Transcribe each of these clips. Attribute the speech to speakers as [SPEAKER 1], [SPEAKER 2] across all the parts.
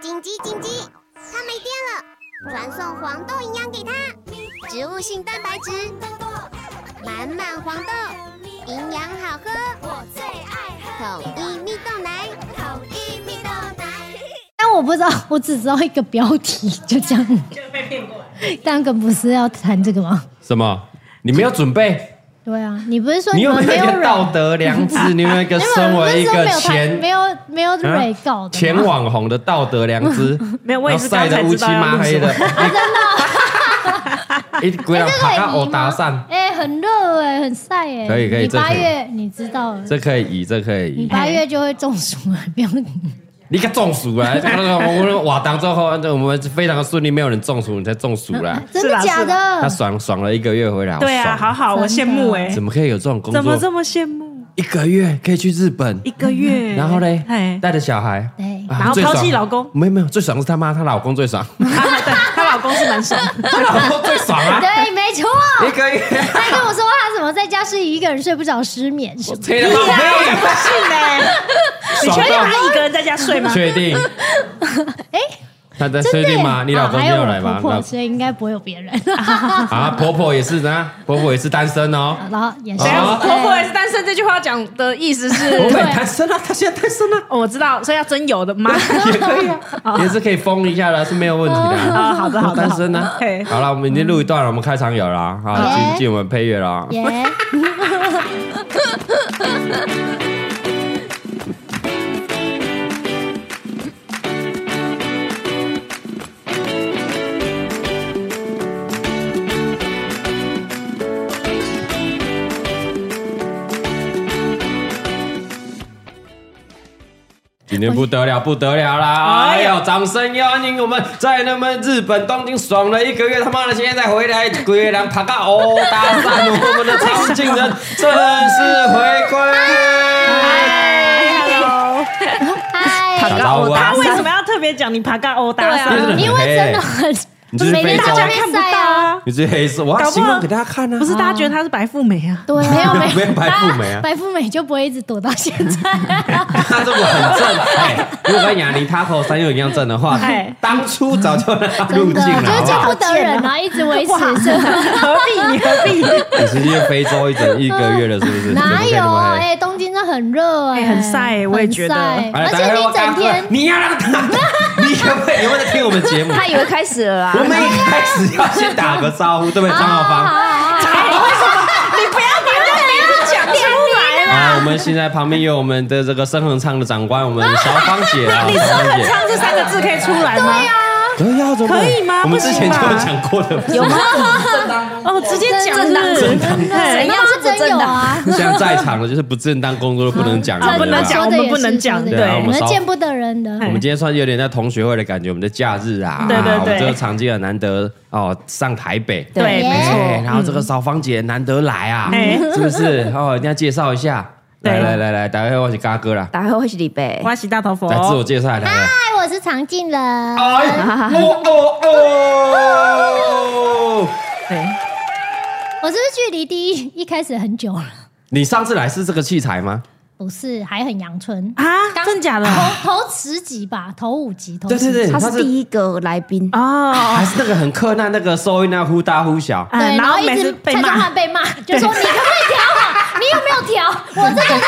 [SPEAKER 1] 紧急紧急！它没电了，传送黄豆营养给它，植物性蛋白质，满满黄豆，营养好喝，
[SPEAKER 2] 我最爱
[SPEAKER 1] 统一蜜豆奶。
[SPEAKER 2] 统一蜜豆奶。
[SPEAKER 3] 但我不知道， 我只知道一个标题， 就这样。
[SPEAKER 4] 就被骗过来。
[SPEAKER 3] 但梗不是要谈这个吗？
[SPEAKER 5] 什么？你没有准备？
[SPEAKER 3] 对啊，你不是说
[SPEAKER 5] 你
[SPEAKER 3] 你
[SPEAKER 5] 有
[SPEAKER 3] 们
[SPEAKER 5] 没有
[SPEAKER 3] 没
[SPEAKER 5] 一
[SPEAKER 3] 有
[SPEAKER 5] 个
[SPEAKER 3] 人，
[SPEAKER 5] 道德 良知？你有没有一个
[SPEAKER 3] 你
[SPEAKER 5] 身
[SPEAKER 3] 们不
[SPEAKER 5] 为
[SPEAKER 3] 是
[SPEAKER 5] 一
[SPEAKER 3] 说
[SPEAKER 5] 个
[SPEAKER 3] 没有谈，没
[SPEAKER 5] 前啊
[SPEAKER 3] 有没有蕊稿的
[SPEAKER 5] 前
[SPEAKER 3] 吗？
[SPEAKER 5] 网红的道德良知？
[SPEAKER 4] 没有，我
[SPEAKER 5] 然后
[SPEAKER 4] 也是
[SPEAKER 5] 晒
[SPEAKER 4] 刚
[SPEAKER 5] 得
[SPEAKER 4] 才
[SPEAKER 5] 乌
[SPEAKER 4] 知
[SPEAKER 5] 漆
[SPEAKER 4] 道要
[SPEAKER 5] 麻
[SPEAKER 4] 录
[SPEAKER 5] 黑
[SPEAKER 4] 什
[SPEAKER 5] 的，
[SPEAKER 4] 么。
[SPEAKER 3] 啊
[SPEAKER 5] 真的，一鬼
[SPEAKER 3] 哎这
[SPEAKER 5] 爬
[SPEAKER 3] 可以
[SPEAKER 5] 到
[SPEAKER 3] 移
[SPEAKER 5] 欧
[SPEAKER 3] 吗
[SPEAKER 5] 达散，
[SPEAKER 3] 哎、很热哎、很晒哎、
[SPEAKER 5] 可以可以
[SPEAKER 3] 你
[SPEAKER 5] 这可
[SPEAKER 3] 八
[SPEAKER 5] 以
[SPEAKER 3] 月你知道了，
[SPEAKER 5] 这可以移，这可以
[SPEAKER 3] 你
[SPEAKER 5] 移。
[SPEAKER 3] 八月就会中暑了， 不用。
[SPEAKER 5] 你个中 暑啊！这个我们瓦当之后，我们非常的顺利，没有人中暑，你才中暑啦。
[SPEAKER 3] 真
[SPEAKER 4] 是
[SPEAKER 3] 的
[SPEAKER 4] 啦
[SPEAKER 3] 假
[SPEAKER 4] 是
[SPEAKER 3] 的
[SPEAKER 5] 他？爽爽了一个月回来，
[SPEAKER 4] 对啊，
[SPEAKER 5] 爽
[SPEAKER 4] 好好，我羡慕哎、
[SPEAKER 5] 怎么可以有这种工
[SPEAKER 4] 怎么这
[SPEAKER 5] 作？
[SPEAKER 4] 么羡慕？
[SPEAKER 5] 一个月可以去日本，
[SPEAKER 4] 一个月，
[SPEAKER 5] 嗯然后 嘞
[SPEAKER 4] 哎，，
[SPEAKER 5] 带着小孩，
[SPEAKER 3] 对
[SPEAKER 5] 啊
[SPEAKER 4] 然后
[SPEAKER 5] 最
[SPEAKER 4] 抛
[SPEAKER 5] 爽
[SPEAKER 4] 弃老公
[SPEAKER 5] 没有没有，最爽是他妈，她老公最爽，
[SPEAKER 4] 啊对，她老公是男生，
[SPEAKER 5] 她老公最爽啊！
[SPEAKER 3] 对，没错。
[SPEAKER 5] 一个月，
[SPEAKER 3] 他跟我说他怎么在家是一个人睡不着，失眠什
[SPEAKER 5] 我
[SPEAKER 3] 么的。
[SPEAKER 5] 天哪，我没有讲
[SPEAKER 4] 是嘞。你
[SPEAKER 5] 爽
[SPEAKER 4] 确定
[SPEAKER 5] 到
[SPEAKER 4] 她一个人在家睡吗？
[SPEAKER 5] 确定？
[SPEAKER 3] 哎、
[SPEAKER 5] 他在
[SPEAKER 3] 真
[SPEAKER 5] 确
[SPEAKER 3] 的耶
[SPEAKER 5] 定吗？你老公
[SPEAKER 3] 啊
[SPEAKER 5] 没
[SPEAKER 3] 还有
[SPEAKER 5] 有
[SPEAKER 3] 我
[SPEAKER 5] 来吗？
[SPEAKER 3] 婆
[SPEAKER 5] 老
[SPEAKER 3] 婆，所以应该不会有别 人。
[SPEAKER 5] 啊，婆婆也是呢，婆婆也是单身哦。
[SPEAKER 3] 然后也是
[SPEAKER 5] 等一下
[SPEAKER 3] 对
[SPEAKER 4] 婆婆也是单身，这句话讲的意思
[SPEAKER 5] 婆
[SPEAKER 4] 是，
[SPEAKER 5] 婆也单身啊，她现在单身啊，
[SPEAKER 4] 哦我知道，所以要真有的吗？
[SPEAKER 5] 也可以啊，也是可以封一下的，是没有问题的啊。
[SPEAKER 4] 啊，好的好的，
[SPEAKER 5] 单
[SPEAKER 4] 好的
[SPEAKER 5] 身呢
[SPEAKER 4] 嘿？
[SPEAKER 5] 好了，我们已经录一段了，我们开场有了啊，好，
[SPEAKER 3] 耶
[SPEAKER 5] 进进我们配乐了啊。
[SPEAKER 3] 耶、
[SPEAKER 5] 今天不得了，不得了啦！哎
[SPEAKER 4] 哎呦
[SPEAKER 5] 呦，掌声欢迎我们在那么日本东京爽了一个月，他妈的现在回来，鬼狼爬到哦，搭讪我们的常青人正式回归。
[SPEAKER 4] Hello
[SPEAKER 3] 嗨，啊
[SPEAKER 5] 嘎欧
[SPEAKER 4] 他
[SPEAKER 5] 搭
[SPEAKER 4] 为什么要特别讲你爬嘎欧搭
[SPEAKER 5] 因为真的
[SPEAKER 4] 讪？
[SPEAKER 5] 很
[SPEAKER 3] 因为真的
[SPEAKER 5] 黑
[SPEAKER 3] 很，
[SPEAKER 5] 你就是
[SPEAKER 3] 每天
[SPEAKER 5] 非
[SPEAKER 3] 在
[SPEAKER 5] 洲
[SPEAKER 3] 外
[SPEAKER 4] 啊大家
[SPEAKER 3] 面
[SPEAKER 4] 看不
[SPEAKER 3] 晒
[SPEAKER 4] 到
[SPEAKER 3] 啊。
[SPEAKER 4] 啊，
[SPEAKER 5] 你这黑色，我
[SPEAKER 4] 搞
[SPEAKER 5] 要
[SPEAKER 4] 不好
[SPEAKER 5] 形容给大家看啊！
[SPEAKER 4] 不是大家觉得她是白富美啊？
[SPEAKER 3] 对，没有没
[SPEAKER 5] 没有白富美啊
[SPEAKER 3] 白富美就不会一直躲到现 在。
[SPEAKER 5] 他这么很正， 哎，如果跟雅尼他口三友一样正的话
[SPEAKER 4] 哎，
[SPEAKER 5] 当初早就让他入
[SPEAKER 3] 真的，
[SPEAKER 5] 境了，
[SPEAKER 3] 就是见
[SPEAKER 5] 好不好
[SPEAKER 3] 不得人啊，一直维持 着。
[SPEAKER 4] 何必你何 必？
[SPEAKER 5] 你直接非洲一整一个月了，是不是？怎么
[SPEAKER 3] 哪
[SPEAKER 5] 可以
[SPEAKER 3] 有
[SPEAKER 5] 那么
[SPEAKER 3] 啊？
[SPEAKER 5] 黑
[SPEAKER 3] 哎，东京真的很热哎，
[SPEAKER 4] 哎很晒哎我也觉得
[SPEAKER 3] 很晒
[SPEAKER 5] 哎
[SPEAKER 3] 而
[SPEAKER 5] 大
[SPEAKER 3] 且
[SPEAKER 5] 家
[SPEAKER 3] 你
[SPEAKER 5] 要
[SPEAKER 3] 整
[SPEAKER 5] 大
[SPEAKER 3] 天
[SPEAKER 5] 你要让他，你有没有有没有在听我们节目？
[SPEAKER 6] 他以为开始了
[SPEAKER 5] 我
[SPEAKER 6] 啦，
[SPEAKER 5] 们一开始要先打个招呼，对不对？张浩芳。
[SPEAKER 4] 讲出来了，
[SPEAKER 5] 啊，我们现在旁边有我们的这个深恒昌的长官，我们小芳姐啊，
[SPEAKER 4] 你
[SPEAKER 5] 小
[SPEAKER 4] 说
[SPEAKER 5] 芳
[SPEAKER 4] 很
[SPEAKER 5] 姐，
[SPEAKER 4] 唱这三个字可以出来吗？
[SPEAKER 5] 可以啊，怎么
[SPEAKER 4] 可以吗
[SPEAKER 5] 我们之前
[SPEAKER 4] 不
[SPEAKER 5] 就
[SPEAKER 4] 行吧
[SPEAKER 5] 有讲过的，
[SPEAKER 6] 有吗？
[SPEAKER 4] 哦，直接讲
[SPEAKER 6] 正当
[SPEAKER 4] 是不
[SPEAKER 3] 真
[SPEAKER 4] 是
[SPEAKER 3] 的
[SPEAKER 6] 怎样
[SPEAKER 3] 那
[SPEAKER 6] 是不
[SPEAKER 3] 真
[SPEAKER 6] 正
[SPEAKER 3] 有
[SPEAKER 6] 当
[SPEAKER 3] 啊？
[SPEAKER 5] 像在场的就是不正当工作都不能讲，
[SPEAKER 4] 啊
[SPEAKER 5] 对
[SPEAKER 4] 不
[SPEAKER 5] 对
[SPEAKER 4] 能讲
[SPEAKER 3] 说的
[SPEAKER 4] 我们
[SPEAKER 3] 也
[SPEAKER 4] 不
[SPEAKER 3] 是
[SPEAKER 4] 能讲
[SPEAKER 3] 说的
[SPEAKER 4] 对
[SPEAKER 3] 也是
[SPEAKER 4] 啊我
[SPEAKER 3] 我
[SPEAKER 5] 们
[SPEAKER 3] 们
[SPEAKER 5] 稍
[SPEAKER 3] 见不得人的。
[SPEAKER 5] 我们今天算有点在同学会的感觉，我们的假日啊，
[SPEAKER 4] 对对对
[SPEAKER 5] 我们这个场景很难得哦，上台北，
[SPEAKER 6] 对
[SPEAKER 4] 对，没错。
[SPEAKER 5] 哎然后这个扫芳姐难得来啊，
[SPEAKER 4] 哎
[SPEAKER 5] 是不是？哦，一定要介绍一下，
[SPEAKER 4] 对
[SPEAKER 5] 来来来来，大家好，我是嘎哥啦，
[SPEAKER 6] 打开会是李贝，
[SPEAKER 4] 欢喜大头佛，
[SPEAKER 5] 来自我介绍来来。
[SPEAKER 3] 嗨，我是常静人。
[SPEAKER 5] 哎，哦哦哦！
[SPEAKER 4] 对，
[SPEAKER 3] 我是不是距离第一一开始很久了？
[SPEAKER 5] 你上次来是这个器材吗？
[SPEAKER 3] 不是，还很阳春。
[SPEAKER 4] 啊，
[SPEAKER 3] 刚
[SPEAKER 4] 真假的？
[SPEAKER 3] 头头十集吧，头五集，头
[SPEAKER 5] 对对
[SPEAKER 3] 十集
[SPEAKER 5] 对，
[SPEAKER 6] 他
[SPEAKER 5] 他
[SPEAKER 6] 是
[SPEAKER 5] 是
[SPEAKER 6] 第一个来宾，
[SPEAKER 4] 哦，
[SPEAKER 5] 还是那个很克难，那个收音那忽大忽小。
[SPEAKER 3] 对，
[SPEAKER 4] 哎
[SPEAKER 3] 然
[SPEAKER 4] 然
[SPEAKER 3] 后
[SPEAKER 4] 后
[SPEAKER 3] 一
[SPEAKER 4] 每
[SPEAKER 3] 直
[SPEAKER 4] 次被
[SPEAKER 3] 蔡宗
[SPEAKER 4] 骂
[SPEAKER 3] 翰，被骂，就说你可不可以调好？你有没有调？我这个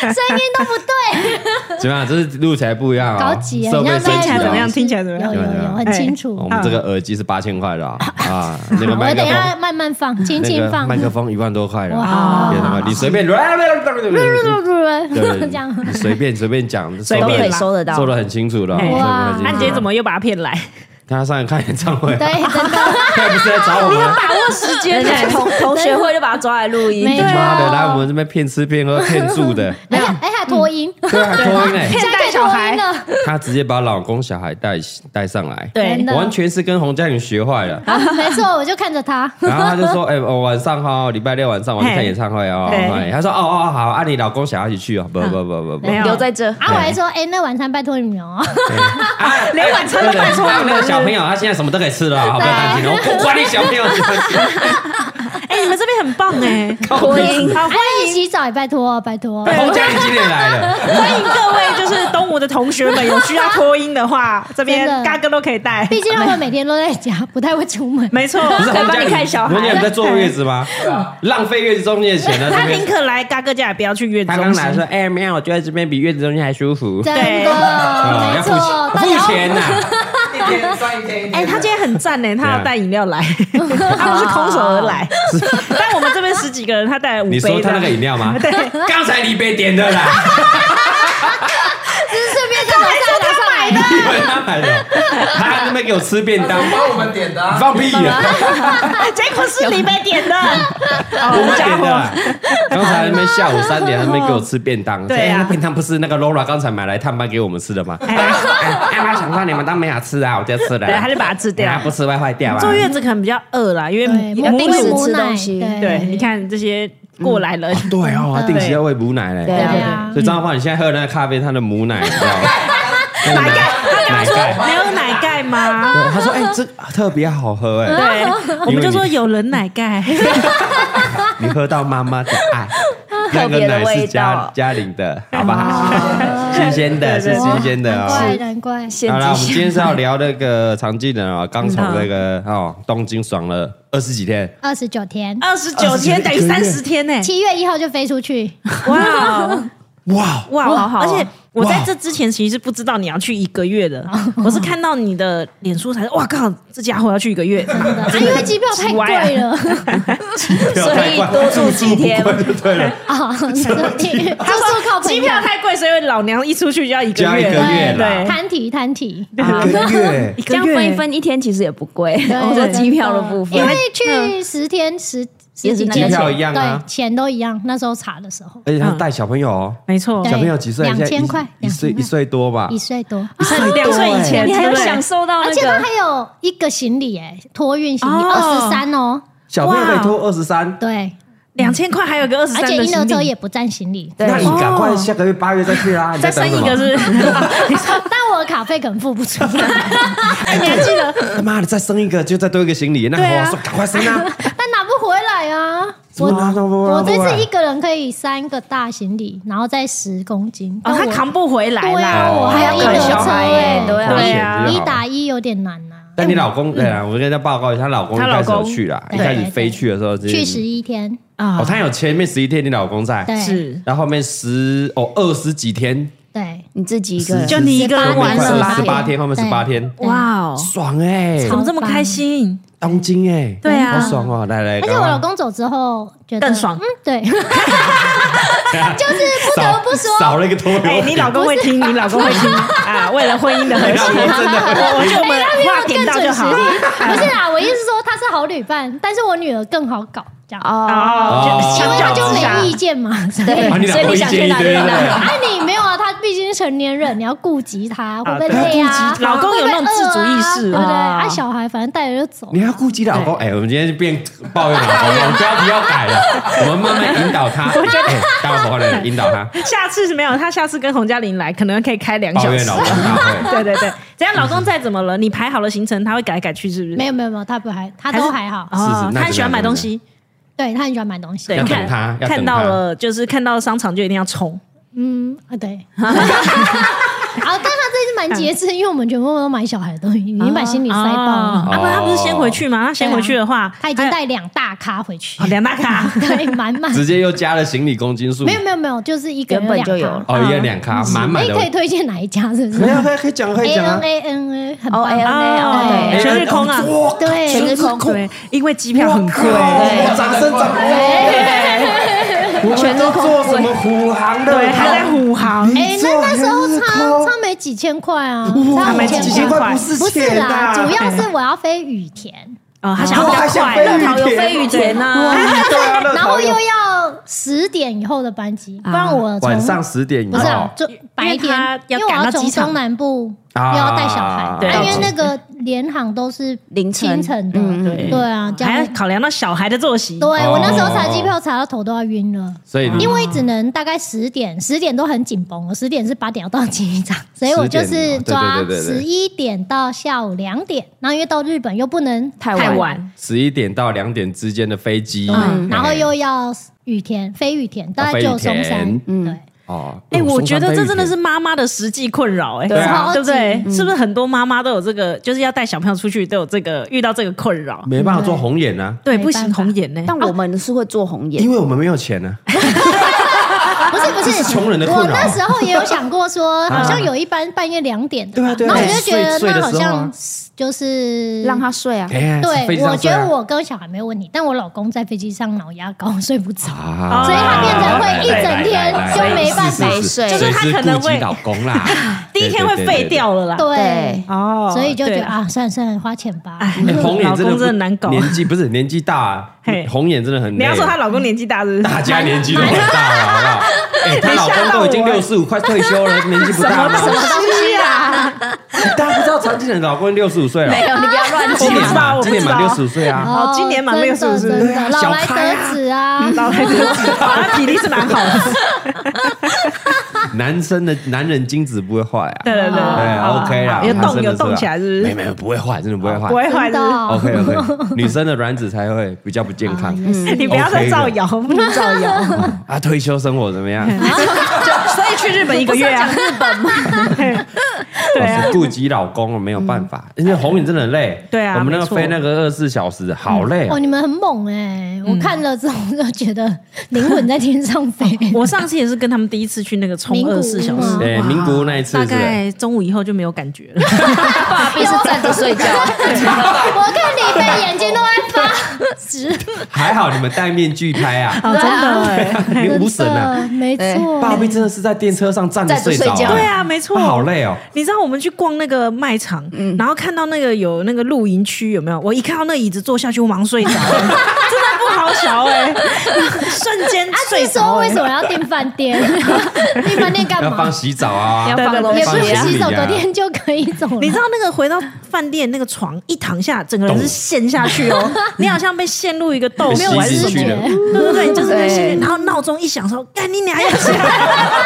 [SPEAKER 3] 声音都不对，
[SPEAKER 5] 怎么样？这是录起来不一样哦，
[SPEAKER 3] 高级啊！
[SPEAKER 5] 设
[SPEAKER 3] 你
[SPEAKER 5] 备
[SPEAKER 3] 要
[SPEAKER 5] 升
[SPEAKER 3] 在
[SPEAKER 4] 听起来
[SPEAKER 5] 级
[SPEAKER 4] 怎么
[SPEAKER 5] 了
[SPEAKER 4] 样听起来怎么样
[SPEAKER 3] 有有
[SPEAKER 5] 对
[SPEAKER 3] 有，
[SPEAKER 5] 啊
[SPEAKER 3] 很清楚。
[SPEAKER 5] 我们这个耳机是八千块的啊，啊，那个
[SPEAKER 3] 好我
[SPEAKER 5] 麦克
[SPEAKER 3] 等一
[SPEAKER 5] 风
[SPEAKER 3] 下慢慢放，轻
[SPEAKER 5] 那
[SPEAKER 3] 轻
[SPEAKER 5] 个
[SPEAKER 3] 放。
[SPEAKER 5] 麦克风一万多块了，
[SPEAKER 3] 哇
[SPEAKER 5] 天哪你随便，对
[SPEAKER 3] 这样，
[SPEAKER 5] 你随便随便讲，
[SPEAKER 4] 随
[SPEAKER 6] 都
[SPEAKER 4] 便
[SPEAKER 6] 可以
[SPEAKER 4] 啦
[SPEAKER 6] 收得到
[SPEAKER 5] 做。的很清楚了。
[SPEAKER 4] 哎
[SPEAKER 3] 哇
[SPEAKER 5] 收得很清楚
[SPEAKER 4] 那你今天怎么又把他骗来？
[SPEAKER 5] 看他上来看演唱会？
[SPEAKER 3] 对，真的
[SPEAKER 5] 他不是来找我们？
[SPEAKER 6] 时间啊同同学会就把他抓来录音，
[SPEAKER 3] 没错。
[SPEAKER 5] 妈的，来我们这边骗吃骗喝骗住的，
[SPEAKER 3] 哎呀，哎还脱音，
[SPEAKER 5] 对啊，还拖音哎，
[SPEAKER 3] 现在可以脱音了，
[SPEAKER 5] 他直接把老公小孩带带上来，
[SPEAKER 3] 真
[SPEAKER 4] 对，
[SPEAKER 3] 的
[SPEAKER 5] 完全是跟洪嘉颖学坏了。
[SPEAKER 3] 啊没错，我就看着他。
[SPEAKER 5] 然后他就说：“哎、我晚上哈，礼拜六晚上我去看
[SPEAKER 4] 嘿
[SPEAKER 5] 演唱会哦。
[SPEAKER 4] 对
[SPEAKER 5] 哎”他说：“哦哦好，啊你老公想要一起去哦？不不不不不，
[SPEAKER 4] 没有
[SPEAKER 6] 留在这，
[SPEAKER 3] 啊，我还说，哎，那晚餐拜托你们哦。
[SPEAKER 5] 啊，
[SPEAKER 4] 连晚餐都拜托你们
[SPEAKER 5] 那个小朋友他现在什么都可以吃了，好不要担心了，我管你小朋友怎么吃。
[SPEAKER 4] 哎，你们这边很棒哎，
[SPEAKER 5] 口音
[SPEAKER 4] 好哎欢
[SPEAKER 3] 欢迎洗澡，拜托拜托。
[SPEAKER 5] 洪嘉玲今天来了，
[SPEAKER 4] 欢迎各位就是东吴的同学们，有需要脱音的话，这边
[SPEAKER 3] 真的
[SPEAKER 4] 嘎哥都可以 带。
[SPEAKER 3] 毕竟他们每天都在家，不太会出门。
[SPEAKER 4] 没错，
[SPEAKER 5] 不是洪嘉
[SPEAKER 6] 帮你看小
[SPEAKER 5] 玲，
[SPEAKER 6] 孩
[SPEAKER 5] 洪嘉玲在坐月子 吗？啊浪费月子中心的钱呢？
[SPEAKER 4] 他
[SPEAKER 5] 这边
[SPEAKER 4] 宁可来嘎哥家，也不要去月子
[SPEAKER 5] 他
[SPEAKER 4] 中
[SPEAKER 5] 刚来说
[SPEAKER 4] 心。：“
[SPEAKER 5] 哎、没有，我觉得这边比月子中心还舒服。
[SPEAKER 3] 真
[SPEAKER 4] 对
[SPEAKER 3] 的，
[SPEAKER 5] 啊
[SPEAKER 3] 没错，大
[SPEAKER 5] 付
[SPEAKER 3] 家
[SPEAKER 5] 钱呐、 一天算一天。
[SPEAKER 4] 哎，他今天很赞呢，他要带饮料来，他不是空手而 来。但我们这边十几个人，他带了五杯
[SPEAKER 5] 你
[SPEAKER 4] 的。
[SPEAKER 5] 说他那个饮料吗？对，刚才李贝点的啦，
[SPEAKER 3] 顺便再拿上拿上来的。
[SPEAKER 5] 你以为他买的，他还在那边给我吃便当，
[SPEAKER 7] 帮我们点的、啊。
[SPEAKER 5] 放屁呀、
[SPEAKER 4] 哎结果是你们点 的，哦
[SPEAKER 5] 我
[SPEAKER 4] 我
[SPEAKER 5] 们点的啦。刚才那边下午三点，他们给我吃便当。
[SPEAKER 4] 对啊
[SPEAKER 5] 哎那便当不是那个 Laura 刚才买来探班给我们吃的吗？哎，哎妈，想说你们都没有吃啊，我就吃了。
[SPEAKER 4] 对，他就把它吃掉
[SPEAKER 5] 哎。不吃会坏掉啊。
[SPEAKER 4] 坐月子可能比较饿啦，因为
[SPEAKER 3] 对，
[SPEAKER 4] 母
[SPEAKER 3] 定时
[SPEAKER 4] 乳
[SPEAKER 3] 吃
[SPEAKER 6] 东
[SPEAKER 3] 东西。
[SPEAKER 6] 西
[SPEAKER 4] 对，你，看这些过来人，
[SPEAKER 5] 对哦，定期要喂母奶嘞。
[SPEAKER 6] 对
[SPEAKER 3] 对
[SPEAKER 6] 啊，
[SPEAKER 3] 啊
[SPEAKER 5] 所，以张老板，你现在喝的那个咖啡，它的母奶，你知 道吗？奶盖，奶盖。
[SPEAKER 4] 没有奶盖 吗？
[SPEAKER 5] 对，他说：“哎、这特别好喝哎、
[SPEAKER 4] 对，我们就说有人奶盖，
[SPEAKER 5] 你喝到妈妈的 爱，那个
[SPEAKER 6] 别的
[SPEAKER 5] 奶是
[SPEAKER 6] 味
[SPEAKER 5] 嘉
[SPEAKER 6] 道哦
[SPEAKER 5] 嘉玲的，好不好？ 新鲜的，是新鲜的
[SPEAKER 3] 难
[SPEAKER 5] 哦。
[SPEAKER 3] 怪难怪，
[SPEAKER 5] 好啦，我们今天是要聊那个常记人啊，刚从那个哦东京爽了二十几天，
[SPEAKER 3] 二十九天，
[SPEAKER 4] 二十九天等于三十天呢，
[SPEAKER 3] 七月一号就飞出去，
[SPEAKER 4] 哇哦
[SPEAKER 5] 哇！
[SPEAKER 4] 哇，好好！而且我在
[SPEAKER 5] 哇
[SPEAKER 4] 这之前其实是不知道你要去一个月的，我是看到你的脸书才是，哇靠，这家伙要去一个月，
[SPEAKER 3] 啊因为机票太贵了
[SPEAKER 6] 所以多住几天
[SPEAKER 5] 不贵就对 了，
[SPEAKER 3] 啊，所以就是靠朋友
[SPEAKER 4] 机票太贵，所以老娘一出去就要一个
[SPEAKER 5] 加一
[SPEAKER 4] 月，
[SPEAKER 5] 个月啦，
[SPEAKER 3] 摊体摊体，
[SPEAKER 5] 一个月
[SPEAKER 4] 一个
[SPEAKER 6] 这样
[SPEAKER 4] 月
[SPEAKER 6] 分一分一天其实也不贵，我说
[SPEAKER 3] 真的
[SPEAKER 6] 机票的部分
[SPEAKER 3] 因为去十天十十
[SPEAKER 6] 也
[SPEAKER 3] 几
[SPEAKER 6] 是那个
[SPEAKER 3] 天
[SPEAKER 5] 机票一样啊
[SPEAKER 3] 对，钱都一样。那时候查的时候，
[SPEAKER 5] 而且哎他带小朋友哦，
[SPEAKER 4] 没错
[SPEAKER 3] 对，
[SPEAKER 5] 小朋友几岁？
[SPEAKER 3] 嗯两
[SPEAKER 5] 现在
[SPEAKER 3] 千
[SPEAKER 5] 一
[SPEAKER 3] 块
[SPEAKER 5] 一岁
[SPEAKER 3] 两千块
[SPEAKER 5] 一岁多吧
[SPEAKER 3] 一。岁多，
[SPEAKER 4] 两岁以
[SPEAKER 5] 欸
[SPEAKER 4] 前，
[SPEAKER 6] 你还有
[SPEAKER 4] 对不对
[SPEAKER 6] 享受到
[SPEAKER 3] 而
[SPEAKER 6] 那
[SPEAKER 3] 且他
[SPEAKER 6] 个
[SPEAKER 3] 还有一个行李哎，托运行李
[SPEAKER 4] 哦
[SPEAKER 3] 二十三哦，
[SPEAKER 5] 小朋友可以拖二十三，
[SPEAKER 3] 对，
[SPEAKER 4] 两千块，还有个二十三
[SPEAKER 3] 而且
[SPEAKER 4] 的
[SPEAKER 3] 婴儿
[SPEAKER 4] 行
[SPEAKER 3] 车
[SPEAKER 4] 李，
[SPEAKER 3] 也不占行李，
[SPEAKER 6] 对
[SPEAKER 5] 那你赶快下个月八月再去啊！你
[SPEAKER 4] 再
[SPEAKER 5] 在
[SPEAKER 4] 生
[SPEAKER 5] 等什
[SPEAKER 4] 一
[SPEAKER 5] 么
[SPEAKER 4] 个？是不是？
[SPEAKER 3] 但我的卡费可能付不出来，
[SPEAKER 4] 你还记得？
[SPEAKER 5] 他妈的，再生一个就再多一个行李，那
[SPEAKER 4] 对啊
[SPEAKER 5] 我说赶快生 啊！
[SPEAKER 3] 但拿不回来啊。
[SPEAKER 5] 怎
[SPEAKER 3] 我
[SPEAKER 5] 么拿拿不回来
[SPEAKER 3] 我这
[SPEAKER 5] 拿不回
[SPEAKER 4] 啊
[SPEAKER 5] 来
[SPEAKER 3] 次一个人可以三个大行李，然后再十公斤。
[SPEAKER 4] 哦，他扛不回来
[SPEAKER 3] 对
[SPEAKER 4] 啦
[SPEAKER 3] 啊，。
[SPEAKER 4] 哦
[SPEAKER 3] 我还要婴
[SPEAKER 5] 可
[SPEAKER 3] 儿
[SPEAKER 5] 能小
[SPEAKER 3] 车
[SPEAKER 6] 孩
[SPEAKER 3] 哎
[SPEAKER 6] 耶，对啊
[SPEAKER 5] 保
[SPEAKER 4] 对
[SPEAKER 5] 险
[SPEAKER 4] 啊
[SPEAKER 5] 就好
[SPEAKER 3] 一打一有点难呐。
[SPEAKER 5] 但你老公
[SPEAKER 3] 嗯
[SPEAKER 5] 对啊，我跟他报告一下，她老公一
[SPEAKER 4] 她老
[SPEAKER 5] 开始有
[SPEAKER 4] 公
[SPEAKER 5] 去啦，一
[SPEAKER 3] 对
[SPEAKER 5] 开始
[SPEAKER 3] 对
[SPEAKER 5] 飞去的时候
[SPEAKER 3] 去十
[SPEAKER 5] 一
[SPEAKER 3] 一天，
[SPEAKER 4] 啊
[SPEAKER 5] 哦，他有前面十一天你老公在，
[SPEAKER 3] 对
[SPEAKER 4] 是
[SPEAKER 5] 然后后面十哦二十几天，
[SPEAKER 3] 对，
[SPEAKER 6] 你自己一个人，
[SPEAKER 4] 就你一个人
[SPEAKER 5] 后面
[SPEAKER 4] 玩
[SPEAKER 5] 快
[SPEAKER 4] 了
[SPEAKER 5] 十
[SPEAKER 4] 啦，
[SPEAKER 5] 八天，后面十八天，
[SPEAKER 3] 对
[SPEAKER 4] 哇哦，
[SPEAKER 5] 爽哎，
[SPEAKER 4] 怎么这么开心？
[SPEAKER 5] 东京哎，
[SPEAKER 4] 对啊
[SPEAKER 5] 好爽哦，来来，
[SPEAKER 3] 而且
[SPEAKER 5] 赶
[SPEAKER 3] 我
[SPEAKER 5] 快
[SPEAKER 3] 老公走之后觉得
[SPEAKER 4] 更爽
[SPEAKER 3] 嗯， 对，就是不得
[SPEAKER 5] 少
[SPEAKER 3] 不说，
[SPEAKER 5] 少了一个拖油
[SPEAKER 4] 哎，
[SPEAKER 5] 瓶，
[SPEAKER 4] 你老公会听，你老公会 听啊！为了婚姻的和
[SPEAKER 5] 你
[SPEAKER 4] 谐，
[SPEAKER 5] 老公真的会
[SPEAKER 4] 我我觉得我们
[SPEAKER 3] 哎
[SPEAKER 4] 话
[SPEAKER 3] 他比我
[SPEAKER 4] 点
[SPEAKER 3] 们
[SPEAKER 4] 到
[SPEAKER 3] 更
[SPEAKER 4] 就
[SPEAKER 3] 准时
[SPEAKER 4] 好。
[SPEAKER 3] 不是啦，我意思是说他是好女伴，但是我女儿更好搞，这样，
[SPEAKER 6] 啊
[SPEAKER 4] 哦，
[SPEAKER 5] 哦
[SPEAKER 3] 因为她就
[SPEAKER 5] 相较之下
[SPEAKER 3] 没意见嘛，所以
[SPEAKER 6] 对
[SPEAKER 5] 啊，你老
[SPEAKER 6] 所以
[SPEAKER 5] 公
[SPEAKER 6] 你
[SPEAKER 5] 一
[SPEAKER 6] 想去
[SPEAKER 5] 件一
[SPEAKER 6] 哪
[SPEAKER 5] 堆
[SPEAKER 6] 里哪里
[SPEAKER 5] 的。
[SPEAKER 3] 啊，你没有啊，他毕竟是成年人，你要顾及他会不会
[SPEAKER 4] 对
[SPEAKER 3] 累啊
[SPEAKER 4] 顾？及老公有那种自主意识
[SPEAKER 3] 会不会饿啊对不对？
[SPEAKER 6] 啊
[SPEAKER 3] 啊，小孩反正带着就走
[SPEAKER 5] 你。要顾及老公，哎、我们今天就变抱怨老公了，我们标题要改了，我们慢慢引导他，我觉得大伙来引导他，
[SPEAKER 4] 下次是没有，他下次跟洪嘉玲来，可能可以开两
[SPEAKER 5] 抱
[SPEAKER 4] 小
[SPEAKER 5] 怨
[SPEAKER 4] 时
[SPEAKER 5] 老。公哎大会。
[SPEAKER 4] 对对对，只要老公再怎么了，你排好了行程，他会改来改去，是不是？
[SPEAKER 3] 没有没有没有，他不还，他都还好。
[SPEAKER 5] 是
[SPEAKER 4] 哦，
[SPEAKER 5] 那
[SPEAKER 4] 他
[SPEAKER 5] 就
[SPEAKER 4] 很喜欢买东西，
[SPEAKER 3] 对他很喜欢买东西。
[SPEAKER 4] 对，
[SPEAKER 5] 要等
[SPEAKER 4] 看
[SPEAKER 5] 他要等
[SPEAKER 4] 看
[SPEAKER 5] 他
[SPEAKER 4] 到了就是看到商场就一定要冲，
[SPEAKER 3] 嗯啊对。 啊，但他这次蛮节制，因为我们全部都买小孩的东西，已经把行李塞爆
[SPEAKER 4] 哦
[SPEAKER 3] 了。啊
[SPEAKER 4] 啊，不，他不是先回去吗？他先回去的话，
[SPEAKER 3] 他已经带两大咖回去，
[SPEAKER 4] 哦，两大卡
[SPEAKER 3] 对，满满。
[SPEAKER 5] 直接又加了行李公斤数，
[SPEAKER 3] 没有没有没有，就是一个人
[SPEAKER 6] 原本就有
[SPEAKER 3] 两咖。
[SPEAKER 5] 哦，一人两咖，满满
[SPEAKER 3] 哎，
[SPEAKER 5] 的。
[SPEAKER 3] 可以推荐哪一家？是不是
[SPEAKER 5] 没有，哎可以可以讲，可以
[SPEAKER 3] A
[SPEAKER 5] 讲啊
[SPEAKER 3] N。A N A 很
[SPEAKER 6] 哦
[SPEAKER 3] 棒
[SPEAKER 6] A N A 哦，
[SPEAKER 4] 对
[SPEAKER 6] 对，
[SPEAKER 4] 哎全日空啊
[SPEAKER 5] 哇
[SPEAKER 3] 对
[SPEAKER 6] 全日空
[SPEAKER 4] 对，因为机票很贵，
[SPEAKER 5] 哇掌声掌声！我们都做什么虎航的？
[SPEAKER 4] 对，还在虎航，
[SPEAKER 3] 哎、那那时候差差没几千块啊，差
[SPEAKER 4] 没
[SPEAKER 3] 五
[SPEAKER 4] 几
[SPEAKER 3] 千
[SPEAKER 4] 千块
[SPEAKER 5] 不是
[SPEAKER 3] 不是
[SPEAKER 5] 钱
[SPEAKER 3] 啦，
[SPEAKER 5] 啊
[SPEAKER 3] 主要是我要飞羽田，
[SPEAKER 4] 哦，他想要比
[SPEAKER 5] 还
[SPEAKER 4] 较
[SPEAKER 5] 想
[SPEAKER 4] 快，
[SPEAKER 5] 飞
[SPEAKER 4] 乐
[SPEAKER 5] 羽
[SPEAKER 4] 桃园
[SPEAKER 5] 田
[SPEAKER 4] 飞羽田呐，
[SPEAKER 5] 对啊，乐
[SPEAKER 3] 然后
[SPEAKER 5] 桃园
[SPEAKER 3] 又要十点以后的班机，不然我从
[SPEAKER 5] 啊晚上十点以
[SPEAKER 3] 不是啊
[SPEAKER 5] 后，
[SPEAKER 3] 就白天，因
[SPEAKER 4] 因为他要
[SPEAKER 3] 为我
[SPEAKER 4] 赶
[SPEAKER 3] 要
[SPEAKER 4] 到
[SPEAKER 3] 从
[SPEAKER 4] 机场
[SPEAKER 3] 东南部
[SPEAKER 5] 啊
[SPEAKER 3] 又要带小孩，
[SPEAKER 4] 对
[SPEAKER 3] 啊因为那个联航都是
[SPEAKER 6] 凌晨
[SPEAKER 3] 清晨的，
[SPEAKER 6] 嗯
[SPEAKER 4] 对
[SPEAKER 3] 对啊，这
[SPEAKER 4] 还
[SPEAKER 3] 样
[SPEAKER 4] 要考量到小孩的作息。
[SPEAKER 3] 对我那时候
[SPEAKER 5] 哦
[SPEAKER 3] 查机票查到头都要晕了。
[SPEAKER 5] 所以
[SPEAKER 3] 因为只能大概十点，十点都很紧绷，十点是八点要到机场，所以我就
[SPEAKER 5] 10
[SPEAKER 3] 是
[SPEAKER 5] 点
[SPEAKER 3] 抓
[SPEAKER 5] 对对对对
[SPEAKER 3] 十一点到下午两点。然后因为到日本又不能，
[SPEAKER 6] 太
[SPEAKER 4] 太
[SPEAKER 6] 晚，
[SPEAKER 4] 晚，
[SPEAKER 5] 十一点到两点之间的飞机，
[SPEAKER 3] 嗯，然后
[SPEAKER 5] 哎
[SPEAKER 3] 又要雨田飞雨田，大
[SPEAKER 5] 飞
[SPEAKER 3] 概
[SPEAKER 5] 羽
[SPEAKER 3] 就松山
[SPEAKER 5] 田，
[SPEAKER 3] 对，
[SPEAKER 5] 哦，
[SPEAKER 4] 哎，我
[SPEAKER 5] 松
[SPEAKER 4] 觉
[SPEAKER 5] 山
[SPEAKER 4] 得
[SPEAKER 5] 飞
[SPEAKER 4] 这
[SPEAKER 5] 羽
[SPEAKER 4] 真的
[SPEAKER 5] 田
[SPEAKER 4] 是妈妈的实际困扰，哎，
[SPEAKER 5] 对
[SPEAKER 3] 啊
[SPEAKER 4] 对不对？是不是很多妈妈都有这个，就是要带小朋友出去都有这个遇到这个困扰？
[SPEAKER 5] 没办法做红眼啊，
[SPEAKER 4] 对，
[SPEAKER 3] 没
[SPEAKER 4] 不行，
[SPEAKER 3] 办法
[SPEAKER 4] 红眼呢。
[SPEAKER 6] 但我们是会做红眼
[SPEAKER 5] 因，为我们没有钱啊呢，
[SPEAKER 3] 不是不
[SPEAKER 5] 这是穷人的
[SPEAKER 3] 我
[SPEAKER 5] 困扰
[SPEAKER 3] 那时候也有想过说，好像有一班半夜两点的吧，
[SPEAKER 5] 对啊对啊
[SPEAKER 3] 然后我就觉得
[SPEAKER 5] 睡睡
[SPEAKER 3] 那
[SPEAKER 5] 的
[SPEAKER 3] 好
[SPEAKER 5] 时候啊
[SPEAKER 3] 像就是
[SPEAKER 6] 让他睡啊。
[SPEAKER 5] 哎呀，
[SPEAKER 3] 对，
[SPEAKER 5] 飞机上
[SPEAKER 3] 我觉
[SPEAKER 5] 睡啊
[SPEAKER 3] 得我跟小孩没有问题，但我老公在飞机上脑压高，睡不着。
[SPEAKER 5] 啊
[SPEAKER 4] 所以他变
[SPEAKER 3] 成会一整天就没办法
[SPEAKER 5] 哎是是是
[SPEAKER 6] 没睡
[SPEAKER 5] 所以
[SPEAKER 4] 就是他可能
[SPEAKER 5] 顾及
[SPEAKER 4] 会，
[SPEAKER 5] 老 公啦
[SPEAKER 4] 第一天会废掉了啦。
[SPEAKER 3] 对
[SPEAKER 6] 对，
[SPEAKER 4] 哦
[SPEAKER 3] 所以就觉
[SPEAKER 4] 啊对
[SPEAKER 3] 得
[SPEAKER 4] 啦
[SPEAKER 3] 啊，算了算了，花钱吧。
[SPEAKER 4] 哎
[SPEAKER 5] 对。对对对哎红
[SPEAKER 4] 老
[SPEAKER 5] 眼
[SPEAKER 4] 公
[SPEAKER 5] 真的
[SPEAKER 4] 真
[SPEAKER 5] 不
[SPEAKER 4] 的难搞。
[SPEAKER 5] 年纪不是年纪大啊
[SPEAKER 4] 嘿，
[SPEAKER 5] 红眼真的很
[SPEAKER 4] 你
[SPEAKER 5] 累。啊
[SPEAKER 4] 要说她老公年纪大 是不
[SPEAKER 5] 大
[SPEAKER 4] 是？
[SPEAKER 5] 家年纪都很大了，好不 好？哎，她老公都已经
[SPEAKER 4] 吓到我
[SPEAKER 5] 六十五快退休 了，年纪不大吗？
[SPEAKER 6] 西啊？
[SPEAKER 5] 哎大家不知道常青人老公六十五岁了，哦
[SPEAKER 6] 没有，你不要乱
[SPEAKER 5] 今
[SPEAKER 6] 讲。
[SPEAKER 5] 年嘛，
[SPEAKER 4] 我不知
[SPEAKER 5] 今年
[SPEAKER 4] 道
[SPEAKER 5] 满六十五岁啊。
[SPEAKER 3] 哦
[SPEAKER 4] 今年满
[SPEAKER 3] 真的
[SPEAKER 4] 65是不是
[SPEAKER 3] 真的
[SPEAKER 5] 对 啊
[SPEAKER 3] 老
[SPEAKER 5] 小
[SPEAKER 3] 来
[SPEAKER 5] 开啊
[SPEAKER 3] 得子啊，
[SPEAKER 4] 老太太，体力是蛮 好的。
[SPEAKER 5] 男生的男人精子不会坏啊，
[SPEAKER 4] 嗯对对对
[SPEAKER 5] 对，OK 啦，
[SPEAKER 4] 有
[SPEAKER 5] 男生
[SPEAKER 4] 动
[SPEAKER 5] 的
[SPEAKER 4] 有
[SPEAKER 5] 是吧啊
[SPEAKER 4] 动起来是不
[SPEAKER 5] 没
[SPEAKER 4] 是？
[SPEAKER 5] 没有不会坏，真的不会坏
[SPEAKER 4] 不。会嗯坏
[SPEAKER 3] 真
[SPEAKER 4] 是
[SPEAKER 3] 的
[SPEAKER 4] 不是？
[SPEAKER 3] 哦
[SPEAKER 5] OK OK，女生的卵子才会比较不健康
[SPEAKER 3] 啊也是
[SPEAKER 4] 你不要再造谣，不能造谣。
[SPEAKER 5] 啊。退休生活怎么
[SPEAKER 4] 嗯
[SPEAKER 5] 样？
[SPEAKER 4] 啊所以去日本一个月啊，日本吗？ 对啊
[SPEAKER 5] 我，是顾及老公没有办法，因为红影真的很累。
[SPEAKER 4] 嗯对啊
[SPEAKER 5] 我们那个
[SPEAKER 4] 没错
[SPEAKER 5] 飞那个二十四小时，好累啊
[SPEAKER 3] 哦，。你们很猛哎！
[SPEAKER 4] 嗯
[SPEAKER 3] 我看了之后就觉得灵魂在天上飞。
[SPEAKER 4] 哦 我上次也是跟他们第一次去那个冲
[SPEAKER 3] 名古屋
[SPEAKER 4] 二十四小时
[SPEAKER 3] 吗，
[SPEAKER 5] 对，名古屋那一次
[SPEAKER 4] 哦大
[SPEAKER 5] 是不是
[SPEAKER 4] 概中午以后就没有感觉了。
[SPEAKER 6] 爸必是站着睡觉，
[SPEAKER 3] 哎
[SPEAKER 4] 啊
[SPEAKER 3] 我看你们眼睛都在发直，
[SPEAKER 5] 还好你们戴面具拍 啊，
[SPEAKER 4] 哦，真的哎，
[SPEAKER 5] 你无神
[SPEAKER 3] 真
[SPEAKER 5] 啊。
[SPEAKER 3] 的没错。
[SPEAKER 5] 爸比真的是在电车上站着睡着
[SPEAKER 6] 站着睡
[SPEAKER 5] 啊，
[SPEAKER 6] 觉
[SPEAKER 4] 对啊，没错，
[SPEAKER 5] 好累哦。
[SPEAKER 4] 你知道我们去逛那个卖场，
[SPEAKER 3] 嗯
[SPEAKER 4] 然后看到那个有那个露营区有没有？我一看到那椅子坐下去，我马 上睡着了，真的不好笑哎、 瞬间
[SPEAKER 3] 啊，
[SPEAKER 4] 睡
[SPEAKER 3] 是
[SPEAKER 4] 着、
[SPEAKER 3] 说
[SPEAKER 4] 欸。
[SPEAKER 3] 为什么要订饭店？ 订饭店干
[SPEAKER 5] 要
[SPEAKER 3] 嘛
[SPEAKER 5] 放？洗澡啊，
[SPEAKER 6] 要放东
[SPEAKER 3] 也不
[SPEAKER 5] 放
[SPEAKER 3] 用
[SPEAKER 6] 西啊
[SPEAKER 5] 行。
[SPEAKER 3] 洗手，
[SPEAKER 5] 李啊
[SPEAKER 3] 隔天就可以走了。
[SPEAKER 4] 你知道那个回到饭店那个床一躺下，整个人是陷下 去哦，你好像被陷入一个豆
[SPEAKER 5] 被
[SPEAKER 4] 腐还
[SPEAKER 5] 吸
[SPEAKER 4] 是
[SPEAKER 5] 进去
[SPEAKER 4] 什么？
[SPEAKER 5] 了，
[SPEAKER 4] 对对对，就是那些。
[SPEAKER 6] 对
[SPEAKER 4] 然后闹钟一响说：“干你娘要起来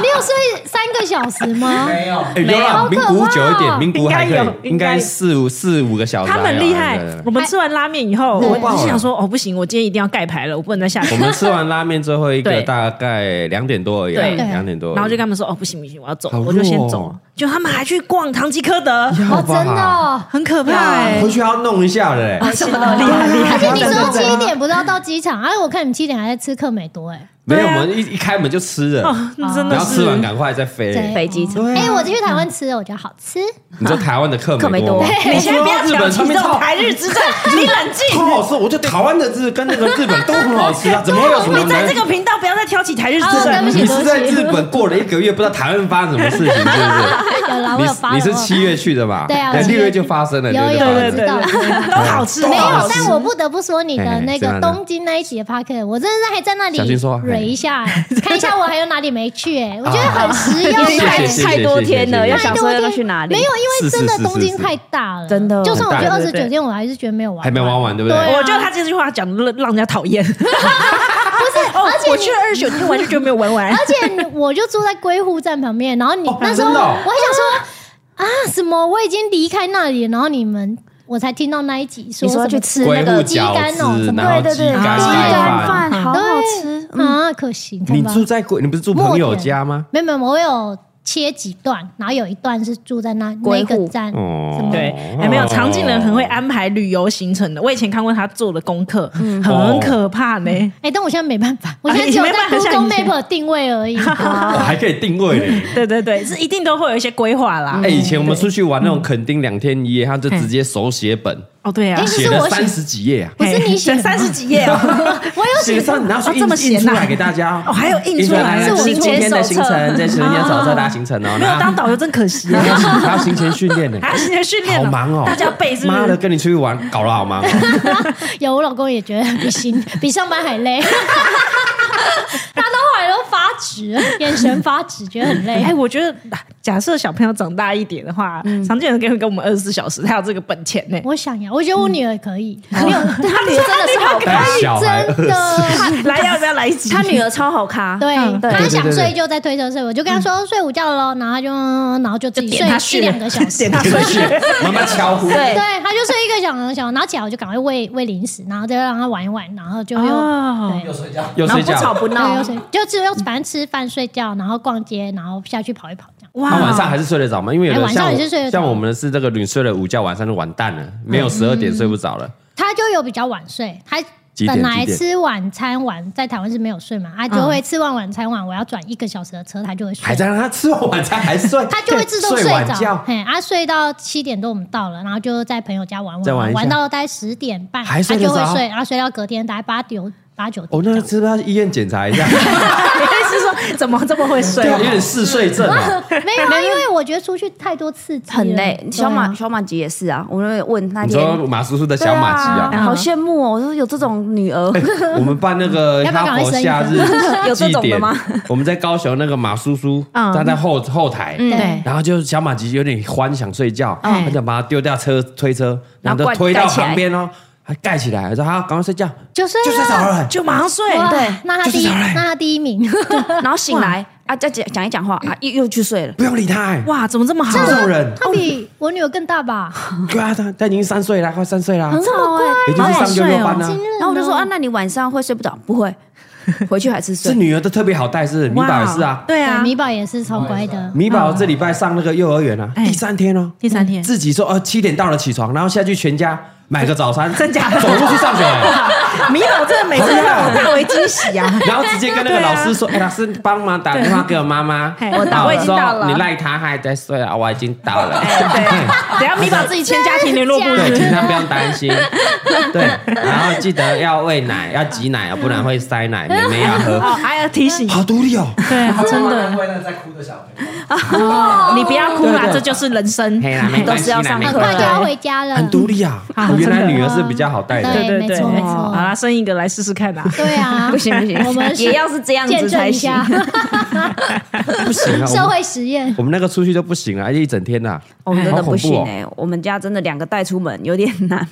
[SPEAKER 3] 你有睡三个小时吗？
[SPEAKER 5] 哎有啦，
[SPEAKER 3] 没
[SPEAKER 5] 名
[SPEAKER 3] 有
[SPEAKER 5] 古屋久一
[SPEAKER 3] 好可
[SPEAKER 5] 点，
[SPEAKER 3] 怕哦
[SPEAKER 5] 名古屋还可
[SPEAKER 4] 应该有
[SPEAKER 5] 以，应该四五四五个小！”时还
[SPEAKER 4] 他
[SPEAKER 5] 有。
[SPEAKER 4] 们很厉害
[SPEAKER 5] 对对对。
[SPEAKER 4] 我们吃完拉面以后，
[SPEAKER 3] 对
[SPEAKER 4] 我只是想说：“哦，不行，我今天一定要盖牌了，我不能再下去
[SPEAKER 5] 我。们吃完拉面最后一个
[SPEAKER 4] 对
[SPEAKER 5] 大概两点多而已啊，
[SPEAKER 4] 对
[SPEAKER 5] 两点”多而已，
[SPEAKER 4] 然后就跟他们说：“哦，不行不行，我要走
[SPEAKER 5] 好，弱哦
[SPEAKER 4] 我就先走。”了。就他们还去逛唐吉诃德，
[SPEAKER 5] 要
[SPEAKER 3] 哦，
[SPEAKER 5] 吧
[SPEAKER 3] 真的哦。
[SPEAKER 4] 很可怕哎、
[SPEAKER 5] 回去要弄一下的嘞。
[SPEAKER 4] 厉害厉害！
[SPEAKER 3] 而且你说七点不是要到机场，哎，我看你们七点还在吃克美多，哎，
[SPEAKER 5] 没有，
[SPEAKER 4] 对啊
[SPEAKER 5] 我们一一开门就吃了，
[SPEAKER 4] 哦，那真
[SPEAKER 5] 然
[SPEAKER 4] 的
[SPEAKER 5] 后
[SPEAKER 4] 是
[SPEAKER 5] 吃完赶快再飞。
[SPEAKER 6] 飞机场，
[SPEAKER 5] 对啊
[SPEAKER 3] 哎，我去台湾吃的，我觉得好吃，
[SPEAKER 5] 你知道台湾的客
[SPEAKER 6] 客
[SPEAKER 5] 美
[SPEAKER 6] 美
[SPEAKER 5] 多
[SPEAKER 6] 多
[SPEAKER 5] 吗？
[SPEAKER 4] 你先不要
[SPEAKER 5] 日
[SPEAKER 4] 挑
[SPEAKER 5] 本
[SPEAKER 4] 起
[SPEAKER 5] 上
[SPEAKER 4] 这
[SPEAKER 5] 面
[SPEAKER 4] 种
[SPEAKER 5] 超
[SPEAKER 4] 台日 之争，你冷静。
[SPEAKER 5] 超好吃，我觉得台湾的日跟那个日本都很好吃啊，怎么会有什么
[SPEAKER 4] 你在
[SPEAKER 5] 呢啊
[SPEAKER 4] 这？个频道不要再挑起台日之
[SPEAKER 3] 哦对
[SPEAKER 4] 争
[SPEAKER 3] 不。起
[SPEAKER 5] 你是在日本过了一个月，不知道台湾发生什么事情，是不
[SPEAKER 3] 有啦，我有
[SPEAKER 5] 是？
[SPEAKER 3] 发
[SPEAKER 5] 你
[SPEAKER 3] 了，
[SPEAKER 5] 你是
[SPEAKER 3] 我有
[SPEAKER 5] 七月去的吧？
[SPEAKER 3] 对啊我七月
[SPEAKER 5] 六月就发生了，
[SPEAKER 3] 有
[SPEAKER 5] 六月就
[SPEAKER 3] 有有我知
[SPEAKER 5] 发生了
[SPEAKER 4] 对对
[SPEAKER 3] 道了。
[SPEAKER 4] 对，都好吃，哦
[SPEAKER 3] 没
[SPEAKER 4] 都好
[SPEAKER 3] 有，
[SPEAKER 4] 吃
[SPEAKER 5] 哦
[SPEAKER 3] 但我不得不说你的那
[SPEAKER 5] 哎
[SPEAKER 3] 个
[SPEAKER 5] 怎样呢
[SPEAKER 3] 东京那一集的 p a r k 我真的是还在那里
[SPEAKER 5] 小心说哎
[SPEAKER 3] 蕊一下，哎看一下我还有哪里没去， 哎，我觉得很实用，
[SPEAKER 5] 谢
[SPEAKER 3] 哎
[SPEAKER 5] 谢谢谢
[SPEAKER 6] 太多天了，要想说要去哪里？
[SPEAKER 3] 没有，因为真
[SPEAKER 5] 是是
[SPEAKER 3] 的
[SPEAKER 5] 是
[SPEAKER 3] 东京
[SPEAKER 5] 是
[SPEAKER 3] 太大了，
[SPEAKER 6] 真的
[SPEAKER 3] 就算我去
[SPEAKER 5] 很大
[SPEAKER 3] 二十
[SPEAKER 4] 对
[SPEAKER 3] 九
[SPEAKER 4] 对
[SPEAKER 3] 天，我还是觉得没有玩，
[SPEAKER 5] 还没玩。完，对不
[SPEAKER 3] 对啊
[SPEAKER 4] 我觉得他这句话讲的让人家 讨厌。不是， 哦，我去了二十九天，完全就没有玩完
[SPEAKER 3] 而。且我就住在龟户站旁边，然后你
[SPEAKER 5] 哦
[SPEAKER 3] 那时候
[SPEAKER 5] 真
[SPEAKER 3] 我
[SPEAKER 5] 的哦
[SPEAKER 3] 还想说啊，什么我已经离开那里，然后你们我才听到那一集说
[SPEAKER 6] 你说
[SPEAKER 3] 什么
[SPEAKER 6] 去吃
[SPEAKER 5] 龟
[SPEAKER 6] 那
[SPEAKER 5] 户
[SPEAKER 6] 个
[SPEAKER 3] 鸡
[SPEAKER 5] 饺
[SPEAKER 3] 肝哦
[SPEAKER 5] 子
[SPEAKER 3] 什，么
[SPEAKER 5] 然后
[SPEAKER 6] 对对
[SPEAKER 5] 鸡
[SPEAKER 6] 对
[SPEAKER 5] 肝
[SPEAKER 6] 鸡
[SPEAKER 5] 盖
[SPEAKER 6] 肝
[SPEAKER 5] 饭。
[SPEAKER 6] 饭，好好吃。嗯
[SPEAKER 3] 对啊，可惜你
[SPEAKER 5] 你
[SPEAKER 3] 看吧，
[SPEAKER 5] 住在国，你不是住朋友家吗？
[SPEAKER 3] 没有没有，我有切几段，然后有一段是住在那
[SPEAKER 6] 龟
[SPEAKER 3] 那
[SPEAKER 6] 户
[SPEAKER 3] 个站，
[SPEAKER 5] 哦，
[SPEAKER 4] 对，哎，没有，常进人很会安排旅游行程的。我以前看过他做的功课，
[SPEAKER 5] 嗯
[SPEAKER 4] 很可怕呢。
[SPEAKER 3] 哎，但我现在没办 法，我现在
[SPEAKER 4] 你
[SPEAKER 3] 只有
[SPEAKER 4] 没
[SPEAKER 3] 在
[SPEAKER 4] 办法像
[SPEAKER 3] Google
[SPEAKER 4] 以前
[SPEAKER 3] Map 定位而已。
[SPEAKER 5] 哦，还可以定位
[SPEAKER 3] 嗯
[SPEAKER 5] 嘞。
[SPEAKER 4] 对对对，是一定都会有一些规划啦
[SPEAKER 5] 哎，。以前我们出去玩那
[SPEAKER 3] 嗯
[SPEAKER 5] 种垦丁两天一夜，他就直接手写本，
[SPEAKER 4] 哦，对啊
[SPEAKER 3] 哎，
[SPEAKER 5] 写
[SPEAKER 3] 这是
[SPEAKER 5] 了
[SPEAKER 3] 我写
[SPEAKER 5] 三十几页啊，
[SPEAKER 3] 不是你写的
[SPEAKER 4] 三十几页哦，
[SPEAKER 3] 我有
[SPEAKER 5] 写了三，然后
[SPEAKER 4] 哦这么
[SPEAKER 5] 印印
[SPEAKER 4] 闲
[SPEAKER 5] 出
[SPEAKER 4] 呐
[SPEAKER 5] 来给大家
[SPEAKER 4] 哦，还有印出来，
[SPEAKER 5] 这
[SPEAKER 3] 是我
[SPEAKER 5] 是
[SPEAKER 3] 们
[SPEAKER 5] 今天的行
[SPEAKER 6] 手册
[SPEAKER 5] 程，这是今天手册大行程哦。
[SPEAKER 4] 没有
[SPEAKER 5] 那
[SPEAKER 4] 当导游真可 惜啊
[SPEAKER 5] 还。要行还要行前训练呢，
[SPEAKER 4] 还有新人训练哦
[SPEAKER 5] 好忙哦，
[SPEAKER 4] 大家背是不
[SPEAKER 5] 妈的，
[SPEAKER 4] 是？
[SPEAKER 5] 跟你出去玩搞得好 忙哦。
[SPEAKER 3] 有，我老公也觉得比心 比上班还累，他都后来都发直，眼神发直，觉得很累。
[SPEAKER 4] 哎，我觉得假设小朋友长大一点的话，常见人给给我们二十四小时，他有这个本钱呢。
[SPEAKER 3] 我想要，我觉得我女儿可以，没有
[SPEAKER 6] 他嗯女儿真的是好
[SPEAKER 5] 带
[SPEAKER 6] 咖，
[SPEAKER 5] 小孩
[SPEAKER 3] 真的。
[SPEAKER 4] 来要不要来一集？
[SPEAKER 6] 他女儿超好咖。嗯
[SPEAKER 3] 对，
[SPEAKER 6] 对
[SPEAKER 3] 啊嗯他
[SPEAKER 5] 对
[SPEAKER 3] 想
[SPEAKER 5] 对
[SPEAKER 3] 睡
[SPEAKER 5] 对
[SPEAKER 3] 就在推车睡，我就跟他说睡午觉喽，然后他就然后就自己
[SPEAKER 4] 点他
[SPEAKER 3] 睡
[SPEAKER 4] 去
[SPEAKER 3] 一两个小时
[SPEAKER 4] 点，他
[SPEAKER 5] 真
[SPEAKER 4] 去
[SPEAKER 5] 的是 妈妈巧虎，
[SPEAKER 3] 对，
[SPEAKER 6] 对，
[SPEAKER 3] 他就睡一个小时小时，然后起来我就赶快喂喂零食，然后再让他玩一玩，然后就又、
[SPEAKER 4] 哦
[SPEAKER 3] 对。
[SPEAKER 5] 又
[SPEAKER 6] 然后
[SPEAKER 5] 睡
[SPEAKER 6] 不
[SPEAKER 5] 觉。
[SPEAKER 6] 吵不
[SPEAKER 3] 对，
[SPEAKER 6] 闹
[SPEAKER 3] 又，睡，就只有反正吃饭、睡觉，然后逛街，然后下去跑一跑这样。
[SPEAKER 5] 他
[SPEAKER 4] 哇
[SPEAKER 5] 晚 上还是睡得着吗？因为有
[SPEAKER 3] 哎
[SPEAKER 5] 的
[SPEAKER 3] 晚上
[SPEAKER 5] 像
[SPEAKER 3] 也是睡得着
[SPEAKER 5] 我像我们是这个，你睡了午觉，晚上就完蛋了，没有十二点睡不着了。
[SPEAKER 3] 他就有比较晚睡，他
[SPEAKER 5] 几点
[SPEAKER 3] 本来
[SPEAKER 5] 几点
[SPEAKER 3] 吃晚餐晚在台湾是没有睡嘛，他就会吃完晚餐晚，我要转一个小时的车，他就会睡。
[SPEAKER 5] 还在让他吃完晚餐还睡，
[SPEAKER 3] 他就会自动
[SPEAKER 5] 睡晚
[SPEAKER 3] 着
[SPEAKER 5] 觉，
[SPEAKER 3] 嘿，啊，睡到七点多我们到了，然后就在朋友家玩
[SPEAKER 5] 再玩一
[SPEAKER 3] 玩，
[SPEAKER 5] 下
[SPEAKER 3] 玩到大概十点半，
[SPEAKER 5] 还
[SPEAKER 3] 他
[SPEAKER 5] 睡得
[SPEAKER 3] 就会
[SPEAKER 5] 着
[SPEAKER 3] 睡，然后睡到隔天大概八九八九点，
[SPEAKER 5] 哦
[SPEAKER 3] 这
[SPEAKER 5] 那
[SPEAKER 3] 样。
[SPEAKER 5] 是不是要医院检查一下？
[SPEAKER 4] 你哎是说怎么这么会 睡
[SPEAKER 5] 对啊，？有点嗜睡症啊。
[SPEAKER 3] 没 有啊，因为我觉得出去太多刺激了，
[SPEAKER 6] 很累。小马
[SPEAKER 3] 对啊
[SPEAKER 6] 小马吉也是啊，我们问他
[SPEAKER 5] 你
[SPEAKER 6] 天
[SPEAKER 5] 说马叔叔的小马吉
[SPEAKER 6] 对
[SPEAKER 5] 啊，
[SPEAKER 3] 嗯
[SPEAKER 6] 好羡慕哦！我说有这种女儿，
[SPEAKER 5] 我们办那个
[SPEAKER 3] 要不要
[SPEAKER 5] 哈
[SPEAKER 3] 赶快
[SPEAKER 5] 佛
[SPEAKER 3] 生一个
[SPEAKER 5] 夏日
[SPEAKER 6] 有这
[SPEAKER 5] 祭
[SPEAKER 6] 种的
[SPEAKER 5] 典
[SPEAKER 6] 吗，
[SPEAKER 5] 我们在高雄那个马叔叔，
[SPEAKER 4] 嗯
[SPEAKER 5] 他在后后台，
[SPEAKER 3] 对
[SPEAKER 5] 然后就小马吉有点欢，想睡觉，
[SPEAKER 6] 嗯
[SPEAKER 5] 他就把它丢掉车推车，然后
[SPEAKER 6] 然
[SPEAKER 5] 就
[SPEAKER 6] 后
[SPEAKER 5] 推
[SPEAKER 6] 盖
[SPEAKER 5] 到
[SPEAKER 6] 起来
[SPEAKER 5] 旁边哦，还盖起来，说好，赶快睡觉，
[SPEAKER 3] 就睡
[SPEAKER 5] 就睡着
[SPEAKER 3] 了。
[SPEAKER 5] 了。
[SPEAKER 4] 就马上睡，
[SPEAKER 3] 哇
[SPEAKER 6] 对
[SPEAKER 3] 那他
[SPEAKER 5] 就
[SPEAKER 3] 第
[SPEAKER 5] 睡
[SPEAKER 3] 一，
[SPEAKER 5] 着了欸
[SPEAKER 3] 那他第一 名，
[SPEAKER 6] 然后醒来啊，再讲讲一讲话啊，又又去睡了。
[SPEAKER 5] 不用理他、哎，
[SPEAKER 4] 哇，怎么这么好？
[SPEAKER 5] 这种人，
[SPEAKER 3] 他比我女儿更大吧？
[SPEAKER 5] 对啊，他他已经三岁了，快三岁了，
[SPEAKER 6] 很好哎、
[SPEAKER 5] 已经是上幼
[SPEAKER 4] 好
[SPEAKER 5] 幼
[SPEAKER 4] 想
[SPEAKER 5] 班
[SPEAKER 4] 睡
[SPEAKER 5] 了
[SPEAKER 3] 惊。哦人哦。
[SPEAKER 6] 然后我就说啊，那你晚上会睡不着？不会，回去还是
[SPEAKER 5] 是
[SPEAKER 6] 睡。
[SPEAKER 5] 女儿都特别好带，是米宝也是啊，
[SPEAKER 4] 对啊
[SPEAKER 3] 对，，米宝也是超乖的，
[SPEAKER 5] 米宝这礼拜上那个幼儿园啊，
[SPEAKER 4] 哎
[SPEAKER 5] 第三天哦，
[SPEAKER 4] 第三天
[SPEAKER 5] 自己说哦七点到了起床，然后下去全家买个早餐，
[SPEAKER 4] 真假的
[SPEAKER 5] 走路去 上学，
[SPEAKER 4] 米宝真的每次都让我大为惊喜啊！
[SPEAKER 5] 然后直接跟那个老师说，哎，老师帮忙打电话给我妈妈，
[SPEAKER 4] 嘿
[SPEAKER 6] 我到
[SPEAKER 5] 我
[SPEAKER 6] 我已经到了
[SPEAKER 5] 你赖他还在睡啊，我已经到了，
[SPEAKER 4] 等一下米宝自己签家庭联络簿，
[SPEAKER 5] 对，请他不用担 心，对，然后记得要喂奶，要挤奶，不然会塞奶，妹妹要 喝，
[SPEAKER 4] 哦，还要提醒，
[SPEAKER 5] 好独立哦，
[SPEAKER 4] 对，啊真的，
[SPEAKER 7] 会让在哭的小朋友。
[SPEAKER 4] 哦你不要哭啦，
[SPEAKER 5] 对对
[SPEAKER 4] 这就是人生。
[SPEAKER 5] 嘿啦，没关系
[SPEAKER 6] 都是要
[SPEAKER 5] 啦，
[SPEAKER 6] 上
[SPEAKER 5] 没
[SPEAKER 6] 课
[SPEAKER 3] 很
[SPEAKER 5] 关
[SPEAKER 3] 啊快
[SPEAKER 5] 系
[SPEAKER 3] 就要回家了。
[SPEAKER 5] 很独立啊
[SPEAKER 4] 啊，
[SPEAKER 5] 我原来
[SPEAKER 4] 真的
[SPEAKER 5] 女儿是比较好带的。
[SPEAKER 4] 对对对，
[SPEAKER 3] 没错没错
[SPEAKER 4] 好啦，生一个来试试看 啦。
[SPEAKER 3] 对啊，
[SPEAKER 6] 不行不行，
[SPEAKER 3] 我们
[SPEAKER 6] 也要是这样
[SPEAKER 3] 见
[SPEAKER 6] 子
[SPEAKER 3] 证
[SPEAKER 6] 才
[SPEAKER 3] 一
[SPEAKER 6] 行。
[SPEAKER 3] 下
[SPEAKER 5] 不行啊，我
[SPEAKER 3] 社
[SPEAKER 5] 们
[SPEAKER 3] 会实验。
[SPEAKER 5] 我们那个出去就不行啊，一整天呐，
[SPEAKER 6] 我们真的
[SPEAKER 5] 好
[SPEAKER 6] 不
[SPEAKER 5] 恐
[SPEAKER 6] 行
[SPEAKER 5] 怖哦
[SPEAKER 6] 哎、我们家真的两个带出门有点 难，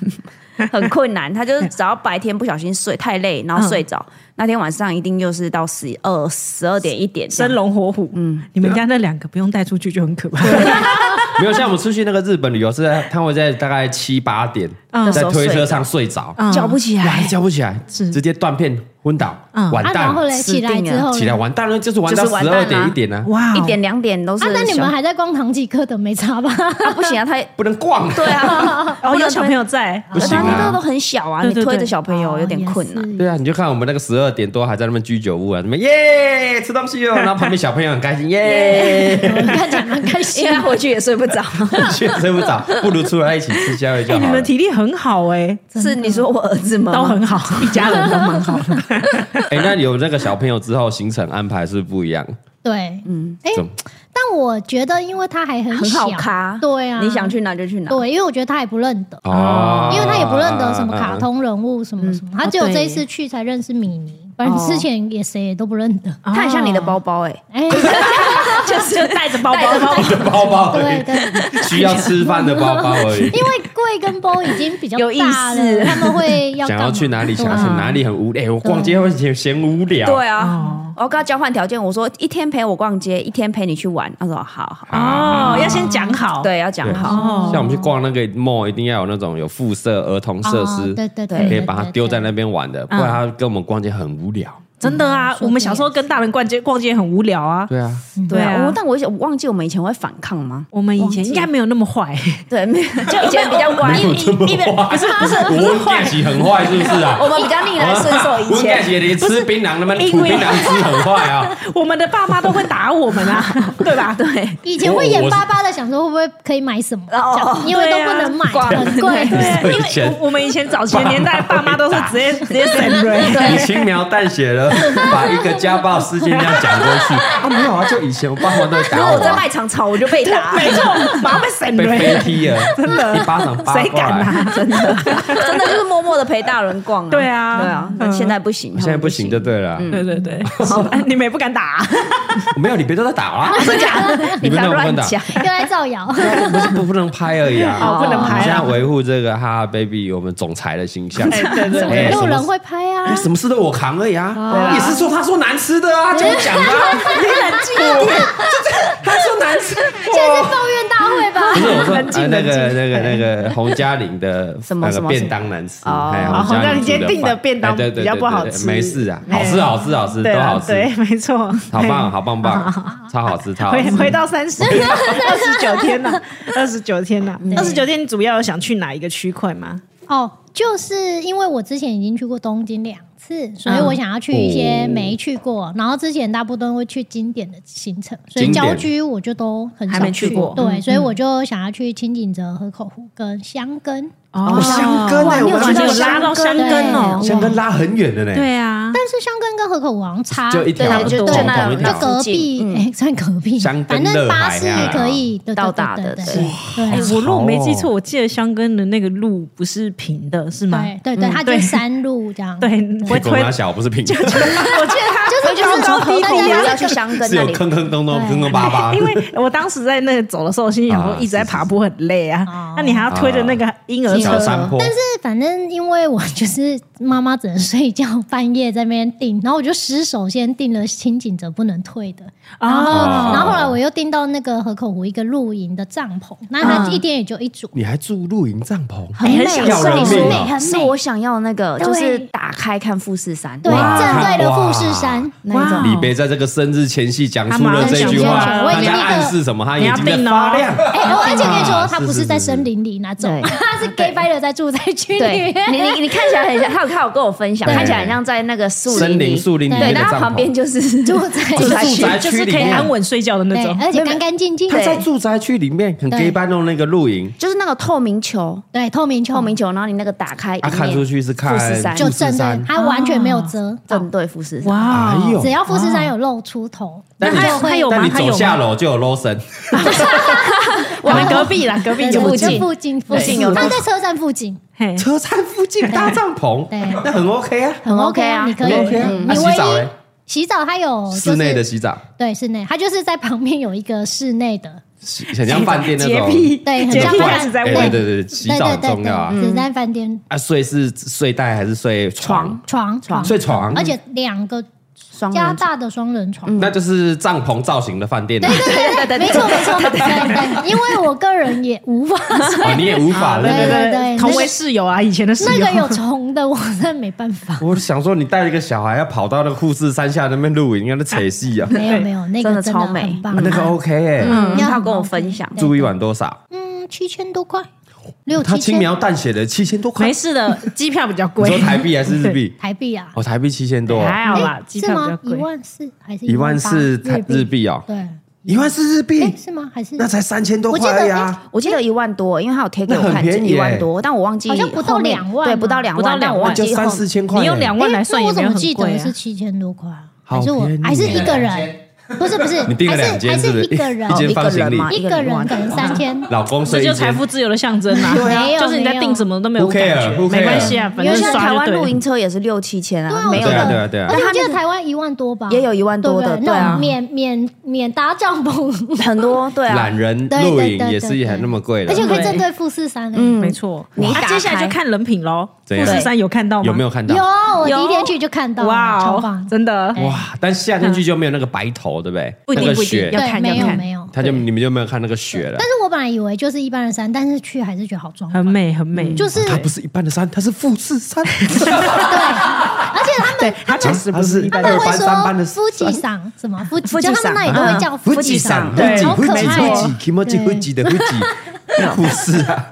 [SPEAKER 6] 很困难。他就是只要白天不小心睡太累，然后睡着，那天晚上一定就是到十二十二点一点这样
[SPEAKER 4] 生龙活虎，嗯，你们家那两个不用带出去就很可怕。
[SPEAKER 5] 没有像我们出去那个日本旅游是在，他会在大概七八点
[SPEAKER 4] 嗯
[SPEAKER 5] 在推车上睡着，
[SPEAKER 4] 嗯
[SPEAKER 6] 叫不起
[SPEAKER 5] 哇，还
[SPEAKER 6] 来，
[SPEAKER 5] 叫不起来，直接断片昏倒，
[SPEAKER 4] 嗯
[SPEAKER 5] 完
[SPEAKER 3] 啊，
[SPEAKER 5] 蛋
[SPEAKER 3] 然后，嘞，
[SPEAKER 6] 死
[SPEAKER 3] 起来
[SPEAKER 6] 定
[SPEAKER 3] 之
[SPEAKER 6] 了
[SPEAKER 3] 后嘞，
[SPEAKER 5] 起来完蛋了，就是玩到
[SPEAKER 6] 就是完
[SPEAKER 5] 十
[SPEAKER 6] 蛋
[SPEAKER 5] 二
[SPEAKER 6] 啊
[SPEAKER 5] 点一点呢，
[SPEAKER 4] 哇哦，
[SPEAKER 6] 一点两点都是
[SPEAKER 3] 啊，
[SPEAKER 6] 小。
[SPEAKER 3] 那你们还在逛堂吉诃德没差吧？
[SPEAKER 6] 啊不行啊，他
[SPEAKER 5] 不能逛，
[SPEAKER 6] 对啊，
[SPEAKER 4] 哦，有小朋友在，
[SPEAKER 5] 不行
[SPEAKER 6] 他那个都
[SPEAKER 5] 啊。
[SPEAKER 6] 很小啊，
[SPEAKER 4] 对
[SPEAKER 6] 你
[SPEAKER 4] 对
[SPEAKER 6] 推
[SPEAKER 4] 对
[SPEAKER 6] 着小朋友有点
[SPEAKER 3] 哦
[SPEAKER 6] 困难。。
[SPEAKER 3] 也是
[SPEAKER 5] 对啊，你就看我们那个十二点多还在那边居酒屋啊，什么耶吃东西哦，然后旁边小朋友很开心耶，
[SPEAKER 3] 我看起来蛮开心
[SPEAKER 6] 因为他
[SPEAKER 3] 的，
[SPEAKER 6] 回去也睡不着。
[SPEAKER 5] 却睡不着，不如出来一起吃宵夜就
[SPEAKER 4] 哎，你
[SPEAKER 5] 好了
[SPEAKER 4] 们。体力很好哎，
[SPEAKER 6] 是你说我儿子吗？
[SPEAKER 4] 都很好，一家 人都蛮好的。
[SPEAKER 5] 哎，那有那个小朋友之后，行程安排是不是不一样，
[SPEAKER 3] 对，嗯，哎
[SPEAKER 5] 怎么，
[SPEAKER 3] 但我觉得，因为他还很
[SPEAKER 6] 很
[SPEAKER 3] 小
[SPEAKER 6] 好咖，
[SPEAKER 3] 对啊，
[SPEAKER 6] 你想去哪就去哪。
[SPEAKER 3] 对，因为我觉得他也不认得，
[SPEAKER 5] 哦，啊
[SPEAKER 3] 因为他也不认得什么卡通人物什么什么，他只有
[SPEAKER 6] 哦对
[SPEAKER 3] 这一次去才认识米妮，不然
[SPEAKER 6] 哦
[SPEAKER 3] 之前也谁也都不认得。
[SPEAKER 6] 他很像你的包包哎，
[SPEAKER 3] 哎，
[SPEAKER 4] 就是带着包包，
[SPEAKER 5] 的 包包而
[SPEAKER 3] 对
[SPEAKER 5] 已，
[SPEAKER 3] 对。
[SPEAKER 5] 需要吃饭的包包而已。
[SPEAKER 3] 因为贵跟波已经比较
[SPEAKER 6] 有意
[SPEAKER 3] 大
[SPEAKER 6] 思
[SPEAKER 3] 了，他们会要
[SPEAKER 5] 想
[SPEAKER 3] 干
[SPEAKER 5] 要
[SPEAKER 3] 嘛
[SPEAKER 5] 去哪 里，想要去
[SPEAKER 3] 对啊
[SPEAKER 5] 哪里很无聊，哎我逛街会嫌嫌无聊。
[SPEAKER 6] 对啊，我跟他交换条件，我说一天陪我逛街，一天陪你去玩。他说好好，
[SPEAKER 5] 啊
[SPEAKER 4] 哦，要先讲好。，
[SPEAKER 6] 对，要讲好。
[SPEAKER 4] 哦，
[SPEAKER 5] 像我们去逛那个 mall，一定要有那种有附设儿童设施
[SPEAKER 3] 哦，对对
[SPEAKER 6] 对
[SPEAKER 5] 可以把它丢在那
[SPEAKER 3] 对
[SPEAKER 5] 边玩的，不然他跟我们逛街很无聊。
[SPEAKER 4] 真的啊，我们小时候跟大人逛街逛街很无聊啊。
[SPEAKER 5] 对啊，
[SPEAKER 6] 对
[SPEAKER 4] 对
[SPEAKER 6] 啊，
[SPEAKER 4] 啊
[SPEAKER 6] 我但我我忘记我们以前会反抗吗？
[SPEAKER 4] 我们以前应该没有那么坏，
[SPEAKER 6] 对，没有， 就以前比较乖，
[SPEAKER 5] 没有这么坏，不是不是，我们电器很坏是不是啊？
[SPEAKER 6] 我们比较逆来顺 受。以
[SPEAKER 5] 我电
[SPEAKER 6] 前
[SPEAKER 5] 器连吃槟榔他妈
[SPEAKER 4] 因为
[SPEAKER 5] 吐槟榔吃很坏啊！
[SPEAKER 4] 我们的爸妈都会打我们 啊，对吧？
[SPEAKER 6] 对，
[SPEAKER 3] 以前会眼巴巴的想说会不会可以买什么，这
[SPEAKER 6] 哦
[SPEAKER 3] 样因为都不能买，
[SPEAKER 6] 对啊
[SPEAKER 3] 很贵。
[SPEAKER 5] 对啊
[SPEAKER 4] 因为我我们以前早前年代，爸妈都是直接直接省略。
[SPEAKER 5] 你轻描淡写的把一个家暴事件这样讲过去 啊，没有啊，就以前我爸妈都会
[SPEAKER 6] 如
[SPEAKER 5] 打
[SPEAKER 6] 果
[SPEAKER 5] 我
[SPEAKER 6] 我在
[SPEAKER 5] 啊，
[SPEAKER 6] 卖场吵，我就被打，
[SPEAKER 4] 没错，马上被闪
[SPEAKER 5] 被
[SPEAKER 4] 雷
[SPEAKER 5] 飞，踢了，真的一巴掌扒
[SPEAKER 4] 谁
[SPEAKER 5] 过
[SPEAKER 4] 敢
[SPEAKER 5] 来。
[SPEAKER 4] 啊？
[SPEAKER 6] 真的，真的就是默默的陪大人逛啊。
[SPEAKER 4] 对啊
[SPEAKER 6] 对啊，那
[SPEAKER 4] 嗯
[SPEAKER 6] 现在不行，
[SPEAKER 5] 现
[SPEAKER 6] 他
[SPEAKER 5] 在
[SPEAKER 6] 们
[SPEAKER 5] 不行就对了，啊
[SPEAKER 4] 对对对，是你们也不敢打啊，
[SPEAKER 5] 嗯没有你别都在打 啦，
[SPEAKER 6] 真假的，
[SPEAKER 5] 你们
[SPEAKER 6] 不要
[SPEAKER 5] 那种
[SPEAKER 6] 乱
[SPEAKER 5] 问的
[SPEAKER 6] 讲。
[SPEAKER 3] 又来造谣，
[SPEAKER 5] 不是不不能拍而已啊，
[SPEAKER 4] 哦不能拍啊
[SPEAKER 5] 我们现在维护这个哈哈 baby 我们总裁的形象，
[SPEAKER 4] 对对对
[SPEAKER 5] 哎
[SPEAKER 3] 没有
[SPEAKER 5] 什么
[SPEAKER 3] 人会拍啊
[SPEAKER 5] 哎，。什么事都我扛而已啊，也是说他说难吃的啊，就讲吧， 你冷静
[SPEAKER 4] 啊
[SPEAKER 5] 一点，他说难 吃，
[SPEAKER 3] 现在是抱怨大会吧
[SPEAKER 5] 不？是我说
[SPEAKER 4] 冷静
[SPEAKER 5] 呃那个
[SPEAKER 4] 冷静
[SPEAKER 5] 那个那个洪嘉玲的
[SPEAKER 6] 什么
[SPEAKER 5] 那
[SPEAKER 6] 什
[SPEAKER 5] 个
[SPEAKER 6] 么
[SPEAKER 5] 便当难吃，
[SPEAKER 6] 哦
[SPEAKER 5] 哎
[SPEAKER 4] 哦洪嘉玲
[SPEAKER 5] 煮的
[SPEAKER 4] 今天订的
[SPEAKER 5] 饭
[SPEAKER 4] 便当
[SPEAKER 5] 哎对对对
[SPEAKER 4] 比较不好
[SPEAKER 5] 对对
[SPEAKER 4] 吃
[SPEAKER 5] 没事啊，
[SPEAKER 4] 哎
[SPEAKER 5] 好吃好吃好吃
[SPEAKER 4] 对
[SPEAKER 5] 都
[SPEAKER 4] 啊
[SPEAKER 5] 好
[SPEAKER 4] 对
[SPEAKER 5] 吃，，
[SPEAKER 4] 没错，
[SPEAKER 5] 好棒好棒棒， 超好吃超好嗯
[SPEAKER 4] 回
[SPEAKER 5] 吃。
[SPEAKER 4] 回到三十二十九天 了，二十九天了，二十九天，你主要有想去哪一个区块吗？
[SPEAKER 3] 哦，就是因为我之前已经去过东京两次，所以
[SPEAKER 5] 嗯
[SPEAKER 3] 我想要去一些
[SPEAKER 5] 哦
[SPEAKER 3] 没去过，然后之前大部分都会去经典的行程，所以
[SPEAKER 5] 经典
[SPEAKER 3] 郊
[SPEAKER 5] 嗯
[SPEAKER 3] 区我就都很
[SPEAKER 6] 还
[SPEAKER 3] 少
[SPEAKER 6] 没去过
[SPEAKER 3] 对，所以我就想要去清景泽、河口湖跟箱根。
[SPEAKER 4] 哦
[SPEAKER 5] 香根
[SPEAKER 4] 哇
[SPEAKER 5] 哎
[SPEAKER 4] 你
[SPEAKER 5] 我
[SPEAKER 4] 有
[SPEAKER 5] 们
[SPEAKER 4] 去
[SPEAKER 5] 去
[SPEAKER 4] 到
[SPEAKER 5] 到
[SPEAKER 4] 拉到香
[SPEAKER 3] 香根
[SPEAKER 4] 根哦，
[SPEAKER 3] 对
[SPEAKER 5] 香根拉很远的呢，
[SPEAKER 4] 对啊，
[SPEAKER 3] 但是箱根跟河口湖好像差
[SPEAKER 5] 就一条
[SPEAKER 6] 对
[SPEAKER 3] 对
[SPEAKER 6] 就
[SPEAKER 3] 对
[SPEAKER 6] 就那
[SPEAKER 5] 同一
[SPEAKER 3] 就
[SPEAKER 5] 条
[SPEAKER 3] 隔壁
[SPEAKER 6] 嗯
[SPEAKER 3] 哎，算隔壁，
[SPEAKER 5] 箱根
[SPEAKER 3] 反正
[SPEAKER 5] 乐
[SPEAKER 3] 巴
[SPEAKER 5] 海
[SPEAKER 3] 士
[SPEAKER 5] 啊
[SPEAKER 3] 可以对对对
[SPEAKER 6] 到达的
[SPEAKER 3] 对
[SPEAKER 6] 对
[SPEAKER 3] 对对
[SPEAKER 4] 哎，我如果没记错，
[SPEAKER 5] 哦
[SPEAKER 4] 我记得香根的那个路不是平的，是吗？
[SPEAKER 3] 对对对，它就
[SPEAKER 4] 对
[SPEAKER 3] 是山路这样。
[SPEAKER 4] 对，我
[SPEAKER 5] 屁股
[SPEAKER 4] 推
[SPEAKER 5] 拿小不是平，
[SPEAKER 4] 我记得
[SPEAKER 3] 就是就是从
[SPEAKER 4] 高高
[SPEAKER 3] 河
[SPEAKER 4] 低
[SPEAKER 3] 口
[SPEAKER 4] 低
[SPEAKER 3] 湖
[SPEAKER 6] 不要去香根
[SPEAKER 5] 是
[SPEAKER 6] 那
[SPEAKER 5] 有
[SPEAKER 6] 里，
[SPEAKER 5] 坑坑洞洞
[SPEAKER 3] 对
[SPEAKER 5] 坑坑巴巴，
[SPEAKER 4] 他，因为 我当时在那个走的时候，我心里想说
[SPEAKER 5] 啊
[SPEAKER 4] 一直在爬坡很累啊
[SPEAKER 3] 哦，啊
[SPEAKER 4] 那你还要推着那个婴儿
[SPEAKER 5] 小
[SPEAKER 4] 车，
[SPEAKER 5] 山坡，
[SPEAKER 3] 但是反正因为我就是妈妈只能睡觉，半夜在那边订，然后我就失手先订了清景泽不能退的，
[SPEAKER 4] 啊
[SPEAKER 3] 然后、
[SPEAKER 5] 哦
[SPEAKER 3] 然后后来我又订到那个河口湖一个露营的帐篷，那它
[SPEAKER 4] 嗯
[SPEAKER 3] 一天也就一组，
[SPEAKER 5] 你还住露营帐篷，
[SPEAKER 3] 很
[SPEAKER 4] 哎
[SPEAKER 3] 美，
[SPEAKER 4] 很享
[SPEAKER 3] 很
[SPEAKER 4] 受
[SPEAKER 5] 要人
[SPEAKER 3] 美
[SPEAKER 5] 命啊
[SPEAKER 3] 很
[SPEAKER 6] 是
[SPEAKER 3] 美，
[SPEAKER 6] 我想要那个，
[SPEAKER 3] 对
[SPEAKER 6] 就是打开看富士山，
[SPEAKER 3] 对，
[SPEAKER 5] 哇
[SPEAKER 3] 正对的富士山，
[SPEAKER 6] 那一种
[SPEAKER 4] 哇。
[SPEAKER 5] 李贝在这个生日前夕讲出了这句
[SPEAKER 4] 他马上讲出
[SPEAKER 5] 话，
[SPEAKER 4] 来
[SPEAKER 5] 大家暗示什么？他眼睛在
[SPEAKER 4] 你要定哦
[SPEAKER 5] 发 亮。
[SPEAKER 3] 哎、我而且跟你说，
[SPEAKER 5] 啊
[SPEAKER 3] 它
[SPEAKER 5] 是
[SPEAKER 3] 不
[SPEAKER 5] 是
[SPEAKER 3] 是在
[SPEAKER 5] 是
[SPEAKER 3] 森林里那种
[SPEAKER 6] 对，
[SPEAKER 3] 它 是 gay by 的在住宅区
[SPEAKER 6] 对
[SPEAKER 3] 里面。
[SPEAKER 6] 你你你看起来很像，他有他有跟我分享，
[SPEAKER 5] 对
[SPEAKER 6] 看起来很像在那个树
[SPEAKER 5] 森
[SPEAKER 6] 林
[SPEAKER 5] 林
[SPEAKER 6] 里
[SPEAKER 5] 树林里
[SPEAKER 6] 对，
[SPEAKER 5] 面的
[SPEAKER 6] 然后
[SPEAKER 5] 帐篷
[SPEAKER 6] 旁 边就是
[SPEAKER 3] 住宅
[SPEAKER 5] 住宅
[SPEAKER 6] 区
[SPEAKER 5] 区，
[SPEAKER 4] 就
[SPEAKER 5] 区
[SPEAKER 4] 是
[SPEAKER 5] 里
[SPEAKER 4] 可以
[SPEAKER 5] 面
[SPEAKER 4] 安稳睡觉的那
[SPEAKER 3] 对
[SPEAKER 4] 种，。
[SPEAKER 3] 而且干干净净
[SPEAKER 5] 他
[SPEAKER 3] 的，
[SPEAKER 5] 在住宅区里面很
[SPEAKER 3] 对
[SPEAKER 5] gay 班弄那个露营，
[SPEAKER 6] 就是那个透明球，
[SPEAKER 3] 对，透明球
[SPEAKER 6] 透明球，然后你那个打
[SPEAKER 5] 啊，
[SPEAKER 6] 开，里面
[SPEAKER 5] 看出去是看
[SPEAKER 6] 富士
[SPEAKER 3] 嗯
[SPEAKER 6] 山
[SPEAKER 3] 就
[SPEAKER 5] 富
[SPEAKER 3] 正对
[SPEAKER 5] 士山，。
[SPEAKER 3] 它完全没
[SPEAKER 6] 哦
[SPEAKER 3] 有遮到，
[SPEAKER 6] 正对富士山，
[SPEAKER 4] 哇哦
[SPEAKER 5] 哎呦
[SPEAKER 3] 只要富士山有露出头，
[SPEAKER 5] 那
[SPEAKER 3] 那
[SPEAKER 5] 你
[SPEAKER 3] 就
[SPEAKER 4] 它
[SPEAKER 3] 会
[SPEAKER 4] 有
[SPEAKER 5] 但你
[SPEAKER 4] 他
[SPEAKER 5] 走
[SPEAKER 4] 吗
[SPEAKER 5] 下楼就有 low 神，
[SPEAKER 4] 我们隔壁啦，隔壁
[SPEAKER 3] 对
[SPEAKER 4] 就
[SPEAKER 3] 对
[SPEAKER 4] 附
[SPEAKER 3] 就
[SPEAKER 4] 近，
[SPEAKER 3] 附近附
[SPEAKER 6] 附近
[SPEAKER 3] 近
[SPEAKER 6] 有
[SPEAKER 3] 它在车站附近，
[SPEAKER 4] 嘿
[SPEAKER 5] 车站附近搭帐篷
[SPEAKER 3] 对，
[SPEAKER 5] 那很 OK 啊，
[SPEAKER 3] 很 OK 啊，
[SPEAKER 6] 很
[SPEAKER 3] 你
[SPEAKER 6] OK 啊
[SPEAKER 3] 可以
[SPEAKER 5] 很 OK 啊。
[SPEAKER 3] 你
[SPEAKER 5] 啊，
[SPEAKER 3] 唯
[SPEAKER 5] 洗澡嘞
[SPEAKER 3] 一，洗澡它有就
[SPEAKER 5] 室内的
[SPEAKER 3] 是
[SPEAKER 5] 洗澡，
[SPEAKER 3] 对室内，它就是在旁边有一个室内的，
[SPEAKER 5] 洗很像饭店那
[SPEAKER 4] 洁
[SPEAKER 5] 种。
[SPEAKER 4] 癖，
[SPEAKER 3] 对，很
[SPEAKER 4] 洁
[SPEAKER 3] 像
[SPEAKER 4] 癖
[SPEAKER 3] 饭
[SPEAKER 4] 还
[SPEAKER 3] 店
[SPEAKER 4] 是在
[SPEAKER 5] 哎
[SPEAKER 4] 问
[SPEAKER 5] 对对对，洗澡很重要啊。
[SPEAKER 3] 对对对对嗯只在饭店
[SPEAKER 5] 啊，睡是睡袋还是睡床？
[SPEAKER 3] 床床，
[SPEAKER 5] 睡床，
[SPEAKER 3] 而且两个
[SPEAKER 6] 双
[SPEAKER 3] 加
[SPEAKER 6] 人组
[SPEAKER 3] 大的双人床。
[SPEAKER 5] 那就是帐篷造型的饭店啊。
[SPEAKER 3] 对对，没错没错，对对，因为我个人也无法
[SPEAKER 5] 哦，你也无法了。
[SPEAKER 4] 对
[SPEAKER 5] 对
[SPEAKER 4] 对
[SPEAKER 5] 对
[SPEAKER 4] 对
[SPEAKER 3] 对对
[SPEAKER 4] 对，
[SPEAKER 3] 对
[SPEAKER 4] 同为室友啊，以前的室
[SPEAKER 3] 那
[SPEAKER 4] 友
[SPEAKER 3] 个，有虫的，我真的没办 法。
[SPEAKER 5] 我想说，你带一个小孩要跑到那个富士山下那边露营，让他扯戏啊。
[SPEAKER 3] 没有没有，那
[SPEAKER 6] 真
[SPEAKER 3] 个
[SPEAKER 6] 的
[SPEAKER 3] 真的
[SPEAKER 6] 超美
[SPEAKER 3] 很棒
[SPEAKER 5] 啊，那个 OK 哎、
[SPEAKER 6] 嗯，
[SPEAKER 3] 要
[SPEAKER 6] 他有跟我分享，
[SPEAKER 5] 住一晚多少？
[SPEAKER 3] 嗯，七千多块，六
[SPEAKER 5] 他
[SPEAKER 3] 七
[SPEAKER 5] 轻
[SPEAKER 3] 千
[SPEAKER 5] 描淡写的七千多块
[SPEAKER 4] 没，事的，机票比较
[SPEAKER 5] 你
[SPEAKER 4] 贵，
[SPEAKER 5] 说台币还是 日币？
[SPEAKER 3] 台币啊，
[SPEAKER 5] 哦，台币七千多
[SPEAKER 4] 对？，还好
[SPEAKER 3] 哎
[SPEAKER 4] 啦，机
[SPEAKER 3] 是
[SPEAKER 4] 票比
[SPEAKER 3] 吗
[SPEAKER 4] 较？
[SPEAKER 3] 一
[SPEAKER 4] 贵。
[SPEAKER 3] 万四还是
[SPEAKER 5] 一万
[SPEAKER 3] 八
[SPEAKER 5] 四台日？币哦，
[SPEAKER 3] 对，
[SPEAKER 5] 一万四日
[SPEAKER 3] 哎，
[SPEAKER 5] 币，
[SPEAKER 3] 是吗？还是
[SPEAKER 5] 那才三千多
[SPEAKER 3] 我记
[SPEAKER 5] 块
[SPEAKER 3] 得哎
[SPEAKER 5] 呀。
[SPEAKER 6] 我记得一万多，因为他有贴给我
[SPEAKER 5] 那很
[SPEAKER 6] 看，
[SPEAKER 5] 便宜耶
[SPEAKER 6] 一万多，但我忘记
[SPEAKER 3] 好像不到
[SPEAKER 6] 后面
[SPEAKER 3] 两万
[SPEAKER 6] 对，
[SPEAKER 3] 吗
[SPEAKER 6] 不到两
[SPEAKER 4] 不到
[SPEAKER 6] 万，
[SPEAKER 4] 两
[SPEAKER 6] 但我
[SPEAKER 4] 万
[SPEAKER 6] 忘
[SPEAKER 5] 那就
[SPEAKER 6] 记后
[SPEAKER 5] 三四千块欸耶，
[SPEAKER 4] 你用两
[SPEAKER 3] 哎
[SPEAKER 4] 万来算
[SPEAKER 3] 那
[SPEAKER 4] 也
[SPEAKER 3] 我
[SPEAKER 4] 没
[SPEAKER 3] 怎
[SPEAKER 4] 有
[SPEAKER 3] 么
[SPEAKER 4] 很
[SPEAKER 3] 记
[SPEAKER 4] 贵
[SPEAKER 3] 得
[SPEAKER 4] 啊
[SPEAKER 3] 是。七千多块啊？
[SPEAKER 5] 好
[SPEAKER 3] 还是我
[SPEAKER 5] 便宜
[SPEAKER 3] 还是一
[SPEAKER 5] 耶
[SPEAKER 3] 个人？不是不是，
[SPEAKER 5] 你订了
[SPEAKER 3] 还是
[SPEAKER 5] 两间
[SPEAKER 3] 还
[SPEAKER 5] 是不
[SPEAKER 3] 是
[SPEAKER 5] 是？
[SPEAKER 3] 一个人
[SPEAKER 5] 一，间
[SPEAKER 6] 哦
[SPEAKER 5] 放行
[SPEAKER 6] 一个人
[SPEAKER 5] 李
[SPEAKER 6] 嘛，
[SPEAKER 3] 一个人可能三千，
[SPEAKER 5] 老公
[SPEAKER 4] 这
[SPEAKER 5] 睡
[SPEAKER 4] 就
[SPEAKER 5] 一
[SPEAKER 4] 财
[SPEAKER 5] 间。
[SPEAKER 4] 富自由的象征啊！
[SPEAKER 3] 啊没有
[SPEAKER 4] 就是你在定什么都没有
[SPEAKER 5] Who
[SPEAKER 4] 感
[SPEAKER 5] care？
[SPEAKER 4] 觉，
[SPEAKER 5] Who
[SPEAKER 4] 没
[SPEAKER 5] care？
[SPEAKER 4] 关系啊，反
[SPEAKER 6] 因为
[SPEAKER 4] 正
[SPEAKER 6] 现在
[SPEAKER 4] 刷
[SPEAKER 6] 台
[SPEAKER 4] 就
[SPEAKER 6] 湾
[SPEAKER 4] 对
[SPEAKER 6] 露
[SPEAKER 4] 了。
[SPEAKER 6] 营车也是六七千
[SPEAKER 3] 对
[SPEAKER 6] 啊，
[SPEAKER 3] 啊，
[SPEAKER 6] 没有
[SPEAKER 5] 对啊对
[SPEAKER 6] 的
[SPEAKER 5] 啊对啊
[SPEAKER 3] 而且我记得台湾一万多吧，
[SPEAKER 6] 也有一万
[SPEAKER 3] 对
[SPEAKER 6] 多
[SPEAKER 3] 不
[SPEAKER 6] 的，
[SPEAKER 3] 对？
[SPEAKER 6] 对
[SPEAKER 3] 那
[SPEAKER 6] 啊
[SPEAKER 3] 种，免免免搭帐篷，
[SPEAKER 6] 很多对啊
[SPEAKER 5] 懒，人
[SPEAKER 3] 对对
[SPEAKER 5] 露
[SPEAKER 3] 对
[SPEAKER 5] 营
[SPEAKER 3] 对
[SPEAKER 5] 也是也
[SPEAKER 3] 对
[SPEAKER 5] 还那么贵的
[SPEAKER 3] 而且，可以
[SPEAKER 4] 对
[SPEAKER 3] 针对富士山欸。
[SPEAKER 6] 嗯，
[SPEAKER 4] 没错，
[SPEAKER 6] 你
[SPEAKER 4] 啊
[SPEAKER 6] 打
[SPEAKER 4] 接下来
[SPEAKER 6] 开
[SPEAKER 4] 就看人品喽。富
[SPEAKER 5] 怎样
[SPEAKER 4] 士山有看到吗？
[SPEAKER 5] 有没有？看
[SPEAKER 3] 有，
[SPEAKER 5] 到？
[SPEAKER 3] 我第
[SPEAKER 6] 有
[SPEAKER 3] 一天去就看到了，
[SPEAKER 4] 哇
[SPEAKER 3] 超
[SPEAKER 4] 哦
[SPEAKER 3] 棒，！哎
[SPEAKER 4] 真的
[SPEAKER 5] 哇！但夏天去就没有那个白头，对不对？
[SPEAKER 4] 不一定
[SPEAKER 5] 那个
[SPEAKER 4] 不一定
[SPEAKER 5] 雪
[SPEAKER 4] 要，
[SPEAKER 3] 对，
[SPEAKER 4] 看
[SPEAKER 3] 没
[SPEAKER 4] 要
[SPEAKER 3] 有
[SPEAKER 4] 看
[SPEAKER 3] 没有。
[SPEAKER 5] 他就你们就没有看那个雪了
[SPEAKER 3] 但。是我本来以为就是一般的山，但是去还是觉得好壮观
[SPEAKER 4] 很。美很美，
[SPEAKER 3] 嗯就是，
[SPEAKER 5] 它不是一般的山，它是富士山。
[SPEAKER 3] 而且他们
[SPEAKER 4] 它其实不是一般
[SPEAKER 3] 他们
[SPEAKER 4] 的
[SPEAKER 5] 二班三班
[SPEAKER 3] 会
[SPEAKER 5] 的
[SPEAKER 3] 说夫妻桑什么夫妻，
[SPEAKER 6] 夫妻
[SPEAKER 3] 就他们
[SPEAKER 6] 桑
[SPEAKER 3] 啊那里都会叫夫妻
[SPEAKER 5] 山，
[SPEAKER 3] 桑，
[SPEAKER 5] 富
[SPEAKER 3] 对，
[SPEAKER 5] 士
[SPEAKER 3] 好可爱哦。
[SPEAKER 5] 富士，気持ち富士的富士。不是啊，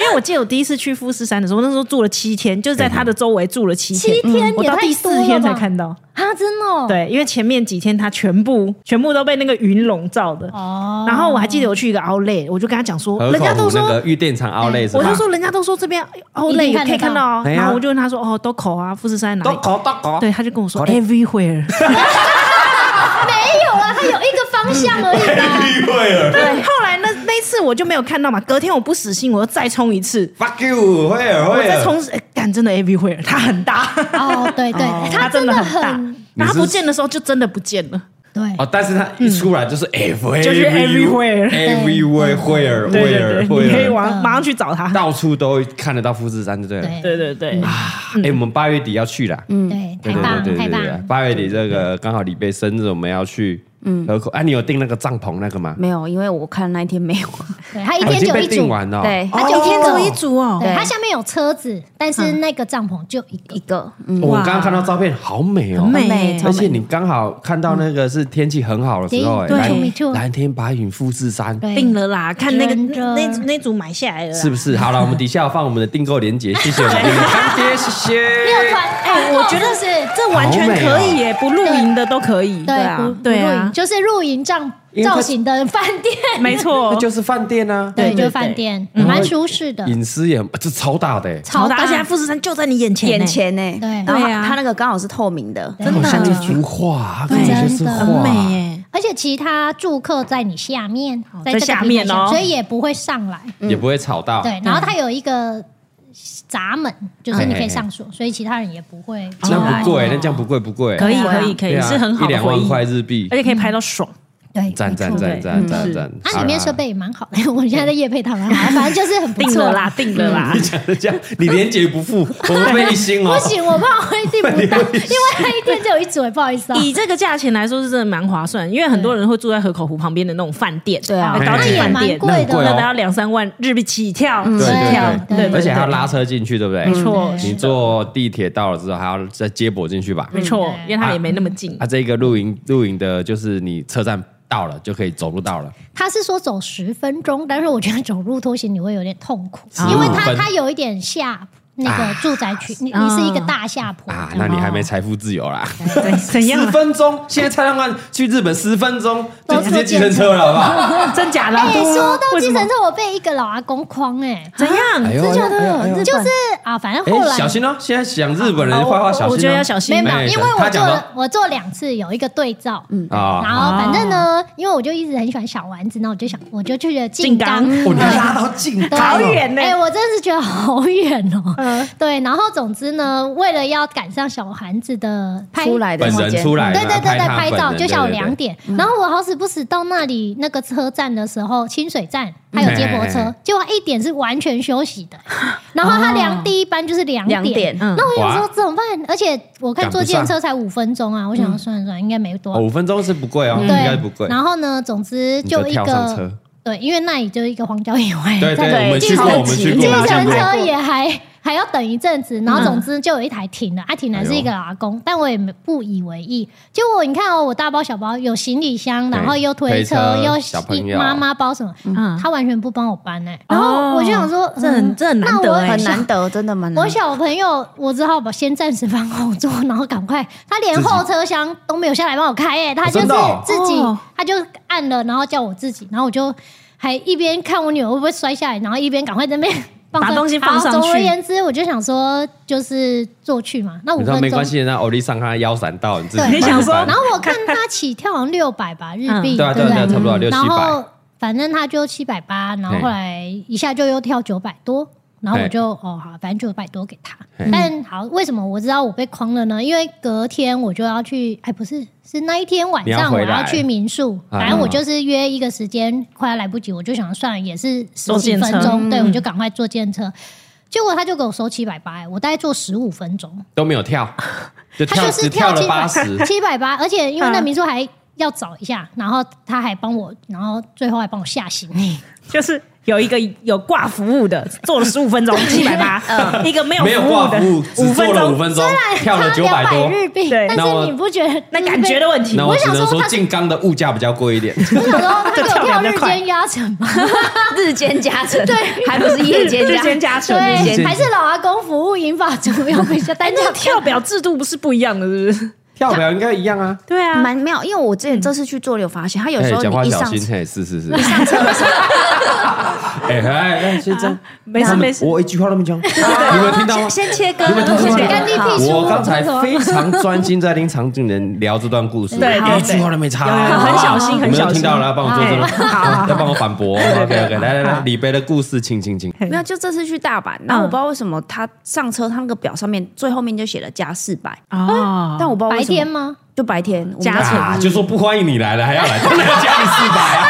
[SPEAKER 4] 因为我记得我第一次去富士山的时候，那时候住了七天，就是在它的周围住了七天，
[SPEAKER 3] 七
[SPEAKER 4] 嗯
[SPEAKER 3] 天
[SPEAKER 4] 我
[SPEAKER 3] 也
[SPEAKER 4] 到
[SPEAKER 3] 太
[SPEAKER 4] 第
[SPEAKER 3] 多
[SPEAKER 4] 四
[SPEAKER 3] 了
[SPEAKER 4] 天才
[SPEAKER 3] 吧
[SPEAKER 4] 看到。
[SPEAKER 3] 啊，真的、哦，，
[SPEAKER 4] 对，因为前面几天它全部全部都被那个云笼罩的。
[SPEAKER 3] 哦，
[SPEAKER 4] 然后我还记得我去一个 Outlet，我就跟他讲说，
[SPEAKER 5] 何
[SPEAKER 4] 人家
[SPEAKER 5] 口
[SPEAKER 4] 都
[SPEAKER 5] 湖那个
[SPEAKER 4] 说，
[SPEAKER 5] 玉电厂 Outlet 是吧？
[SPEAKER 4] 我 就说人家都说这边 Outlet
[SPEAKER 3] 定
[SPEAKER 4] 也可以
[SPEAKER 3] 看
[SPEAKER 4] 看
[SPEAKER 3] 得
[SPEAKER 4] 到啊，
[SPEAKER 5] 哎呀
[SPEAKER 4] 然后我就问他说，哦，都口啊，富士山哪
[SPEAKER 5] 都
[SPEAKER 4] 里？
[SPEAKER 5] 搞都搞，
[SPEAKER 4] 对，他就跟我说
[SPEAKER 5] 口
[SPEAKER 4] everywhere。
[SPEAKER 3] 没有啦，它有一个方向而已啦。
[SPEAKER 5] 会了
[SPEAKER 4] 对，后来那那一次我就没有看到嘛，隔天我不死心，我又再冲一次，
[SPEAKER 5] ，fuck you，会了
[SPEAKER 4] 我
[SPEAKER 5] 会
[SPEAKER 4] 再
[SPEAKER 5] 了。
[SPEAKER 4] 冲，哎干、真的 everywhere，它很大，
[SPEAKER 3] 哦，对对，它
[SPEAKER 4] 它
[SPEAKER 3] 真
[SPEAKER 4] 的
[SPEAKER 3] 的
[SPEAKER 4] 很大
[SPEAKER 3] 很，
[SPEAKER 4] 然后
[SPEAKER 5] 你是
[SPEAKER 4] 它不见的时候就真的不见了。
[SPEAKER 3] 对
[SPEAKER 5] 哦，但是它一出来就是 everywhere，
[SPEAKER 4] 就是 everywhere
[SPEAKER 5] everywhere，会儿
[SPEAKER 4] 对
[SPEAKER 5] 会
[SPEAKER 4] 对
[SPEAKER 5] 儿
[SPEAKER 4] 对，你可
[SPEAKER 5] 会儿，
[SPEAKER 4] 以
[SPEAKER 3] 嗯
[SPEAKER 4] 往马上去找嗯它。
[SPEAKER 5] 到处都会看得到富士山，就对了。啊
[SPEAKER 3] 对
[SPEAKER 4] 对对对，
[SPEAKER 5] 哎，我们八月底要去啦。
[SPEAKER 3] 对，
[SPEAKER 5] 对
[SPEAKER 3] 太棒
[SPEAKER 5] 对对
[SPEAKER 3] 太
[SPEAKER 5] 对对对
[SPEAKER 3] 棒，，
[SPEAKER 5] 八月底这个刚好李贝生日，我们要去河口。哎，你有订那个帐篷那个吗？
[SPEAKER 6] 没有，因为我看那一天没有。
[SPEAKER 3] 对，它一
[SPEAKER 5] 哦已
[SPEAKER 3] 天只
[SPEAKER 5] 经
[SPEAKER 3] 有
[SPEAKER 5] 被
[SPEAKER 3] 一
[SPEAKER 5] 订
[SPEAKER 3] 组，
[SPEAKER 5] 完了哦。
[SPEAKER 6] 对，
[SPEAKER 3] 它九天只有一组。
[SPEAKER 4] 组哦
[SPEAKER 3] 对，
[SPEAKER 6] 对
[SPEAKER 3] 它下面有车子，但是那个帐篷就一个
[SPEAKER 6] 一。个，嗯，
[SPEAKER 5] 哦我刚刚看到照片，好美哦，
[SPEAKER 4] 很美
[SPEAKER 6] 超
[SPEAKER 5] 而且你刚好看到那个是天气很好的时候，哎
[SPEAKER 3] 对
[SPEAKER 5] 蓝
[SPEAKER 3] 没错
[SPEAKER 5] 蓝天白云、富士山，
[SPEAKER 3] 对
[SPEAKER 4] 定了啦，看那个
[SPEAKER 3] 真的
[SPEAKER 4] 那那组买下来了啦。
[SPEAKER 5] 是不是？好了，我们底下有放我们的订购链接，谢谢我们的干爹，谢谢。
[SPEAKER 3] 哎
[SPEAKER 4] 我觉得
[SPEAKER 3] 是
[SPEAKER 4] 这完全
[SPEAKER 5] 好美哦
[SPEAKER 4] 可以耶，不露营的都可以。
[SPEAKER 3] 对
[SPEAKER 6] 啊
[SPEAKER 3] 不
[SPEAKER 4] 对啊
[SPEAKER 3] 不露营就是露营帐
[SPEAKER 5] 因为它
[SPEAKER 3] 造型的饭 店，
[SPEAKER 4] 没错
[SPEAKER 5] 那，就是饭店啊，
[SPEAKER 3] 对，
[SPEAKER 4] 对
[SPEAKER 3] 就
[SPEAKER 4] 对
[SPEAKER 3] 是饭店，
[SPEAKER 5] 嗯
[SPEAKER 3] 蛮舒适的，
[SPEAKER 5] 隐私也很这超大的欸，
[SPEAKER 3] 超大
[SPEAKER 4] 而且它富士山就在你眼前，
[SPEAKER 6] 眼，前呢，
[SPEAKER 3] 对
[SPEAKER 6] 然后
[SPEAKER 4] 对啊
[SPEAKER 6] 它那个刚好是透明的，
[SPEAKER 3] 真
[SPEAKER 5] 好像一
[SPEAKER 3] 的。
[SPEAKER 5] 幅画，它感觉是
[SPEAKER 3] 真的
[SPEAKER 5] 画，
[SPEAKER 4] 很美耶。
[SPEAKER 3] 而且其他住客在你下面，这个
[SPEAKER 4] 在下
[SPEAKER 3] 平台
[SPEAKER 4] 面哦
[SPEAKER 3] 所以也不会上来。
[SPEAKER 5] 也不会吵到。
[SPEAKER 3] 对，然后它有一个闸门，就是你可
[SPEAKER 5] 嘿嘿
[SPEAKER 3] 以
[SPEAKER 5] 嘿
[SPEAKER 3] 上锁，所以其他人也不会
[SPEAKER 4] 啊
[SPEAKER 5] 这
[SPEAKER 3] 进
[SPEAKER 5] 样
[SPEAKER 3] 来
[SPEAKER 5] 不。贵，那这样不贵不贵，
[SPEAKER 4] 可以
[SPEAKER 6] 对啊
[SPEAKER 4] 可以可
[SPEAKER 5] 对
[SPEAKER 4] 以，
[SPEAKER 5] 啊
[SPEAKER 4] 是很好
[SPEAKER 5] 一
[SPEAKER 4] 的
[SPEAKER 5] 两
[SPEAKER 4] 回
[SPEAKER 5] 万
[SPEAKER 4] 忆，
[SPEAKER 5] 块日币
[SPEAKER 4] 而，且可以拍到爽。
[SPEAKER 3] 对，
[SPEAKER 5] 赞赞赞赞赞赞。
[SPEAKER 3] 它嗯啊里面
[SPEAKER 5] 好
[SPEAKER 3] 设
[SPEAKER 5] 啦
[SPEAKER 3] 备也蛮好的， 我现在在夜配它蛮好的，反正就是很不
[SPEAKER 4] 定
[SPEAKER 3] 错
[SPEAKER 4] 了啦，。定了啦
[SPEAKER 5] 你。讲的这样，你连结不付，我们被一星哦
[SPEAKER 3] 不。行， 我怕我会订 不到，因为它一天只有一组，不好意思啊。
[SPEAKER 4] 以这个价钱来说，是真的蛮划算，因为很多人会住在河口湖旁边的那种饭店，
[SPEAKER 6] 对啊
[SPEAKER 4] 哎高
[SPEAKER 5] 那
[SPEAKER 4] 级
[SPEAKER 5] 也
[SPEAKER 4] 饭
[SPEAKER 3] 蛮
[SPEAKER 4] 店，
[SPEAKER 3] 贵的
[SPEAKER 5] 那很贵哦
[SPEAKER 4] 那都要两三万日币起跳，
[SPEAKER 5] 对
[SPEAKER 4] 起跳，
[SPEAKER 5] 对
[SPEAKER 3] 对
[SPEAKER 5] 而且还要拉车进去，对不对？没
[SPEAKER 4] 错
[SPEAKER 5] 你坐地铁到了之后，还要再接驳进去吧。
[SPEAKER 4] 没错，因为它也没那么近
[SPEAKER 5] 啊，，这个露营露营的，就是你车站到了就可以走路到了，
[SPEAKER 3] 他是说走十分钟，但是我觉得走路拖鞋你会有点痛苦，
[SPEAKER 5] 五
[SPEAKER 3] 因为它
[SPEAKER 5] 分
[SPEAKER 3] 它有一点下那个住宅区，你你是一个大下坡
[SPEAKER 5] 啊，
[SPEAKER 3] 这
[SPEAKER 5] 那
[SPEAKER 3] 样
[SPEAKER 5] 你还没财富自由啦。
[SPEAKER 4] 对怎样
[SPEAKER 5] 十
[SPEAKER 4] 啊？
[SPEAKER 5] 分钟，现在蔡康永去日本十分钟
[SPEAKER 3] 都
[SPEAKER 5] 就
[SPEAKER 3] 坐
[SPEAKER 5] 直接计程车了，好不好？
[SPEAKER 4] 真假的？
[SPEAKER 5] 啊
[SPEAKER 3] 哎，说到
[SPEAKER 4] 为什
[SPEAKER 3] 计
[SPEAKER 4] 么
[SPEAKER 3] 程车，我被一个老阿公框哎，
[SPEAKER 4] 怎
[SPEAKER 5] 哎
[SPEAKER 4] 样？
[SPEAKER 5] 呦
[SPEAKER 4] 真假
[SPEAKER 5] 哎呦哎
[SPEAKER 4] 的？
[SPEAKER 5] 呦
[SPEAKER 3] 就是啊，反正后
[SPEAKER 5] 哎，
[SPEAKER 3] 来
[SPEAKER 5] 小心哦！现在讲日本人的坏话，
[SPEAKER 4] 我
[SPEAKER 5] 小心哦。
[SPEAKER 4] 我觉得要小心
[SPEAKER 3] 没有，
[SPEAKER 5] 没
[SPEAKER 3] 没
[SPEAKER 5] 有
[SPEAKER 3] 有因为我
[SPEAKER 5] 他
[SPEAKER 3] 做
[SPEAKER 5] 讲
[SPEAKER 3] 了我做两次有一个对照，嗯
[SPEAKER 5] 啊
[SPEAKER 3] 然后反正呢，因为我就一直很喜欢小丸子，那我就想我就去了静冈。
[SPEAKER 4] 静
[SPEAKER 5] 哦，你还拉到近
[SPEAKER 3] 对
[SPEAKER 4] 好远呢
[SPEAKER 3] 哎、我真的是觉得好远哦、
[SPEAKER 4] 嗯
[SPEAKER 3] 对，然后总之呢，为了要赶上小丸子的拍
[SPEAKER 6] 出来的
[SPEAKER 5] 本
[SPEAKER 6] 时
[SPEAKER 5] 人
[SPEAKER 6] 间
[SPEAKER 5] 出来了，
[SPEAKER 3] 对对对对，
[SPEAKER 5] 他
[SPEAKER 3] 拍
[SPEAKER 5] 本
[SPEAKER 3] 照
[SPEAKER 5] 人
[SPEAKER 3] 就啊下午两。
[SPEAKER 5] 对对嗯对
[SPEAKER 3] 点。然后我好死不死到那里那个车站的时候，清水站还有接驳
[SPEAKER 5] 嗯嘿嘿
[SPEAKER 3] 车
[SPEAKER 5] 嘿，
[SPEAKER 3] 结果一点是完全休息的。然后他两第一班就是两
[SPEAKER 6] 两点
[SPEAKER 3] 点，
[SPEAKER 6] 嗯
[SPEAKER 3] 那我想说
[SPEAKER 5] 哇
[SPEAKER 3] 怎么办？而且我看
[SPEAKER 5] 赶不
[SPEAKER 3] 坐
[SPEAKER 5] 上
[SPEAKER 3] 电车才五分钟啊，我想说算了算了，应该没多
[SPEAKER 5] 哦，
[SPEAKER 3] 少。
[SPEAKER 5] 五分钟是不贵哦，应该不贵
[SPEAKER 3] 对，。然后呢，总之
[SPEAKER 5] 你就
[SPEAKER 3] 就一
[SPEAKER 5] 跳上车
[SPEAKER 3] 个。对，因为那里就是一个荒郊野外，
[SPEAKER 5] 对对，
[SPEAKER 6] 对
[SPEAKER 5] 我们去过，
[SPEAKER 6] 进
[SPEAKER 5] 我们去过，
[SPEAKER 3] 计
[SPEAKER 5] 好像
[SPEAKER 3] 程
[SPEAKER 5] 拍
[SPEAKER 3] 车也还还要等一阵子，然后啊总之就有一台停
[SPEAKER 5] 哎
[SPEAKER 3] 了，啊，停来是一个阿公，但我也没不以为意。结果你看哦，我大包小包有行李箱，
[SPEAKER 5] 对
[SPEAKER 3] 然后又推车，
[SPEAKER 5] 推车
[SPEAKER 3] 又
[SPEAKER 5] 小朋友
[SPEAKER 3] 妈妈包什么，
[SPEAKER 4] 嗯哦
[SPEAKER 3] 他完全不帮我搬哎。然后我就想说，
[SPEAKER 4] 这很
[SPEAKER 3] 嗯
[SPEAKER 4] 这很难
[SPEAKER 3] 那
[SPEAKER 4] 得
[SPEAKER 3] 我
[SPEAKER 4] 哎
[SPEAKER 6] 很难得，真的蛮难
[SPEAKER 3] 我
[SPEAKER 6] 得。
[SPEAKER 3] 小朋友，我只好把先暂时放后座，然后赶快，他连后车厢都没有下来帮我开、欸，他
[SPEAKER 5] 哦
[SPEAKER 3] 就是
[SPEAKER 5] 真的哦
[SPEAKER 3] 自己，
[SPEAKER 4] 哦
[SPEAKER 3] 他就按了，然后叫我自己，然后我就还一边看我女儿会不会摔下来，然后一边赶快在那 边放松
[SPEAKER 4] 把东西放
[SPEAKER 3] 好
[SPEAKER 4] 上去
[SPEAKER 3] 总而言之，我就想说，就是坐去嘛，那
[SPEAKER 5] 你
[SPEAKER 3] 五
[SPEAKER 5] 知道
[SPEAKER 3] 分
[SPEAKER 5] 没
[SPEAKER 3] 钟
[SPEAKER 5] 关。系，让欧丽上他腰闪到，你自己
[SPEAKER 3] 对
[SPEAKER 5] 搬
[SPEAKER 4] 你想说
[SPEAKER 5] 搬
[SPEAKER 3] 然后我看他起跳好像六百吧日币，
[SPEAKER 4] 嗯
[SPEAKER 5] 对啊
[SPEAKER 3] 对
[SPEAKER 5] 对
[SPEAKER 3] 不
[SPEAKER 5] 啊对啊，差不多六七
[SPEAKER 3] 然
[SPEAKER 5] 百
[SPEAKER 3] 后。反正他就七百八，然后后来一下就又跳九百多，然后我就哦好，反正九百多给他
[SPEAKER 5] 嘿。
[SPEAKER 3] 但好，为什么我知道我被框了呢？因为隔天我就要去，哎，不是，是那一天晚
[SPEAKER 5] 你要
[SPEAKER 3] 上我
[SPEAKER 5] 回来
[SPEAKER 3] 要去民宿，
[SPEAKER 5] 啊
[SPEAKER 3] 反正我就是约一个时间，快要来不及，我就想算了，也是十几分
[SPEAKER 4] 坐计
[SPEAKER 3] 钟，对我就赶快坐电车。结果他就给我收七百八，哎我大概坐十五分钟，
[SPEAKER 5] 都没有跳，就
[SPEAKER 3] 他
[SPEAKER 5] 跳
[SPEAKER 3] 就是
[SPEAKER 5] 只跳了
[SPEAKER 3] 七
[SPEAKER 5] 八十，
[SPEAKER 3] 七百八，而且因为那民宿还要找一下，然后他还帮我，然后最后还帮我下行李。
[SPEAKER 4] 就是有一个有挂服务的，做了十五分钟七百八，一个没有
[SPEAKER 5] 没有
[SPEAKER 4] 服务
[SPEAKER 5] 挂
[SPEAKER 4] 的
[SPEAKER 5] 服务，只
[SPEAKER 4] 五
[SPEAKER 5] 做
[SPEAKER 4] 分
[SPEAKER 5] 了五
[SPEAKER 4] 钟，
[SPEAKER 5] 分钟，跳了九百
[SPEAKER 3] 200。
[SPEAKER 5] 多
[SPEAKER 3] 日币，
[SPEAKER 4] 对
[SPEAKER 3] 但
[SPEAKER 5] 那我
[SPEAKER 3] 是你不觉得
[SPEAKER 4] 那感觉的问题
[SPEAKER 5] 那。我只能
[SPEAKER 3] 我想说
[SPEAKER 5] 说
[SPEAKER 3] 他
[SPEAKER 5] 静冈的物价比较贵一点。
[SPEAKER 3] 我想说，他
[SPEAKER 4] 这
[SPEAKER 3] 有
[SPEAKER 4] 跳
[SPEAKER 3] 跳
[SPEAKER 4] 得比较
[SPEAKER 3] 日
[SPEAKER 4] 快
[SPEAKER 3] 间压成吗？
[SPEAKER 6] 日间加成，对， 还不是夜间
[SPEAKER 4] 日
[SPEAKER 6] 加
[SPEAKER 4] 间加成，日间
[SPEAKER 5] 间
[SPEAKER 3] 对，还是老阿公服务银发族用比较单
[SPEAKER 4] 那
[SPEAKER 3] 价
[SPEAKER 4] 个跳表制度不是不一样的，是不是？
[SPEAKER 5] 跳表应该一样啊。
[SPEAKER 4] 对啊，
[SPEAKER 6] 蛮妙，因为我之前这次去做，有发现他有时候
[SPEAKER 5] 哎讲话
[SPEAKER 6] 你一
[SPEAKER 5] 小
[SPEAKER 6] 上
[SPEAKER 5] 心，嘿，是是是。哎哎，那先这样，
[SPEAKER 4] 没事
[SPEAKER 5] 他们
[SPEAKER 4] 没事，
[SPEAKER 5] 我一句话都没讲，你们听到吗？
[SPEAKER 6] 先切割，
[SPEAKER 5] 你们听到吗
[SPEAKER 6] 先
[SPEAKER 3] 干
[SPEAKER 6] 切
[SPEAKER 3] 地
[SPEAKER 6] 割好
[SPEAKER 3] 屁
[SPEAKER 5] 我
[SPEAKER 3] 书，
[SPEAKER 5] 刚才
[SPEAKER 3] 什么
[SPEAKER 5] 非常专心在听常景人聊这段故事，
[SPEAKER 4] 对对
[SPEAKER 5] 一句话都没插，
[SPEAKER 4] 有有有
[SPEAKER 5] 好不好
[SPEAKER 4] 很小心很
[SPEAKER 5] 你们
[SPEAKER 4] 小
[SPEAKER 5] 都
[SPEAKER 4] 心
[SPEAKER 5] 听到了，要帮我作证吗，
[SPEAKER 4] 哎好好好
[SPEAKER 5] 要帮我反驳。OK OK，来来来，
[SPEAKER 4] 好
[SPEAKER 5] 李贝的故事，请请请。
[SPEAKER 6] 没有，就这次去大阪，然后我不知道为什么他上车，他那个表上面最后面就写了加四百，
[SPEAKER 4] 哦，
[SPEAKER 6] 但我不知道为
[SPEAKER 3] 白
[SPEAKER 6] 什么
[SPEAKER 3] 天吗？
[SPEAKER 6] 就白天我们
[SPEAKER 4] 加成
[SPEAKER 5] 啊，就说不欢迎你来了，还要来，真的要加你四百啊？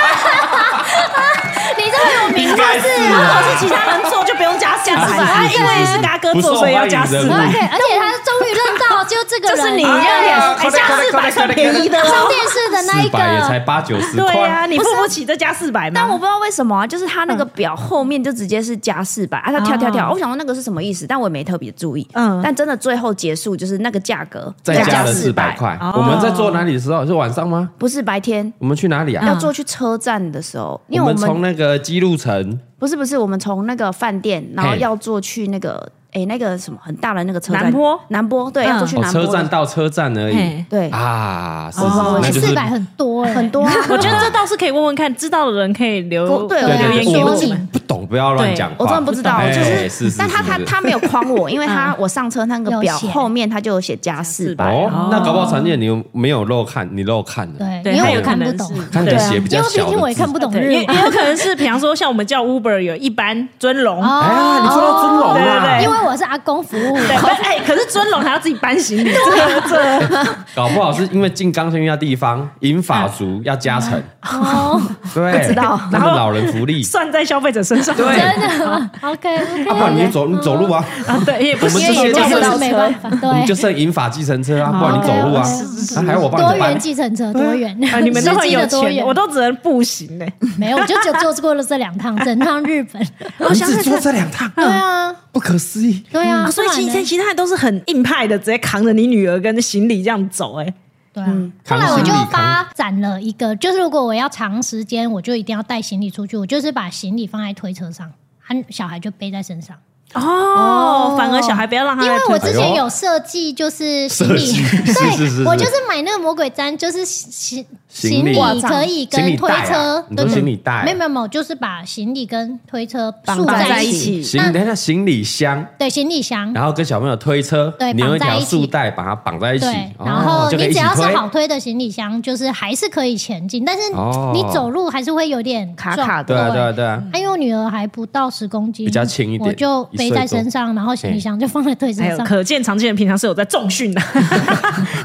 [SPEAKER 3] 你这么有名，
[SPEAKER 5] 应该是
[SPEAKER 4] 如果
[SPEAKER 5] 啊，
[SPEAKER 4] 是其他人做就不用加四百，他因为是嘎哥
[SPEAKER 5] 不
[SPEAKER 4] 做，
[SPEAKER 5] 受
[SPEAKER 4] 所以要
[SPEAKER 5] 欢迎
[SPEAKER 4] 加
[SPEAKER 5] 人
[SPEAKER 4] 四
[SPEAKER 5] 物
[SPEAKER 4] 百。
[SPEAKER 3] 对，嗯而且他终于认到，就这个人
[SPEAKER 4] 就是你
[SPEAKER 3] 啊
[SPEAKER 4] 这样
[SPEAKER 5] 哎
[SPEAKER 4] 哎，加四百算便宜的
[SPEAKER 3] 上
[SPEAKER 4] 喽。
[SPEAKER 3] 电视的那一
[SPEAKER 5] 四百也才
[SPEAKER 3] 个，
[SPEAKER 5] 八九十
[SPEAKER 4] 对啊呀、
[SPEAKER 5] 块，
[SPEAKER 4] 你付不起这加四百吗？
[SPEAKER 6] 但我不知道为什么啊，就是他那个表后面就直接是加四百啊，他跳跳跳，
[SPEAKER 4] 哦
[SPEAKER 6] 我想说那个是什么意思，但我也没特别注意。
[SPEAKER 4] 嗯
[SPEAKER 6] 嗯，但真的最后结束就是那个价格
[SPEAKER 5] 再加了四
[SPEAKER 6] 400
[SPEAKER 5] 百，块。
[SPEAKER 4] 哦
[SPEAKER 5] 我们在做哪里的时候是晚上吗？
[SPEAKER 6] 不是白天
[SPEAKER 5] 我们去哪里啊？
[SPEAKER 6] 要坐去车站的时候，因
[SPEAKER 5] 我
[SPEAKER 6] 为我
[SPEAKER 5] 们从
[SPEAKER 6] 们
[SPEAKER 5] 那个基路城，
[SPEAKER 6] 不是不是我们从那个饭店，然后
[SPEAKER 5] 嘿
[SPEAKER 6] 要坐去那个诶那个什么很大的那个车站
[SPEAKER 4] 南坡
[SPEAKER 6] 南坡对，
[SPEAKER 4] 嗯
[SPEAKER 6] 要坐去
[SPEAKER 5] 哦，
[SPEAKER 6] 南坡
[SPEAKER 5] 车
[SPEAKER 6] 的
[SPEAKER 5] 站到车站而已
[SPEAKER 4] 嘿。
[SPEAKER 6] 对，
[SPEAKER 5] 啊，是是是，那就是
[SPEAKER 3] 哦四百很多哎，
[SPEAKER 6] 很多啊
[SPEAKER 4] 我觉得这倒是可以问问看，知道的人可以留
[SPEAKER 6] 我对
[SPEAKER 5] 对
[SPEAKER 3] 对
[SPEAKER 4] 留
[SPEAKER 5] 对
[SPEAKER 4] 言
[SPEAKER 5] 对，
[SPEAKER 4] 给
[SPEAKER 5] 我
[SPEAKER 4] 我
[SPEAKER 3] 说
[SPEAKER 4] 们。
[SPEAKER 5] 们不懂，不要乱
[SPEAKER 4] 对
[SPEAKER 5] 讲话。
[SPEAKER 6] 我真的不知道，
[SPEAKER 5] 哎
[SPEAKER 6] 就是
[SPEAKER 5] 是是
[SPEAKER 6] 但他他
[SPEAKER 5] 是
[SPEAKER 6] 他没有诓我，因为他我上车那个表
[SPEAKER 3] 有写
[SPEAKER 6] 后面他就有写加四百，啊
[SPEAKER 5] 哦，那搞不好常见你有没有漏看，你漏看了，
[SPEAKER 3] 对，
[SPEAKER 4] 对，
[SPEAKER 3] 因
[SPEAKER 4] 他
[SPEAKER 3] 为
[SPEAKER 4] 有
[SPEAKER 3] 我
[SPEAKER 4] 可
[SPEAKER 3] 看不
[SPEAKER 4] 能
[SPEAKER 3] 懂，
[SPEAKER 4] 是。
[SPEAKER 5] 看的写比
[SPEAKER 3] 因
[SPEAKER 5] 较
[SPEAKER 3] 为毕
[SPEAKER 5] 小
[SPEAKER 3] 竟我
[SPEAKER 5] 的
[SPEAKER 3] 也看
[SPEAKER 5] 字。
[SPEAKER 3] 不懂
[SPEAKER 4] 对，也
[SPEAKER 3] 日
[SPEAKER 4] 也
[SPEAKER 3] 文。
[SPEAKER 4] 有可能是，比方说像我们叫 Uber 有一般尊龙，
[SPEAKER 5] 哎呀，你说到啊尊龙
[SPEAKER 4] 对哦对
[SPEAKER 5] 啦
[SPEAKER 4] 对，
[SPEAKER 3] 因为我是阿公服务，
[SPEAKER 4] 对，但哎，可是尊龙还要自己搬行李，这个这个
[SPEAKER 5] 搞不好是因为进刚性要地方，银法族要加成，
[SPEAKER 3] 哦，
[SPEAKER 5] 对，不知
[SPEAKER 6] 道
[SPEAKER 5] 他们老人福利，
[SPEAKER 4] 算在消费者身上。
[SPEAKER 5] 对
[SPEAKER 3] 真的吗？OK OK，
[SPEAKER 5] 啊，不然你走你走路啊，
[SPEAKER 4] 啊，对，也不是
[SPEAKER 5] 我们这
[SPEAKER 3] 因
[SPEAKER 5] 些
[SPEAKER 3] 为
[SPEAKER 5] 就
[SPEAKER 3] 有
[SPEAKER 5] 是
[SPEAKER 3] 些人没办法，
[SPEAKER 5] 我们就
[SPEAKER 3] 对，
[SPEAKER 5] 剩银法计程车啊，不然你走路啊
[SPEAKER 3] OK，OK，是，
[SPEAKER 5] 啊还有我帮
[SPEAKER 3] 多
[SPEAKER 5] 你
[SPEAKER 3] 元
[SPEAKER 5] 搬，
[SPEAKER 3] 继承者多元
[SPEAKER 4] 啊，，你们都很
[SPEAKER 3] 实际
[SPEAKER 4] 有
[SPEAKER 3] 的多
[SPEAKER 4] 钱，
[SPEAKER 3] 元
[SPEAKER 4] 我都只能步行呢。
[SPEAKER 3] 没有，我就只有做过了这两趟，整趟日本，
[SPEAKER 5] 你只做这两趟，
[SPEAKER 3] 对啊，
[SPEAKER 5] 不可思议。
[SPEAKER 3] 对啊，
[SPEAKER 4] 嗯所以
[SPEAKER 3] 不然
[SPEAKER 4] 其
[SPEAKER 3] 呢
[SPEAKER 4] 实其他人都是很硬派的，直接扛着你女儿跟行李这样走，哎，
[SPEAKER 3] 对啊。后
[SPEAKER 5] 扛
[SPEAKER 3] 来我
[SPEAKER 5] 行李
[SPEAKER 3] 就
[SPEAKER 5] 扛，
[SPEAKER 3] 发展了一个，就是如果我要长时间，我就一定要带行李出去，我就是把行李放在推车上，他小孩就背在身上。
[SPEAKER 4] 哦，反而小孩不
[SPEAKER 5] 哎
[SPEAKER 4] 要让他
[SPEAKER 3] 因
[SPEAKER 4] 来
[SPEAKER 3] 为
[SPEAKER 4] 推
[SPEAKER 3] 我
[SPEAKER 5] 推
[SPEAKER 3] 之前有设计，就是行
[SPEAKER 5] 设
[SPEAKER 3] 李，
[SPEAKER 5] 计
[SPEAKER 3] 对
[SPEAKER 5] 是是是是
[SPEAKER 3] 我就是买那个魔鬼毡，就是行
[SPEAKER 5] 行李
[SPEAKER 3] 李可以
[SPEAKER 5] 行
[SPEAKER 3] 跟
[SPEAKER 5] 李
[SPEAKER 3] 推
[SPEAKER 5] 带啊
[SPEAKER 3] 车，
[SPEAKER 5] 你说行李带啊
[SPEAKER 3] 没有没有没有，就是把行李跟推车
[SPEAKER 6] 绑
[SPEAKER 3] 束
[SPEAKER 6] 在
[SPEAKER 3] 在
[SPEAKER 6] 一
[SPEAKER 3] 一
[SPEAKER 6] 起
[SPEAKER 3] 起，
[SPEAKER 5] 行，等一下行李箱，
[SPEAKER 3] 对，行李箱。
[SPEAKER 5] 然后跟小朋友推车
[SPEAKER 3] 嗯对，
[SPEAKER 5] 你用一条
[SPEAKER 3] 绑在一起
[SPEAKER 5] 束带把它绑在一起
[SPEAKER 3] 对，，
[SPEAKER 5] 哦
[SPEAKER 3] 然后
[SPEAKER 5] 就可以
[SPEAKER 3] 你
[SPEAKER 5] 一
[SPEAKER 3] 只
[SPEAKER 5] 起
[SPEAKER 3] 要是
[SPEAKER 5] 推。
[SPEAKER 3] 好推的行李箱，就是还是可以前进，但是
[SPEAKER 5] 哦
[SPEAKER 3] 你走路还是会有点
[SPEAKER 6] 卡
[SPEAKER 3] 撞
[SPEAKER 6] 卡的
[SPEAKER 5] 对啊，对啊，对啊，
[SPEAKER 3] 啊因为我女儿还不到十公斤，
[SPEAKER 5] 比较轻一点
[SPEAKER 3] 我就背在身上，然后行李箱就放在推车
[SPEAKER 5] 哎
[SPEAKER 4] 还有，
[SPEAKER 3] 上。
[SPEAKER 4] 哎可见常见人平常是有在重训的，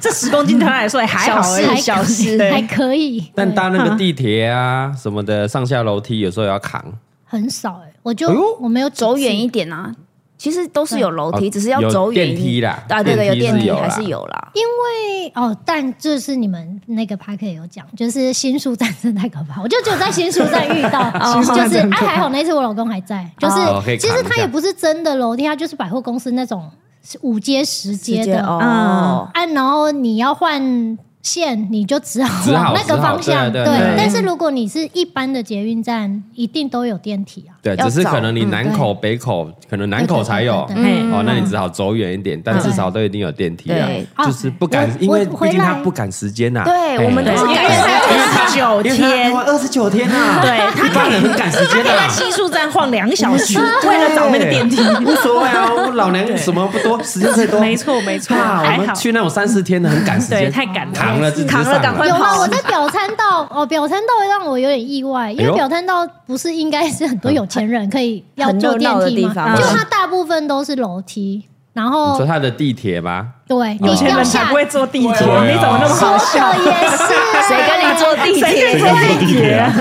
[SPEAKER 4] 这十公斤对他来说也还好而
[SPEAKER 3] 还可
[SPEAKER 5] 哎
[SPEAKER 3] 以
[SPEAKER 4] 已。
[SPEAKER 6] 小事
[SPEAKER 3] 还
[SPEAKER 4] 对，哎
[SPEAKER 3] 可以，
[SPEAKER 5] 但
[SPEAKER 3] 对
[SPEAKER 5] 搭那个地铁啊什么的，上下楼梯有时候也要扛。
[SPEAKER 3] 很少哎，我就
[SPEAKER 5] 哎呦
[SPEAKER 3] 我没有
[SPEAKER 6] 走远一
[SPEAKER 3] 一，
[SPEAKER 6] 点啊。其实都是有楼梯，
[SPEAKER 5] 哦
[SPEAKER 6] 只是要走远一
[SPEAKER 5] 有电梯啦
[SPEAKER 6] 啊，对对，有
[SPEAKER 5] 电
[SPEAKER 6] 电
[SPEAKER 5] 梯是
[SPEAKER 6] 梯
[SPEAKER 5] 有啦
[SPEAKER 6] 还是有啦。
[SPEAKER 3] 因为哦，但这是你们那个 p a r k 有讲，就是新宿站真的太可怕， 我就只有在新宿站遇 到，就是哎还好那次我老公还在，就是
[SPEAKER 5] 哦可以
[SPEAKER 3] 其
[SPEAKER 5] 扛
[SPEAKER 3] 实
[SPEAKER 5] 一
[SPEAKER 3] 他
[SPEAKER 5] 下
[SPEAKER 3] 也不是真的楼梯，他就是百货公司那种五阶十阶
[SPEAKER 6] 直接
[SPEAKER 3] 的
[SPEAKER 6] 哦，
[SPEAKER 3] 啊，然后你要换线，你就只好
[SPEAKER 5] 只
[SPEAKER 3] 往
[SPEAKER 5] 好
[SPEAKER 3] 那个方向。
[SPEAKER 5] 只好对对对
[SPEAKER 3] 但是如果你是一般的捷运站，一定都有电梯啊。
[SPEAKER 5] 对，
[SPEAKER 6] 要
[SPEAKER 5] 只是
[SPEAKER 6] 找
[SPEAKER 5] 可能你南口、北口，可能南口才有。
[SPEAKER 3] 对对对对
[SPEAKER 4] 嗯
[SPEAKER 5] 哦，那你只好走远一点，但
[SPEAKER 3] 嗯
[SPEAKER 5] 至少都一定有电梯啊
[SPEAKER 6] 对。
[SPEAKER 3] 哦
[SPEAKER 5] 就是不赶，
[SPEAKER 3] 我
[SPEAKER 5] 因为
[SPEAKER 3] 我
[SPEAKER 5] 毕
[SPEAKER 3] 回
[SPEAKER 5] 竟他
[SPEAKER 3] 来
[SPEAKER 5] 不赶时间呐。
[SPEAKER 6] 对
[SPEAKER 5] 哎
[SPEAKER 6] 我们都是
[SPEAKER 4] 因为
[SPEAKER 6] 改
[SPEAKER 4] 他二十九
[SPEAKER 5] 因为他
[SPEAKER 4] 天
[SPEAKER 5] 台，湾二十九天啊，
[SPEAKER 4] 对
[SPEAKER 5] 一般人很赶时间
[SPEAKER 4] 在
[SPEAKER 5] 啊。
[SPEAKER 4] 新宿站晃两小时， 为了找那个电梯。
[SPEAKER 5] 无所谓啊，我老娘什么不 多，时间最多。
[SPEAKER 4] 没错没错
[SPEAKER 5] 啊
[SPEAKER 4] 还好
[SPEAKER 5] 我们去那种三四天的很赶时
[SPEAKER 4] 对，
[SPEAKER 5] 间，
[SPEAKER 4] 太赶了，
[SPEAKER 5] 扛了自己就
[SPEAKER 4] 扛
[SPEAKER 5] 上
[SPEAKER 4] 了，
[SPEAKER 5] 了
[SPEAKER 4] 赶快
[SPEAKER 3] 有
[SPEAKER 4] 跑
[SPEAKER 3] 吗？我。在表参道 哦，表参道让我有点意外，因
[SPEAKER 5] 哎
[SPEAKER 3] 为
[SPEAKER 5] 呦
[SPEAKER 3] 表参道不是应该是很多有钱人可以要
[SPEAKER 6] 很
[SPEAKER 3] 坐
[SPEAKER 6] 热
[SPEAKER 3] 电
[SPEAKER 6] 闹的
[SPEAKER 3] 梯
[SPEAKER 6] 地
[SPEAKER 3] 吗？
[SPEAKER 6] 方啊
[SPEAKER 3] 就它大部分都是楼梯，然
[SPEAKER 5] 你说
[SPEAKER 3] 后
[SPEAKER 5] 他的地铁吧，
[SPEAKER 3] 对，
[SPEAKER 4] 有
[SPEAKER 3] 你
[SPEAKER 4] 钱
[SPEAKER 3] 要
[SPEAKER 4] 人才
[SPEAKER 3] 下
[SPEAKER 4] 不会坐地铁，
[SPEAKER 5] 对啊
[SPEAKER 4] 你怎么那么好笑？
[SPEAKER 3] 说的也是，
[SPEAKER 6] 谁跟你坐地
[SPEAKER 4] 谁可以
[SPEAKER 6] 铁？
[SPEAKER 4] 坐地铁啊？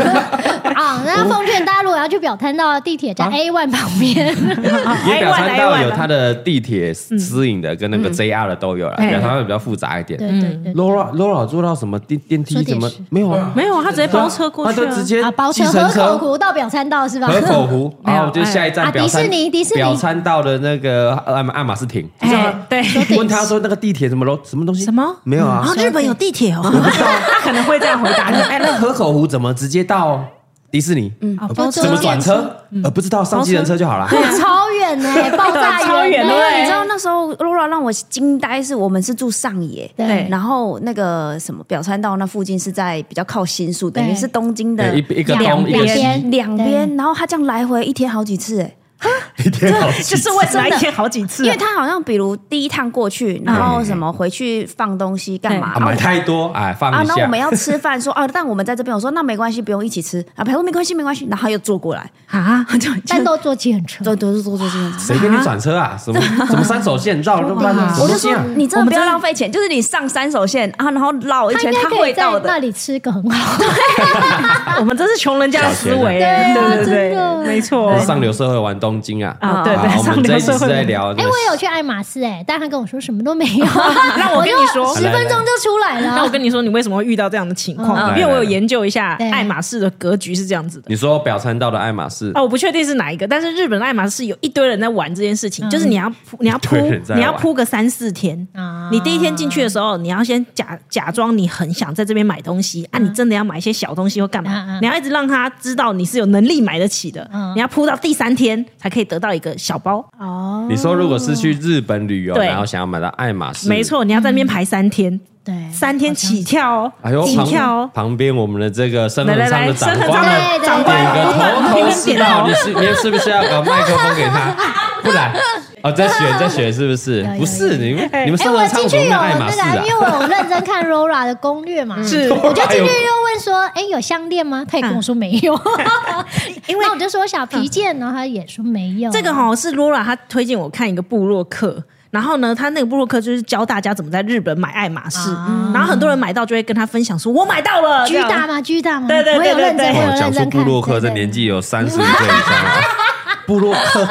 [SPEAKER 3] 啊？那奉劝大家，如果要去表参道，地铁
[SPEAKER 5] 啊
[SPEAKER 3] 在 A one 旁边，
[SPEAKER 6] 嗯
[SPEAKER 4] 哦
[SPEAKER 5] 也表
[SPEAKER 4] 啊
[SPEAKER 5] 参道有它的地铁私营的跟那个 JR 的都有了，
[SPEAKER 4] 嗯
[SPEAKER 5] 表参道比较复杂一 点。
[SPEAKER 3] 对对对，
[SPEAKER 5] Laura Laura 坐到什么电电梯
[SPEAKER 3] 说电
[SPEAKER 5] 怎么
[SPEAKER 3] 视
[SPEAKER 5] 没有啊？
[SPEAKER 4] 没有，他直接包车过
[SPEAKER 5] 他
[SPEAKER 4] 去
[SPEAKER 5] 就
[SPEAKER 4] 啊。
[SPEAKER 5] 直接
[SPEAKER 3] 嗯啊，包
[SPEAKER 5] 计
[SPEAKER 3] 车
[SPEAKER 5] 程
[SPEAKER 3] 河口湖到表参道是吧？
[SPEAKER 5] 河 口湖，然后我就下一
[SPEAKER 3] 哎
[SPEAKER 5] 站
[SPEAKER 3] 啊
[SPEAKER 5] 表参
[SPEAKER 3] 迪士尼迪士尼
[SPEAKER 5] 表参道的那个爱马爱马仕亭。
[SPEAKER 4] 哎，对，
[SPEAKER 5] 问他说那个地铁什么楼什么东西？
[SPEAKER 4] 什么
[SPEAKER 5] 没有啊
[SPEAKER 4] 啊，？日本有地铁哦，他可能会这样回答你。
[SPEAKER 5] 哎，那河口湖怎么直接到迪士尼？嗯，
[SPEAKER 4] 啊包车
[SPEAKER 5] 怎么转车？呃，不知道，上机人车就好了。
[SPEAKER 3] 超远 呢，爆炸
[SPEAKER 4] 超远
[SPEAKER 3] 呢
[SPEAKER 4] 对
[SPEAKER 6] 因为你知道那时候 Laura 让我惊呆，是我们是住上野，
[SPEAKER 3] 对
[SPEAKER 6] 然后那个什么表参道那附近是在比较靠新宿，等于
[SPEAKER 3] 对
[SPEAKER 6] 是东京的
[SPEAKER 5] 对一一个
[SPEAKER 3] 两
[SPEAKER 5] 东一个
[SPEAKER 3] 边
[SPEAKER 5] 西，
[SPEAKER 6] 两边，然后他这样来回一天好几次，哎，
[SPEAKER 5] 一哦天好几
[SPEAKER 6] 就是为真
[SPEAKER 4] 来一
[SPEAKER 6] 的。
[SPEAKER 4] 天好几次啊，
[SPEAKER 6] 因为他好像，比如第一趟过去，然后什么回去放东西干嘛
[SPEAKER 5] 啊，买太多哎，放
[SPEAKER 6] 啊，
[SPEAKER 5] 一
[SPEAKER 6] 那我
[SPEAKER 5] 下
[SPEAKER 6] 们。要吃饭，说啊，但我们在这边，我说那没关系，不用一起吃啊。他说没关系，没关系，然后他又坐过来，
[SPEAKER 4] 啊，
[SPEAKER 6] 就
[SPEAKER 3] 但都坐计程车。
[SPEAKER 6] 坐坐坐坐坐坐。
[SPEAKER 5] 谁给你转车啊？什么什么三手线绕那么慢？什
[SPEAKER 6] 我
[SPEAKER 5] 么
[SPEAKER 6] 就
[SPEAKER 5] 线
[SPEAKER 6] 说
[SPEAKER 5] 啊？
[SPEAKER 6] 你真
[SPEAKER 4] 我
[SPEAKER 6] 的不
[SPEAKER 4] 们真
[SPEAKER 6] 要
[SPEAKER 4] 的
[SPEAKER 6] 浪费钱，就是你上三手线啊，然后绕一
[SPEAKER 3] 他
[SPEAKER 6] 圈
[SPEAKER 3] 应，该
[SPEAKER 6] 他
[SPEAKER 3] 可
[SPEAKER 6] 会
[SPEAKER 3] 以在
[SPEAKER 6] 到的
[SPEAKER 3] 那。里吃个很好，
[SPEAKER 4] 我们真是穷人家的思维，哎
[SPEAKER 3] 小钱啊
[SPEAKER 4] 对对
[SPEAKER 3] 对啊
[SPEAKER 4] 对，没错
[SPEAKER 5] 我。是哦上流社会玩东京啊！
[SPEAKER 4] 啊对对
[SPEAKER 5] 好我
[SPEAKER 4] 上
[SPEAKER 5] 们
[SPEAKER 4] 流
[SPEAKER 5] 这一集
[SPEAKER 4] 社会
[SPEAKER 5] 是在
[SPEAKER 4] 玩
[SPEAKER 5] 聊这
[SPEAKER 3] 哎，
[SPEAKER 5] 个。
[SPEAKER 3] 我有去爱马仕哎，但他跟我说什么都没有，
[SPEAKER 4] 那我跟你
[SPEAKER 5] 啊
[SPEAKER 4] 说，
[SPEAKER 3] 十分钟就出来
[SPEAKER 4] 那我
[SPEAKER 3] 了。
[SPEAKER 4] 跟你说，你为什么会遇到这样的情
[SPEAKER 5] 嗯
[SPEAKER 4] 况？因为我有研究一下
[SPEAKER 3] 对
[SPEAKER 4] 爱马仕的格局是这样子的。
[SPEAKER 5] 你说表参道的爱马仕
[SPEAKER 4] 啊，我不确定是哪一个，但是日本的爱马仕有一堆人在玩这件事情，
[SPEAKER 3] 嗯
[SPEAKER 4] 就是你要铺，你要铺
[SPEAKER 5] 一堆人，在
[SPEAKER 4] 你
[SPEAKER 5] 玩
[SPEAKER 4] 要铺个三四天。
[SPEAKER 3] 啊
[SPEAKER 4] 你第一天进去的时候，你要先假假装你很想在这边买东西啊，你真的要买一些小东西或干
[SPEAKER 3] 嗯
[SPEAKER 4] 嘛
[SPEAKER 3] 嗯？
[SPEAKER 4] 你要一直让他知道你是有能力买得起的
[SPEAKER 3] 嗯，
[SPEAKER 4] 你要铺到第三天才可以得到一个小包。
[SPEAKER 3] 哦，
[SPEAKER 5] 你说如果是去日本旅游，
[SPEAKER 4] 对
[SPEAKER 5] 然后想要买到爱马仕，
[SPEAKER 4] 没。错，你要在那边排三天，
[SPEAKER 3] 对，
[SPEAKER 4] 三天起跳哦，
[SPEAKER 5] 哎呦，
[SPEAKER 4] 起跳
[SPEAKER 5] 旁
[SPEAKER 4] 哦。
[SPEAKER 5] 旁边我们的这个身份
[SPEAKER 4] 来来
[SPEAKER 5] 上
[SPEAKER 4] 来，
[SPEAKER 5] 的长
[SPEAKER 4] 身份
[SPEAKER 5] 官
[SPEAKER 4] 上
[SPEAKER 5] 呢
[SPEAKER 3] 对
[SPEAKER 4] 的
[SPEAKER 3] 对
[SPEAKER 4] 长官
[SPEAKER 5] 点个
[SPEAKER 4] 不断
[SPEAKER 5] 头头
[SPEAKER 4] 拼命
[SPEAKER 5] 是
[SPEAKER 4] 点
[SPEAKER 5] 道，
[SPEAKER 4] 头
[SPEAKER 5] 你，是你是不是要把麦克风给他？ 不然哦，在选在选是不是
[SPEAKER 3] 有有？有
[SPEAKER 5] 不是啊你们你们
[SPEAKER 3] 哎，
[SPEAKER 5] 上
[SPEAKER 3] 我
[SPEAKER 5] 了唱
[SPEAKER 3] 进
[SPEAKER 5] 什
[SPEAKER 3] 去有
[SPEAKER 5] 么爱马
[SPEAKER 3] 那
[SPEAKER 5] 仕
[SPEAKER 3] 个
[SPEAKER 5] 啊嗯
[SPEAKER 3] 啊，因？为我有认真看 Rora 的攻略嘛，
[SPEAKER 4] 是
[SPEAKER 3] 我就进去就问说，哎，有项链吗？他也跟我说没有，
[SPEAKER 5] 哎
[SPEAKER 3] 因为那我就说我想皮件，然后他也说没有。
[SPEAKER 4] 这个哈、是 Laura 她推荐我看一个部落客，然后呢，他那个部落客就是教大家怎么在日本买爱马仕，
[SPEAKER 3] 啊
[SPEAKER 4] 然后很多人买到就会跟他分享说，我买到了，
[SPEAKER 3] 巨
[SPEAKER 4] 这
[SPEAKER 3] 大
[SPEAKER 4] 样
[SPEAKER 3] 吗？巨大吗？
[SPEAKER 4] 对对对
[SPEAKER 3] 我有认
[SPEAKER 4] 对
[SPEAKER 3] 真，
[SPEAKER 4] 对
[SPEAKER 3] 我有
[SPEAKER 5] 哦，
[SPEAKER 3] 认
[SPEAKER 5] 讲出
[SPEAKER 3] 真
[SPEAKER 5] 布
[SPEAKER 3] 看。
[SPEAKER 5] 洛克这年纪有三十五岁以上了，布洛克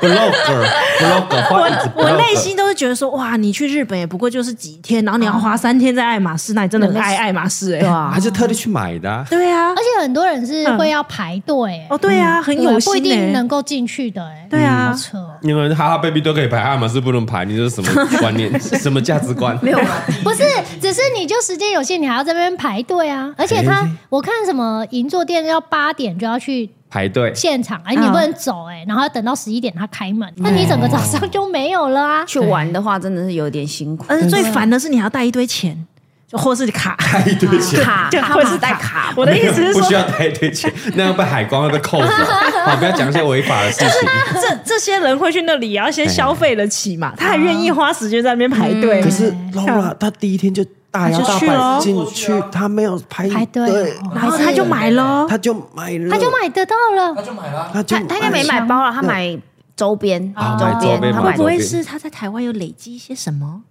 [SPEAKER 5] blogger blogger 换一直
[SPEAKER 4] 我内
[SPEAKER 5] blogger。
[SPEAKER 4] 心都是觉得说，哇，你去日本也不过就是几天，然后你要花三天在爱马仕，那你真的很爱爱马仕哎、
[SPEAKER 6] 对啊
[SPEAKER 5] 啊，就特地去买的啊，
[SPEAKER 4] 对啊
[SPEAKER 3] 而，且很多人是会要排队，
[SPEAKER 4] 嗯
[SPEAKER 3] 哎
[SPEAKER 4] 哦对啊，很
[SPEAKER 3] 嗯对
[SPEAKER 4] 有
[SPEAKER 3] 不一
[SPEAKER 4] 心
[SPEAKER 3] 定
[SPEAKER 4] 哎、
[SPEAKER 3] 能够进去的，哎，
[SPEAKER 4] 对啊
[SPEAKER 3] 好，扯哦。
[SPEAKER 5] 因为哈哈 baby 都可以排，爱马仕不能排，你这是什么观念？什么价值观？没有，
[SPEAKER 3] 不是，只是你就时间有限，你还要在那边排队啊！而且他，我看什么银座店要八点就要去
[SPEAKER 5] 排队。
[SPEAKER 3] 现场，哎，你不能走哎、然后要等到十一点他开门，那你整个早上就没有了啊！
[SPEAKER 6] 去玩的话，真的是有点辛苦。
[SPEAKER 4] 而且最烦的是你还要带一堆钱，就或是卡，
[SPEAKER 5] 带一堆钱，
[SPEAKER 6] 卡
[SPEAKER 4] 就
[SPEAKER 6] 卡哦
[SPEAKER 4] 或是
[SPEAKER 6] 马带卡，
[SPEAKER 4] 我的意思是
[SPEAKER 5] 不
[SPEAKER 4] 说
[SPEAKER 5] 需，要带一堆钱，那样被海关会被扣 走。好，不要讲一些违法的事情。
[SPEAKER 4] 这这些人会去那里也要先消费得起嘛，他还愿意花时间在那边排队。
[SPEAKER 5] 可是 Laura 她第一天就大摇大
[SPEAKER 4] 她就去了
[SPEAKER 5] 摆
[SPEAKER 4] 哦
[SPEAKER 5] 进去，她没有排
[SPEAKER 3] 排队，
[SPEAKER 4] 然后他就买喽，
[SPEAKER 5] 她就买了，
[SPEAKER 3] 他就买得到了，
[SPEAKER 5] 她就
[SPEAKER 6] 他他应该没买包了，他买周边，
[SPEAKER 5] 啊买周边
[SPEAKER 6] 他
[SPEAKER 5] 买
[SPEAKER 6] 哦买
[SPEAKER 5] 周边
[SPEAKER 4] 他在台湾有累积一些什么？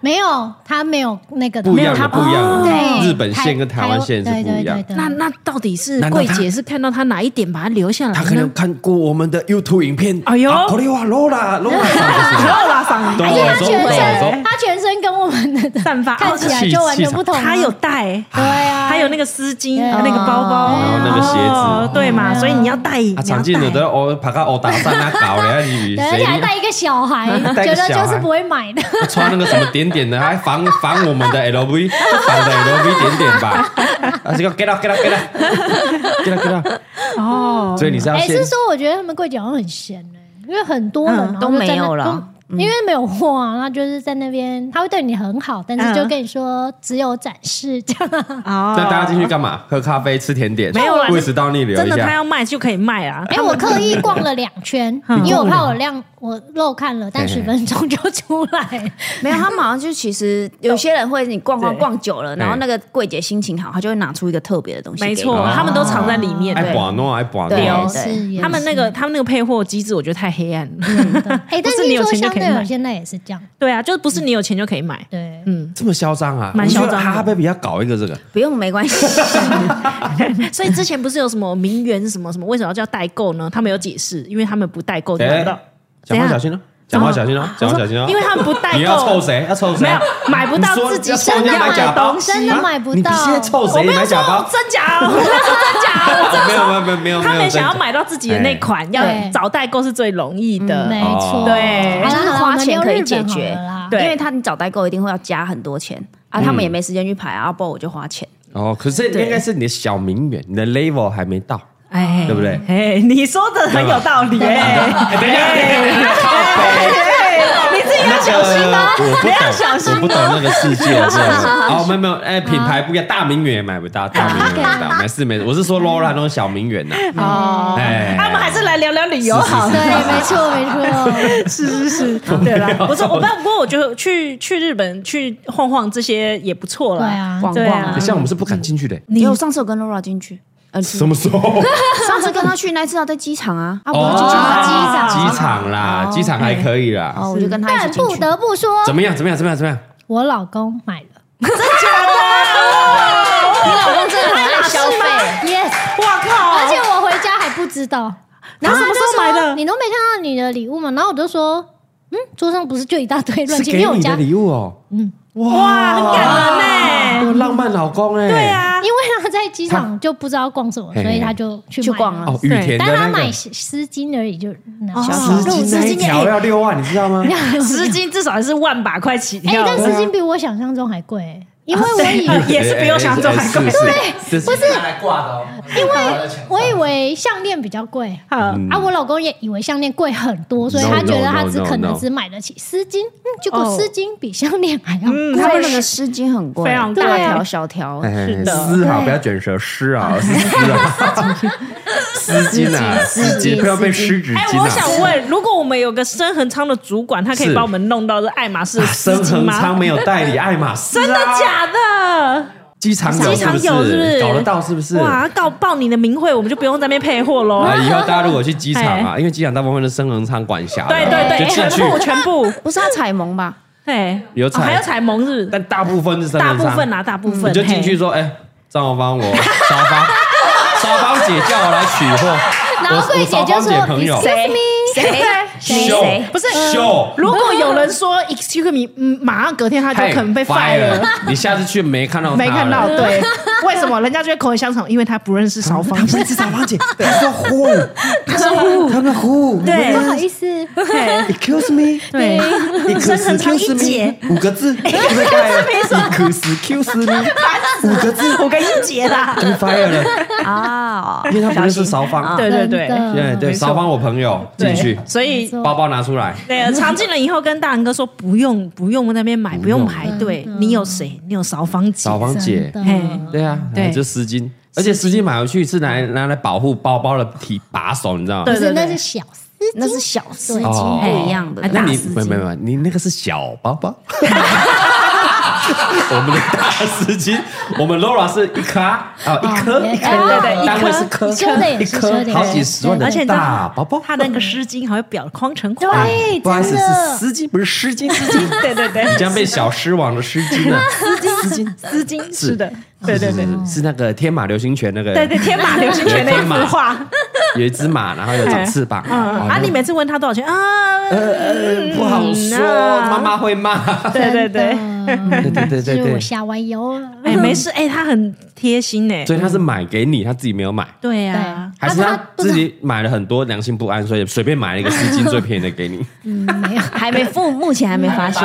[SPEAKER 3] 没有他没有那个
[SPEAKER 5] 不一
[SPEAKER 3] 没
[SPEAKER 5] 样
[SPEAKER 3] 有
[SPEAKER 5] 的，
[SPEAKER 3] 他
[SPEAKER 5] 不一样的。
[SPEAKER 3] 对
[SPEAKER 5] 日本线跟台湾线是不一样
[SPEAKER 3] 对对对。对
[SPEAKER 4] 那那到底是
[SPEAKER 5] 难道
[SPEAKER 4] 柜
[SPEAKER 5] 他
[SPEAKER 4] 姐是看到他哪一点把他留下来
[SPEAKER 5] 她可能
[SPEAKER 4] 呢？
[SPEAKER 5] 看过我们的 YouTube 影片，
[SPEAKER 4] 哎呦
[SPEAKER 5] 啊これは Laura Laura，
[SPEAKER 4] 漏了嗓
[SPEAKER 5] 懂
[SPEAKER 3] 而且他全
[SPEAKER 5] 懂
[SPEAKER 3] 身，
[SPEAKER 5] 懂
[SPEAKER 3] 他全身跟我们的
[SPEAKER 4] 散发，
[SPEAKER 3] 看起
[SPEAKER 4] 哦
[SPEAKER 3] 来就完全不同啊。
[SPEAKER 4] 他有带，
[SPEAKER 3] 对啊，
[SPEAKER 4] 他有那个丝巾，
[SPEAKER 3] 对啊
[SPEAKER 4] 那个包包，
[SPEAKER 5] 然后那个鞋子
[SPEAKER 4] 哦对嘛？所以你要带，你
[SPEAKER 5] 啊，
[SPEAKER 4] 要
[SPEAKER 5] 常见的都
[SPEAKER 4] 带。
[SPEAKER 5] 要哦，爬到哦打散啊搞了，你
[SPEAKER 3] 对，而且还
[SPEAKER 5] 谁
[SPEAKER 3] 带一个小孩，
[SPEAKER 5] 带一
[SPEAKER 3] 觉得
[SPEAKER 5] 个小孩
[SPEAKER 3] 就是不会买的。
[SPEAKER 5] 穿那个什么点点的，还防防我们的 LV，就防着 LV 点点吧。啊，这个 get up get up get up get up get up，
[SPEAKER 4] 哦，
[SPEAKER 5] 所以你是要
[SPEAKER 3] 哎、
[SPEAKER 5] 先
[SPEAKER 3] 是说我觉得他们柜姐好像很闲哎、因为很多人、
[SPEAKER 4] 嗯
[SPEAKER 3] 然后
[SPEAKER 6] 都
[SPEAKER 3] 就在那
[SPEAKER 6] 没有了
[SPEAKER 3] 都因为没有货啊，那就是在那边他会对你很好，但
[SPEAKER 4] 嗯
[SPEAKER 3] 是就跟你说只有展示这 样。
[SPEAKER 4] 哦
[SPEAKER 5] 那大家进去干嘛？喝咖啡、吃甜点，
[SPEAKER 4] 没有啦
[SPEAKER 5] 胃食道逆流
[SPEAKER 4] 真
[SPEAKER 5] 一
[SPEAKER 4] 的他
[SPEAKER 5] 下。
[SPEAKER 4] 要卖就可以卖啊。
[SPEAKER 3] 哎、我刻意逛了两圈，
[SPEAKER 4] 嗯
[SPEAKER 3] 因为我怕我量我漏看了，但
[SPEAKER 5] 嘿嘿
[SPEAKER 3] 十分钟就出来。
[SPEAKER 6] 没有，他们好像就其实有些人会你逛逛
[SPEAKER 4] 对
[SPEAKER 6] 逛久了，然后
[SPEAKER 5] 对
[SPEAKER 6] 那个柜姐心情好，他就会拿出一个特别的东西给
[SPEAKER 4] 没
[SPEAKER 6] 你。
[SPEAKER 4] 错
[SPEAKER 5] 哦，哎
[SPEAKER 4] 他们都藏在里面。
[SPEAKER 5] 爱
[SPEAKER 4] 对
[SPEAKER 5] 寡诺，爱哦寡
[SPEAKER 6] 对
[SPEAKER 5] 诺，
[SPEAKER 3] 是
[SPEAKER 6] 对
[SPEAKER 3] 也
[SPEAKER 4] 他们那
[SPEAKER 3] 是
[SPEAKER 4] 个他们那个配货机制，我觉得太黑暗了。
[SPEAKER 3] 哎、但
[SPEAKER 4] 不是你
[SPEAKER 3] 听
[SPEAKER 4] 有
[SPEAKER 3] 说
[SPEAKER 4] 钱就
[SPEAKER 3] 香
[SPEAKER 4] 可以
[SPEAKER 3] 的有
[SPEAKER 4] 买。
[SPEAKER 3] 些那也是这样，
[SPEAKER 4] 对啊，就不是你有钱就可以买。
[SPEAKER 3] 对，
[SPEAKER 5] 这么嚣张啊？
[SPEAKER 4] 蛮嚣张
[SPEAKER 5] 我
[SPEAKER 4] 的
[SPEAKER 5] 觉得哈哈 baby 要搞一个这个，
[SPEAKER 6] 不用没关系，
[SPEAKER 4] 所以之前不是有什么名媛什么什么，为什么要叫代购呢？他们有解释，因为他们不代购就买不到
[SPEAKER 5] 哎。讲话
[SPEAKER 4] 怎样
[SPEAKER 5] 小心哦，讲话小心哦，讲话小心哦，
[SPEAKER 4] 因为他们不代购，
[SPEAKER 5] 你要凑谁？要凑谁？
[SPEAKER 4] 没有买不到自己想
[SPEAKER 5] 你说要凑人家
[SPEAKER 4] 要
[SPEAKER 5] 买假
[SPEAKER 4] 的
[SPEAKER 5] 包啊
[SPEAKER 4] 东西。
[SPEAKER 3] 真的买不
[SPEAKER 5] 你
[SPEAKER 3] 到
[SPEAKER 5] 现在凑
[SPEAKER 4] 我
[SPEAKER 5] 谁？
[SPEAKER 4] 没
[SPEAKER 5] 你买
[SPEAKER 4] 有说
[SPEAKER 5] 假包
[SPEAKER 4] 我？真假哦，我没有说真假哦，我
[SPEAKER 5] 没有没有没有没有，
[SPEAKER 4] 他
[SPEAKER 5] 没有
[SPEAKER 4] 们想要
[SPEAKER 5] 真假
[SPEAKER 4] 买到自己的那款，要
[SPEAKER 3] 对
[SPEAKER 4] 找代购是最容易的。
[SPEAKER 3] 没
[SPEAKER 5] 哦
[SPEAKER 3] 错，
[SPEAKER 4] 对
[SPEAKER 3] 好
[SPEAKER 6] 就
[SPEAKER 3] 啦
[SPEAKER 6] 是
[SPEAKER 3] 好啦我
[SPEAKER 6] 花
[SPEAKER 3] 们
[SPEAKER 6] 钱
[SPEAKER 3] 留
[SPEAKER 6] 可以
[SPEAKER 3] 日
[SPEAKER 6] 解
[SPEAKER 3] 本好
[SPEAKER 6] 决
[SPEAKER 3] 了啦，
[SPEAKER 6] 因
[SPEAKER 4] 对
[SPEAKER 6] 为他你找代购一定会要加很多钱啊，他们也没时间去排啊，不然我就花钱。
[SPEAKER 5] 哦，可是应该是你的小名媛，你的 level 还没到。
[SPEAKER 4] 哎
[SPEAKER 5] 对不对
[SPEAKER 4] 哎，你说的很有道理哎，
[SPEAKER 5] 哎等一下，你自己要小心哦，我不懂，
[SPEAKER 4] 小心
[SPEAKER 5] 我不懂那个世界，真的 是。哦，啊没有没有，哎，品牌不一样，大名媛也买不到，大名媛也买不到，没事没事，我是说 Laura 那种小名媛呐。
[SPEAKER 4] 哦，
[SPEAKER 5] 哎
[SPEAKER 4] 那我们还是来聊聊旅游好了。
[SPEAKER 3] 对，没错没 错，
[SPEAKER 4] 是是是，对啦，不错。我不不过我觉得去去日本去晃晃这些也不错
[SPEAKER 3] 对
[SPEAKER 4] 啦。
[SPEAKER 3] 啊，
[SPEAKER 6] 逛
[SPEAKER 4] 对
[SPEAKER 6] 逛
[SPEAKER 4] 啊
[SPEAKER 6] 啊，
[SPEAKER 5] 像我们是不敢进去的，
[SPEAKER 6] 你有上次有跟 Laura 进去，呃，
[SPEAKER 5] 什么时候？
[SPEAKER 6] 上次跟他去那次要在机场啊，啊，我
[SPEAKER 5] 哦
[SPEAKER 6] 啊就进去
[SPEAKER 3] 啊
[SPEAKER 6] 了
[SPEAKER 3] 机场
[SPEAKER 5] 机场啦，机场还可以啦。
[SPEAKER 6] 哦，我就跟他一
[SPEAKER 3] 但
[SPEAKER 6] 起进
[SPEAKER 3] 不
[SPEAKER 6] 去。
[SPEAKER 3] 得不说，
[SPEAKER 5] 怎么样？怎么样？怎么样？怎么样？
[SPEAKER 3] 我老公买了，
[SPEAKER 1] 你老公真的很爱消费，
[SPEAKER 3] ，yes，
[SPEAKER 4] 哇靠！
[SPEAKER 3] 而且我回家还不知道，然后他
[SPEAKER 4] 你什么
[SPEAKER 3] 就
[SPEAKER 4] 时候
[SPEAKER 3] 说
[SPEAKER 4] 买的
[SPEAKER 3] 你都没看到你的礼物吗？然后我就说，嗯，桌上不是就一大堆乱
[SPEAKER 5] 是
[SPEAKER 3] 七
[SPEAKER 5] 给
[SPEAKER 3] 八糟
[SPEAKER 5] 你的
[SPEAKER 3] 家，因为
[SPEAKER 5] 礼物哦。嗯，
[SPEAKER 4] 哇，很感人呢。
[SPEAKER 5] 哇浪漫老公哎。
[SPEAKER 4] 对。啊，
[SPEAKER 3] 他在机场就不知道逛什么，
[SPEAKER 5] 嘿
[SPEAKER 3] 所以他就去
[SPEAKER 6] 去
[SPEAKER 3] 买
[SPEAKER 6] 逛
[SPEAKER 3] 了
[SPEAKER 6] 啊
[SPEAKER 5] 哦，雨田的
[SPEAKER 3] 但他
[SPEAKER 5] 那
[SPEAKER 3] 买
[SPEAKER 5] 个
[SPEAKER 3] 丝巾而已，就拿
[SPEAKER 4] 哦
[SPEAKER 3] 小
[SPEAKER 5] 丝巾那一条要六万，你知道吗？
[SPEAKER 4] 丝巾至少也是万把块起
[SPEAKER 3] 哎，
[SPEAKER 4] 跳。
[SPEAKER 3] 但丝巾比我想象中还贵、因为我以
[SPEAKER 4] 对也是比我想象中
[SPEAKER 5] 哎
[SPEAKER 4] 还贵。
[SPEAKER 5] 对，不是
[SPEAKER 7] 来挂的哦，
[SPEAKER 3] 因为我以为项链比较贵。
[SPEAKER 4] 好
[SPEAKER 5] 嗯
[SPEAKER 3] 啊，我老公也以为项链贵很多，所以
[SPEAKER 5] No,
[SPEAKER 3] 他觉得
[SPEAKER 5] no,
[SPEAKER 3] 他只
[SPEAKER 5] no, no,
[SPEAKER 3] 可能
[SPEAKER 5] no.
[SPEAKER 3] 只买得起丝巾，嗯，结果
[SPEAKER 4] 哦
[SPEAKER 3] 丝巾比项链还要
[SPEAKER 4] 嗯
[SPEAKER 3] 贵。
[SPEAKER 6] 他们那个丝巾很贵，
[SPEAKER 4] 非常贵
[SPEAKER 6] 大条小条，
[SPEAKER 5] 哎，
[SPEAKER 4] 是的
[SPEAKER 5] 丝啊，不要卷舌，丝啊，是丝 啊，丝巾啊，丝
[SPEAKER 3] 丝
[SPEAKER 5] 巾，
[SPEAKER 3] 巾
[SPEAKER 5] 不要被湿纸
[SPEAKER 4] 哎、
[SPEAKER 5] 巾
[SPEAKER 4] 我想
[SPEAKER 5] 啊。
[SPEAKER 4] 问，如果我们有个深恒昌的主管，他可以
[SPEAKER 5] 是
[SPEAKER 4] 把我们弄到这爱马仕的丝
[SPEAKER 5] 深
[SPEAKER 4] 巾
[SPEAKER 5] 恒
[SPEAKER 4] 吗
[SPEAKER 5] 昌？没有代理爱马仕，啊
[SPEAKER 4] 真的？假的？
[SPEAKER 5] 机场有
[SPEAKER 4] 机
[SPEAKER 5] 是
[SPEAKER 4] 场
[SPEAKER 5] 不
[SPEAKER 4] 有是不是？
[SPEAKER 5] 是？搞得到是不是？
[SPEAKER 4] 哇，告爆你的名讳，我们就不用在那边配货喽。
[SPEAKER 5] 啊，以后大家如果去机场啊，因为机场大部分都是深恒昌管辖的，啊
[SPEAKER 4] 对对对，
[SPEAKER 5] 就
[SPEAKER 4] 哎
[SPEAKER 5] 进去
[SPEAKER 4] 全。部全 部，
[SPEAKER 6] 不是他彩萌吧？
[SPEAKER 4] 哎，
[SPEAKER 5] 有
[SPEAKER 4] 哦
[SPEAKER 5] 彩
[SPEAKER 4] 还有彩萌日，
[SPEAKER 5] 但大部分是深
[SPEAKER 4] 大
[SPEAKER 5] 恒
[SPEAKER 4] 部分
[SPEAKER 5] 昌，
[SPEAKER 4] 啦，大部分
[SPEAKER 5] 你就进去
[SPEAKER 4] 嘿
[SPEAKER 5] 说，哎，张小芳，我 少芳，少芳姐叫我来取货，
[SPEAKER 3] 然后
[SPEAKER 5] 我
[SPEAKER 3] 柜
[SPEAKER 5] 我
[SPEAKER 3] 姐
[SPEAKER 5] 少
[SPEAKER 3] 就
[SPEAKER 5] 芳
[SPEAKER 3] 说
[SPEAKER 5] 姐朋友，
[SPEAKER 6] 谁谁你
[SPEAKER 5] 秀
[SPEAKER 6] 谁？
[SPEAKER 4] 不是
[SPEAKER 5] 秀。
[SPEAKER 4] 如果有人说 “excuse me”，嗯，马上隔天他就
[SPEAKER 5] 太
[SPEAKER 4] 可能被 fire 了。
[SPEAKER 5] 你下次去没看到他
[SPEAKER 4] 没看到，
[SPEAKER 5] 了，
[SPEAKER 4] 对，为什么人家就会口口相传？因为他不认识少芳，
[SPEAKER 5] 不是找芳姐，他说呼，他说呼，他们呼，
[SPEAKER 4] 对
[SPEAKER 3] 不好意思，
[SPEAKER 5] ，excuse me，
[SPEAKER 4] 对，
[SPEAKER 5] 深长一姐，五个字，excuse me，五个字
[SPEAKER 4] 我跟一杰啦，
[SPEAKER 5] 就 fire 了，
[SPEAKER 6] 啊，
[SPEAKER 5] 因为他不认识少芳，
[SPEAKER 4] 对对对
[SPEAKER 3] 真的
[SPEAKER 5] 对对，
[SPEAKER 4] 没错
[SPEAKER 5] 少芳我朋友进
[SPEAKER 4] 对
[SPEAKER 5] 去，
[SPEAKER 4] 所以
[SPEAKER 3] 没错
[SPEAKER 5] 包包拿出来，
[SPEAKER 4] 对，常进了以后跟大仁哥说不用不用那边买，不用排队，你有谁？你有少芳姐
[SPEAKER 5] 少芳姐，
[SPEAKER 3] 真
[SPEAKER 4] 嘿
[SPEAKER 3] 的，
[SPEAKER 5] 对啊，
[SPEAKER 4] 对
[SPEAKER 5] 然后就丝巾，而且丝巾买回去是拿来拿来保护包包的提把手，你知道吗
[SPEAKER 3] 不
[SPEAKER 4] 对？
[SPEAKER 3] 是那是小丝
[SPEAKER 6] 那
[SPEAKER 3] 巾，
[SPEAKER 6] 是小丝
[SPEAKER 5] 哦
[SPEAKER 6] 巾不一样的，
[SPEAKER 5] 那
[SPEAKER 6] 啊大
[SPEAKER 5] 你
[SPEAKER 6] 丝
[SPEAKER 5] 没
[SPEAKER 6] 巾
[SPEAKER 5] 没没，你那个是小包包。 我们的大丝巾，我们 Laura 是一颗啊，啊一颗，
[SPEAKER 3] 也
[SPEAKER 5] 一颗，
[SPEAKER 3] 对对
[SPEAKER 4] 对
[SPEAKER 5] 单位是
[SPEAKER 3] 一
[SPEAKER 5] 颗，
[SPEAKER 3] 颗的也
[SPEAKER 5] 一
[SPEAKER 3] 是说的
[SPEAKER 5] 颗
[SPEAKER 3] 也是
[SPEAKER 5] 好几十万的
[SPEAKER 4] 而且你知哎道
[SPEAKER 5] 大包包。
[SPEAKER 4] 他那个湿巾还会裱框成画，
[SPEAKER 5] 啊
[SPEAKER 3] 对
[SPEAKER 5] 不好意思，
[SPEAKER 3] 真的
[SPEAKER 5] 是丝巾，不是湿巾，丝巾，
[SPEAKER 4] 对对对
[SPEAKER 5] 你将被小狮王的湿巾啊，丝巾，
[SPEAKER 4] 丝巾是的，对对
[SPEAKER 5] 是
[SPEAKER 4] 对
[SPEAKER 5] 是是是那个天马流星拳那个，
[SPEAKER 4] 对对，天马流星拳那一幅画
[SPEAKER 5] 有一只马，然后有长翅膀
[SPEAKER 4] 嗯啊，
[SPEAKER 5] 然后
[SPEAKER 4] 你每次问他多少钱啊？
[SPEAKER 5] 呃呃不好说，
[SPEAKER 4] 啊
[SPEAKER 5] 妈妈会骂，
[SPEAKER 4] 对对对，
[SPEAKER 3] 对
[SPEAKER 5] 对对对对
[SPEAKER 3] 是我
[SPEAKER 5] 对，
[SPEAKER 3] 瞎玩游了。
[SPEAKER 4] 哎，没事，哎，他很贴心哎，
[SPEAKER 5] 所以他是买给你，他自己没有买。
[SPEAKER 4] 对啊，
[SPEAKER 5] 还是他自己买了很多，良心不安，所以随便买了一个丝巾最便宜的给你，
[SPEAKER 6] 还没付，目前还没发现。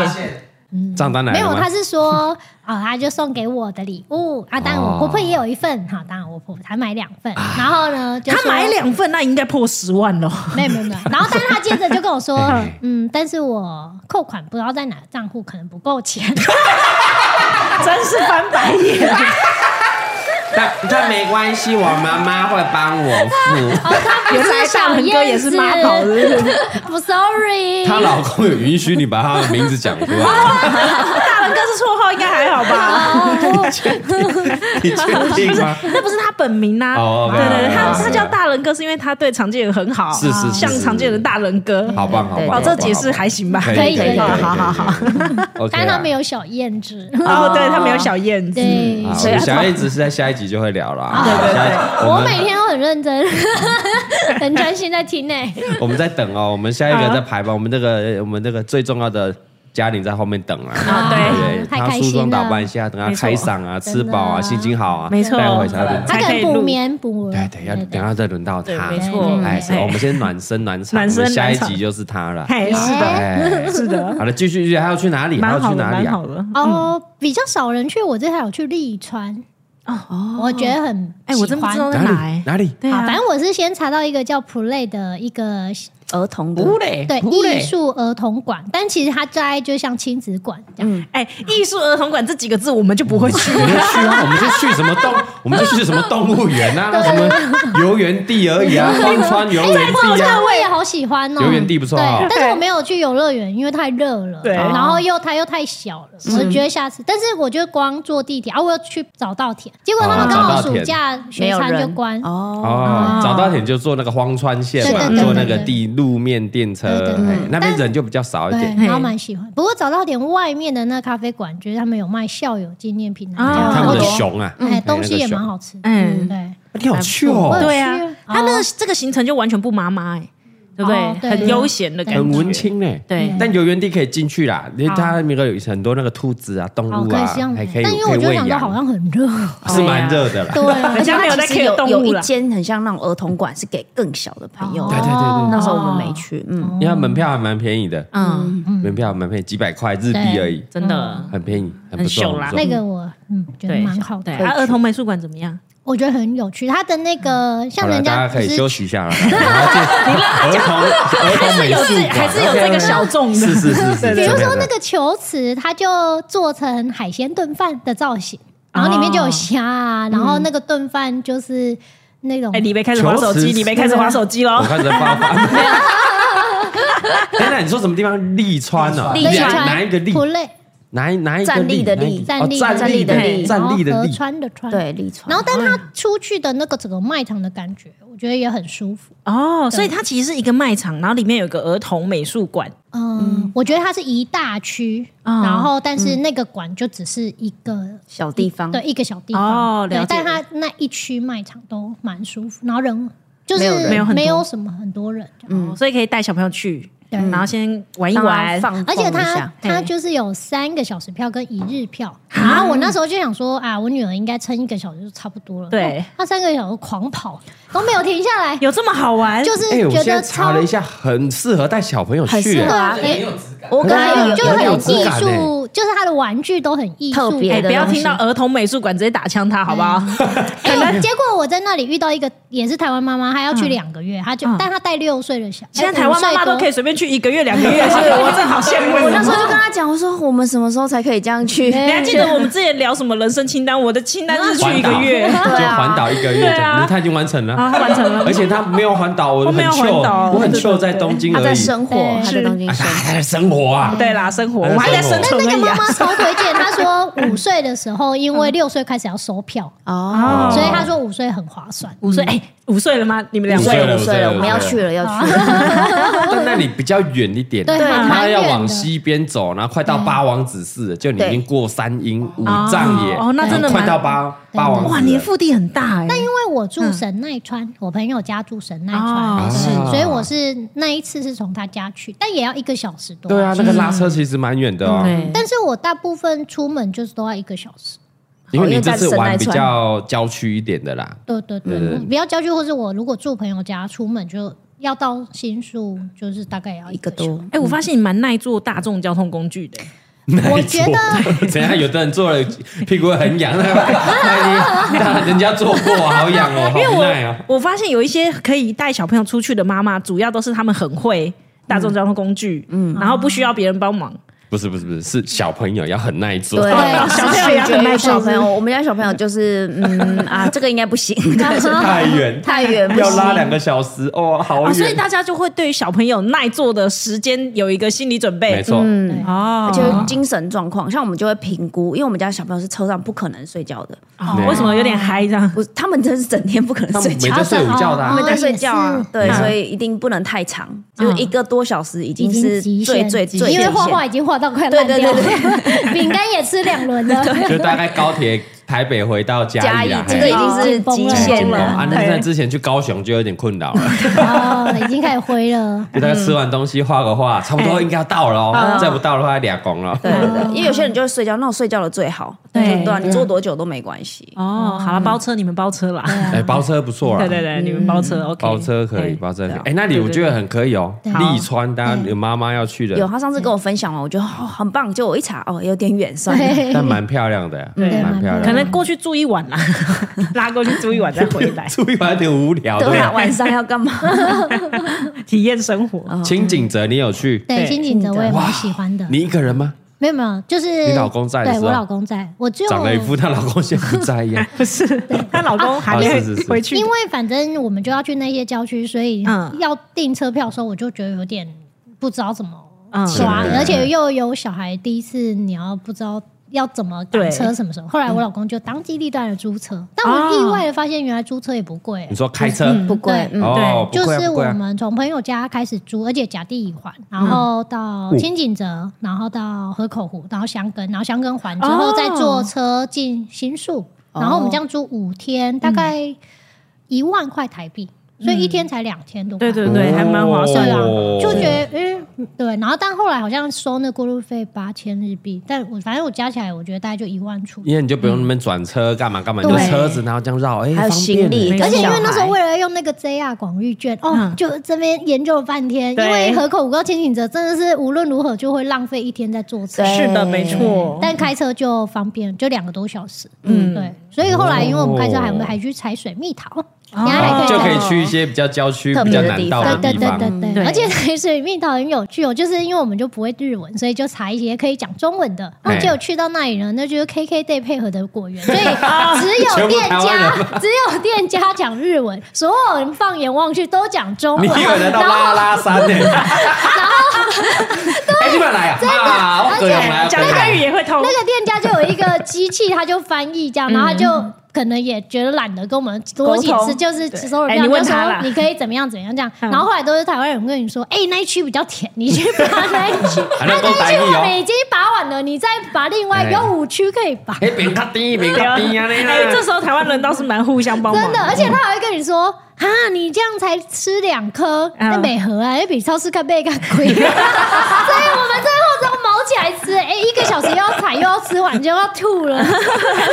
[SPEAKER 5] 账单来
[SPEAKER 3] 没有，
[SPEAKER 5] 了吗
[SPEAKER 3] 他？是说，哦， 他就送给我的礼物啊。当然，我
[SPEAKER 5] 哦
[SPEAKER 3] 婆婆也有一份，哈，当然我婆婆才买两份。
[SPEAKER 5] 啊
[SPEAKER 3] 然后呢，就
[SPEAKER 4] 他
[SPEAKER 3] 说
[SPEAKER 4] 买两份，那应该破十 万了。
[SPEAKER 3] 没有没有没有。然后，但是他接着就跟我说
[SPEAKER 5] 哎，
[SPEAKER 3] 嗯，但是我扣款不知道在哪个账户，哦可能不够钱。
[SPEAKER 4] 真是翻白眼。
[SPEAKER 5] 但但没关系，我妈妈会帮我 付。
[SPEAKER 6] 原来大鹏哥也是妈宝，是不是？
[SPEAKER 3] 不 sorry，
[SPEAKER 5] 她老公有允许你把她的名字讲出来，
[SPEAKER 4] 大鹏哥是绰号，应该还好 吧？
[SPEAKER 5] 你确定吗？
[SPEAKER 4] 那不是他本名啊呐、
[SPEAKER 5] 哦，OK，
[SPEAKER 4] 对对对，
[SPEAKER 5] 好
[SPEAKER 4] 他他叫大人哥是因为他对常见人很好，
[SPEAKER 5] 是是是
[SPEAKER 4] 像常见人大人哥。
[SPEAKER 5] 好棒，好棒，
[SPEAKER 6] 对
[SPEAKER 5] 好
[SPEAKER 4] 哦，
[SPEAKER 5] 棒
[SPEAKER 4] 这解释还行吧。
[SPEAKER 5] 可以
[SPEAKER 3] 可以可以
[SPEAKER 5] 好
[SPEAKER 6] 好好
[SPEAKER 5] 好好，
[SPEAKER 3] 但他没
[SPEAKER 5] 有。
[SPEAKER 3] 有小燕子，
[SPEAKER 4] 哦，对他没有小燕子，
[SPEAKER 3] 对。
[SPEAKER 5] 好
[SPEAKER 6] 所以他
[SPEAKER 5] 小燕子是在下一集就会聊啊啦。对对对，
[SPEAKER 3] 我
[SPEAKER 5] 们
[SPEAKER 3] 每天都很认真，很专心在听欸诶、
[SPEAKER 5] 我们在等哦，我们下一个在排吧。我们这个我们这个最重要的嘉玲在后面等啊。
[SPEAKER 4] 啊对
[SPEAKER 5] 对，
[SPEAKER 3] 太
[SPEAKER 5] 她
[SPEAKER 3] 开
[SPEAKER 5] 梳妆
[SPEAKER 3] 心
[SPEAKER 5] 打扮一
[SPEAKER 3] 了。
[SPEAKER 5] 下，等她
[SPEAKER 4] 没错
[SPEAKER 5] 开嗓啊，吃饱啊，
[SPEAKER 3] 真的
[SPEAKER 5] 心情好啊，
[SPEAKER 4] 没错
[SPEAKER 5] 待会才轮。
[SPEAKER 3] 他
[SPEAKER 4] 才
[SPEAKER 3] 可
[SPEAKER 4] 可以
[SPEAKER 3] 能
[SPEAKER 4] 录
[SPEAKER 3] 补眠补了，
[SPEAKER 5] 对对，要等下再轮到
[SPEAKER 4] 对
[SPEAKER 5] 她。
[SPEAKER 4] 没错
[SPEAKER 3] 嗯
[SPEAKER 5] 哎，是
[SPEAKER 4] 哎
[SPEAKER 5] 我们先暖身暖场，
[SPEAKER 4] 暖身
[SPEAKER 5] 我们下一
[SPEAKER 4] 暖场
[SPEAKER 5] 集就是她了。
[SPEAKER 4] 嘿，是的，
[SPEAKER 5] 哎，
[SPEAKER 4] 是的，
[SPEAKER 5] 好了，继续继续，还要去哪里？还要
[SPEAKER 4] 蛮好
[SPEAKER 5] 去
[SPEAKER 4] 的，
[SPEAKER 5] 哪里
[SPEAKER 4] 蛮
[SPEAKER 5] 啊
[SPEAKER 4] 好？的。
[SPEAKER 3] 哦，比较少人去，我这还有去利川哦，我觉得很
[SPEAKER 4] 哎，我真不
[SPEAKER 3] 喜欢
[SPEAKER 4] 知道在哪
[SPEAKER 5] 哪里
[SPEAKER 4] 哎？。
[SPEAKER 5] 哪里？
[SPEAKER 4] 对
[SPEAKER 3] 好，
[SPEAKER 4] 啊
[SPEAKER 3] 反，正我是先查到一个叫 Play 的一个
[SPEAKER 6] 儿童的
[SPEAKER 5] 嘞
[SPEAKER 3] 对艺术儿童馆，但其实它在就像亲子馆这样。
[SPEAKER 4] 哎，艺术儿童馆这几个字我们就不会去
[SPEAKER 5] 我。们去 啊，我们就去什么动，我们就去什么动物园啊，什么游园地而已啊，荒川游园地啊。
[SPEAKER 3] 哦我也好喜欢哦，
[SPEAKER 5] 游园地不错哦
[SPEAKER 3] 对，但是我没有去游乐园，因为太热了，
[SPEAKER 4] 对
[SPEAKER 3] 然后又它又太小了，我就觉得下次，但是我就光坐地铁啊，我有去早稻田，结果他们
[SPEAKER 5] 哦
[SPEAKER 3] 刚好
[SPEAKER 5] 早稻
[SPEAKER 3] 暑
[SPEAKER 5] 田
[SPEAKER 3] 假
[SPEAKER 6] 没
[SPEAKER 3] 学
[SPEAKER 6] 有
[SPEAKER 3] 餐就
[SPEAKER 6] 人
[SPEAKER 3] 关，
[SPEAKER 6] 哦，
[SPEAKER 5] 哦，早稻田就坐那个荒川线嘛，
[SPEAKER 3] 对对对
[SPEAKER 5] 坐那个地路面电车
[SPEAKER 3] 对对，对
[SPEAKER 5] 哎
[SPEAKER 3] 嗯
[SPEAKER 5] 那边人就比较少一
[SPEAKER 3] 对
[SPEAKER 5] 点。，
[SPEAKER 3] 然后蛮喜欢。不过早稻田外面的那咖啡馆，觉得他们有卖校友纪念品啊，
[SPEAKER 4] 哦
[SPEAKER 5] 嗯他
[SPEAKER 3] 然后
[SPEAKER 5] 们的
[SPEAKER 3] 我
[SPEAKER 5] 熊啊，
[SPEAKER 3] 哎，东西也蛮
[SPEAKER 5] 好。
[SPEAKER 3] 好吃，
[SPEAKER 4] 嗯
[SPEAKER 3] 对，
[SPEAKER 5] 你有去
[SPEAKER 3] 我有
[SPEAKER 5] 哦，
[SPEAKER 4] 对啊
[SPEAKER 3] 去，
[SPEAKER 4] 他那个这个行程就完全不妈妈哎，对不
[SPEAKER 3] 哦对
[SPEAKER 4] 对？很悠闲的感觉，
[SPEAKER 5] 很文。青呢。
[SPEAKER 3] 嗯
[SPEAKER 4] 对，
[SPEAKER 5] 但游园地可以进去啦，因为它那个有很多那个兔子啊、动
[SPEAKER 3] 哦，
[SPEAKER 5] 物
[SPEAKER 3] 可以
[SPEAKER 5] 啊
[SPEAKER 3] 这样，
[SPEAKER 5] 还可以
[SPEAKER 3] 但因为
[SPEAKER 5] 可
[SPEAKER 3] 我
[SPEAKER 5] 以
[SPEAKER 3] 就
[SPEAKER 5] 喂
[SPEAKER 3] 想说好
[SPEAKER 5] 养，
[SPEAKER 3] 像啊很 热，
[SPEAKER 5] 是蛮热的啦。
[SPEAKER 3] 对，而
[SPEAKER 4] 人
[SPEAKER 3] 且
[SPEAKER 4] 家没有在
[SPEAKER 6] 其实
[SPEAKER 4] care
[SPEAKER 6] 有
[SPEAKER 4] 动
[SPEAKER 6] 有
[SPEAKER 4] 物
[SPEAKER 6] 一
[SPEAKER 4] 啦。
[SPEAKER 6] 间很像那种儿童馆，是给更小的朋友的。
[SPEAKER 5] 对对对对
[SPEAKER 6] 那时候我们没去，嗯，
[SPEAKER 5] 因为它门票还蛮便宜的，
[SPEAKER 4] 嗯，
[SPEAKER 5] 门票蛮便宜，几百块日币而已，
[SPEAKER 4] 真的。
[SPEAKER 5] 很便宜，很不
[SPEAKER 4] 很
[SPEAKER 5] 错。
[SPEAKER 4] 秀啦
[SPEAKER 5] 很不错
[SPEAKER 3] 那个我嗯觉得
[SPEAKER 4] 对，
[SPEAKER 3] 嗯蛮好
[SPEAKER 4] 对，
[SPEAKER 3] 的，
[SPEAKER 4] 啊，儿童美术馆怎么样？
[SPEAKER 3] 我觉得很有趣。他的那个
[SPEAKER 5] 嗯好
[SPEAKER 3] 像
[SPEAKER 5] 了，
[SPEAKER 3] 人
[SPEAKER 5] 大
[SPEAKER 3] 家
[SPEAKER 5] 家可以
[SPEAKER 3] 不是
[SPEAKER 5] 休息一下 了。你儿童儿童美术馆
[SPEAKER 4] 还是有这个小众的，
[SPEAKER 5] 是是是是，
[SPEAKER 3] 比如说那
[SPEAKER 5] 个
[SPEAKER 3] 个球池，它就做成海鲜炖饭的造
[SPEAKER 5] 哦
[SPEAKER 3] 型，然后里面就有虾啊，然后那个炖饭就是那种
[SPEAKER 4] 哎，
[SPEAKER 5] 嗯
[SPEAKER 4] 李梅开始划
[SPEAKER 5] 求
[SPEAKER 4] 手机，
[SPEAKER 5] 职
[SPEAKER 4] 李梅开始划手机喽
[SPEAKER 5] 我。开始发发。等等，你说什么地方？利川哦，
[SPEAKER 6] 利川
[SPEAKER 5] 哪一个利？
[SPEAKER 3] 不累，
[SPEAKER 5] 哪一哪一个
[SPEAKER 6] 站立的立
[SPEAKER 5] 哪一个哦
[SPEAKER 3] 站立
[SPEAKER 5] 的
[SPEAKER 6] 的
[SPEAKER 5] 立，
[SPEAKER 6] 立
[SPEAKER 5] 站立
[SPEAKER 3] 然
[SPEAKER 5] 的
[SPEAKER 3] 后河
[SPEAKER 5] 立。
[SPEAKER 3] 川的川，。
[SPEAKER 6] 对，立川。
[SPEAKER 3] 然后，但它出去的那个整个卖场的感觉，我觉得也很舒服。
[SPEAKER 4] 哦，所以它其实是一个卖场，然后里面有个儿童美术馆，
[SPEAKER 3] 嗯，我觉得它是一大区，
[SPEAKER 4] 哦
[SPEAKER 3] 然后但
[SPEAKER 5] 嗯
[SPEAKER 3] 是那个馆就只是一个
[SPEAKER 6] 小地方
[SPEAKER 3] 对一个小地方
[SPEAKER 4] 哦
[SPEAKER 3] 对
[SPEAKER 4] 了解，
[SPEAKER 3] 但它那一区卖场都蛮舒服，然后人就是
[SPEAKER 6] 没有人
[SPEAKER 4] 没有很多
[SPEAKER 3] 没有什么很多人，
[SPEAKER 4] 嗯，所以可以带小朋友去，
[SPEAKER 3] 对
[SPEAKER 4] 然后先玩一
[SPEAKER 6] 让他
[SPEAKER 4] 玩。
[SPEAKER 6] 放
[SPEAKER 3] 而
[SPEAKER 6] 松
[SPEAKER 3] 且
[SPEAKER 6] 一
[SPEAKER 3] 它
[SPEAKER 6] 下。
[SPEAKER 3] 它
[SPEAKER 4] 嘿
[SPEAKER 3] 就是有三个小时票跟一日票，然后我那时候就想说啊，我女儿应该撑一个小时就差不多了。
[SPEAKER 4] 对
[SPEAKER 3] 哦，她三个小时狂跑都没有停下来，
[SPEAKER 4] 有这么好玩？
[SPEAKER 3] 就
[SPEAKER 5] 哎，
[SPEAKER 3] 是
[SPEAKER 5] 我
[SPEAKER 3] 觉
[SPEAKER 5] 现在
[SPEAKER 3] 得
[SPEAKER 5] 查
[SPEAKER 3] 超
[SPEAKER 5] 了一下，很适合带小朋友
[SPEAKER 6] 很
[SPEAKER 5] 去
[SPEAKER 6] 适合。啊，哎我刚才
[SPEAKER 3] 对，
[SPEAKER 6] 有
[SPEAKER 3] 就是
[SPEAKER 5] 很
[SPEAKER 3] 很
[SPEAKER 5] 有
[SPEAKER 3] 有
[SPEAKER 5] 质
[SPEAKER 3] 艺
[SPEAKER 5] 感
[SPEAKER 3] 术，就是它的玩具都很艺术
[SPEAKER 6] 特别
[SPEAKER 4] 哎，
[SPEAKER 6] 的
[SPEAKER 4] 不要
[SPEAKER 6] 东西
[SPEAKER 4] 听到儿童美术馆直接打枪他，好不好？
[SPEAKER 3] 哎、
[SPEAKER 4] 嗯
[SPEAKER 3] 结果我在那里遇到一个也是台湾妈妈，她要去两个月，她就、
[SPEAKER 4] 嗯
[SPEAKER 3] 但她带六岁的小，
[SPEAKER 4] 现在台湾妈妈都可以
[SPEAKER 3] 以。
[SPEAKER 4] 随便去一个月、两个月，是不是？ 我真的好羡慕。
[SPEAKER 6] 我 那时候就跟他讲，我说我们什么时候才可以这样去？
[SPEAKER 4] 你还记得我们之前聊什么人生清单？我的清单是去一个月，
[SPEAKER 5] 环岛
[SPEAKER 6] 对
[SPEAKER 5] 就
[SPEAKER 6] 啊
[SPEAKER 5] 环岛一个月，
[SPEAKER 4] 对啊
[SPEAKER 5] 你他已经完成了，
[SPEAKER 4] 啊他完成了
[SPEAKER 5] 而且他没有环岛，我
[SPEAKER 4] 我
[SPEAKER 5] 很
[SPEAKER 4] 没有环岛
[SPEAKER 5] chill，我很
[SPEAKER 4] 对对
[SPEAKER 5] chill
[SPEAKER 4] 对
[SPEAKER 5] 在东京
[SPEAKER 6] 他
[SPEAKER 5] 而
[SPEAKER 6] 在
[SPEAKER 5] 已。
[SPEAKER 6] 生活
[SPEAKER 3] 对，
[SPEAKER 6] 他在东京
[SPEAKER 5] 哎
[SPEAKER 6] 生活。
[SPEAKER 5] 他在生活啊，
[SPEAKER 4] 对啦，生活
[SPEAKER 5] 还
[SPEAKER 4] 我
[SPEAKER 5] 是
[SPEAKER 4] 们还在生
[SPEAKER 5] 生
[SPEAKER 4] 存
[SPEAKER 3] 那
[SPEAKER 4] 而
[SPEAKER 3] 个
[SPEAKER 4] 已
[SPEAKER 3] 妈
[SPEAKER 4] 啊。
[SPEAKER 3] 妈超推 荐，她说五岁的时候，因为六岁开始要收票，
[SPEAKER 6] 哦，
[SPEAKER 5] 哦
[SPEAKER 3] 所以她说五岁很划算。
[SPEAKER 4] 嗯五岁，哎，五岁了吗？你们两
[SPEAKER 5] 五岁
[SPEAKER 4] 位
[SPEAKER 5] 了
[SPEAKER 6] 五岁了，我们要去了，要去了。
[SPEAKER 5] 但那里比较远一点，
[SPEAKER 3] 对蛮
[SPEAKER 5] 他要
[SPEAKER 3] 远的
[SPEAKER 5] 往西边走，然后快到八王子寺了，就你已经过三英五藏野，
[SPEAKER 4] 哦哦那真的
[SPEAKER 5] 然后快
[SPEAKER 4] 蛮
[SPEAKER 5] 到八八王子了。
[SPEAKER 4] 哇，你的腹地很大哎。
[SPEAKER 3] 但因为我住神奈川，我朋友家住神奈川，
[SPEAKER 4] 哦
[SPEAKER 3] 对
[SPEAKER 5] 是
[SPEAKER 3] 所以我是那一次是从他家去，但也要一个小时多。
[SPEAKER 5] 对啊，那个拉车其实蛮远的哦，
[SPEAKER 4] 对，
[SPEAKER 3] 但是我大部分出门就是都要一个小时。
[SPEAKER 5] 因为你这次玩比较郊区一点的啦，
[SPEAKER 3] 对对对，
[SPEAKER 5] 对对
[SPEAKER 3] 我比较郊区，或是我如果住朋友家，出门就要到新宿，就是大概也要
[SPEAKER 6] 一个
[SPEAKER 3] 多。
[SPEAKER 6] 多，
[SPEAKER 4] 哎，我发现你蛮耐坐大众交通工具的。
[SPEAKER 3] 我觉得
[SPEAKER 5] 等一下有的人坐了屁股会很痒， 那万一让人家坐过好痒哦，
[SPEAKER 4] 因为
[SPEAKER 5] 好无奈哦。
[SPEAKER 4] 我我发现有一些可以带小朋友
[SPEAKER 5] 嗯
[SPEAKER 4] 出去的妈妈，主要都是他们很会大众交通工具，嗯，然后不需要别人帮忙。
[SPEAKER 5] 不是不是不是，是小朋友要很耐做。
[SPEAKER 6] 对，
[SPEAKER 3] 小朋友也很耐做
[SPEAKER 6] 小朋友，我们家小朋友就是，嗯啊，这个应该不 行，
[SPEAKER 5] 太远，
[SPEAKER 6] 哦太远不
[SPEAKER 5] 要
[SPEAKER 6] 行。
[SPEAKER 5] 拉两个小时哦，好远。
[SPEAKER 4] 啊，所以大家就会对于小朋友耐坐的时间有一个心理准
[SPEAKER 5] 没
[SPEAKER 4] 备。
[SPEAKER 5] 错，
[SPEAKER 6] 嗯
[SPEAKER 4] 哦
[SPEAKER 6] 而且精神状况，像我们就会评估，因为我们家小朋友是车上不可能睡觉的，
[SPEAKER 5] 对
[SPEAKER 4] 为什么有点嗨这样？
[SPEAKER 6] 不，他们真是整天不可
[SPEAKER 5] 他
[SPEAKER 6] 能
[SPEAKER 5] 们
[SPEAKER 6] 睡
[SPEAKER 5] 没在
[SPEAKER 6] 觉。
[SPEAKER 5] 睡午觉的啊
[SPEAKER 3] 哦
[SPEAKER 6] 他们在睡觉
[SPEAKER 3] 也
[SPEAKER 6] 啊
[SPEAKER 3] 是，
[SPEAKER 6] 对，
[SPEAKER 4] 嗯
[SPEAKER 6] 所以一定不能太长，
[SPEAKER 5] 嗯
[SPEAKER 6] 就是一个多小时已
[SPEAKER 3] 已
[SPEAKER 6] 经
[SPEAKER 3] 经
[SPEAKER 6] 是
[SPEAKER 3] 极
[SPEAKER 6] 最
[SPEAKER 3] 限，
[SPEAKER 6] 最
[SPEAKER 3] 极
[SPEAKER 6] 最
[SPEAKER 3] 限因为
[SPEAKER 6] 极
[SPEAKER 3] 画
[SPEAKER 6] 限
[SPEAKER 3] 画已经画到快烂掉
[SPEAKER 6] 对
[SPEAKER 3] 了，饼干也吃两轮了。
[SPEAKER 5] 就大概高铁台北回到嘉
[SPEAKER 6] 加一
[SPEAKER 5] 义啦，，啊
[SPEAKER 6] 这个
[SPEAKER 5] 嘿
[SPEAKER 6] 已经是极限
[SPEAKER 5] 哦
[SPEAKER 6] 了。
[SPEAKER 5] 啊，那在之前去高雄就有点困扰了，
[SPEAKER 3] 哦，已经开始灰了。
[SPEAKER 5] 就大概吃完东西画个画，差不多应该要到了哦，
[SPEAKER 4] 嗯
[SPEAKER 5] 再不到的话俩拱了。
[SPEAKER 6] 对对对，因为有些人就是睡觉，那种睡觉的最好，
[SPEAKER 4] 对
[SPEAKER 6] 嗯对啊，你坐多久都没关系。
[SPEAKER 4] 哦，好了，包车你们包车啦。
[SPEAKER 5] 哎，包车不错啦
[SPEAKER 4] 对，对对，你们包车 OK，
[SPEAKER 5] 包车可以，
[SPEAKER 4] 对
[SPEAKER 5] 包车可以
[SPEAKER 4] 对。
[SPEAKER 5] 哎，那里我觉得很可以哦，
[SPEAKER 3] 对
[SPEAKER 5] 利川，大家有妈妈要去
[SPEAKER 6] 有
[SPEAKER 5] 的，
[SPEAKER 6] 他上次跟我分享完，我觉得哦很棒，就我一查哦有点远，算
[SPEAKER 3] 啊
[SPEAKER 6] 了。
[SPEAKER 5] 但蛮漂亮的，
[SPEAKER 4] 对
[SPEAKER 5] 蛮漂亮的。
[SPEAKER 4] 可能过去住一晚啦， 拉过去住一晚再回 来
[SPEAKER 5] 注意完有点无聊，对不
[SPEAKER 6] 对啊，
[SPEAKER 5] 对？
[SPEAKER 6] 晚上要干嘛？
[SPEAKER 4] 体验生活。
[SPEAKER 5] 清景泽你有去？
[SPEAKER 3] 对，
[SPEAKER 4] 对
[SPEAKER 3] 金井泽我也蛮喜欢的。
[SPEAKER 5] 你一个人吗？
[SPEAKER 3] 没有没有，就是
[SPEAKER 5] 你老公在的
[SPEAKER 3] 对
[SPEAKER 5] 时候
[SPEAKER 3] 我老公在，我就
[SPEAKER 5] 长了一副她老公现在不在一样。
[SPEAKER 4] 不是，她老公还
[SPEAKER 5] 啊
[SPEAKER 4] 没
[SPEAKER 5] 是是是
[SPEAKER 4] 回去
[SPEAKER 3] 因，为反正我们就要去那些郊区，所以
[SPEAKER 4] 嗯
[SPEAKER 3] 要订车票的时候，我就觉得有点不知道怎么
[SPEAKER 4] 嗯
[SPEAKER 3] 刷，
[SPEAKER 5] 是
[SPEAKER 3] 而且又有小孩，第一次你要不知道。要怎么赶车？
[SPEAKER 4] 对
[SPEAKER 3] 什么
[SPEAKER 5] 嗯
[SPEAKER 3] 时候？后来我老公就当机立断的租车，但
[SPEAKER 6] 哦
[SPEAKER 3] 我意外的发现，原来租车也不贵、
[SPEAKER 5] 你说开车？
[SPEAKER 6] 不贵，嗯，
[SPEAKER 5] 哦，不
[SPEAKER 3] 就
[SPEAKER 5] 贵啊
[SPEAKER 3] 是
[SPEAKER 5] 不贵
[SPEAKER 3] 我
[SPEAKER 5] 啊
[SPEAKER 3] 们从朋友家开始租，而且甲地乙环，然
[SPEAKER 5] 嗯
[SPEAKER 3] 后到清景泽，然后到河口湖，然后香根，然后香根环之后
[SPEAKER 4] 哦
[SPEAKER 3] 再坐车进新宿，然后我们这样租五天，大
[SPEAKER 4] 嗯
[SPEAKER 3] 概一万块台币，所以一天才两千多块。
[SPEAKER 4] 对对对，还蛮划算
[SPEAKER 3] 对啊
[SPEAKER 4] 的。
[SPEAKER 5] 哦，
[SPEAKER 3] 就觉得嗯对，然后但后来好像收那过路费八千日币，但我反正我加起来，我觉得大概就一万出。
[SPEAKER 5] 因为你就不用那边转车干嘛干嘛，你
[SPEAKER 3] 对
[SPEAKER 5] 就车子然后这样绕，哎，
[SPEAKER 6] 还
[SPEAKER 5] 方
[SPEAKER 6] 有
[SPEAKER 5] 便
[SPEAKER 6] 行李
[SPEAKER 5] 哎
[SPEAKER 6] 跟
[SPEAKER 3] 而且因
[SPEAKER 6] 小
[SPEAKER 3] 为
[SPEAKER 6] 孩，
[SPEAKER 3] 那时候为了用那个 JR 广域券，哦，
[SPEAKER 4] 嗯
[SPEAKER 3] 就这边研究了半天，因
[SPEAKER 4] 对
[SPEAKER 3] 为河口五高天行者真的是无论如何就会浪费一天在坐车，
[SPEAKER 6] 对
[SPEAKER 4] 是的，没错。
[SPEAKER 3] 但开车就方便，就两个多小时，嗯，对，所以后来因为我们开车还我们还去采水蜜桃，你还可以
[SPEAKER 5] 哦就
[SPEAKER 3] 在
[SPEAKER 5] 可以去一些比较郊区、
[SPEAKER 6] 特
[SPEAKER 5] 比较
[SPEAKER 6] 别的
[SPEAKER 5] 难到
[SPEAKER 6] 地
[SPEAKER 5] 的
[SPEAKER 6] 方
[SPEAKER 3] 对
[SPEAKER 5] 地
[SPEAKER 3] 对
[SPEAKER 5] 方。
[SPEAKER 3] 对对对，
[SPEAKER 4] 嗯对
[SPEAKER 3] 而且 采水蜜桃很有趣哦，就是因为我们就不会日文，所以就查一些可以讲中文的。
[SPEAKER 5] 哎
[SPEAKER 3] 然后结果去到那里呢，那就是 KK day 配合的果 园，所以只有
[SPEAKER 5] 全部
[SPEAKER 3] 店
[SPEAKER 5] 台湾
[SPEAKER 3] 家
[SPEAKER 5] 人
[SPEAKER 3] 只有店家讲日文，所有人放眼望去都讲中
[SPEAKER 5] 你
[SPEAKER 3] 文。
[SPEAKER 5] 以为来到
[SPEAKER 3] 然后
[SPEAKER 5] 拉拉山呢？ 哎，你们来啊！啊，我哥来，
[SPEAKER 4] 讲
[SPEAKER 5] 我
[SPEAKER 4] 泰语也会通
[SPEAKER 3] 那，个店家就有一个机器，他就翻译这样，然后他就。可能也觉得懒得跟我们多解
[SPEAKER 4] 嗯沟
[SPEAKER 3] 释，
[SPEAKER 4] 通
[SPEAKER 3] 就是只收了
[SPEAKER 4] 哎
[SPEAKER 3] 票，
[SPEAKER 4] 你问
[SPEAKER 3] 就
[SPEAKER 4] 他
[SPEAKER 3] 说
[SPEAKER 4] 啦嗯
[SPEAKER 3] 你可以怎么样怎么样这样。然后后来都是台湾人跟你说，哎，那一区比较甜，你去拔那一区。
[SPEAKER 5] 还 能够
[SPEAKER 3] 那
[SPEAKER 5] 打
[SPEAKER 3] 一
[SPEAKER 5] 你
[SPEAKER 3] 区我们
[SPEAKER 5] 哦。
[SPEAKER 3] 已经拔完了，你再拔另外
[SPEAKER 5] 哎
[SPEAKER 3] 有五区可以拔，
[SPEAKER 5] 哎，别卡低，别卡低啊！你
[SPEAKER 4] 哎，这
[SPEAKER 5] 啦，
[SPEAKER 4] 时候台湾人倒是蛮互相帮忙
[SPEAKER 3] 真的。而且他还会跟你说，哈，你这样才吃两颗，
[SPEAKER 4] 嗯
[SPEAKER 3] 那每盒啊，也比超市看贝更贵。所 以我们最后都毛起来吃，哎，一个小时又要踩又要吃完，就要吐了。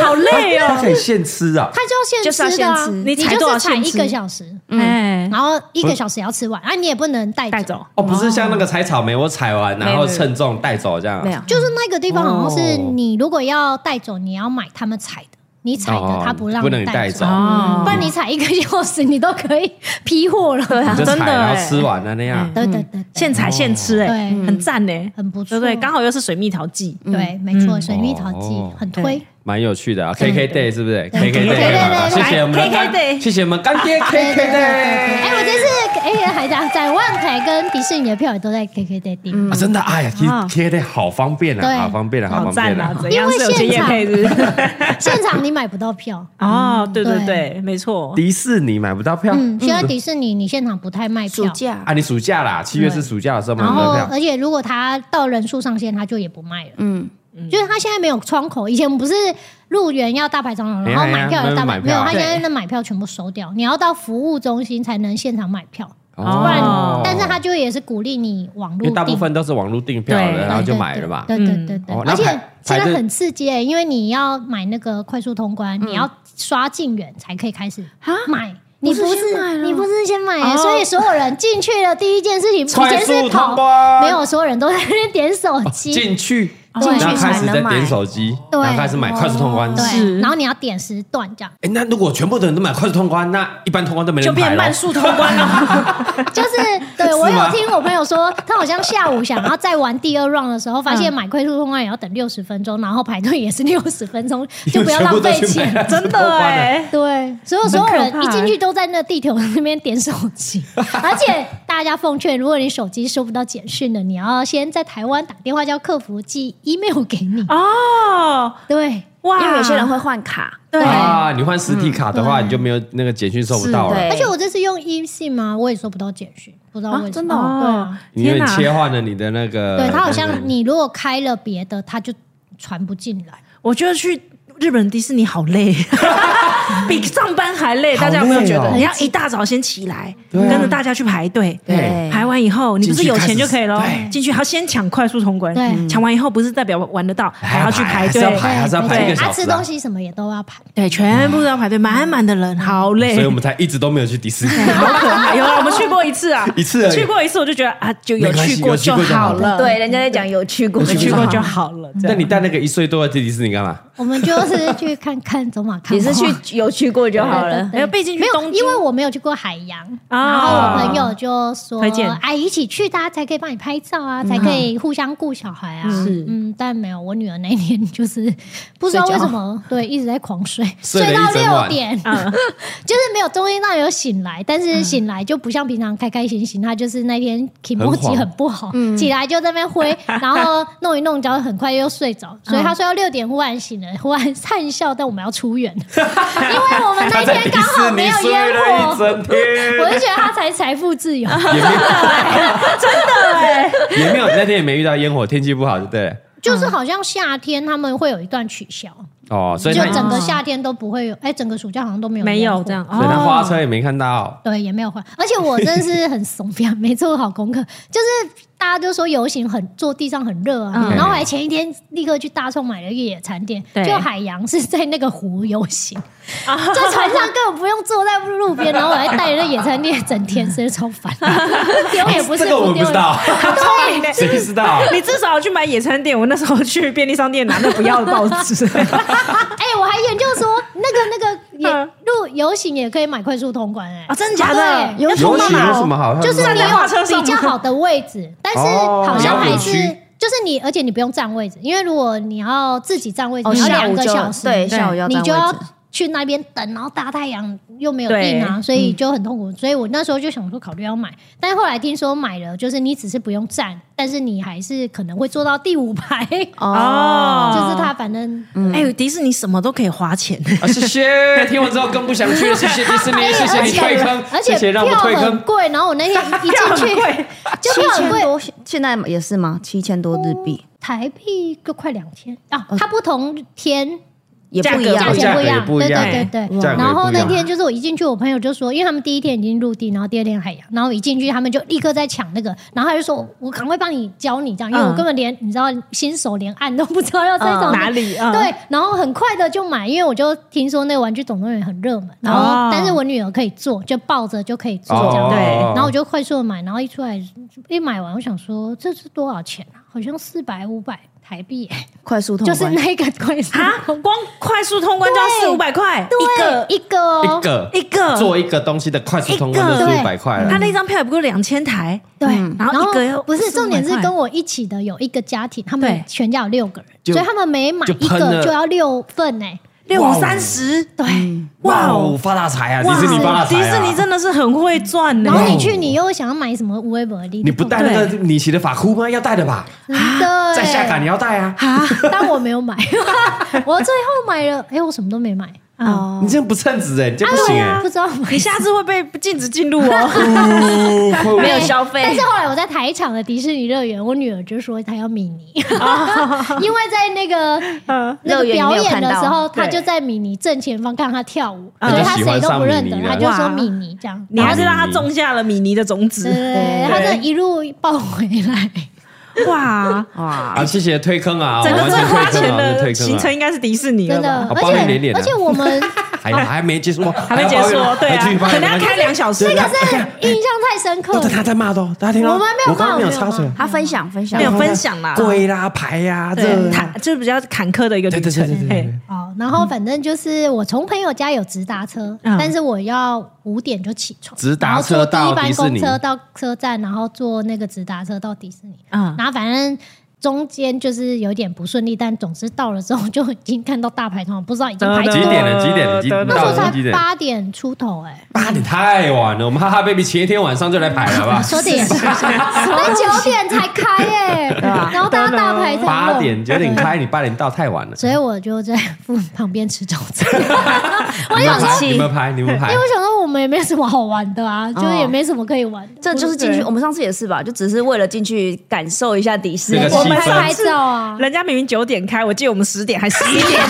[SPEAKER 4] 好 累
[SPEAKER 5] 他
[SPEAKER 4] 哦。
[SPEAKER 5] 可以现吃啊！
[SPEAKER 3] 他就
[SPEAKER 6] 就是要
[SPEAKER 3] 现吃的啊，
[SPEAKER 6] 现吃
[SPEAKER 3] 你
[SPEAKER 4] 你踩多
[SPEAKER 3] 就是
[SPEAKER 4] 少
[SPEAKER 3] 踩
[SPEAKER 4] 现
[SPEAKER 3] 一
[SPEAKER 4] 吃
[SPEAKER 3] 个小时，
[SPEAKER 4] 哎，
[SPEAKER 3] 然后一个小时也要吃完，啊，你也不能带
[SPEAKER 4] 带。走
[SPEAKER 5] 哦，不是像那个采草莓，我采完然后称重带走这样。
[SPEAKER 6] 没有，
[SPEAKER 3] 就是那个地方好像是
[SPEAKER 5] 哦
[SPEAKER 3] 你如果要带走，你要买他们采的，你采
[SPEAKER 5] 哦
[SPEAKER 3] 的他不让
[SPEAKER 5] 不能
[SPEAKER 3] 带
[SPEAKER 5] 带
[SPEAKER 3] 走
[SPEAKER 5] 走，
[SPEAKER 4] 哦
[SPEAKER 3] 不然你踩一个小时，你都可以批货了。对
[SPEAKER 5] 你就
[SPEAKER 4] 真的
[SPEAKER 5] 采然后
[SPEAKER 4] 哎
[SPEAKER 5] 吃完了那样。
[SPEAKER 3] 对对对，
[SPEAKER 4] 现采现吃，哎，
[SPEAKER 3] 对
[SPEAKER 4] 很赞呢，
[SPEAKER 3] 嗯很不错
[SPEAKER 4] 对不对？刚好又是水蜜桃季，
[SPEAKER 5] 嗯
[SPEAKER 3] 对，没错，水蜜桃
[SPEAKER 5] 哦
[SPEAKER 3] 季很推。
[SPEAKER 5] 蛮有趣的啊，KK Day 是不
[SPEAKER 3] 对
[SPEAKER 5] 是？KK Day，谢谢我们的干
[SPEAKER 4] KK Day
[SPEAKER 5] 谢谢我们干爹 KK
[SPEAKER 3] 对对对对对，
[SPEAKER 5] Day。
[SPEAKER 3] 哎，我这次哎还讲展望台跟迪士尼的票也都在 KKday 订，
[SPEAKER 5] 啊，真的，哎呀
[SPEAKER 4] 啊
[SPEAKER 5] ，KK Day 好方便
[SPEAKER 3] 嗯对
[SPEAKER 5] 啊，好方便啊，好
[SPEAKER 4] 好
[SPEAKER 5] 方便
[SPEAKER 4] 赞
[SPEAKER 5] 啊
[SPEAKER 4] 啊！！怎样
[SPEAKER 3] 因为
[SPEAKER 4] 是有
[SPEAKER 3] 现
[SPEAKER 4] 经验
[SPEAKER 3] 场
[SPEAKER 4] 配置？
[SPEAKER 3] 现场你买不到票，
[SPEAKER 4] 哦，对对
[SPEAKER 3] 对
[SPEAKER 4] 对，没错。
[SPEAKER 5] 迪士尼买不到票
[SPEAKER 3] 嗯，现在迪士尼你现场不太卖
[SPEAKER 6] 暑
[SPEAKER 3] 票。
[SPEAKER 6] 假
[SPEAKER 5] 啊，
[SPEAKER 4] 哎
[SPEAKER 5] 你暑假啦，七月是暑假的嗯时候买
[SPEAKER 3] 然
[SPEAKER 5] 不
[SPEAKER 3] 后
[SPEAKER 5] 到，票。
[SPEAKER 3] 而且如果他到人数上限，他就也不卖了。嗯，就是他现在没有窗口。以前我们不是入园要大排长龙，
[SPEAKER 5] 哎
[SPEAKER 3] 然后
[SPEAKER 5] 哎
[SPEAKER 3] 买票
[SPEAKER 5] 没
[SPEAKER 3] 要
[SPEAKER 5] 有
[SPEAKER 3] 大排，
[SPEAKER 5] 买
[SPEAKER 3] 没有，
[SPEAKER 5] 票
[SPEAKER 3] 他现
[SPEAKER 5] 对
[SPEAKER 3] 在那买票全部收掉，你要到服务中心才能现场买票。
[SPEAKER 5] 哦
[SPEAKER 4] 不然
[SPEAKER 3] 但是他就也是鼓励你网
[SPEAKER 5] 因为
[SPEAKER 3] 络
[SPEAKER 5] 大部
[SPEAKER 3] 订。
[SPEAKER 5] 分都是网络订票
[SPEAKER 4] 对
[SPEAKER 5] 的，然后就买了嘛。
[SPEAKER 3] 对对对对对，
[SPEAKER 5] 哦
[SPEAKER 3] 而
[SPEAKER 5] 那
[SPEAKER 3] 且
[SPEAKER 5] 排
[SPEAKER 3] 现在
[SPEAKER 5] 排队
[SPEAKER 3] 很刺激、欸，因为你要买那个快速通关，你要刷进园才可以开始买。你啊不是你不是先买、欸，
[SPEAKER 4] 哦
[SPEAKER 3] 所以所有人进去了第一件事情，以
[SPEAKER 5] 快
[SPEAKER 3] 前
[SPEAKER 5] 速
[SPEAKER 3] 是
[SPEAKER 5] 通
[SPEAKER 3] 跑，
[SPEAKER 5] 关哦
[SPEAKER 3] 没有，所有人都在那边点手机。
[SPEAKER 5] 进去
[SPEAKER 3] 对
[SPEAKER 6] 进
[SPEAKER 5] 然
[SPEAKER 6] 去
[SPEAKER 5] 后开
[SPEAKER 6] 才
[SPEAKER 5] 始在
[SPEAKER 6] 能买
[SPEAKER 5] 点。手机，
[SPEAKER 3] 对哦
[SPEAKER 5] 然后开始买快速通关。
[SPEAKER 3] 对，
[SPEAKER 4] 是
[SPEAKER 3] 然后你要点时段这样，
[SPEAKER 5] 哎，那如果全部的人都买快速通关，那一般通关都没
[SPEAKER 4] 就
[SPEAKER 5] 人
[SPEAKER 4] 变
[SPEAKER 5] 排了
[SPEAKER 4] 慢。速通关 了。
[SPEAKER 3] 就是对
[SPEAKER 5] 是
[SPEAKER 3] 我有
[SPEAKER 5] 吗
[SPEAKER 3] 听我朋友说，他好像下午想要再玩第二 round 的时候，发现
[SPEAKER 6] 嗯
[SPEAKER 3] 买快速通关也要等六十分钟，然后排队也是六十分 钟，就 不要浪费钱。
[SPEAKER 5] 真
[SPEAKER 4] 对，哎、
[SPEAKER 3] 对，所有所有
[SPEAKER 6] 很可
[SPEAKER 3] 人
[SPEAKER 6] 怕
[SPEAKER 3] 一进去都在那地铁那边点手 机，而且大家奉劝，如果你手机收不到简讯了，你要先在台湾打电话叫客服寄 email 给 你。
[SPEAKER 4] 哦，
[SPEAKER 3] 对，
[SPEAKER 4] 哇，
[SPEAKER 6] 因为有些人会换卡，
[SPEAKER 3] 哎对嗯
[SPEAKER 5] 啊！你换实体卡的话，你就没有那个简讯收不到
[SPEAKER 6] 是
[SPEAKER 5] 了，
[SPEAKER 6] 对
[SPEAKER 3] 而且我这次用 e 信嘛，我也收不到简讯，不知道为什么。
[SPEAKER 6] 啊真的哦
[SPEAKER 3] 对啊，
[SPEAKER 5] 因为
[SPEAKER 4] 天
[SPEAKER 5] 你
[SPEAKER 4] 哪
[SPEAKER 5] 切换了你的那个。
[SPEAKER 3] 对他好
[SPEAKER 5] 那个
[SPEAKER 3] 像你如果开了别的，他就传不进来。
[SPEAKER 4] 我觉得去日本迪士尼好累， 比上班还累。大家有没有觉
[SPEAKER 5] 好累
[SPEAKER 4] 得？
[SPEAKER 5] 哦
[SPEAKER 4] 你要一大早先起来，
[SPEAKER 5] 对啊
[SPEAKER 4] 跟着大家去排队。
[SPEAKER 5] 对
[SPEAKER 4] 排完以后，你不是有钱就可以咯
[SPEAKER 5] 进去开始对，
[SPEAKER 4] 进去还要先抢快速通关
[SPEAKER 3] 对，
[SPEAKER 4] 抢完以后不是代表玩得到，还要去排
[SPEAKER 5] 还是
[SPEAKER 4] 队
[SPEAKER 5] 要，排还是要
[SPEAKER 6] 嗯
[SPEAKER 5] 排
[SPEAKER 4] 一个
[SPEAKER 5] 小时啊
[SPEAKER 3] 啊吃东西什么也都要排。
[SPEAKER 4] 对，全部都要排队，满满的
[SPEAKER 5] 嗯
[SPEAKER 4] 人，好累
[SPEAKER 5] 所以。我们才一直都没有去迪士尼。
[SPEAKER 4] 好可怕！有啊，我们去过一次啊，
[SPEAKER 5] 一次而已
[SPEAKER 4] 去过一次，我就觉得啊，就有
[SPEAKER 5] 没关系
[SPEAKER 4] 去过
[SPEAKER 5] 有去
[SPEAKER 4] 就
[SPEAKER 5] 过就好
[SPEAKER 4] 好了，
[SPEAKER 6] 对，，人家在讲有去过，
[SPEAKER 4] 有去过就。好了。这
[SPEAKER 5] 那
[SPEAKER 4] 样
[SPEAKER 5] 你带那个一岁多的去迪士尼干嘛？
[SPEAKER 3] 我们就是去看看走马看
[SPEAKER 6] 你
[SPEAKER 3] 花。
[SPEAKER 6] 是去有去过就好
[SPEAKER 3] 对
[SPEAKER 6] 了
[SPEAKER 3] 对。
[SPEAKER 4] 没哎有毕竟去
[SPEAKER 3] 没有，
[SPEAKER 4] 东京
[SPEAKER 3] 因为我没有去过海洋，
[SPEAKER 4] 啊
[SPEAKER 3] 然后我朋友就说
[SPEAKER 4] 推荐：“嗯
[SPEAKER 3] 哎，一起去，大家才可以帮你拍照啊，才可以互相顾小孩啊。”
[SPEAKER 4] 是
[SPEAKER 3] 嗯，但没有，我女儿那一年就是不知道为什么，对，一直在狂睡，
[SPEAKER 5] 睡了
[SPEAKER 3] 到
[SPEAKER 5] 一整
[SPEAKER 3] 六
[SPEAKER 5] 晚
[SPEAKER 3] 点，
[SPEAKER 4] 嗯
[SPEAKER 3] 就是没有中间那有醒来，但是醒来就不像平常开开心心，她就是那天体
[SPEAKER 5] 很嗯
[SPEAKER 3] 摸
[SPEAKER 5] 晃
[SPEAKER 3] 起很不好，起来就在那边挥，然后弄一弄，然后很快又睡着，
[SPEAKER 4] 嗯
[SPEAKER 3] 所以她睡到六点忽然醒了，忽然 灿笑，但我们要出 院，因为我们那
[SPEAKER 5] 他在
[SPEAKER 3] 天
[SPEAKER 5] 迪
[SPEAKER 3] 刚好
[SPEAKER 5] 士
[SPEAKER 3] 没
[SPEAKER 5] 尼
[SPEAKER 3] 有
[SPEAKER 5] 睡
[SPEAKER 3] 烟
[SPEAKER 5] 了一
[SPEAKER 3] 火，
[SPEAKER 5] 整天。
[SPEAKER 3] 我就觉得他才财富自由。
[SPEAKER 5] 也没有，真的哎，也没有，那天也没遇到烟火，天气不好，对不对？
[SPEAKER 3] 就是好像夏天他们会有一段取消，
[SPEAKER 5] 哦，所以
[SPEAKER 3] 就
[SPEAKER 5] 他
[SPEAKER 3] 整个夏天都不会有，哎，整个暑假好像都没有
[SPEAKER 4] 没
[SPEAKER 3] 烟
[SPEAKER 4] 有
[SPEAKER 3] 火
[SPEAKER 4] 这样，。
[SPEAKER 5] 所以他
[SPEAKER 4] 哦
[SPEAKER 5] 花车也没看到，
[SPEAKER 3] 对，也没有换，而且我真的是很怂， 没做好功课。就是大家就说游行很坐地上很热啊，
[SPEAKER 4] 嗯
[SPEAKER 3] 然后还前一天立刻去大众买了一个野餐垫，
[SPEAKER 4] 对
[SPEAKER 3] 就海洋是在那个湖游行，在船上根本不用坐在路边，然后我还带着那野餐垫整天，真的超烦， 丢也不是，
[SPEAKER 5] 这个我们
[SPEAKER 3] 丢
[SPEAKER 5] 不知道，
[SPEAKER 3] 也不是，
[SPEAKER 5] 谁知道？
[SPEAKER 4] 你至少去买野餐店。我那时候去便利商店拿那不要的报纸，
[SPEAKER 3] 哎、我还研究说，那个那个也
[SPEAKER 4] 嗯
[SPEAKER 3] 路游行也可以买快速通关哎、
[SPEAKER 4] 啊真的假的
[SPEAKER 3] 对
[SPEAKER 5] 游行有什么好看的？
[SPEAKER 3] 就是你
[SPEAKER 4] 花车
[SPEAKER 3] 有
[SPEAKER 4] 上
[SPEAKER 3] 比较好的位 置，但是
[SPEAKER 5] 哦
[SPEAKER 3] 好像还是
[SPEAKER 5] 比较有趣
[SPEAKER 3] 就是你，而且你不用占位置，因为如果你要自己占位置，
[SPEAKER 6] 哦
[SPEAKER 3] 你要
[SPEAKER 6] 下
[SPEAKER 3] 两
[SPEAKER 6] 午
[SPEAKER 3] 个
[SPEAKER 6] 就
[SPEAKER 3] 小时，
[SPEAKER 6] 对下午要
[SPEAKER 3] 你
[SPEAKER 6] 占
[SPEAKER 3] 就
[SPEAKER 6] 位
[SPEAKER 3] 要
[SPEAKER 6] 置
[SPEAKER 3] 去那边等，然后大太阳又没有地拿，
[SPEAKER 4] 对
[SPEAKER 3] 所以就很痛苦。所以我那时候就想说考虑要买，但是后来听说买了，就是你只是不用站，但是你还是可能会坐到第五排，
[SPEAKER 4] 哦
[SPEAKER 3] 就是它反正
[SPEAKER 4] 哎、迪士尼什么都可以花钱，
[SPEAKER 5] 啊，谢谢，听完之后更不想去了，谢谢迪士尼，谢谢你退坑，
[SPEAKER 3] 而且
[SPEAKER 5] 谢谢让我
[SPEAKER 3] 票
[SPEAKER 5] 退
[SPEAKER 3] 很
[SPEAKER 5] 坑。
[SPEAKER 3] 贵，然后我那天一
[SPEAKER 4] 很
[SPEAKER 3] 进去
[SPEAKER 4] 贵，
[SPEAKER 3] 就票很贵，
[SPEAKER 6] 多，现在也是吗？七千多日币
[SPEAKER 3] 台币就快两千啊！它不同天
[SPEAKER 6] 也
[SPEAKER 4] 价格
[SPEAKER 6] 不一
[SPEAKER 3] 价
[SPEAKER 6] 样
[SPEAKER 5] 不一，
[SPEAKER 3] 钱一
[SPEAKER 5] 样
[SPEAKER 3] 样，
[SPEAKER 5] 价格也不一
[SPEAKER 3] 对
[SPEAKER 5] 样
[SPEAKER 3] 对对对。
[SPEAKER 5] 价格也不一样
[SPEAKER 3] 然后那天就是我一进去，我朋友就说，因为他们第一天已经入地，然后第二天海洋，然后一进去他们就哦立刻在抢那个，然后他就说，我赶快帮你教你这样，因为我
[SPEAKER 4] 嗯
[SPEAKER 3] 根本连你知道新手连按都不知道要在找
[SPEAKER 6] 嗯
[SPEAKER 4] 哪里啊？
[SPEAKER 3] 对，然后很快的就买，因为我就听说那个玩具总动员很热门，然后、
[SPEAKER 4] 哦
[SPEAKER 3] 但是我女儿可以坐，就抱着就可以坐这样，
[SPEAKER 5] 哦
[SPEAKER 4] 对
[SPEAKER 3] 然后我就快速的买，然后一出来一买完，我想说这是多少钱啊？好像四百五百台币、欸，
[SPEAKER 6] 快速通
[SPEAKER 3] 就是
[SPEAKER 6] 关。
[SPEAKER 3] 那个快速
[SPEAKER 4] 啊，光快速通关就要四五百块一个
[SPEAKER 3] 对一个哦
[SPEAKER 5] 一，个
[SPEAKER 4] 一个
[SPEAKER 5] 做一个东西的快速通关
[SPEAKER 4] 一
[SPEAKER 5] 就
[SPEAKER 4] 个
[SPEAKER 5] 是五百块
[SPEAKER 4] 他
[SPEAKER 5] 了，
[SPEAKER 4] 那张票也不过两千台，
[SPEAKER 3] 对，
[SPEAKER 6] 嗯
[SPEAKER 4] 然后一个要
[SPEAKER 3] 不是
[SPEAKER 4] 四五
[SPEAKER 3] 重
[SPEAKER 4] 百
[SPEAKER 3] 点是
[SPEAKER 4] 块
[SPEAKER 3] 跟我一起的有一个家庭，他们
[SPEAKER 4] 对
[SPEAKER 3] 全家有六个人，
[SPEAKER 5] 就
[SPEAKER 3] 所以他们每买
[SPEAKER 5] 就
[SPEAKER 3] 一
[SPEAKER 5] 喷
[SPEAKER 3] 个
[SPEAKER 5] 了
[SPEAKER 3] 就要六份哎、
[SPEAKER 4] 六
[SPEAKER 5] 哇
[SPEAKER 4] 五
[SPEAKER 5] 哦
[SPEAKER 4] 三十，对，
[SPEAKER 5] 哇
[SPEAKER 4] 哇
[SPEAKER 5] 哦，
[SPEAKER 4] 哦，
[SPEAKER 5] 发大财啊！迪
[SPEAKER 4] 哇
[SPEAKER 5] 士尼发大财
[SPEAKER 4] 迪
[SPEAKER 5] 啊！
[SPEAKER 4] 士尼真的是很会赚呢
[SPEAKER 3] 然。后
[SPEAKER 5] 哇
[SPEAKER 3] 你去，你又想要买什么无微博的，
[SPEAKER 5] 嗯你不带那个米奇的发箍吗？要带的吧，
[SPEAKER 3] 真的、欸，
[SPEAKER 5] 在下港你要带啊！
[SPEAKER 3] 但我没有买， 我最后买了，哎、我什么都没买，啊
[SPEAKER 6] 哦，
[SPEAKER 5] 你这样不称职哎，你这样不行哎
[SPEAKER 3] 不知道买
[SPEAKER 4] 你。下次会被禁止进入 哦。
[SPEAKER 5] 呜会不会
[SPEAKER 6] 没有消费
[SPEAKER 3] 但是后来我在台场的迪士尼乐园，我女儿就说她要米 妮，因为在那个那个表演的时候，
[SPEAKER 6] 乐园没有看到
[SPEAKER 3] 她就在米妮正前方看她跳舞，
[SPEAKER 4] 嗯
[SPEAKER 3] 所以她谁都不认得，
[SPEAKER 5] 她
[SPEAKER 3] 她
[SPEAKER 5] 啊就
[SPEAKER 3] 就
[SPEAKER 4] 喜欢
[SPEAKER 3] 说
[SPEAKER 4] 上米
[SPEAKER 3] 米
[SPEAKER 4] 妮
[SPEAKER 3] 妮这 样。
[SPEAKER 4] 你还是让他种下了米妮的种
[SPEAKER 3] 对对
[SPEAKER 4] 子，
[SPEAKER 3] 对，
[SPEAKER 6] 对
[SPEAKER 3] 她这一路抱回来，
[SPEAKER 4] 哇，
[SPEAKER 6] 哇
[SPEAKER 5] 啊，，谢谢推坑啊，
[SPEAKER 4] 整个
[SPEAKER 5] 完
[SPEAKER 4] 最
[SPEAKER 5] 全推
[SPEAKER 4] 花钱
[SPEAKER 5] 坑啊，
[SPEAKER 4] 的
[SPEAKER 5] 推坑
[SPEAKER 4] 行
[SPEAKER 5] 啊
[SPEAKER 4] 程，应该是迪士尼了
[SPEAKER 3] 真的
[SPEAKER 4] 吧？，
[SPEAKER 5] 好
[SPEAKER 3] 而
[SPEAKER 5] 八面连
[SPEAKER 3] 且
[SPEAKER 5] 连啊
[SPEAKER 3] 而且我们
[SPEAKER 5] 还还没结束吗，还
[SPEAKER 4] 还没结束哦，对
[SPEAKER 5] 还继续
[SPEAKER 4] 啊，
[SPEAKER 5] 发
[SPEAKER 4] 可
[SPEAKER 5] 言
[SPEAKER 4] 能要开两小时
[SPEAKER 5] 这。个
[SPEAKER 3] 但是印象太深刻
[SPEAKER 5] 都是他
[SPEAKER 3] 了。
[SPEAKER 5] 在骂的哦，大家听到
[SPEAKER 3] 我们没有骂
[SPEAKER 5] 我刚刚没有插
[SPEAKER 3] 我
[SPEAKER 5] 嘴
[SPEAKER 3] 没有，
[SPEAKER 6] 他分享分享
[SPEAKER 4] 没有分享啦，
[SPEAKER 5] 跪啦、牌呀，这
[SPEAKER 3] 嗯
[SPEAKER 4] 对，他哎就是比较坎坷的一个
[SPEAKER 5] 对
[SPEAKER 4] 旅
[SPEAKER 5] 对
[SPEAKER 4] 程
[SPEAKER 5] 对对。
[SPEAKER 4] 嘿
[SPEAKER 5] 对，
[SPEAKER 3] 哦，然
[SPEAKER 5] 嗯
[SPEAKER 3] 后反正就是我从朋友家有直达车，
[SPEAKER 4] 嗯
[SPEAKER 3] 但是我要五点就起床，
[SPEAKER 5] 直达
[SPEAKER 3] 然后
[SPEAKER 5] 车
[SPEAKER 3] 坐第
[SPEAKER 5] 到
[SPEAKER 3] 一班
[SPEAKER 5] 迪士
[SPEAKER 3] 公
[SPEAKER 5] 尼
[SPEAKER 3] 车到车站，然后坐那个直达车到迪士尼。
[SPEAKER 4] 嗯
[SPEAKER 3] 然后反正中间就是有点不顺利，但总之到了之后就已经看到大排长龙，不知道已经排
[SPEAKER 5] 呃几
[SPEAKER 3] 多
[SPEAKER 5] 点
[SPEAKER 3] 了。
[SPEAKER 5] 了？几点了？几
[SPEAKER 3] 那时
[SPEAKER 5] 到
[SPEAKER 3] 候
[SPEAKER 5] 了
[SPEAKER 3] 才
[SPEAKER 5] 几点？
[SPEAKER 3] 八点出头哎、
[SPEAKER 5] 八点太晚了，我们哈哈 baby 前一天晚上就来排了吧？
[SPEAKER 3] 说 的也是，那九点才开哎、然后大家大排长龙，
[SPEAKER 5] 啊八点九点开，你八点到太晚了。
[SPEAKER 3] 所以我就在附旁边吃早餐，
[SPEAKER 5] 我
[SPEAKER 6] 想说
[SPEAKER 5] 你们排，你们排
[SPEAKER 3] 因为，我想说我们也没什么好玩的啊，就是也没什么可以玩，
[SPEAKER 6] 这就是进去，我们上次也是吧，就只是为了进去感受一下迪士尼
[SPEAKER 5] 那。个
[SPEAKER 3] 我们
[SPEAKER 5] 气氛
[SPEAKER 3] 拍照啊，
[SPEAKER 4] 人家明明九点开，我记得我们十点还十一点，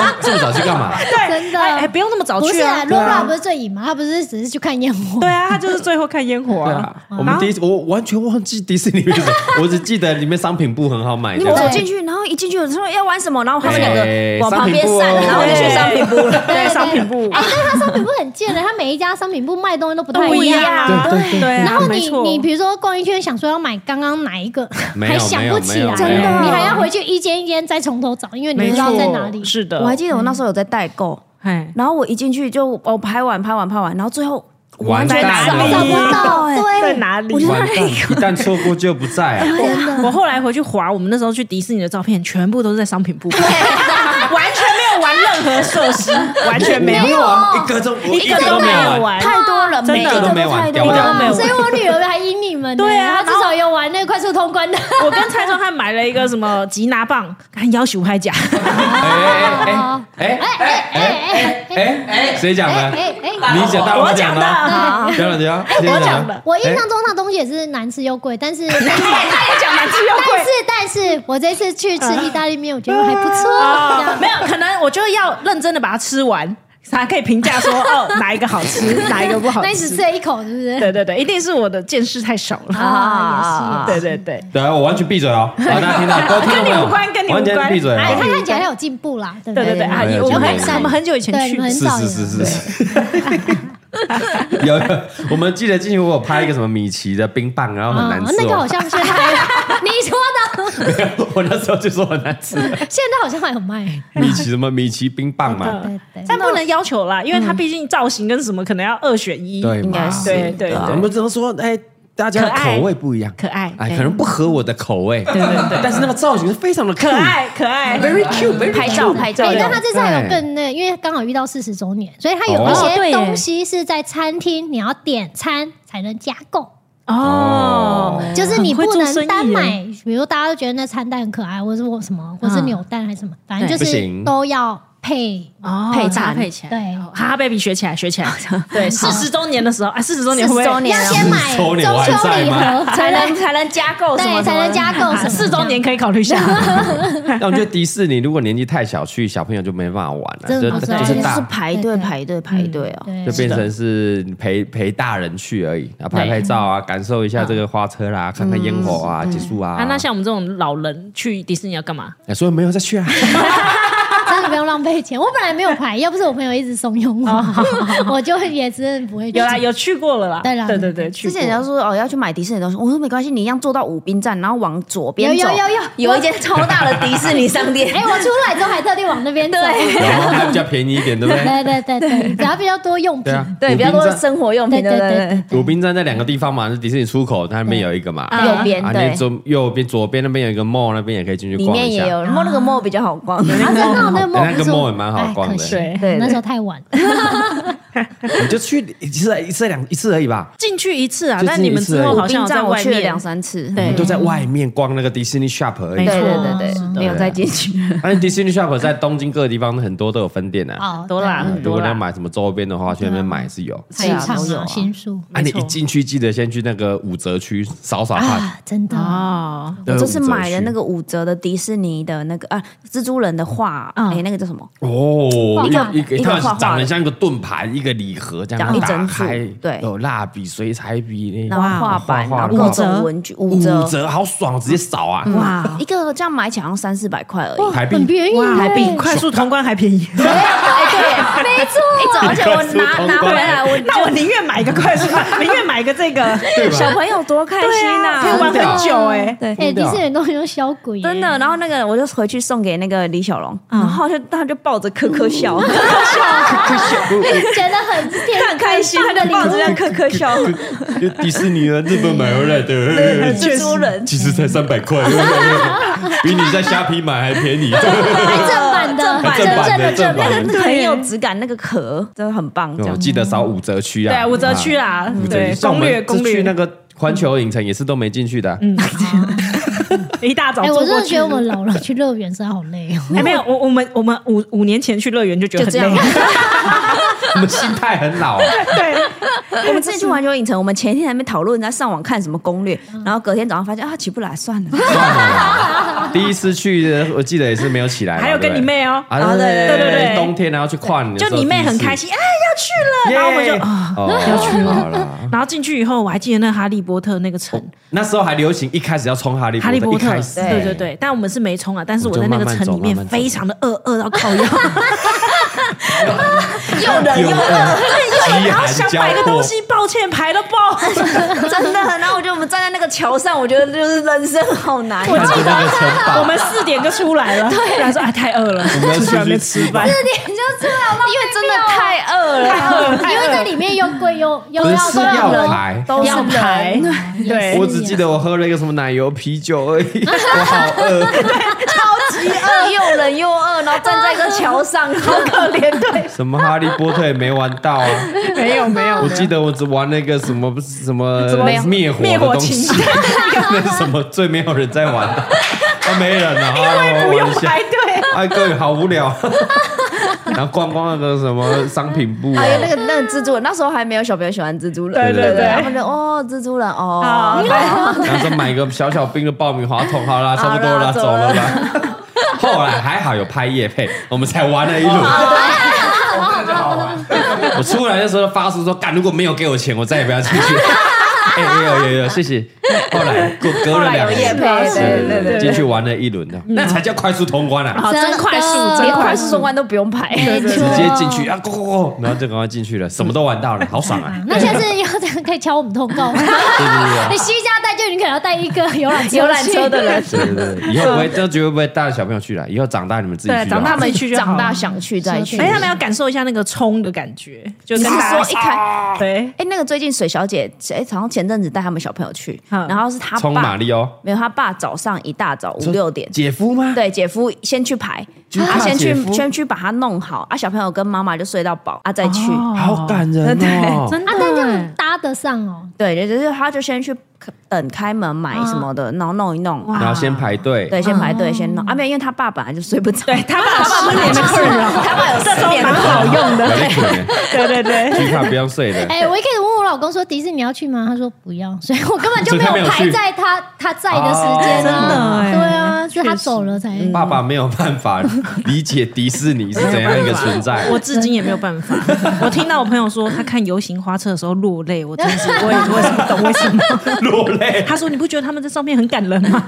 [SPEAKER 5] 啊这么早去干嘛？
[SPEAKER 3] 真的，
[SPEAKER 4] 哎，哎不用那么早
[SPEAKER 3] 嗯不
[SPEAKER 4] 去
[SPEAKER 3] 是啊，
[SPEAKER 4] 啊。
[SPEAKER 3] 露娜不是最瘾吗？她不是只是去看烟火
[SPEAKER 4] 对，啊，他就是最后看烟火
[SPEAKER 5] 对
[SPEAKER 4] 啊。
[SPEAKER 5] 啊，我们迪我完全忘记迪士尼为什么，我只记得里面商品部很好买。
[SPEAKER 6] 你
[SPEAKER 5] 对
[SPEAKER 6] 们
[SPEAKER 5] 吧
[SPEAKER 6] 走进去，然后一进去，我说要玩什么，然后他们两个
[SPEAKER 5] 哎
[SPEAKER 6] 往旁边
[SPEAKER 5] 商品部
[SPEAKER 6] 散，
[SPEAKER 5] 哦
[SPEAKER 6] 然后就去商品 部
[SPEAKER 5] 啊
[SPEAKER 6] 了。
[SPEAKER 4] 对商品部
[SPEAKER 3] 哎，但是它商品部很贱的，它每一家商品部卖的东西都不
[SPEAKER 4] 都
[SPEAKER 3] 太
[SPEAKER 4] 不一样
[SPEAKER 3] 样。
[SPEAKER 4] 啊，
[SPEAKER 5] 对对
[SPEAKER 4] 对啊，
[SPEAKER 3] 然后
[SPEAKER 4] 没
[SPEAKER 3] 你
[SPEAKER 4] 错
[SPEAKER 3] 你比如说逛一圈，想说要买刚刚哪一个，
[SPEAKER 5] 没有
[SPEAKER 3] 还想不起
[SPEAKER 5] 没有
[SPEAKER 3] 来，
[SPEAKER 5] 没有真的
[SPEAKER 3] 你还要回去一间一间再从头找，因为你
[SPEAKER 4] 没
[SPEAKER 3] 不知道
[SPEAKER 4] 错
[SPEAKER 3] 在哪里。
[SPEAKER 4] 是的，
[SPEAKER 6] 我还记得我那时候有在代购，
[SPEAKER 4] 哎，
[SPEAKER 6] 然后我一进去就我拍完拍完拍完，然后最后
[SPEAKER 5] 完蛋
[SPEAKER 6] 找
[SPEAKER 5] 了
[SPEAKER 6] 不到
[SPEAKER 1] 欸
[SPEAKER 6] 哎，
[SPEAKER 4] 在哪里？
[SPEAKER 5] 完蛋，一旦错过就不在啊！
[SPEAKER 4] 我后来回去划我们那时候去迪士尼的照片，全部都是在商品部， 完全没有玩任何设施，完全没有，
[SPEAKER 5] 有啊，一个都
[SPEAKER 4] 一个都没有。玩。
[SPEAKER 6] 太多人，
[SPEAKER 4] 真的
[SPEAKER 6] 每个
[SPEAKER 5] 一个都没玩
[SPEAKER 6] 太
[SPEAKER 5] 屌
[SPEAKER 6] 多
[SPEAKER 5] 屌
[SPEAKER 6] 了
[SPEAKER 4] 没有
[SPEAKER 3] 所以我女儿还赢你们呢，
[SPEAKER 4] 对啊
[SPEAKER 3] 她至少有玩那个快速通关的。
[SPEAKER 4] 我跟蔡宗汉买了一个什么吉拿棒，看要求 还假，
[SPEAKER 5] 哎哎哎哎哎哎哎，谁讲的？
[SPEAKER 3] 哎哎，
[SPEAKER 5] 你讲的，我讲的，讲了讲，我讲的
[SPEAKER 3] 我印象中那东西也是难吃又贵，但是但是
[SPEAKER 4] 他也讲蛮吃又贵
[SPEAKER 3] 但是我这次去吃意大利面，我觉得还不错。这样
[SPEAKER 4] 哦没有，可能我就要认真的把它吃完，才可以评价说哦哪一个好吃，哪一个不好
[SPEAKER 3] 那你只
[SPEAKER 4] 吃
[SPEAKER 3] 吃。了一口，是不是？
[SPEAKER 4] 对对对，一定是我的见识太少了。
[SPEAKER 3] 啊，也
[SPEAKER 4] 对
[SPEAKER 3] 是。
[SPEAKER 4] 对对，
[SPEAKER 5] 对，我完全闭嘴哦，大家听到，都听到没有？完全闭嘴
[SPEAKER 3] 哎，
[SPEAKER 5] 啊
[SPEAKER 3] 他！看起来有进步啦，对不嗯
[SPEAKER 4] 对对对，阿
[SPEAKER 5] 哎
[SPEAKER 4] 姨，
[SPEAKER 5] 呀
[SPEAKER 4] 我们
[SPEAKER 5] 这
[SPEAKER 4] 很
[SPEAKER 5] 个
[SPEAKER 4] 我们很久以前
[SPEAKER 3] 对
[SPEAKER 4] 去
[SPEAKER 3] 你，们
[SPEAKER 5] 是是是是是。有，我们记得之前我有拍一个什么米奇的冰棒，然后很
[SPEAKER 3] 啊
[SPEAKER 5] 难，吃。
[SPEAKER 3] 那个好像是还 你说的，
[SPEAKER 5] 我那时候就说很难吃，
[SPEAKER 3] 现在好像还有卖。
[SPEAKER 5] 米奇什么米奇冰棒嘛，
[SPEAKER 3] 对对，
[SPEAKER 4] 但不能要求啦，因为它毕竟造型跟什么可能要二选一。
[SPEAKER 5] 对嘛？
[SPEAKER 4] 对对对，
[SPEAKER 5] 我们只能说，哎，大家的口味不一样，
[SPEAKER 4] 可爱
[SPEAKER 5] 哎，可能不合我的口味，对
[SPEAKER 4] 对对
[SPEAKER 5] 但是那个造型是非常的
[SPEAKER 4] 可爱可爱。
[SPEAKER 5] ，very cute，very
[SPEAKER 6] 拍照拍照
[SPEAKER 3] 哎，
[SPEAKER 6] 的
[SPEAKER 3] 但他这次还有更那个，因为刚好遇到四十周年，所以他有
[SPEAKER 5] 哦
[SPEAKER 3] 一
[SPEAKER 6] 对
[SPEAKER 3] 些
[SPEAKER 6] 耶
[SPEAKER 3] 东西是在餐厅你要点餐才能加购。
[SPEAKER 4] 哦，
[SPEAKER 3] 就是你不
[SPEAKER 4] 很会做生
[SPEAKER 3] 能
[SPEAKER 4] 意耶
[SPEAKER 3] 单买，比如大家都觉得那餐蛋很可爱，或者我什么，或是
[SPEAKER 4] 嗯
[SPEAKER 3] 扭蛋还是什么，反正
[SPEAKER 5] 对
[SPEAKER 3] 就
[SPEAKER 5] 不
[SPEAKER 3] 是
[SPEAKER 5] 行
[SPEAKER 3] 都要配。
[SPEAKER 4] 哦
[SPEAKER 6] 配
[SPEAKER 4] 搭
[SPEAKER 6] 餐
[SPEAKER 4] 配起来，
[SPEAKER 3] 对
[SPEAKER 4] 哦哈哈 baby 学起来学起来，对，四十周年的时候，哎，四十周年会不会
[SPEAKER 6] 40周年
[SPEAKER 3] 要先买中秋
[SPEAKER 5] 抽你
[SPEAKER 3] 礼
[SPEAKER 5] 完赛吗
[SPEAKER 3] 盒
[SPEAKER 6] 才
[SPEAKER 3] 才
[SPEAKER 6] 能
[SPEAKER 3] 能
[SPEAKER 6] 才能加购什
[SPEAKER 3] 对
[SPEAKER 6] 么
[SPEAKER 3] 才能加购什么
[SPEAKER 4] 四周年可以考虑一下，
[SPEAKER 5] 那我觉得迪士尼如果年纪太小去，小朋友就没办法玩了，
[SPEAKER 3] 真
[SPEAKER 5] 就
[SPEAKER 3] 的不知道
[SPEAKER 5] 就是
[SPEAKER 6] 真的
[SPEAKER 5] 大。
[SPEAKER 6] 是排队排队排队哦。
[SPEAKER 3] 对
[SPEAKER 5] 就变成是陪陪大人去而已，啊，拍拍照啊，感受一下这个花车啦，看看烟火啊，结束啊。
[SPEAKER 4] 啊，那像我们这种老人去迪士尼要干嘛？
[SPEAKER 5] 哎所以没有再去啊，
[SPEAKER 3] 真的不用浪费钱。我本来没有排，要不是我朋友一直怂恿我，我就也真的不会去。
[SPEAKER 4] 有啦，有去过了啦，
[SPEAKER 3] 对啦
[SPEAKER 4] 对对对，去
[SPEAKER 6] 之
[SPEAKER 4] 过
[SPEAKER 6] 前人家说哦要去买迪士尼的东西，我说没关系，你一样坐到武滨站，然后往左边走，
[SPEAKER 3] 有有有有
[SPEAKER 6] 有一间超大的迪士尼商 店
[SPEAKER 3] 哎，，我出来之后还特地往那边走。
[SPEAKER 5] 然后还比较便宜一点，对不对？
[SPEAKER 3] 对对对对，只要比较多用
[SPEAKER 5] 对
[SPEAKER 3] 品，
[SPEAKER 5] 啊，
[SPEAKER 6] 对，
[SPEAKER 5] 鲁
[SPEAKER 6] 比较
[SPEAKER 5] 滨
[SPEAKER 6] 多
[SPEAKER 5] 站
[SPEAKER 6] 的生活用品，
[SPEAKER 3] 对
[SPEAKER 6] 对
[SPEAKER 3] 对
[SPEAKER 6] 对
[SPEAKER 3] 对
[SPEAKER 6] 对
[SPEAKER 3] 对。
[SPEAKER 5] 鲁滨站那两个地方嘛，是迪士尼出口，它那边有一个嘛，
[SPEAKER 6] 对，右边
[SPEAKER 5] 啊，你
[SPEAKER 6] 对，
[SPEAKER 5] 左右边左边那边有一个 mall，那边也可以进去
[SPEAKER 6] 里
[SPEAKER 5] 逛
[SPEAKER 6] 面
[SPEAKER 5] 一
[SPEAKER 6] 也
[SPEAKER 5] 下。
[SPEAKER 6] 有，摸那个 mall 比较好逛，
[SPEAKER 3] 啊，真的那个
[SPEAKER 5] 哎
[SPEAKER 3] mall
[SPEAKER 5] 那
[SPEAKER 3] 不
[SPEAKER 5] 个
[SPEAKER 3] 错
[SPEAKER 5] mall 也蛮好
[SPEAKER 3] 哎
[SPEAKER 5] 逛的
[SPEAKER 3] 可惜
[SPEAKER 4] 对
[SPEAKER 6] 对
[SPEAKER 3] 我那时候太晚了。
[SPEAKER 5] 你就去一次一次两一次而已吧，
[SPEAKER 4] 进去一次啊，
[SPEAKER 5] 就进
[SPEAKER 4] 但你们
[SPEAKER 5] 一次
[SPEAKER 4] 之
[SPEAKER 5] 而
[SPEAKER 4] 后
[SPEAKER 5] 已
[SPEAKER 4] 好像有在
[SPEAKER 6] 我
[SPEAKER 4] 外
[SPEAKER 6] 去了
[SPEAKER 4] 面
[SPEAKER 6] 两，三次，
[SPEAKER 5] 我
[SPEAKER 4] 对
[SPEAKER 5] 们都在外面逛那个迪士尼 shop 而已
[SPEAKER 4] 没。
[SPEAKER 6] 对
[SPEAKER 4] 错
[SPEAKER 6] 对对对，没有再进去。
[SPEAKER 5] 但是迪士尼 shop 在东京各个地方很多都有分店啊。
[SPEAKER 3] 哦，
[SPEAKER 4] 多啦
[SPEAKER 3] 对
[SPEAKER 5] 嗯
[SPEAKER 4] 很
[SPEAKER 5] 如
[SPEAKER 4] 多
[SPEAKER 5] 果你要
[SPEAKER 4] 啦，
[SPEAKER 5] 买什么周边的
[SPEAKER 6] 啊
[SPEAKER 5] 话，去那边买是有。
[SPEAKER 3] 市场啊，新书
[SPEAKER 5] 啊，你
[SPEAKER 4] 没错
[SPEAKER 5] 一进去记得先去那个五折区扫扫看。
[SPEAKER 3] 啊，真的
[SPEAKER 4] 哦，
[SPEAKER 5] 那
[SPEAKER 6] 我
[SPEAKER 5] 个
[SPEAKER 6] 这次买的那
[SPEAKER 5] 五
[SPEAKER 6] 个五折的迪士尼的那个啊，蜘蛛人的画，
[SPEAKER 4] 嗯
[SPEAKER 6] 哎，那个叫什么？
[SPEAKER 5] 折区哦，
[SPEAKER 3] 一个
[SPEAKER 5] 一个
[SPEAKER 6] 一个
[SPEAKER 5] 它
[SPEAKER 6] 画画的
[SPEAKER 5] 长得像一个盾牌，一个礼盒这
[SPEAKER 6] 这
[SPEAKER 5] 样
[SPEAKER 6] 样一
[SPEAKER 5] 打
[SPEAKER 6] 整组
[SPEAKER 5] 开，
[SPEAKER 6] 对
[SPEAKER 5] 有蜡笔、水彩笔那
[SPEAKER 6] 然
[SPEAKER 5] 个
[SPEAKER 6] 后画板，
[SPEAKER 5] 画
[SPEAKER 6] 然
[SPEAKER 5] 画的
[SPEAKER 6] 后各
[SPEAKER 5] 话
[SPEAKER 6] 种文具，五
[SPEAKER 5] 五
[SPEAKER 6] 折，
[SPEAKER 5] 折，好爽，直接扫啊！
[SPEAKER 6] 哇，一个这样买起来好像三四百块而已。
[SPEAKER 5] 台币
[SPEAKER 3] 很便宜耶，
[SPEAKER 6] 台币
[SPEAKER 4] 比快速通关还便 宜。
[SPEAKER 6] 哎，对，没错，一种，而且我拿拿回来，我
[SPEAKER 4] 那我宁愿买一个快速，宁愿买一个这个，
[SPEAKER 5] 对
[SPEAKER 6] 小
[SPEAKER 5] 吧？
[SPEAKER 6] 朋友多开心呐，
[SPEAKER 4] 可以玩很久哎。
[SPEAKER 6] 对
[SPEAKER 3] 哎，迪
[SPEAKER 5] 掉
[SPEAKER 3] 士尼东西都小鬼耶，
[SPEAKER 6] 真的，然后那个我就回去送给那个李小龙，然后就他就抱着颗颗笑，
[SPEAKER 3] 觉得很天
[SPEAKER 6] 他很开心，他就抱着这样颗颗笑，
[SPEAKER 5] 迪士尼的日本买回来的，
[SPEAKER 6] 蜘蛛人
[SPEAKER 5] 其实才三百 块，比你在虾皮买还便宜。
[SPEAKER 3] 还正版的，
[SPEAKER 5] 还
[SPEAKER 3] 真
[SPEAKER 5] 正版
[SPEAKER 3] 正
[SPEAKER 5] 的
[SPEAKER 3] 的
[SPEAKER 5] 正版的
[SPEAKER 3] 版
[SPEAKER 6] 那个很有质感，那个壳真的很棒，这
[SPEAKER 5] 我
[SPEAKER 6] 样
[SPEAKER 5] 哦记得扫五折区啊，
[SPEAKER 4] 对，五折区
[SPEAKER 5] 啊，
[SPEAKER 4] 啦
[SPEAKER 5] 五，折
[SPEAKER 4] 对
[SPEAKER 5] 区，，像我
[SPEAKER 4] 攻略
[SPEAKER 5] 们
[SPEAKER 4] 攻
[SPEAKER 5] 这去那
[SPEAKER 4] 略，嗯
[SPEAKER 5] 个环球影城也是都没进去的啊，
[SPEAKER 4] 一大早
[SPEAKER 3] 哎，
[SPEAKER 4] 坐
[SPEAKER 3] 我真
[SPEAKER 4] 过
[SPEAKER 3] 的
[SPEAKER 4] 去
[SPEAKER 3] 觉得。我们老了去乐园真的好累哦。
[SPEAKER 4] 哎，没有，我我们我们五五年前去乐园就觉得
[SPEAKER 6] 就这
[SPEAKER 4] 很
[SPEAKER 6] 样
[SPEAKER 4] 累。。
[SPEAKER 5] 我们心态很老 啊。
[SPEAKER 6] 我们之前去环球影城，我们前一天还没讨论在上网看什么攻略，然后隔天早上发现啊起不来，算了。
[SPEAKER 5] 算了啦。第一次去，我记得也是没有起来嘛，
[SPEAKER 4] 还有跟
[SPEAKER 5] 对不对
[SPEAKER 4] 你妹哦
[SPEAKER 5] 啊，对
[SPEAKER 4] 对对对对
[SPEAKER 5] 冬天然后去跨年的时
[SPEAKER 4] 就
[SPEAKER 5] 候，
[SPEAKER 4] 你妹很开心，哎，要去了，然后我们就
[SPEAKER 5] 耶哦
[SPEAKER 4] 啊，
[SPEAKER 5] 第一次，要去了。
[SPEAKER 4] 然后进去以后，我还记得那个哈利波特那个城，
[SPEAKER 5] 那时候还流行一开始要冲哈利
[SPEAKER 4] 哈利波
[SPEAKER 5] 波特，
[SPEAKER 4] 特
[SPEAKER 5] 一开，始
[SPEAKER 4] 对对对，但我们是没冲啊，但是我在那个城里
[SPEAKER 5] 我就慢慢走慢
[SPEAKER 4] 面
[SPEAKER 5] 慢走
[SPEAKER 4] 非常的饿，饿到靠腰，
[SPEAKER 5] 有
[SPEAKER 6] 又冷又热，
[SPEAKER 5] 饥
[SPEAKER 4] 然后
[SPEAKER 5] 寒
[SPEAKER 4] 想
[SPEAKER 5] 交
[SPEAKER 4] 买个
[SPEAKER 5] 迫
[SPEAKER 4] 东，西，抱歉排了爆。
[SPEAKER 6] 真的。然后我觉得我们站在那个桥上，我觉得就是人生好难。
[SPEAKER 4] 我记
[SPEAKER 5] 那个城堡
[SPEAKER 4] 得我们四点就出来了， 对，然后说哎太饿 了，
[SPEAKER 5] 我们要
[SPEAKER 4] 出去外面
[SPEAKER 5] 出去
[SPEAKER 4] 吃饭。
[SPEAKER 6] 你就知道，因为真的太饿了，
[SPEAKER 3] 因为在里面又贵又又
[SPEAKER 5] 不
[SPEAKER 3] 要
[SPEAKER 5] 是要排。
[SPEAKER 6] 都
[SPEAKER 4] 要
[SPEAKER 6] 是
[SPEAKER 4] 排，对，
[SPEAKER 5] 我只记得我喝了一个什么奶油啤酒而已，我好饿。
[SPEAKER 6] 饿，又冷又饿，然后站在一个桥上，好可怜。对，
[SPEAKER 5] 什么哈利波特也没玩到啊！
[SPEAKER 4] 没有没有，
[SPEAKER 5] 我记得我只玩那个什么什么
[SPEAKER 4] 怎么
[SPEAKER 5] 灭火
[SPEAKER 4] 灭
[SPEAKER 5] 的
[SPEAKER 4] 火
[SPEAKER 5] 东
[SPEAKER 4] 情
[SPEAKER 5] 西，
[SPEAKER 4] 节，
[SPEAKER 5] 那是什么最没有人在玩的，啊没人了，因
[SPEAKER 4] 不用排队。
[SPEAKER 5] 哎，对，好无聊。 然后逛逛那个什么商品部啊，
[SPEAKER 6] 还有哎那个那个蜘蛛人，那时候还没有小朋友喜欢蜘蛛人，
[SPEAKER 4] 对
[SPEAKER 5] 对
[SPEAKER 6] 对
[SPEAKER 4] 对
[SPEAKER 6] 他们就哦蜘蛛人
[SPEAKER 4] 好
[SPEAKER 6] 哦，
[SPEAKER 5] 然后说买个小小冰的爆米花桶，好啦，差不多
[SPEAKER 6] 好
[SPEAKER 5] 啦，
[SPEAKER 6] 啦
[SPEAKER 5] 走
[SPEAKER 6] 走
[SPEAKER 5] 了
[SPEAKER 6] 了
[SPEAKER 5] 啦。 后来还好有拍夜配，我们才玩了一路。我出来的时候发誓说，干，如果没有给我钱，我再也不要进去。哎，有有有，谢谢。后来过隔了两
[SPEAKER 6] 有夜
[SPEAKER 5] 年
[SPEAKER 6] 配，，
[SPEAKER 5] 是
[SPEAKER 6] 对对
[SPEAKER 5] 是是
[SPEAKER 6] 对
[SPEAKER 5] 进去玩了一轮的，那才叫快速通关啊！
[SPEAKER 4] 好，真快速，哎真
[SPEAKER 6] 连
[SPEAKER 4] 快
[SPEAKER 6] 快速
[SPEAKER 4] 速
[SPEAKER 6] 通。关都不用排，
[SPEAKER 5] 直接进去啊，go go go，然后就赶快进去了，什么都玩到了，好爽啊！
[SPEAKER 3] 那下次要 这样可以敲我们通告吗？
[SPEAKER 5] 对对对。
[SPEAKER 3] 你西家带就你可能要带一个游览
[SPEAKER 6] 游览车的人，
[SPEAKER 5] 对对对，以后不会，这绝对不会带小朋友去了。以后长大你们自己去
[SPEAKER 4] 对
[SPEAKER 5] 啊。
[SPEAKER 4] 长大
[SPEAKER 6] 他们
[SPEAKER 4] 自己去就好
[SPEAKER 6] 长大想去再去。哎
[SPEAKER 4] 哎，他们要感受一下那个冲的感觉，就跟
[SPEAKER 6] 你是
[SPEAKER 4] 大家
[SPEAKER 6] 说一开
[SPEAKER 4] 对，
[SPEAKER 6] 哎，那个最近水小姐，哎，好像前阵子带他们小朋友去，
[SPEAKER 4] 嗯
[SPEAKER 6] 然后是她
[SPEAKER 5] 冲
[SPEAKER 6] 爸
[SPEAKER 5] 马，里奥
[SPEAKER 6] 没有她爸早上一大早五六点，
[SPEAKER 5] 姐夫吗？
[SPEAKER 6] 对，姐夫先去排，
[SPEAKER 5] 去看
[SPEAKER 6] 啊，先
[SPEAKER 5] 姐
[SPEAKER 6] 去
[SPEAKER 5] 夫
[SPEAKER 6] 先去把它弄好，啊，小朋友跟妈妈就睡到饱，啊，再去，
[SPEAKER 4] 哦
[SPEAKER 5] 好感人哦！
[SPEAKER 4] 真的
[SPEAKER 3] 啊，但这样搭得上哦。
[SPEAKER 6] 对，就是他就先去等开门买什么的，然后弄一弄，
[SPEAKER 4] 哇
[SPEAKER 5] 然后先排队，
[SPEAKER 6] 对，先排队先弄，啊，没有，因为他爸本来就睡不着，
[SPEAKER 4] 对他爸爸是你们困扰，
[SPEAKER 6] 他爸有
[SPEAKER 4] 这
[SPEAKER 6] 失
[SPEAKER 4] 招
[SPEAKER 6] 眠
[SPEAKER 4] 蛮
[SPEAKER 6] 的。
[SPEAKER 4] 好用的，
[SPEAKER 5] 有点可怜，
[SPEAKER 4] 对对对。
[SPEAKER 5] 惧怕不要 睡的。
[SPEAKER 3] 哎，我一开始问我老公说迪士尼要去吗？他说不要，所以我根本就
[SPEAKER 5] 所以
[SPEAKER 3] 没
[SPEAKER 5] 他没有
[SPEAKER 3] 有排
[SPEAKER 5] 去
[SPEAKER 3] 在他他在的时间啊。
[SPEAKER 4] 哦
[SPEAKER 5] 欸
[SPEAKER 4] 真的哎
[SPEAKER 3] 对啊，是他走了才。
[SPEAKER 5] 爸爸没有办法理解迪士尼是怎样一个存在。
[SPEAKER 4] 我至今也没有办法。我听到我朋友说他看游行花车的时候落泪，我真是我也我也是不懂为什么。
[SPEAKER 5] 落泪，
[SPEAKER 4] 他说你不觉得他们在上面很感人吗？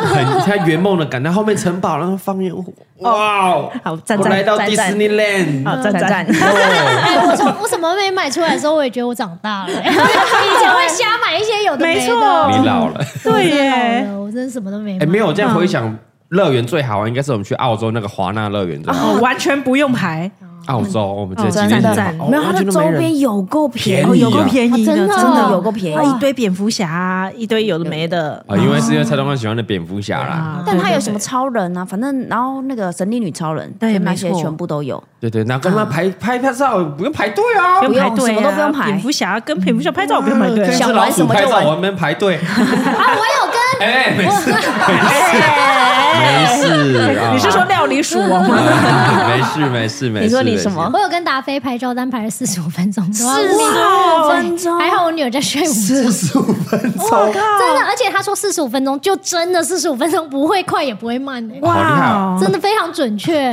[SPEAKER 5] 很他圆梦的感到后面城堡，然后放烟火，哇哦！
[SPEAKER 4] 好赞
[SPEAKER 5] 我
[SPEAKER 4] 赞
[SPEAKER 5] 来到
[SPEAKER 6] 赞 赞
[SPEAKER 5] Disneyland，
[SPEAKER 6] 嗯
[SPEAKER 4] 好赞赞
[SPEAKER 6] 赞，
[SPEAKER 5] 哦
[SPEAKER 3] 哎，我从我什么没买出来的时候，我也觉得我长大了。欸 以前会瞎买一些有的
[SPEAKER 4] 没
[SPEAKER 3] 没
[SPEAKER 4] 错
[SPEAKER 3] 的。
[SPEAKER 5] 哦你老了。
[SPEAKER 4] 对
[SPEAKER 3] 我真
[SPEAKER 4] 耶
[SPEAKER 3] 的。老了我真的什么都没买。
[SPEAKER 5] 哎，没有，我这样回想，乐园最好玩应该是我们去澳洲那个华纳乐园，最
[SPEAKER 3] 啊
[SPEAKER 5] 好。
[SPEAKER 4] 哦，完全不用排，
[SPEAKER 5] 澳洲，我们这
[SPEAKER 4] 哦
[SPEAKER 5] 啊几年
[SPEAKER 4] 赞
[SPEAKER 5] 前
[SPEAKER 4] 赞
[SPEAKER 5] 哦
[SPEAKER 6] 没有，他
[SPEAKER 5] 完全
[SPEAKER 6] 的
[SPEAKER 5] 都
[SPEAKER 6] 周
[SPEAKER 5] 没人
[SPEAKER 6] 边有够便
[SPEAKER 5] 便
[SPEAKER 4] 哦，
[SPEAKER 5] 宜
[SPEAKER 4] 有够便宜的，
[SPEAKER 3] 啊真的哦
[SPEAKER 4] 真的
[SPEAKER 6] 有够便宜
[SPEAKER 4] 啊一堆蝙蝠侠啊，一堆有的没的
[SPEAKER 5] 啊，
[SPEAKER 3] 哦
[SPEAKER 5] 因为是因为蔡东汉喜欢的蝙蝠侠啦，
[SPEAKER 4] 啊
[SPEAKER 6] 但他有什么
[SPEAKER 4] 对
[SPEAKER 6] 超人啊？反正然后那个神力女超人，
[SPEAKER 4] 对
[SPEAKER 6] 就那
[SPEAKER 4] 没
[SPEAKER 6] 些
[SPEAKER 4] 错
[SPEAKER 6] 全部都有。
[SPEAKER 5] 对对，那干
[SPEAKER 3] 啊
[SPEAKER 5] 嘛排拍拍照不用排队啊？
[SPEAKER 4] 对对不用排
[SPEAKER 6] 不用
[SPEAKER 4] 队啊，
[SPEAKER 6] 什么都不用排
[SPEAKER 4] 蝙蝠侠跟蝙蝠侠拍照不用排队啊，
[SPEAKER 5] 跟一只
[SPEAKER 6] 想玩
[SPEAKER 5] 老
[SPEAKER 6] 什
[SPEAKER 5] 鼠
[SPEAKER 6] 么
[SPEAKER 5] 拍
[SPEAKER 6] 就
[SPEAKER 5] 照，
[SPEAKER 6] 玩
[SPEAKER 5] 我们排队，
[SPEAKER 3] 啊，我有跟
[SPEAKER 5] 哎，没事
[SPEAKER 4] 啊
[SPEAKER 5] 没 事啊，
[SPEAKER 4] 你是说料理鼠王吗？
[SPEAKER 5] 没事没事没事。
[SPEAKER 6] 你说你什
[SPEAKER 5] 没
[SPEAKER 6] 么
[SPEAKER 5] 事？
[SPEAKER 3] 我有跟达菲拍照，但拍了四十五分钟，四
[SPEAKER 6] 45分钟
[SPEAKER 3] 还好我女儿在睡午觉。
[SPEAKER 5] 四十五分钟，
[SPEAKER 3] 真的，而且她说四十五分钟，就真的四十五分钟，不会快也不会慢、欸，
[SPEAKER 5] 好厉害哦
[SPEAKER 4] 哦
[SPEAKER 3] 真的非常准确。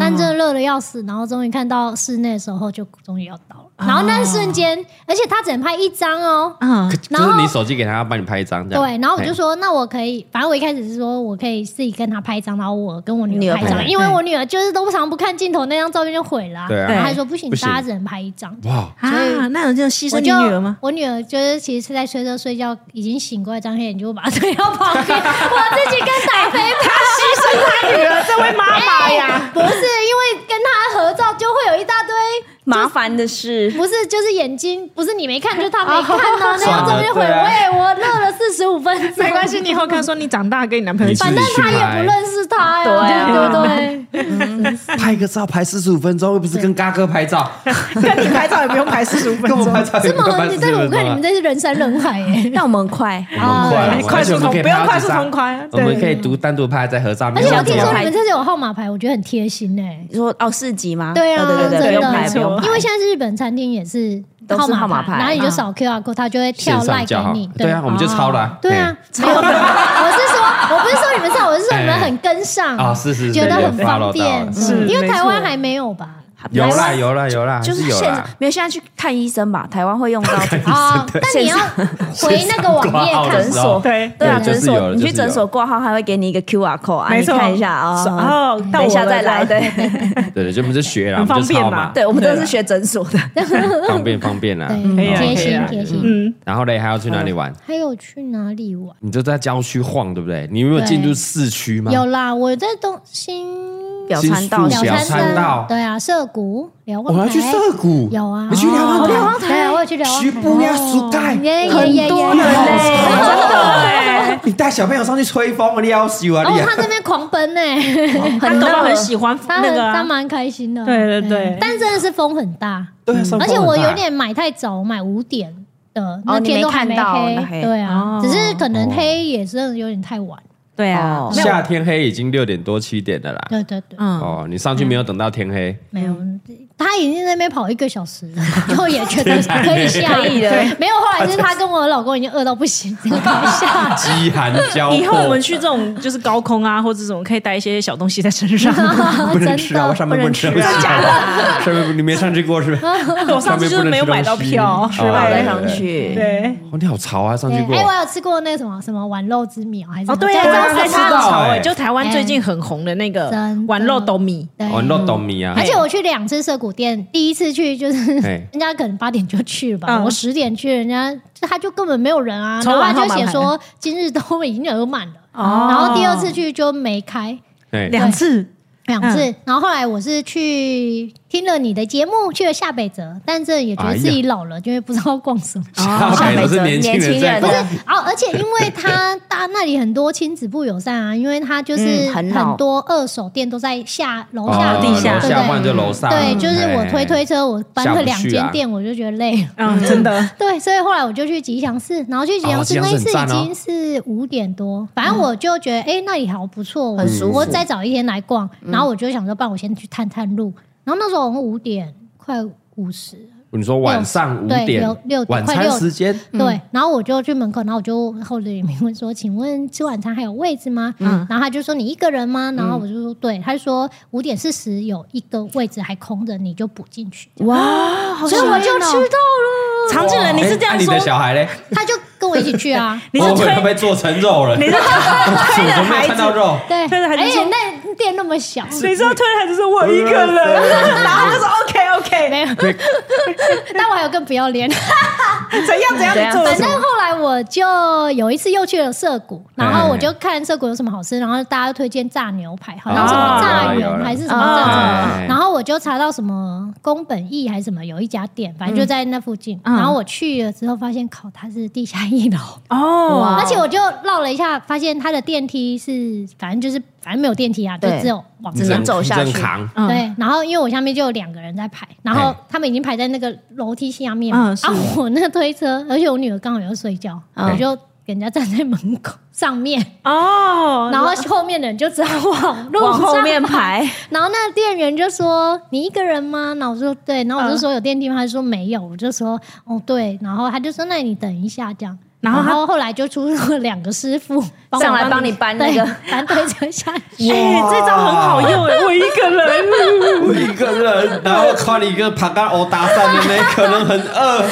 [SPEAKER 3] 但真的热的要死，然后终于看到室内的时候，就终于要到了。然后那瞬间，而且她只能拍一张哦，
[SPEAKER 4] 嗯，
[SPEAKER 3] 然
[SPEAKER 5] 就
[SPEAKER 3] 后
[SPEAKER 5] 是你手机给他，他帮你拍一张这样。哎
[SPEAKER 3] 对，然后我就
[SPEAKER 5] 嘿，
[SPEAKER 3] 说，那我可以，反正我一开始是说我可以自己跟他拍一张，然后我跟我女
[SPEAKER 6] 女
[SPEAKER 3] 儿
[SPEAKER 6] 儿
[SPEAKER 3] 拍一
[SPEAKER 6] 拍
[SPEAKER 3] 张，因为我女儿就是都不常不看镜头，那张照片就毁了、
[SPEAKER 5] 对啊
[SPEAKER 3] 然后她说不行，
[SPEAKER 5] 不行
[SPEAKER 3] 大家只能拍一张。
[SPEAKER 5] 哇，
[SPEAKER 4] 啊，那有这种牺牲
[SPEAKER 3] 我
[SPEAKER 4] 你
[SPEAKER 3] 就
[SPEAKER 4] 女儿吗？
[SPEAKER 3] 我女儿就是其实是在睡着睡觉，已经醒过来，张开眼就把她推到旁 边，我自己跟打飞拍。
[SPEAKER 4] 女 儿，这位妈妈呀，
[SPEAKER 3] 哎不是因为跟她合照就会有一大堆，
[SPEAKER 6] 麻烦的是，
[SPEAKER 3] 不是就是眼睛，不是你没看，就是她没看啊，那张照片毁，
[SPEAKER 5] 算了
[SPEAKER 3] 我
[SPEAKER 5] 对
[SPEAKER 3] 也我乐了四十五分钟，
[SPEAKER 4] 没关系，你以后看说你长大跟你男朋友
[SPEAKER 5] 你
[SPEAKER 4] 一
[SPEAKER 5] 自
[SPEAKER 4] 起
[SPEAKER 5] 己
[SPEAKER 3] 反正
[SPEAKER 5] 去
[SPEAKER 3] 她也
[SPEAKER 5] 拍
[SPEAKER 3] 不认识她呀，
[SPEAKER 6] 对啊。
[SPEAKER 3] 对不对？
[SPEAKER 5] 拍个照拍四十五分钟，又不是跟嘎哥拍照，
[SPEAKER 4] 跟你拍照也不用排四十五分
[SPEAKER 5] 跟我
[SPEAKER 4] 钟
[SPEAKER 5] 拍，照也
[SPEAKER 3] 这
[SPEAKER 5] 不用
[SPEAKER 3] 么
[SPEAKER 5] 拍
[SPEAKER 3] 你
[SPEAKER 5] 四
[SPEAKER 3] 这
[SPEAKER 5] 十
[SPEAKER 3] 个
[SPEAKER 5] 分
[SPEAKER 3] 我看你
[SPEAKER 5] 钟
[SPEAKER 3] 们。这是人山人海耶
[SPEAKER 6] 但我们很 快，
[SPEAKER 5] 很快
[SPEAKER 4] 对快速
[SPEAKER 5] 哦而且我们可以
[SPEAKER 4] 通不用
[SPEAKER 5] 拍到
[SPEAKER 4] 快
[SPEAKER 5] 几
[SPEAKER 4] 速
[SPEAKER 5] 张
[SPEAKER 4] 通宽
[SPEAKER 5] 我们
[SPEAKER 4] 对
[SPEAKER 5] 可以独单独拍再合照。
[SPEAKER 3] 而
[SPEAKER 5] 没
[SPEAKER 3] 且我
[SPEAKER 5] 问题
[SPEAKER 3] 听
[SPEAKER 6] 怎
[SPEAKER 3] 说
[SPEAKER 6] 么
[SPEAKER 3] 你
[SPEAKER 6] 拍
[SPEAKER 3] 们这次有号码牌，我觉得很贴心哎、
[SPEAKER 6] 你说哦市集吗？
[SPEAKER 3] 对啊，
[SPEAKER 6] 对对对，不
[SPEAKER 3] 真
[SPEAKER 6] 用
[SPEAKER 3] 的
[SPEAKER 6] 排，不用排，
[SPEAKER 3] 因为现在日本餐厅也是
[SPEAKER 6] 都是
[SPEAKER 3] 号
[SPEAKER 6] 号
[SPEAKER 3] 码
[SPEAKER 6] 码
[SPEAKER 3] 牌，
[SPEAKER 6] 牌
[SPEAKER 3] 然后你就扫 QR code，它就会跳
[SPEAKER 5] 线
[SPEAKER 3] 赖给
[SPEAKER 5] 上叫好
[SPEAKER 3] 你。，哦
[SPEAKER 5] 对啊，我们就抄了啊。
[SPEAKER 3] 对啊
[SPEAKER 5] 嘿，
[SPEAKER 3] 没有，我是说，我不是说你们上，我是说你们
[SPEAKER 5] 哎
[SPEAKER 3] 很跟上
[SPEAKER 5] 啊是是是
[SPEAKER 3] 哦觉得
[SPEAKER 5] 有
[SPEAKER 3] 很方
[SPEAKER 5] follow 到
[SPEAKER 3] 便，嗯
[SPEAKER 5] 了
[SPEAKER 4] 是
[SPEAKER 3] 因为
[SPEAKER 4] 没
[SPEAKER 3] 台湾
[SPEAKER 4] 错
[SPEAKER 3] 还没有吧？
[SPEAKER 5] 有
[SPEAKER 6] 台
[SPEAKER 5] 啦
[SPEAKER 6] 湾
[SPEAKER 5] 有啦有啦，
[SPEAKER 6] 就是
[SPEAKER 5] 有
[SPEAKER 6] 现
[SPEAKER 5] 啦。
[SPEAKER 6] 没有现在去看医生吧，台湾会 用到这个。
[SPEAKER 3] 哦，但你要回哎那个网页
[SPEAKER 5] 挂号的
[SPEAKER 3] 看
[SPEAKER 5] 时
[SPEAKER 3] 是
[SPEAKER 5] 候
[SPEAKER 6] 诊所
[SPEAKER 4] 对
[SPEAKER 6] 对啊，
[SPEAKER 5] 对就是
[SPEAKER 6] 诊
[SPEAKER 5] 有
[SPEAKER 6] 所
[SPEAKER 5] 了
[SPEAKER 6] 你
[SPEAKER 5] 就是
[SPEAKER 6] 去诊所挂号，他会给你一个 QR code，啊
[SPEAKER 4] 没错
[SPEAKER 6] 你看一下啊。
[SPEAKER 4] 是哦到
[SPEAKER 6] 等一下
[SPEAKER 4] 我了
[SPEAKER 6] 再来，
[SPEAKER 4] 这
[SPEAKER 6] 对
[SPEAKER 5] 对对，就我们就学啦，我
[SPEAKER 4] 很
[SPEAKER 5] 们就抄嘛
[SPEAKER 4] 方，
[SPEAKER 6] 对，我们真的是学诊所的。
[SPEAKER 5] 方便方便啦。
[SPEAKER 3] 对
[SPEAKER 5] 嗯
[SPEAKER 3] 嗯
[SPEAKER 4] 可以
[SPEAKER 3] 贴
[SPEAKER 4] 啊可以
[SPEAKER 3] 心
[SPEAKER 4] 啊
[SPEAKER 3] 贴心。
[SPEAKER 4] 嗯，
[SPEAKER 5] 然后嘞，还要去哪里玩？
[SPEAKER 3] 还有去哪里玩？
[SPEAKER 5] 你就在郊区晃，对不对？你有没有进入市区吗？
[SPEAKER 3] 有啦，我在东新
[SPEAKER 6] 表参道
[SPEAKER 5] 新宿
[SPEAKER 6] 表
[SPEAKER 5] 小
[SPEAKER 3] 山
[SPEAKER 5] 参道，
[SPEAKER 3] 对啊，涩谷瞭望
[SPEAKER 5] 我
[SPEAKER 3] 台
[SPEAKER 5] 要去涩谷，
[SPEAKER 3] 有啊，
[SPEAKER 5] 你去瞭望
[SPEAKER 3] 哦
[SPEAKER 5] 台，
[SPEAKER 3] 瞭望台，对啊，我有去瞭望台，
[SPEAKER 5] 徐步要苏泰
[SPEAKER 3] 耶耶耶耶，哦
[SPEAKER 5] 你带小朋友上去吹风，你要死啊！你
[SPEAKER 3] 哦，他这边狂奔呢，
[SPEAKER 4] 哦 他搞不好很喜欢
[SPEAKER 3] 他
[SPEAKER 4] 那
[SPEAKER 3] 很
[SPEAKER 4] 个啊
[SPEAKER 3] 他蛮开心的，嗯
[SPEAKER 4] 对对对
[SPEAKER 3] 但真的是风很大，
[SPEAKER 5] 对啊，上风
[SPEAKER 3] 而且
[SPEAKER 5] 很
[SPEAKER 3] 我
[SPEAKER 5] 大
[SPEAKER 3] 有点买太早，我买五点的那
[SPEAKER 6] 哦你
[SPEAKER 3] 天
[SPEAKER 6] 没
[SPEAKER 3] 都还没
[SPEAKER 6] 看到那
[SPEAKER 3] 黑，
[SPEAKER 6] 黑
[SPEAKER 3] 对啊
[SPEAKER 4] 哦，
[SPEAKER 3] 只是可能黑也真的有点太晚，
[SPEAKER 4] 对啊
[SPEAKER 6] 哦，
[SPEAKER 5] 夏天黑已经六点多七点了啦。
[SPEAKER 3] 对对对，嗯
[SPEAKER 4] 嗯，
[SPEAKER 5] 哦，你上去没有等到天黑，。
[SPEAKER 3] 没有，他已经在那边跑一个小时 了，然后也觉得可以下
[SPEAKER 6] 可以的
[SPEAKER 3] 对没有，后来就是他跟我老公已经饿到不 行，只能跑下
[SPEAKER 5] 饥寒 交迫。
[SPEAKER 4] 以后我们去这种就是高空啊，或者这种可以带一些小东西在身上。
[SPEAKER 5] 不
[SPEAKER 3] 真
[SPEAKER 5] 能
[SPEAKER 3] 的
[SPEAKER 5] 吃啊，我上面
[SPEAKER 4] 不能
[SPEAKER 5] 能吃
[SPEAKER 4] 吃啊
[SPEAKER 5] 东西 啊，上面你没上去过是吧？
[SPEAKER 3] 嗯
[SPEAKER 4] 我上次就是没有买到票，
[SPEAKER 5] 上
[SPEAKER 6] 没
[SPEAKER 5] 面不能
[SPEAKER 6] 有带
[SPEAKER 5] 吃
[SPEAKER 6] 上
[SPEAKER 5] 东西。
[SPEAKER 6] 去，
[SPEAKER 4] 对，
[SPEAKER 5] 哦，你好潮啊，上
[SPEAKER 3] 对
[SPEAKER 5] 去过
[SPEAKER 3] 哎、。我有吃过那个什么什么丸肉之苗，还是什么
[SPEAKER 4] 哦对
[SPEAKER 3] 叫
[SPEAKER 4] 啊，
[SPEAKER 3] 做
[SPEAKER 4] 才
[SPEAKER 5] 才知
[SPEAKER 4] 知
[SPEAKER 3] 什么
[SPEAKER 5] 道
[SPEAKER 4] 道哎，
[SPEAKER 5] 哎
[SPEAKER 4] 就台湾最近很红的那个
[SPEAKER 3] 真的
[SPEAKER 4] 玩肉斗米，
[SPEAKER 3] 对
[SPEAKER 5] 哦，你都懂米啊
[SPEAKER 3] 哎而。且我去两次涩谷店，第一次去就是
[SPEAKER 5] 哎
[SPEAKER 3] 人家可能八点就去了吧，
[SPEAKER 4] 嗯
[SPEAKER 3] 我十点去，人家就他就根本没有人啊，然
[SPEAKER 4] 从
[SPEAKER 3] 后他
[SPEAKER 4] 晚
[SPEAKER 3] 就
[SPEAKER 4] 号码
[SPEAKER 3] 写
[SPEAKER 4] 牌
[SPEAKER 3] 说今日都已经额满了，
[SPEAKER 4] 哦
[SPEAKER 3] 然后第二次去就没开。
[SPEAKER 5] 哎，
[SPEAKER 4] 两次
[SPEAKER 3] 两次，
[SPEAKER 4] 嗯
[SPEAKER 3] 然后后来我是去听了你的节目，去了下北泽，但这也觉得自己老了，就会不知道逛 什么。
[SPEAKER 4] 啊
[SPEAKER 5] 下
[SPEAKER 6] 上
[SPEAKER 5] 海
[SPEAKER 6] 北
[SPEAKER 5] 都是
[SPEAKER 6] 泽
[SPEAKER 5] 年轻人在
[SPEAKER 6] 年轻人不
[SPEAKER 5] 逛
[SPEAKER 6] 是。
[SPEAKER 3] 哦，而且因为它大那里很多亲子不友善啊，因为它就是
[SPEAKER 6] 嗯很老
[SPEAKER 3] 很多二手店都在下楼下
[SPEAKER 5] 哦，
[SPEAKER 4] 地下
[SPEAKER 5] 楼
[SPEAKER 3] 对
[SPEAKER 5] 下，不然
[SPEAKER 3] 不
[SPEAKER 5] 就楼上。
[SPEAKER 3] 对？对，就是我推推车，我搬
[SPEAKER 5] 下
[SPEAKER 3] 了
[SPEAKER 5] 不
[SPEAKER 3] 两
[SPEAKER 5] 去
[SPEAKER 3] 间
[SPEAKER 5] 啊
[SPEAKER 3] 店，我就觉得累了。
[SPEAKER 4] 嗯，真的，
[SPEAKER 3] 对，所以后来我就去吉祥寺，然后去吉祥寺
[SPEAKER 5] 哦吉祥
[SPEAKER 3] 那
[SPEAKER 5] 寺
[SPEAKER 3] 一次已
[SPEAKER 5] 很赞哦
[SPEAKER 3] 经是五点多，反正我就觉得哎、诶那里好不错，我
[SPEAKER 6] 嗯很舒服嗯
[SPEAKER 3] 我再找一天来逛，然后我就想说，不然我先去探探路。然后那时候我们五点快五十，
[SPEAKER 5] 你说晚上五
[SPEAKER 3] 对
[SPEAKER 5] 点
[SPEAKER 3] 六六点，
[SPEAKER 5] 晚
[SPEAKER 3] 快
[SPEAKER 5] 餐
[SPEAKER 3] 六
[SPEAKER 5] 时间，
[SPEAKER 6] 嗯
[SPEAKER 3] 对，然后我就去门口，然后我就后来里面问说：“请问吃晚餐还有位置吗？”
[SPEAKER 6] 嗯
[SPEAKER 3] 然后他就说：“你一个人吗？”然后我就说：“对。”他就说：“五点四十有一个位置还空着，你就补进去。
[SPEAKER 6] 哇，好”
[SPEAKER 3] 所以我就
[SPEAKER 6] 幸运
[SPEAKER 3] 吃
[SPEAKER 6] 哦
[SPEAKER 3] 到了，
[SPEAKER 4] 常进人你是这
[SPEAKER 5] 哎
[SPEAKER 4] 样
[SPEAKER 5] 啊你的
[SPEAKER 4] 说，
[SPEAKER 5] 小孩嘞？
[SPEAKER 3] 他就跟我一起去啊。
[SPEAKER 4] 你
[SPEAKER 5] 我
[SPEAKER 4] 是
[SPEAKER 5] 会
[SPEAKER 4] 推
[SPEAKER 5] 不会做成肉了？
[SPEAKER 4] 你是
[SPEAKER 5] 我
[SPEAKER 4] 推着
[SPEAKER 5] 怎么没有
[SPEAKER 4] 孩
[SPEAKER 5] 看到
[SPEAKER 4] 子，
[SPEAKER 5] 肉？
[SPEAKER 3] 对，
[SPEAKER 4] 但是
[SPEAKER 3] 而
[SPEAKER 4] 还是
[SPEAKER 3] 且
[SPEAKER 4] 说
[SPEAKER 3] 那店那么小，
[SPEAKER 4] 你是要推着孩子说我一个 人，然后就说 OK OK，
[SPEAKER 3] 没有。 但我还有更不要 脸，
[SPEAKER 4] 怎样怎样
[SPEAKER 6] 怎
[SPEAKER 4] 你
[SPEAKER 6] 样
[SPEAKER 4] 做了
[SPEAKER 3] 反
[SPEAKER 4] 哦什
[SPEAKER 3] 正
[SPEAKER 4] 么？
[SPEAKER 3] 后来我就有一次又去了涩谷，然
[SPEAKER 4] 哎
[SPEAKER 3] 后我就看涩谷有什么好吃，然后大家推荐炸牛排，好
[SPEAKER 4] 啊
[SPEAKER 3] 像什么炸
[SPEAKER 5] 哦有
[SPEAKER 3] 圆
[SPEAKER 5] 了
[SPEAKER 3] 还是什么
[SPEAKER 4] 哦
[SPEAKER 3] 炸什么
[SPEAKER 5] 哎
[SPEAKER 3] 然后我就查到什么宫本义还是什么，有一家店，反正就在那附近。
[SPEAKER 4] 嗯
[SPEAKER 3] 然后我去了之后，发现靠，它是地下一楼，
[SPEAKER 4] 哦
[SPEAKER 3] 而且我就绕了一下，发现它的电梯是，反正就是反正没有电梯啊，就
[SPEAKER 6] 对
[SPEAKER 3] 只有往
[SPEAKER 6] 只
[SPEAKER 3] 上。
[SPEAKER 6] 能走下去
[SPEAKER 5] 你正扛，
[SPEAKER 4] 嗯
[SPEAKER 3] 对，然后因为我下面就有两个人在排，然后
[SPEAKER 5] 哎
[SPEAKER 3] 他们已经排在那个楼梯下面，
[SPEAKER 4] 嗯
[SPEAKER 3] 啊
[SPEAKER 4] 是，
[SPEAKER 3] 我那个推车，而且我女儿刚好要睡觉，
[SPEAKER 6] 嗯
[SPEAKER 3] 我就给人家站在门口上面，
[SPEAKER 4] 哦，
[SPEAKER 3] 然后后面的人就只好往路
[SPEAKER 6] 往后
[SPEAKER 3] 上
[SPEAKER 6] 面排，
[SPEAKER 3] 然后那个店员就说：“你一个人吗？”然后我就说：“对。”然后我就说：“有电梯吗？”他就说：“没有。”我就说：“哦，对。”然后他就说：“那你等一下，这样。”
[SPEAKER 4] 然
[SPEAKER 3] 然
[SPEAKER 4] 后
[SPEAKER 3] 后
[SPEAKER 4] 他
[SPEAKER 3] 后来就出入了两个师傅帮我
[SPEAKER 6] 上来帮你搬那个
[SPEAKER 3] 对搬推车下 去。
[SPEAKER 4] 哎，这招很好用哎，我一个人，
[SPEAKER 5] 我一个人，然后靠你一个爬杆殴打散的妹，可能很饿，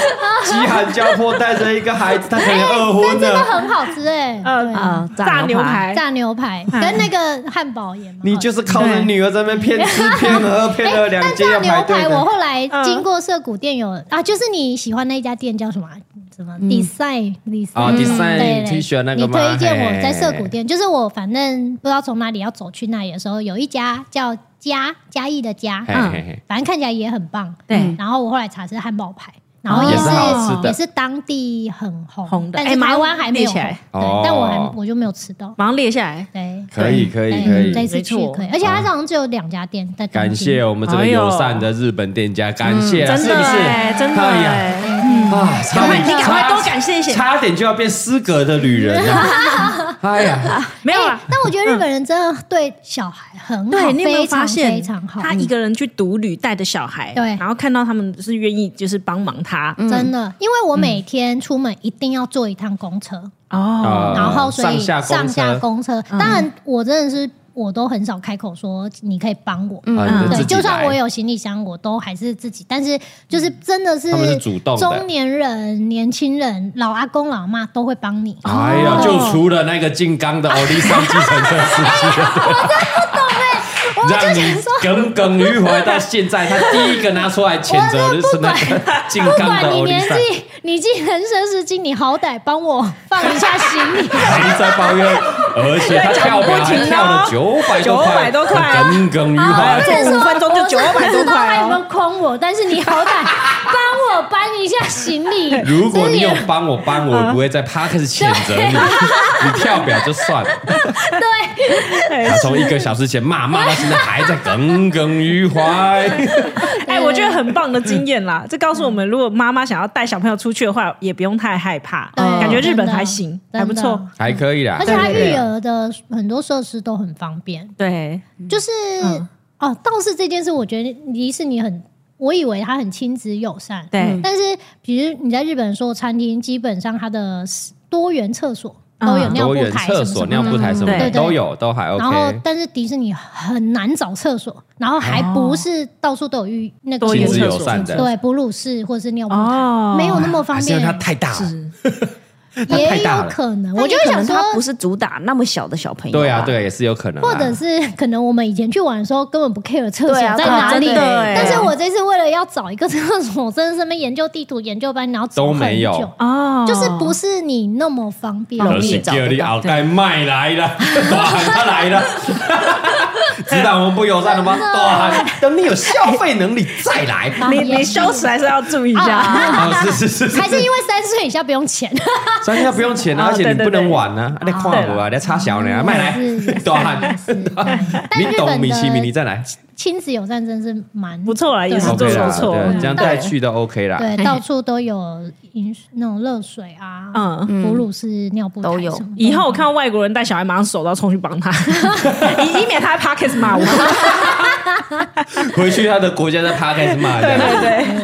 [SPEAKER 5] 饥寒交迫，带着一个孩子，他可能饿昏
[SPEAKER 3] 真的
[SPEAKER 5] 了。
[SPEAKER 3] 很好吃哎、
[SPEAKER 4] 嗯
[SPEAKER 6] 啊，
[SPEAKER 4] 炸牛排，
[SPEAKER 3] 炸牛排跟那个汉堡也蛮好吃哎
[SPEAKER 5] 哎你就是靠着女儿在那边骗吃骗喝，骗了两
[SPEAKER 3] 但
[SPEAKER 5] 间
[SPEAKER 3] 炸
[SPEAKER 5] 要
[SPEAKER 3] 牛
[SPEAKER 5] 排队
[SPEAKER 3] 排，我
[SPEAKER 5] 的。嗯
[SPEAKER 3] 后来经过涩谷店有、啊，就是你喜欢那一家店叫什么啊？什么 design design
[SPEAKER 5] 嗯啊
[SPEAKER 3] 嗯
[SPEAKER 5] ，Design
[SPEAKER 3] 对对
[SPEAKER 5] T 恤那个
[SPEAKER 3] 你
[SPEAKER 5] 吗
[SPEAKER 3] 推荐我在
[SPEAKER 5] 嘿
[SPEAKER 3] 涩谷店，就是我反正不知道从哪里要走去那里的时候，有一家叫嘉嘉义的嘉，
[SPEAKER 5] 嘿嘿嘿
[SPEAKER 3] 反正看起来也很棒。
[SPEAKER 4] 对
[SPEAKER 3] 然后我后来查是汉堡排，然后
[SPEAKER 5] 啊也
[SPEAKER 3] 是
[SPEAKER 5] 是好吃的
[SPEAKER 3] 哦也是当地很红
[SPEAKER 4] 红的
[SPEAKER 3] 但是
[SPEAKER 4] 哎
[SPEAKER 3] 台湾还没有
[SPEAKER 4] 马上列起
[SPEAKER 3] 红，
[SPEAKER 4] 来
[SPEAKER 5] 哦
[SPEAKER 3] 对，但我还我就没有吃到。
[SPEAKER 4] 马上列下来。
[SPEAKER 3] 对，
[SPEAKER 5] 可以可以
[SPEAKER 3] 对
[SPEAKER 5] 可以，
[SPEAKER 3] 哎
[SPEAKER 5] 啊
[SPEAKER 3] 这次
[SPEAKER 4] 没
[SPEAKER 3] 去
[SPEAKER 4] 错
[SPEAKER 3] 可以，而且它好像只有两家店在东京
[SPEAKER 5] 感谢哦我们这个友善的日本店家，感谢啊，
[SPEAKER 4] 哎真
[SPEAKER 5] 是
[SPEAKER 4] 的
[SPEAKER 5] 不是？
[SPEAKER 4] 哎，真的
[SPEAKER 5] 哎呀
[SPEAKER 4] 哎，
[SPEAKER 5] 啊，差点
[SPEAKER 4] 你赶快
[SPEAKER 5] 差
[SPEAKER 4] 多感谢一些，
[SPEAKER 5] 差点就要变失格的旅人 了。哎呀，
[SPEAKER 4] 没有啊
[SPEAKER 3] 哎
[SPEAKER 4] 啦，。
[SPEAKER 3] 但我觉得日本人真的对小孩很好，
[SPEAKER 4] 对，你有没有
[SPEAKER 3] 非常
[SPEAKER 4] 发现
[SPEAKER 3] 非常好？
[SPEAKER 4] 他一个人去独旅带着小孩，
[SPEAKER 3] 对
[SPEAKER 4] 然后看到他们是愿意就是帮忙他，
[SPEAKER 3] 嗯真的，因为我每天出门一定要坐一趟公车，
[SPEAKER 5] 啊
[SPEAKER 4] 哦，
[SPEAKER 3] 然后所以
[SPEAKER 5] 上下公车
[SPEAKER 3] 上下公车，
[SPEAKER 4] 嗯
[SPEAKER 3] 当然我真的是我都很少开口说你可以帮
[SPEAKER 4] 嗯
[SPEAKER 3] 我。
[SPEAKER 5] 啊你
[SPEAKER 3] 嗯对，
[SPEAKER 5] 自己
[SPEAKER 3] 就算
[SPEAKER 5] 来
[SPEAKER 3] 我有行李箱，我都还是自己。但是就是真的是
[SPEAKER 5] 他们是主动的
[SPEAKER 3] 中年人、年轻人、老阿公、老阿妈都会帮你。
[SPEAKER 5] 哎
[SPEAKER 3] 哦
[SPEAKER 5] 呀，就除了那个静冈的欧力山计程车司机，
[SPEAKER 3] 我哦就想
[SPEAKER 5] 让你
[SPEAKER 3] 说，
[SPEAKER 5] 耿耿于怀到现在，他第一个拿出来谴责的是那个静
[SPEAKER 3] 不
[SPEAKER 5] 冈的
[SPEAKER 3] 管你
[SPEAKER 5] 欧力
[SPEAKER 3] 年
[SPEAKER 5] 山，
[SPEAKER 3] 纪，你既人生是金，你好歹帮我放一下行 李。
[SPEAKER 5] 还在抱怨，而且他跳表还跳了九百多块，
[SPEAKER 4] 900多块哎
[SPEAKER 5] 我耿耿于怀。
[SPEAKER 4] 这五分钟就
[SPEAKER 3] 我真的
[SPEAKER 4] 900
[SPEAKER 3] 不知
[SPEAKER 4] 多块哦
[SPEAKER 3] 道他有没有诓我？但是你好歹帮我搬一下行李。
[SPEAKER 5] 如果你有
[SPEAKER 3] 这也
[SPEAKER 5] 帮我帮我，我不会在 p a r k 谴责 你，你跳表就算了。对，他从一个小时前骂骂到现在还在耿耿于怀。
[SPEAKER 4] 哎，我觉得很
[SPEAKER 3] 嗯
[SPEAKER 4] 棒的经验啦。 这告诉我们，如果妈妈想要带小朋友出去的话，也不用太害怕。
[SPEAKER 3] 对
[SPEAKER 4] 嗯感觉
[SPEAKER 3] 嗯
[SPEAKER 4] 日
[SPEAKER 3] 真
[SPEAKER 4] 本
[SPEAKER 3] 的
[SPEAKER 4] 还行，
[SPEAKER 3] 真的
[SPEAKER 4] 还不错。
[SPEAKER 5] 还可以啦，
[SPEAKER 3] 而且他
[SPEAKER 5] 还可以
[SPEAKER 3] 育
[SPEAKER 5] 啦
[SPEAKER 3] 儿的很多设施都很方便，
[SPEAKER 6] 对，
[SPEAKER 4] 嗯
[SPEAKER 3] 就是、哦，倒是这件事，我觉得迪士尼很，我以为它很亲子友善，
[SPEAKER 6] 对
[SPEAKER 3] 但是比如你在日本说餐厅，基本上它的多元厕所都有
[SPEAKER 4] 嗯
[SPEAKER 3] 尿
[SPEAKER 5] 多
[SPEAKER 3] 布
[SPEAKER 5] 元
[SPEAKER 3] 台什
[SPEAKER 5] 厕
[SPEAKER 3] 么什
[SPEAKER 5] 所、
[SPEAKER 3] 么
[SPEAKER 5] 尿
[SPEAKER 3] 的。
[SPEAKER 5] 布台什么
[SPEAKER 6] 嗯对
[SPEAKER 3] 对
[SPEAKER 5] 的都有，都还
[SPEAKER 3] 然后
[SPEAKER 5] OK，。
[SPEAKER 3] 但是迪士尼很难找厕所，然后还不是到处都有浴那个
[SPEAKER 4] 多元
[SPEAKER 5] 亲
[SPEAKER 4] 厕
[SPEAKER 5] 子
[SPEAKER 4] 所
[SPEAKER 5] 友善的，
[SPEAKER 3] 对，哺乳室或者是尿布台，
[SPEAKER 4] 哦
[SPEAKER 3] 没有那么方
[SPEAKER 5] 啊还是因
[SPEAKER 3] 便
[SPEAKER 5] 为，它太大了。它太
[SPEAKER 3] 也
[SPEAKER 5] 大
[SPEAKER 3] 有
[SPEAKER 5] 了
[SPEAKER 3] 可能。
[SPEAKER 6] 我
[SPEAKER 3] 我
[SPEAKER 6] 就
[SPEAKER 3] 就
[SPEAKER 6] 会
[SPEAKER 3] 会
[SPEAKER 6] 想
[SPEAKER 3] 想
[SPEAKER 6] 说，
[SPEAKER 3] 说，
[SPEAKER 6] 他不是主打那么小的小朋友，
[SPEAKER 5] 对啊，，对，也是有可能啊。
[SPEAKER 3] 或者是可能我们以前去玩的时候根本不 care 厕所
[SPEAKER 6] 对啊
[SPEAKER 3] 在哪里，
[SPEAKER 6] 真的耶
[SPEAKER 3] 但是我这次为了要找一个厕所，真的是边研究地图、研究班，然后走
[SPEAKER 5] 都
[SPEAKER 3] 很
[SPEAKER 5] 没有
[SPEAKER 3] 久，
[SPEAKER 4] 哦，
[SPEAKER 3] 就是不是你那么方便。
[SPEAKER 5] 可
[SPEAKER 6] 容易
[SPEAKER 5] 是
[SPEAKER 6] 找
[SPEAKER 5] 第二
[SPEAKER 6] 得
[SPEAKER 5] 粒
[SPEAKER 6] 到
[SPEAKER 5] 鳌盖卖来了，大喊他来了，知道我们不友善了吗？大喊，等你有消费能力再来。
[SPEAKER 4] 你你羞耻还是要注意一下。
[SPEAKER 3] 啊
[SPEAKER 5] 哦， 是是是是，
[SPEAKER 3] 还是因为三岁以下不用钱，
[SPEAKER 5] 三下不用钱啊，
[SPEAKER 4] 哦
[SPEAKER 5] 而且
[SPEAKER 4] 对
[SPEAKER 5] 你
[SPEAKER 4] 对
[SPEAKER 5] 不能
[SPEAKER 4] 对
[SPEAKER 5] 玩啊，你看我啊，你插小呢，卖来
[SPEAKER 3] 是是，
[SPEAKER 5] 大喊，
[SPEAKER 3] 是对嗯但
[SPEAKER 5] 你
[SPEAKER 3] 日
[SPEAKER 5] 懂
[SPEAKER 3] 本
[SPEAKER 5] 米其米，你
[SPEAKER 3] 的
[SPEAKER 5] 再来
[SPEAKER 3] 亲子友善真是蛮
[SPEAKER 4] 不错啦，也是
[SPEAKER 3] 对
[SPEAKER 4] 做
[SPEAKER 5] OK
[SPEAKER 4] 得不
[SPEAKER 5] 啦，
[SPEAKER 4] 错。嗯
[SPEAKER 5] 对，啊这样
[SPEAKER 4] 对
[SPEAKER 5] 带去都 OK 啦。
[SPEAKER 6] 哎
[SPEAKER 3] 对，到处都有饮水那种热水啊，
[SPEAKER 4] 嗯
[SPEAKER 3] 嗯，哺乳室、尿布台
[SPEAKER 6] 都有
[SPEAKER 3] 什么的
[SPEAKER 4] 以后我看到外国人带小孩，马上手都要冲 去帮他，以以免他在 Pockets 骂我。
[SPEAKER 5] 回去他的国家在 p 开始骂，
[SPEAKER 4] 对
[SPEAKER 5] 这样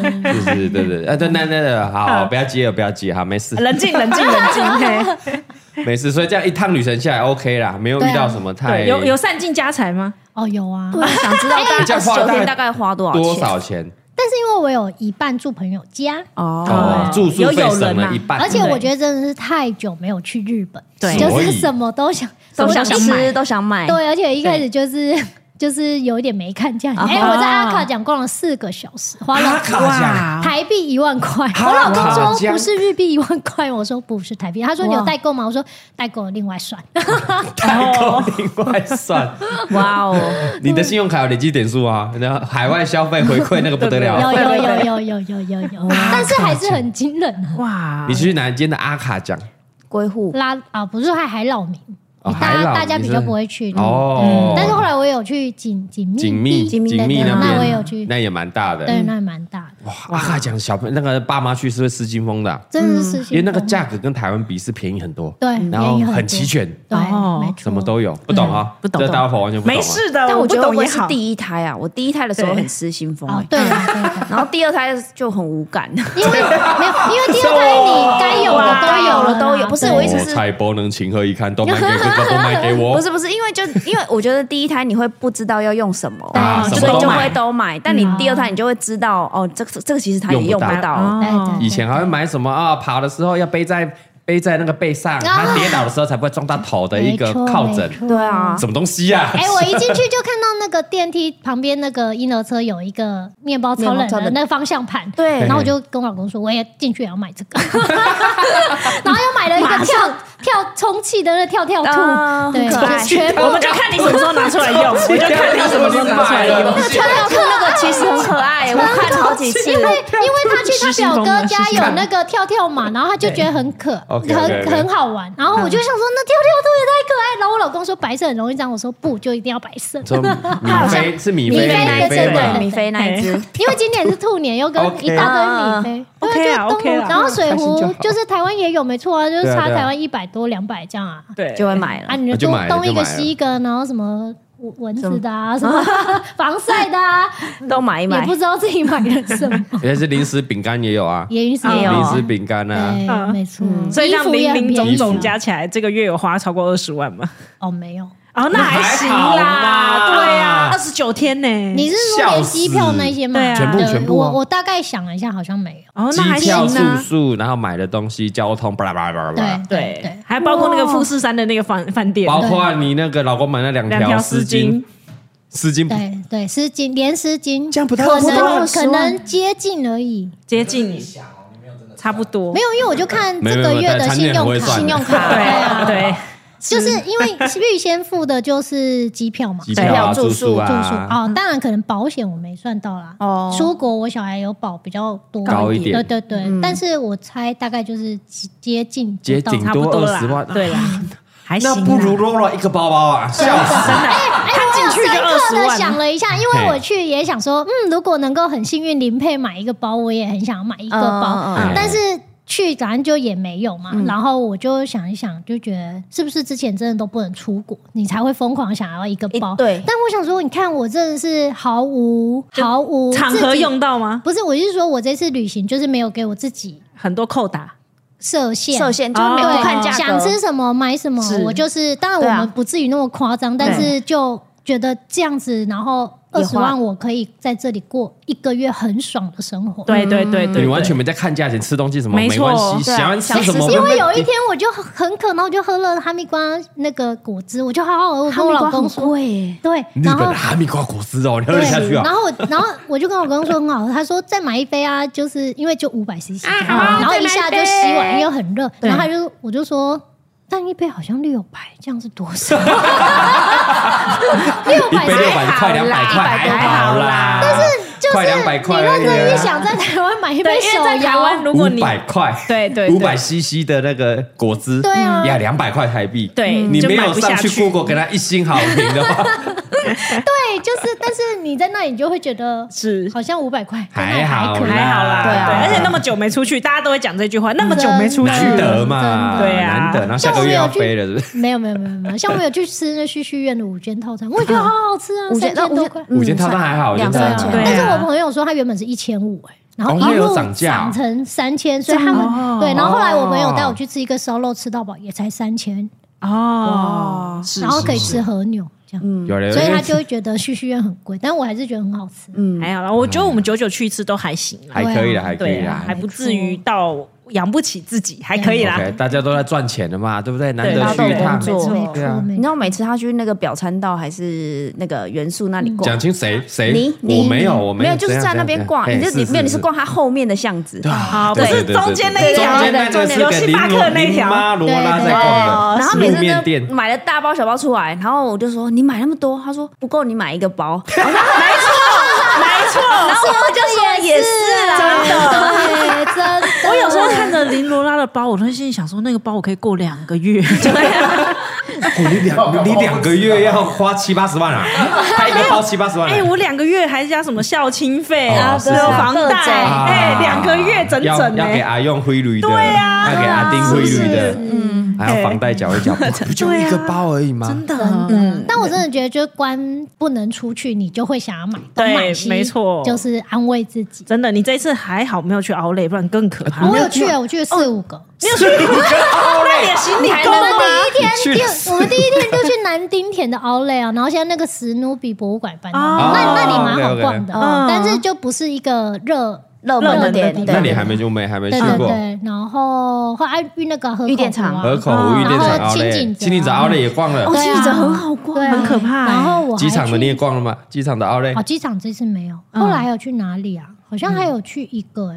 [SPEAKER 4] 对对。
[SPEAKER 5] 是是是，对对，啊，对，那那那，好好，不要接了，不要接，好，没事，
[SPEAKER 4] 冷静，冷静，冷静。嘿
[SPEAKER 5] 没事。所以这样一趟旅程下来 OK 啦，没有
[SPEAKER 3] 对啊
[SPEAKER 5] 遇到什么 太
[SPEAKER 4] 对，有有善尽家财吗？
[SPEAKER 3] 哦有啊，
[SPEAKER 6] 我想知道
[SPEAKER 5] 你哎这
[SPEAKER 6] 大
[SPEAKER 5] 样花
[SPEAKER 6] 概
[SPEAKER 5] 大
[SPEAKER 6] 九
[SPEAKER 5] 概
[SPEAKER 6] 天大概花多少钱？
[SPEAKER 5] 多少钱
[SPEAKER 3] 但是因为我有一半住朋友家，
[SPEAKER 6] 哦，
[SPEAKER 5] 哦，住宿费省了一半，
[SPEAKER 3] 而且 我觉得真的是太久没有去日本，
[SPEAKER 6] 对
[SPEAKER 3] 就是什么都想，
[SPEAKER 6] 都想
[SPEAKER 3] 什么都
[SPEAKER 6] 吃，都想买，
[SPEAKER 3] 对，而且一开始就是。就是有一点没看价钱，
[SPEAKER 6] 啊
[SPEAKER 3] 哎、我在阿卡讲逛了四个小时，花了
[SPEAKER 5] 哇
[SPEAKER 3] 台币一万块。
[SPEAKER 5] 哈
[SPEAKER 3] 我老公
[SPEAKER 5] 卡
[SPEAKER 3] 说
[SPEAKER 5] 江
[SPEAKER 3] 不是日币一万块，我说不是台币，他说你有
[SPEAKER 6] 哇
[SPEAKER 3] 代购吗？我说代购另外算。
[SPEAKER 5] 代购另外 算，
[SPEAKER 6] 哇哦，
[SPEAKER 5] 你的信用卡有累积点数啊，然后海外消费回馈那个不得
[SPEAKER 3] 有
[SPEAKER 5] 了。
[SPEAKER 3] 有有有有有有有，但是还是很惊人啊！
[SPEAKER 4] 哇
[SPEAKER 5] 你！去哪一间的阿卡奖？
[SPEAKER 6] 归户
[SPEAKER 3] 拉啊，不是还海老名，
[SPEAKER 5] 哦
[SPEAKER 3] 大
[SPEAKER 5] 海
[SPEAKER 3] 家
[SPEAKER 5] 老
[SPEAKER 3] 大家
[SPEAKER 5] 你
[SPEAKER 3] 比
[SPEAKER 5] 是
[SPEAKER 3] 较不会去
[SPEAKER 5] 哦
[SPEAKER 3] 嗯但是后来我有去紧紧密
[SPEAKER 5] 紧密
[SPEAKER 3] 地
[SPEAKER 5] 密
[SPEAKER 3] 对
[SPEAKER 5] 那
[SPEAKER 3] 那
[SPEAKER 5] 边，
[SPEAKER 3] 我也有去，
[SPEAKER 5] 那也蛮大的。嗯
[SPEAKER 3] 对，那蛮大的。
[SPEAKER 5] 哇，阿卡讲小朋友那个爸妈去是会失心疯的啊、
[SPEAKER 3] 真的是失
[SPEAKER 5] 因
[SPEAKER 3] 心
[SPEAKER 5] 为那个
[SPEAKER 3] 疯
[SPEAKER 5] 价格跟台湾比是便宜很多，
[SPEAKER 3] 对，
[SPEAKER 5] 然
[SPEAKER 3] 原
[SPEAKER 5] 后
[SPEAKER 3] 因
[SPEAKER 5] 很
[SPEAKER 3] 多
[SPEAKER 5] 齐，全，
[SPEAKER 3] 对，嗯
[SPEAKER 4] 哦
[SPEAKER 3] 没错，
[SPEAKER 5] 什么都有，不懂啊，
[SPEAKER 6] 不懂
[SPEAKER 5] 这大家伙完全不懂啊
[SPEAKER 4] 没，事的，
[SPEAKER 6] 但我
[SPEAKER 4] 不
[SPEAKER 6] 觉得
[SPEAKER 4] 懂
[SPEAKER 6] 我
[SPEAKER 4] 也
[SPEAKER 6] 也是
[SPEAKER 4] 好。
[SPEAKER 6] 第一胎啊，我第一胎的时候
[SPEAKER 4] 对
[SPEAKER 6] 很失心疯、
[SPEAKER 3] 哦
[SPEAKER 6] 欸，
[SPEAKER 3] 对啦，对啦
[SPEAKER 6] 然后第二胎就很无感。
[SPEAKER 3] 因为没有，因为第二胎你该有的都有了啦，
[SPEAKER 6] 哇都有不是
[SPEAKER 3] 对
[SPEAKER 6] 我意思是
[SPEAKER 5] 哦菜包能情何以堪，都卖给哥哥，都卖给我
[SPEAKER 6] 不。是不是，因为就 因为我觉得第一胎你会不知道要用什么，
[SPEAKER 5] 啊
[SPEAKER 6] 所
[SPEAKER 5] 什么
[SPEAKER 6] 以
[SPEAKER 5] 都
[SPEAKER 6] 就
[SPEAKER 5] 买
[SPEAKER 6] 会都买。但
[SPEAKER 3] 嗯
[SPEAKER 6] 你第二胎你就会知道，哦，这个这个其实它也
[SPEAKER 5] 用
[SPEAKER 6] 用
[SPEAKER 5] 不
[SPEAKER 6] 不
[SPEAKER 5] 到
[SPEAKER 6] 到。
[SPEAKER 3] 对对
[SPEAKER 4] 哦
[SPEAKER 3] 对
[SPEAKER 5] 以前还会买什么啊？跑的时候要背在背在那个背上，他跌倒的时候才不会撞到头的一个
[SPEAKER 3] 啊没错
[SPEAKER 5] 靠枕
[SPEAKER 3] 没，错
[SPEAKER 6] 对啊，
[SPEAKER 5] 什么东西呀？
[SPEAKER 3] 哎、我一进去就看到那个电梯旁边那个婴儿车有一个面包超人
[SPEAKER 6] 面包超
[SPEAKER 3] 的
[SPEAKER 6] 人
[SPEAKER 3] 那个方向盘，
[SPEAKER 6] 对
[SPEAKER 3] 哎然后我就跟我老公说，我也进去也要买这个， 然后又买了一个跳跳充气的那跳跳
[SPEAKER 6] 啊
[SPEAKER 3] 兔，对，
[SPEAKER 6] 很可爱
[SPEAKER 3] 就 全部
[SPEAKER 4] 我们就看你什么时候拿出来 用，我就看你什么时候拿出来用。
[SPEAKER 5] 东西
[SPEAKER 6] 穿到裤那个其实很 可爱，我看了好几次。
[SPEAKER 3] 因为因为他去他表哥家
[SPEAKER 4] 失心疯了失心
[SPEAKER 3] 有
[SPEAKER 4] 疯了
[SPEAKER 3] 那个跳跳马，然后他就觉得很可
[SPEAKER 5] OK，OK，OK
[SPEAKER 3] 很很好玩，然后我就想说那跳跳兔也太可爱，然后我老公说白色很容易脏，我说不就一定要白色，
[SPEAKER 5] 说米菲是米
[SPEAKER 3] 米
[SPEAKER 5] 菲，
[SPEAKER 3] 菲对
[SPEAKER 5] 米菲
[SPEAKER 3] 对
[SPEAKER 5] 嘛
[SPEAKER 3] 对
[SPEAKER 6] 对，米菲那一只，
[SPEAKER 3] 因为今年是兔年，又跟
[SPEAKER 5] OK
[SPEAKER 3] 一大堆米
[SPEAKER 4] 啊
[SPEAKER 3] 菲，
[SPEAKER 4] OK
[SPEAKER 3] 对
[SPEAKER 4] 啊
[SPEAKER 3] 就动物
[SPEAKER 4] OK 啦
[SPEAKER 3] 然后水
[SPEAKER 5] 开心
[SPEAKER 3] 壶
[SPEAKER 5] 就好
[SPEAKER 3] 就是台湾也有，没错啊，就是
[SPEAKER 5] 对啊
[SPEAKER 3] 差
[SPEAKER 5] 对啊
[SPEAKER 3] 台湾一百多两百这样啊。
[SPEAKER 4] 对，
[SPEAKER 6] 就会买
[SPEAKER 3] 啊，
[SPEAKER 6] 了。
[SPEAKER 3] 你
[SPEAKER 5] 那就
[SPEAKER 3] 东
[SPEAKER 5] 买了
[SPEAKER 3] 东一
[SPEAKER 5] 就
[SPEAKER 3] 个
[SPEAKER 5] 买了
[SPEAKER 3] 西一个，然后什么蚊蚊子的啊，什么 防晒的啊，
[SPEAKER 6] 都买一
[SPEAKER 3] 也
[SPEAKER 6] 买
[SPEAKER 3] 不，知道自己买了什么，
[SPEAKER 5] 而且是零食饼干 也有啊，
[SPEAKER 3] 也是
[SPEAKER 6] 也有
[SPEAKER 5] 零食饼干啊，
[SPEAKER 3] 对，哎没错。
[SPEAKER 4] 嗯所以
[SPEAKER 3] 衣
[SPEAKER 4] 这样
[SPEAKER 3] 服也
[SPEAKER 4] 零
[SPEAKER 3] 很
[SPEAKER 4] 零
[SPEAKER 3] 便
[SPEAKER 4] 总
[SPEAKER 3] 宜
[SPEAKER 4] 总加起来，这个月有花超过二十万吗？
[SPEAKER 3] 哦，没有。
[SPEAKER 4] 哦，那还行啦，
[SPEAKER 5] 那还好啦
[SPEAKER 4] 对呀，二十九天呢。
[SPEAKER 3] 你是说连机票那些吗？
[SPEAKER 4] 笑死对啊全部
[SPEAKER 3] 对
[SPEAKER 5] 全部啊
[SPEAKER 3] 我我大概想了一下，好像没有。
[SPEAKER 4] 哦，
[SPEAKER 5] 机
[SPEAKER 4] 那还行
[SPEAKER 5] 票、住
[SPEAKER 4] 啊。
[SPEAKER 5] 宿，然后买的东西、交通，巴拉巴拉巴拉巴
[SPEAKER 3] 对
[SPEAKER 5] 拉，
[SPEAKER 3] 对
[SPEAKER 4] 还包括那个富士山的那个饭饭店，
[SPEAKER 5] 包括你那个老公买那两
[SPEAKER 4] 两条
[SPEAKER 5] 条
[SPEAKER 4] 丝
[SPEAKER 5] 丝
[SPEAKER 4] 巾
[SPEAKER 5] 巾，，丝巾不
[SPEAKER 3] 对对，湿巾连湿巾，
[SPEAKER 5] 这样不太啊
[SPEAKER 3] 可
[SPEAKER 5] 不到
[SPEAKER 3] 能
[SPEAKER 6] 20
[SPEAKER 3] 可
[SPEAKER 6] 万
[SPEAKER 3] 能接近而已。
[SPEAKER 4] 接近
[SPEAKER 5] 哦
[SPEAKER 4] 差不多
[SPEAKER 3] 没。有，因为我就看
[SPEAKER 5] 没
[SPEAKER 3] 这
[SPEAKER 5] 有
[SPEAKER 3] 个月
[SPEAKER 5] 没
[SPEAKER 3] 的信
[SPEAKER 5] 有餐点很
[SPEAKER 3] 用
[SPEAKER 5] 会
[SPEAKER 3] 卡，
[SPEAKER 5] 算
[SPEAKER 3] 信用卡
[SPEAKER 4] 对
[SPEAKER 3] 对
[SPEAKER 4] 啊，
[SPEAKER 3] 啊，
[SPEAKER 4] 对，
[SPEAKER 3] 就是因为预先付的就是机票嘛，
[SPEAKER 5] 机票啊、
[SPEAKER 6] 对
[SPEAKER 5] 住宿
[SPEAKER 3] 住宿
[SPEAKER 5] 啊，
[SPEAKER 3] 哦，当然可能保险我没算到啦。
[SPEAKER 6] 哦
[SPEAKER 3] 出国我小孩有保比较多，
[SPEAKER 5] 高一点
[SPEAKER 3] 对对对，但是我猜大概就是接近
[SPEAKER 5] 接
[SPEAKER 3] 到
[SPEAKER 5] 近
[SPEAKER 4] 差不
[SPEAKER 5] 多
[SPEAKER 4] 多
[SPEAKER 5] 二
[SPEAKER 4] 啦
[SPEAKER 5] 十万，
[SPEAKER 4] 对啦，还行
[SPEAKER 5] 那
[SPEAKER 4] 啦。
[SPEAKER 5] 不如 Rora 一个包包啊，笑死！
[SPEAKER 3] 哎，我有
[SPEAKER 4] 去就
[SPEAKER 3] 深刻
[SPEAKER 4] 20
[SPEAKER 3] 的
[SPEAKER 4] 万
[SPEAKER 3] 想了一下，因为
[SPEAKER 5] 嘿
[SPEAKER 3] 我去也想说，嗯，如果能够很幸运林配买一个包，我也很想买一个包
[SPEAKER 6] 嗯，
[SPEAKER 5] 嗯嗯
[SPEAKER 3] 但是。去反正就也没有嘛，然后我就想一想，就觉得是不是之前真的都不能出国，你才会疯狂想要一个包？
[SPEAKER 6] 一嗯对
[SPEAKER 3] 但我想说，你看我真的是毫无
[SPEAKER 4] 就
[SPEAKER 3] 毫无
[SPEAKER 4] 场
[SPEAKER 3] 自
[SPEAKER 4] 合
[SPEAKER 3] 己，
[SPEAKER 4] 用到吗？
[SPEAKER 3] 不是，我是说我这次旅行就是没有给我自己
[SPEAKER 4] 很多扣打，
[SPEAKER 3] 设限，
[SPEAKER 6] 受限就是没有
[SPEAKER 3] 对，
[SPEAKER 6] 看价格，
[SPEAKER 3] 哦想吃什么买什么
[SPEAKER 4] 是，
[SPEAKER 3] 我就是当然
[SPEAKER 6] 对
[SPEAKER 3] 我
[SPEAKER 6] 啊
[SPEAKER 3] 们不至于那么夸张，但是就觉得这样子，然后二
[SPEAKER 6] 也
[SPEAKER 3] 十
[SPEAKER 6] 花
[SPEAKER 3] 万我可以在这里过一个月很爽的生活。
[SPEAKER 4] 对对对
[SPEAKER 3] 嗯
[SPEAKER 4] 对，
[SPEAKER 5] 你完全没在看价钱，吃东西什么
[SPEAKER 4] 没
[SPEAKER 5] 没
[SPEAKER 4] 错
[SPEAKER 5] 关系，
[SPEAKER 6] 对啊
[SPEAKER 5] 喜欢吃什么
[SPEAKER 6] 想吃
[SPEAKER 3] 因为
[SPEAKER 5] 没
[SPEAKER 3] 有一天我就很渴，然后我就喝了哈密瓜那个果汁，我就好好，我跟我老公说，
[SPEAKER 6] 贵，
[SPEAKER 3] 对，
[SPEAKER 5] 日
[SPEAKER 3] 然
[SPEAKER 5] 本
[SPEAKER 3] 后
[SPEAKER 5] 的哈密瓜果汁哦，你喝得
[SPEAKER 3] 对
[SPEAKER 5] 下去，
[SPEAKER 3] 然
[SPEAKER 5] 啊？
[SPEAKER 3] 后我然后我就跟我公说很好，他说再买一杯啊，就是因为就五百
[SPEAKER 4] 啊
[SPEAKER 3] CC，然后一下就吸完，又很热，然后他就我就说。但一杯好像六百，这样是多 少？六
[SPEAKER 5] 一
[SPEAKER 3] 百
[SPEAKER 5] 杯六百块，两百块
[SPEAKER 6] 还好啦
[SPEAKER 5] 还好啦，但是
[SPEAKER 3] 就是
[SPEAKER 5] 快两百块
[SPEAKER 3] 你
[SPEAKER 5] 而
[SPEAKER 3] 认真
[SPEAKER 5] 已
[SPEAKER 3] 一
[SPEAKER 5] 啊，
[SPEAKER 3] 想，在台湾买一
[SPEAKER 4] 对，
[SPEAKER 3] 杯
[SPEAKER 4] 因
[SPEAKER 3] 手
[SPEAKER 4] 为在台
[SPEAKER 3] 摇，
[SPEAKER 4] 湾，如果
[SPEAKER 5] 五
[SPEAKER 4] 你
[SPEAKER 5] 百块，
[SPEAKER 4] 对对
[SPEAKER 5] 五百 CC 的那个果汁，
[SPEAKER 3] 对啊
[SPEAKER 5] 呀，两百块台币，
[SPEAKER 4] 对
[SPEAKER 5] 你
[SPEAKER 4] 就
[SPEAKER 5] 没
[SPEAKER 4] 买
[SPEAKER 5] 有
[SPEAKER 4] 不
[SPEAKER 5] 上
[SPEAKER 4] 下
[SPEAKER 5] 去
[SPEAKER 4] 去
[SPEAKER 5] Google 给他一星好评的话，
[SPEAKER 3] 对，就是，但是你在那里，你就会觉得
[SPEAKER 4] 是
[SPEAKER 3] 好像五百块真的
[SPEAKER 5] 还好
[SPEAKER 3] 可以
[SPEAKER 4] 还好啦，
[SPEAKER 5] 对啊
[SPEAKER 4] 对，而且那么久没出去，大家都会讲这句话，那么久没出去
[SPEAKER 5] 难得嘛，
[SPEAKER 3] 真
[SPEAKER 4] 的对啊
[SPEAKER 5] 难得，然后下个月要飞了，是不是？
[SPEAKER 3] 没有没有没有没有，像我有去吃那旭旭苑的五间套餐，我也觉得好好吃啊，
[SPEAKER 6] 五间
[SPEAKER 3] 三
[SPEAKER 4] 哦
[SPEAKER 3] 千
[SPEAKER 6] 那五
[SPEAKER 3] 多
[SPEAKER 6] 间
[SPEAKER 3] 块，
[SPEAKER 6] 嗯
[SPEAKER 5] 五间套餐还好，
[SPEAKER 6] 两
[SPEAKER 5] 五间套餐
[SPEAKER 4] 三
[SPEAKER 5] 还好
[SPEAKER 4] 千
[SPEAKER 3] 但是
[SPEAKER 4] 对啊
[SPEAKER 3] 我朋友说他原本是一千五哎，然后
[SPEAKER 5] 哦
[SPEAKER 3] 一
[SPEAKER 5] 那
[SPEAKER 3] 路
[SPEAKER 5] 有涨价哦
[SPEAKER 3] 涨成三千，所以他
[SPEAKER 4] 哦
[SPEAKER 3] 们对，然后后来我朋友带我去吃一个烧肉，吃到饱也才三千，
[SPEAKER 4] 哦，是嗯
[SPEAKER 3] 然后可以
[SPEAKER 5] 是
[SPEAKER 3] 吃和牛这样，
[SPEAKER 5] 有人，
[SPEAKER 3] 所以他就会觉得旭旭苑很贵，但我还是觉得很好吃。
[SPEAKER 6] 嗯，
[SPEAKER 4] 还好啦，我觉得我们九九去一次都还行啦，
[SPEAKER 5] 哎还可以啦，还可以
[SPEAKER 4] 对
[SPEAKER 5] 啦
[SPEAKER 4] 啊，，还不至于到养不起自己，还可以啦。
[SPEAKER 5] OK，大家都在赚钱的嘛，对不对？难
[SPEAKER 4] 对
[SPEAKER 5] 得
[SPEAKER 4] 大家
[SPEAKER 5] 去
[SPEAKER 4] 都
[SPEAKER 5] 一
[SPEAKER 4] 有
[SPEAKER 5] 趟
[SPEAKER 4] 工，作嗯
[SPEAKER 5] 对
[SPEAKER 3] 没
[SPEAKER 5] 对啊
[SPEAKER 3] 错，没
[SPEAKER 6] 你知
[SPEAKER 3] 错。
[SPEAKER 6] 道每次他去那个表参道还是那个元素那里逛
[SPEAKER 5] 讲，清谁谁
[SPEAKER 6] 你，你
[SPEAKER 5] 我没有，我
[SPEAKER 6] 没有，就是在那边
[SPEAKER 5] 哎
[SPEAKER 6] 逛，你就你没有，你是逛他后面的巷子，
[SPEAKER 5] 啊
[SPEAKER 4] 不是中间那一
[SPEAKER 5] 中
[SPEAKER 4] 条
[SPEAKER 5] 间那个
[SPEAKER 4] 中
[SPEAKER 5] 是
[SPEAKER 4] 间
[SPEAKER 5] 给
[SPEAKER 4] 游戏巴克那一
[SPEAKER 5] 林
[SPEAKER 4] 条
[SPEAKER 5] 妈罗拉在逛的，
[SPEAKER 6] 然后每
[SPEAKER 5] 路
[SPEAKER 6] 次
[SPEAKER 5] 面店
[SPEAKER 6] 都。买了大包小包出来，然后我就说你买那么多，他说不够你买一个包， 没错没错，然后我就说也是啦，
[SPEAKER 3] 对，真的。
[SPEAKER 4] 我 有时候看着林罗拉的包，我都心里想说，那个包我可以过两个月，对啊，
[SPEAKER 5] 你两你两个月要花七八十万 啊，他一个包七八十万、啊。
[SPEAKER 4] 哎，我两个月还加什么校亲费啊
[SPEAKER 5] 哦
[SPEAKER 4] 还有房
[SPEAKER 6] 各种
[SPEAKER 4] 贷，
[SPEAKER 5] 啊
[SPEAKER 4] 哎，两个月整
[SPEAKER 5] 要
[SPEAKER 4] 整
[SPEAKER 5] 要给
[SPEAKER 4] 哎，
[SPEAKER 5] 阿用汇率的，
[SPEAKER 4] 对啊
[SPEAKER 5] 要给阿丁汇率的，
[SPEAKER 4] 嗯
[SPEAKER 5] 还有房贷缴一 缴，不不就一个包而已吗？
[SPEAKER 4] 真的，嗯，
[SPEAKER 3] 但我真的觉得，就是关不能出去，你就会想要买东
[SPEAKER 4] 对
[SPEAKER 3] 买西，
[SPEAKER 4] 没错
[SPEAKER 3] 就是安慰自己。
[SPEAKER 4] 真的，你这次还好没有去熬累，不然更可怕。
[SPEAKER 3] 我有去，我去了四五个。
[SPEAKER 5] 是一个包
[SPEAKER 4] 你
[SPEAKER 5] 嘞
[SPEAKER 4] 的，行李
[SPEAKER 3] 我
[SPEAKER 4] 够
[SPEAKER 3] 们
[SPEAKER 4] 吗？
[SPEAKER 3] 第一天
[SPEAKER 5] 去了
[SPEAKER 3] 就我们第一天就去南丁田的 Outlet 啊，然后现在那个史努比博物馆搬到
[SPEAKER 4] 哦
[SPEAKER 3] 那那里蛮好
[SPEAKER 5] OK，OK
[SPEAKER 3] 逛的
[SPEAKER 4] 嗯，
[SPEAKER 3] 但是就不是一个热
[SPEAKER 4] 热
[SPEAKER 6] 热门
[SPEAKER 4] 门的
[SPEAKER 6] 的点
[SPEAKER 4] 地，
[SPEAKER 5] 那你还没就没还没
[SPEAKER 3] 对
[SPEAKER 5] 去
[SPEAKER 3] 对
[SPEAKER 5] 过。
[SPEAKER 3] 对，然后后来遇那个河口
[SPEAKER 6] 玉电
[SPEAKER 3] 湖啊
[SPEAKER 6] 厂
[SPEAKER 5] 河口湖玉电厂
[SPEAKER 3] 然后
[SPEAKER 5] 奥
[SPEAKER 3] 哦清
[SPEAKER 5] 莱，
[SPEAKER 3] 景泽
[SPEAKER 5] 清景泽奥莱也逛了
[SPEAKER 6] 哦，，
[SPEAKER 3] 对啊
[SPEAKER 6] 记者很好逛，
[SPEAKER 3] 对啊，
[SPEAKER 4] 很可怕欸
[SPEAKER 3] 然后我还
[SPEAKER 5] 机场的
[SPEAKER 3] 去
[SPEAKER 5] 你也逛了吗？机场的奥莱
[SPEAKER 3] 哦，，机场这次没有。后来还有去哪里啊？好像还有去一个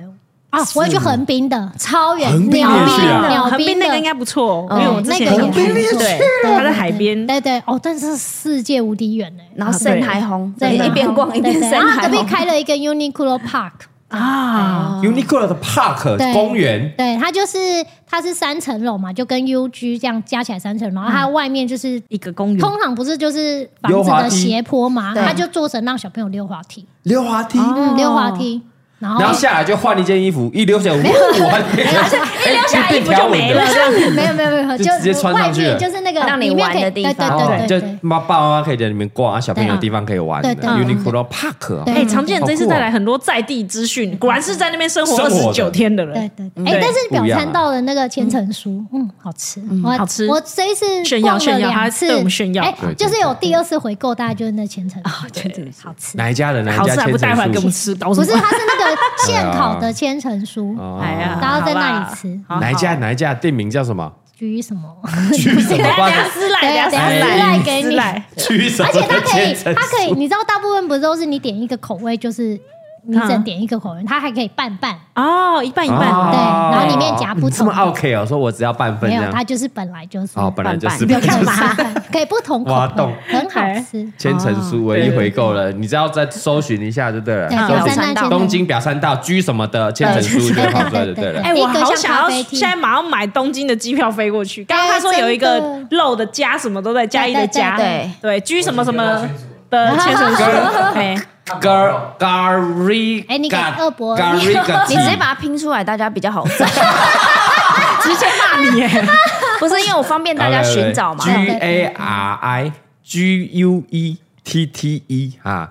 [SPEAKER 3] 哎、啊，我有去横滨的，超远，
[SPEAKER 5] 横滨
[SPEAKER 3] 鸟
[SPEAKER 5] 也去
[SPEAKER 3] 滨
[SPEAKER 5] 啊
[SPEAKER 3] 的，鸟
[SPEAKER 4] 横滨那
[SPEAKER 3] 的
[SPEAKER 4] 个应该不错，因
[SPEAKER 6] 嗯
[SPEAKER 4] 为我之前有
[SPEAKER 3] 那个也
[SPEAKER 4] 去
[SPEAKER 3] 很
[SPEAKER 4] 对，它在海边，
[SPEAKER 3] 对对哦，但是世界无敌远哎、
[SPEAKER 6] 然后
[SPEAKER 4] 啊对
[SPEAKER 6] 盛海红，
[SPEAKER 3] 在
[SPEAKER 6] 一边逛一边
[SPEAKER 3] 对对
[SPEAKER 6] 盛
[SPEAKER 3] 然后
[SPEAKER 6] 海哦
[SPEAKER 3] 隔壁
[SPEAKER 6] 红，
[SPEAKER 3] 开了一个 Uniqlo Park，
[SPEAKER 4] 啊，
[SPEAKER 5] Uniqlo 的 Park
[SPEAKER 3] 对
[SPEAKER 5] 公园，
[SPEAKER 3] 对，它就是它是三层楼嘛，就跟 UG 这样加起来三层楼，然后它外面就是。
[SPEAKER 4] 一个公园
[SPEAKER 3] 通常不是就是房
[SPEAKER 5] 溜
[SPEAKER 3] 子
[SPEAKER 5] 滑
[SPEAKER 3] 的
[SPEAKER 5] 梯
[SPEAKER 3] 斜坡嘛，
[SPEAKER 6] 对
[SPEAKER 3] 它就做成让小朋友溜滑梯，
[SPEAKER 5] 溜滑梯，
[SPEAKER 3] 嗯，溜滑梯，然后
[SPEAKER 5] 然后下来就换一件衣服，一溜下来，哇，变成哎
[SPEAKER 4] 溜下来
[SPEAKER 5] 变
[SPEAKER 4] 衣服就
[SPEAKER 5] 条纹
[SPEAKER 4] 没
[SPEAKER 5] 的
[SPEAKER 4] 了这样
[SPEAKER 3] 没有没有没有，
[SPEAKER 5] 就直接穿上
[SPEAKER 3] 外
[SPEAKER 5] 去了哦
[SPEAKER 3] 面就是那个
[SPEAKER 6] 让你
[SPEAKER 3] 里面
[SPEAKER 6] 玩
[SPEAKER 3] 可以
[SPEAKER 6] 的地方
[SPEAKER 3] 对对对
[SPEAKER 5] 就
[SPEAKER 3] 对对，
[SPEAKER 5] 妈爸妈妈可以在里面逛，啊小朋友有地方可以玩的
[SPEAKER 3] 对啊对对
[SPEAKER 5] Uniqlo Park 啊
[SPEAKER 3] 对
[SPEAKER 4] 哎，常见这次
[SPEAKER 5] 好酷哦
[SPEAKER 4] 带来很多在地资
[SPEAKER 3] 嗯
[SPEAKER 4] 讯，果然是在那边生活二
[SPEAKER 5] 生
[SPEAKER 4] 十
[SPEAKER 5] 活
[SPEAKER 4] 九
[SPEAKER 5] 的
[SPEAKER 4] 天的人，
[SPEAKER 3] 对对
[SPEAKER 4] 嗯
[SPEAKER 3] 对，哎、但是
[SPEAKER 5] 不一
[SPEAKER 3] 表
[SPEAKER 5] 样
[SPEAKER 3] 参
[SPEAKER 5] 啊
[SPEAKER 3] 道的那个千层酥，嗯，好吃，我
[SPEAKER 4] 好吃
[SPEAKER 3] 我这一次
[SPEAKER 4] 炫
[SPEAKER 3] 逛
[SPEAKER 4] 耀
[SPEAKER 3] 了
[SPEAKER 4] 炫耀他
[SPEAKER 3] 两次，
[SPEAKER 4] 对我们炫耀
[SPEAKER 3] 哎
[SPEAKER 5] 对对
[SPEAKER 3] 就是有第二次回购，大概就是那千层酥，
[SPEAKER 6] 千层酥
[SPEAKER 3] 好吃，
[SPEAKER 5] 哪一家的哪
[SPEAKER 4] 好
[SPEAKER 5] 一
[SPEAKER 4] 吃
[SPEAKER 5] 家
[SPEAKER 4] 还
[SPEAKER 5] 千
[SPEAKER 4] 不带回来
[SPEAKER 5] 层
[SPEAKER 4] 给我们
[SPEAKER 5] 酥？
[SPEAKER 4] 吃，搞什
[SPEAKER 3] 不
[SPEAKER 4] 么
[SPEAKER 3] 是，它是那个现烤
[SPEAKER 5] 对啊
[SPEAKER 3] 的千层酥，
[SPEAKER 5] 哦
[SPEAKER 6] 哎呀
[SPEAKER 3] 然后在那里吃
[SPEAKER 4] 好吧
[SPEAKER 5] 哪一家？哪一家店名叫什 么？
[SPEAKER 3] 居什么？
[SPEAKER 5] 居什么
[SPEAKER 4] 好吧等一下等一下
[SPEAKER 5] 的？
[SPEAKER 4] 私来，
[SPEAKER 3] 对啊
[SPEAKER 4] 等一下
[SPEAKER 3] 等一
[SPEAKER 4] 私
[SPEAKER 3] 下私
[SPEAKER 4] 来
[SPEAKER 3] 赖给你
[SPEAKER 4] 私赖
[SPEAKER 5] 居什么
[SPEAKER 3] 而且它
[SPEAKER 5] 的
[SPEAKER 3] 可以
[SPEAKER 5] 千层，
[SPEAKER 3] 它可以，
[SPEAKER 5] 酥？
[SPEAKER 3] 你知道大部分不都是你点一个口味，就是你只能点一个口味，它还可以拌拌，
[SPEAKER 4] 哦，一半一
[SPEAKER 5] 哦
[SPEAKER 4] 半，
[SPEAKER 3] 对然后里面夹不同
[SPEAKER 5] 你这么 OK 哦，说我只要半份
[SPEAKER 3] 没
[SPEAKER 5] 这
[SPEAKER 3] 有，它
[SPEAKER 5] 样，
[SPEAKER 3] 就是本来就是。
[SPEAKER 5] 哦，本来就是
[SPEAKER 6] 半
[SPEAKER 3] 有
[SPEAKER 5] 本来
[SPEAKER 3] 看
[SPEAKER 5] 就是
[SPEAKER 3] 吧？可以不同口
[SPEAKER 5] 挖
[SPEAKER 3] 味
[SPEAKER 5] 洞，
[SPEAKER 3] 很好吃。
[SPEAKER 5] 千层酥唯一回购了，你只要再搜寻一下就对了。
[SPEAKER 3] 哦对，
[SPEAKER 5] 搜
[SPEAKER 3] 表
[SPEAKER 5] 寻
[SPEAKER 3] 参道千层
[SPEAKER 5] 东京表参道居什么的千层酥就跑出来就对了。
[SPEAKER 4] 哎，我
[SPEAKER 3] 一
[SPEAKER 4] 好想要
[SPEAKER 3] 个像咖啡厅
[SPEAKER 4] 现在马上买东京的机票飞过去。刚刚他说有一
[SPEAKER 3] 哎
[SPEAKER 4] 个
[SPEAKER 3] 真
[SPEAKER 4] 肉的家什么都在嘉义的家，
[SPEAKER 3] 对
[SPEAKER 6] 对
[SPEAKER 4] 对，居什么什么的千层酥，哎，
[SPEAKER 5] gar gari，
[SPEAKER 3] 哎你给二伯
[SPEAKER 5] gari，
[SPEAKER 6] 你直接把它拼出来，大家比较好找。
[SPEAKER 4] 直接骂你耶！
[SPEAKER 6] 不是因为我方便大家寻找嘛
[SPEAKER 5] G？
[SPEAKER 3] 对对
[SPEAKER 5] A R I G U E T T E 啊，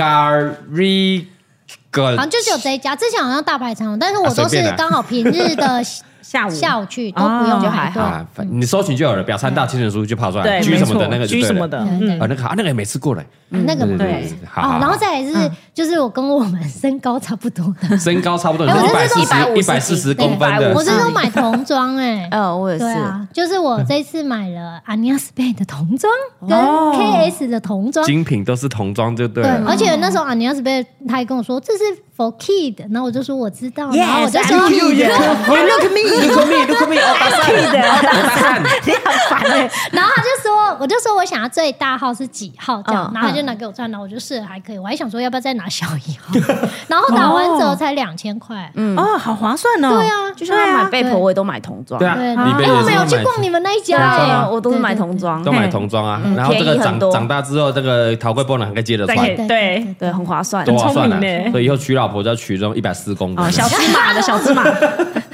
[SPEAKER 5] gari
[SPEAKER 3] 好
[SPEAKER 5] g
[SPEAKER 3] 像就只有这一家，之前好像大排长龙，但是我都
[SPEAKER 5] 啊随
[SPEAKER 3] 是
[SPEAKER 5] 便啊
[SPEAKER 3] 刚好平日的
[SPEAKER 4] 下午
[SPEAKER 3] 下午去，都不用
[SPEAKER 6] 哦就
[SPEAKER 3] 排
[SPEAKER 6] 还
[SPEAKER 3] 队。
[SPEAKER 5] 啊，反你搜寻就有了，表参道千层酥就跑出来
[SPEAKER 4] 对
[SPEAKER 5] 啊了，，居什么的那个就
[SPEAKER 4] 居
[SPEAKER 5] 对
[SPEAKER 4] 什么
[SPEAKER 5] 了。
[SPEAKER 4] 的，
[SPEAKER 3] 对
[SPEAKER 4] 嗯，
[SPEAKER 5] 啊，那个啊，那个也没吃过嘞。
[SPEAKER 3] 那个嘛
[SPEAKER 5] 对对
[SPEAKER 4] 对
[SPEAKER 5] 对，好。好
[SPEAKER 3] 哦，
[SPEAKER 5] 好
[SPEAKER 3] 然后再来是，就是我跟我们身高差不多的，
[SPEAKER 5] 身高差不多
[SPEAKER 3] 哎我
[SPEAKER 5] 一百
[SPEAKER 3] 这
[SPEAKER 5] 四
[SPEAKER 3] 次
[SPEAKER 5] 十、一
[SPEAKER 6] 都
[SPEAKER 5] 百四十公分
[SPEAKER 6] 对
[SPEAKER 3] 我
[SPEAKER 5] 的
[SPEAKER 3] 是说买童装哎，
[SPEAKER 6] 呃，我也是
[SPEAKER 3] 对，啊，就是我这次买了 Ania Spain 的童装跟 KS 的童装，
[SPEAKER 5] 精品，都是童装就对
[SPEAKER 3] 对
[SPEAKER 5] 了，。
[SPEAKER 3] 而且那时候 Ania Spain 他还跟我说这是 for kid，然后我就说我知道，然后我就说
[SPEAKER 4] Yes，I'm cute
[SPEAKER 5] Look at me, look at me, look at me，欧巴桑，欧巴桑，
[SPEAKER 3] 然后他就说，我就说我想要最大号是几号这样，
[SPEAKER 6] 嗯
[SPEAKER 3] 然后他就拿给我穿，然后我就试了还可以，我还想说要不要再拿小一号，然后打完折才两千块，嗯，
[SPEAKER 4] 哦，好划算哦！
[SPEAKER 3] 对啊，
[SPEAKER 6] 就像他买被婆，我也都买童装。
[SPEAKER 5] 对啊
[SPEAKER 3] 对，，
[SPEAKER 5] 你
[SPEAKER 3] 哎、
[SPEAKER 5] 们
[SPEAKER 3] 我
[SPEAKER 5] 也
[SPEAKER 3] 没
[SPEAKER 5] 是
[SPEAKER 3] 有
[SPEAKER 5] 会
[SPEAKER 3] 去
[SPEAKER 5] 买
[SPEAKER 3] 逛你们那一家、
[SPEAKER 5] 童装
[SPEAKER 3] 哎
[SPEAKER 5] 啊
[SPEAKER 6] 我都是买童装
[SPEAKER 5] 都，买童装啊，然后这个
[SPEAKER 6] 嗯便宜
[SPEAKER 5] 长
[SPEAKER 6] 很多
[SPEAKER 5] 长大之后，这个桃贵波囊还可以接着
[SPEAKER 4] 再
[SPEAKER 5] 穿，
[SPEAKER 4] 可以对
[SPEAKER 3] 对
[SPEAKER 6] 对，很划算。
[SPEAKER 5] 多划算
[SPEAKER 4] 很聪明
[SPEAKER 5] 啊！
[SPEAKER 4] 呢
[SPEAKER 5] 所以以后娶老婆就要娶这种一百四公分
[SPEAKER 4] 哦，
[SPEAKER 5] 的，
[SPEAKER 4] 小芝麻的小芝麻，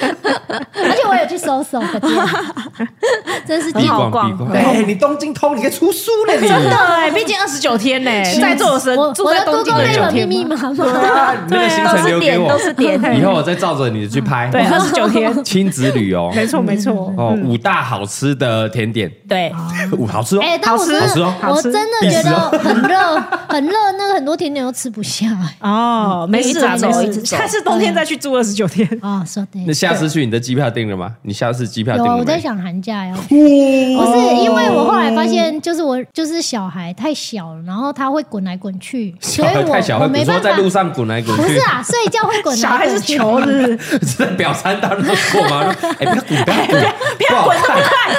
[SPEAKER 3] 而且我有去搜搜的店， 真是
[SPEAKER 5] 必
[SPEAKER 3] 店
[SPEAKER 5] 逛
[SPEAKER 6] 好逛
[SPEAKER 5] 必逛。
[SPEAKER 6] 对
[SPEAKER 4] 啊
[SPEAKER 5] 哎，你东京通，你可以出书了，你
[SPEAKER 4] 真的哎，毕竟二十九天呢，在座的
[SPEAKER 3] 我
[SPEAKER 4] 人住
[SPEAKER 3] 我
[SPEAKER 4] 在
[SPEAKER 3] 的
[SPEAKER 4] 东京
[SPEAKER 3] Google
[SPEAKER 4] 的
[SPEAKER 3] Map
[SPEAKER 4] 人
[SPEAKER 3] 密密麻麻，
[SPEAKER 5] 对啊你那个行
[SPEAKER 6] 都
[SPEAKER 5] 程
[SPEAKER 6] 是
[SPEAKER 5] 留给
[SPEAKER 6] 点，
[SPEAKER 5] 我
[SPEAKER 6] 都，是点。
[SPEAKER 5] 以后我再照着你的去拍。
[SPEAKER 4] 对，啊二十九天，
[SPEAKER 5] 亲子旅游，
[SPEAKER 4] 没错没错，
[SPEAKER 5] 哦，五大好吃的甜点，
[SPEAKER 4] 对，
[SPEAKER 5] 五好吃哦
[SPEAKER 3] 哎、，但我真
[SPEAKER 5] 好吃
[SPEAKER 3] 的、
[SPEAKER 5] 哦
[SPEAKER 4] 好
[SPEAKER 3] 我真
[SPEAKER 4] 吃
[SPEAKER 3] 的
[SPEAKER 5] 历
[SPEAKER 3] 觉
[SPEAKER 5] 史哦
[SPEAKER 3] 得很热， 很热，那个很多甜点都吃不下、哎
[SPEAKER 4] 哦，没事啊，
[SPEAKER 6] 一直走
[SPEAKER 4] 没
[SPEAKER 6] 一直
[SPEAKER 4] 事，
[SPEAKER 6] 走
[SPEAKER 4] 下次冬天再去住二十九天。
[SPEAKER 3] 哦，说对
[SPEAKER 5] 那，下次去你的机票订了吗？你下次机票
[SPEAKER 3] 有
[SPEAKER 5] 订
[SPEAKER 3] 啊
[SPEAKER 5] 了
[SPEAKER 3] 我在
[SPEAKER 5] 没？哦
[SPEAKER 3] 想寒假
[SPEAKER 4] 哦
[SPEAKER 3] 要去，不是因为我后来发现，就是我就是小孩太小了，然后他会滚来滚去，所以
[SPEAKER 5] 小孩太小
[SPEAKER 3] 我
[SPEAKER 5] 会
[SPEAKER 3] 我
[SPEAKER 5] 滚，
[SPEAKER 3] 没
[SPEAKER 5] 你说
[SPEAKER 3] 办法
[SPEAKER 5] 在。路上滚来滚
[SPEAKER 3] 不
[SPEAKER 5] 去
[SPEAKER 3] 是，啊，睡觉会滚
[SPEAKER 4] 小
[SPEAKER 3] 来
[SPEAKER 4] 孩是
[SPEAKER 3] 滚去。
[SPEAKER 4] 球，是不 是？
[SPEAKER 5] 是在表参道那种过 马路，哎，不要滚，不要滚，不要滚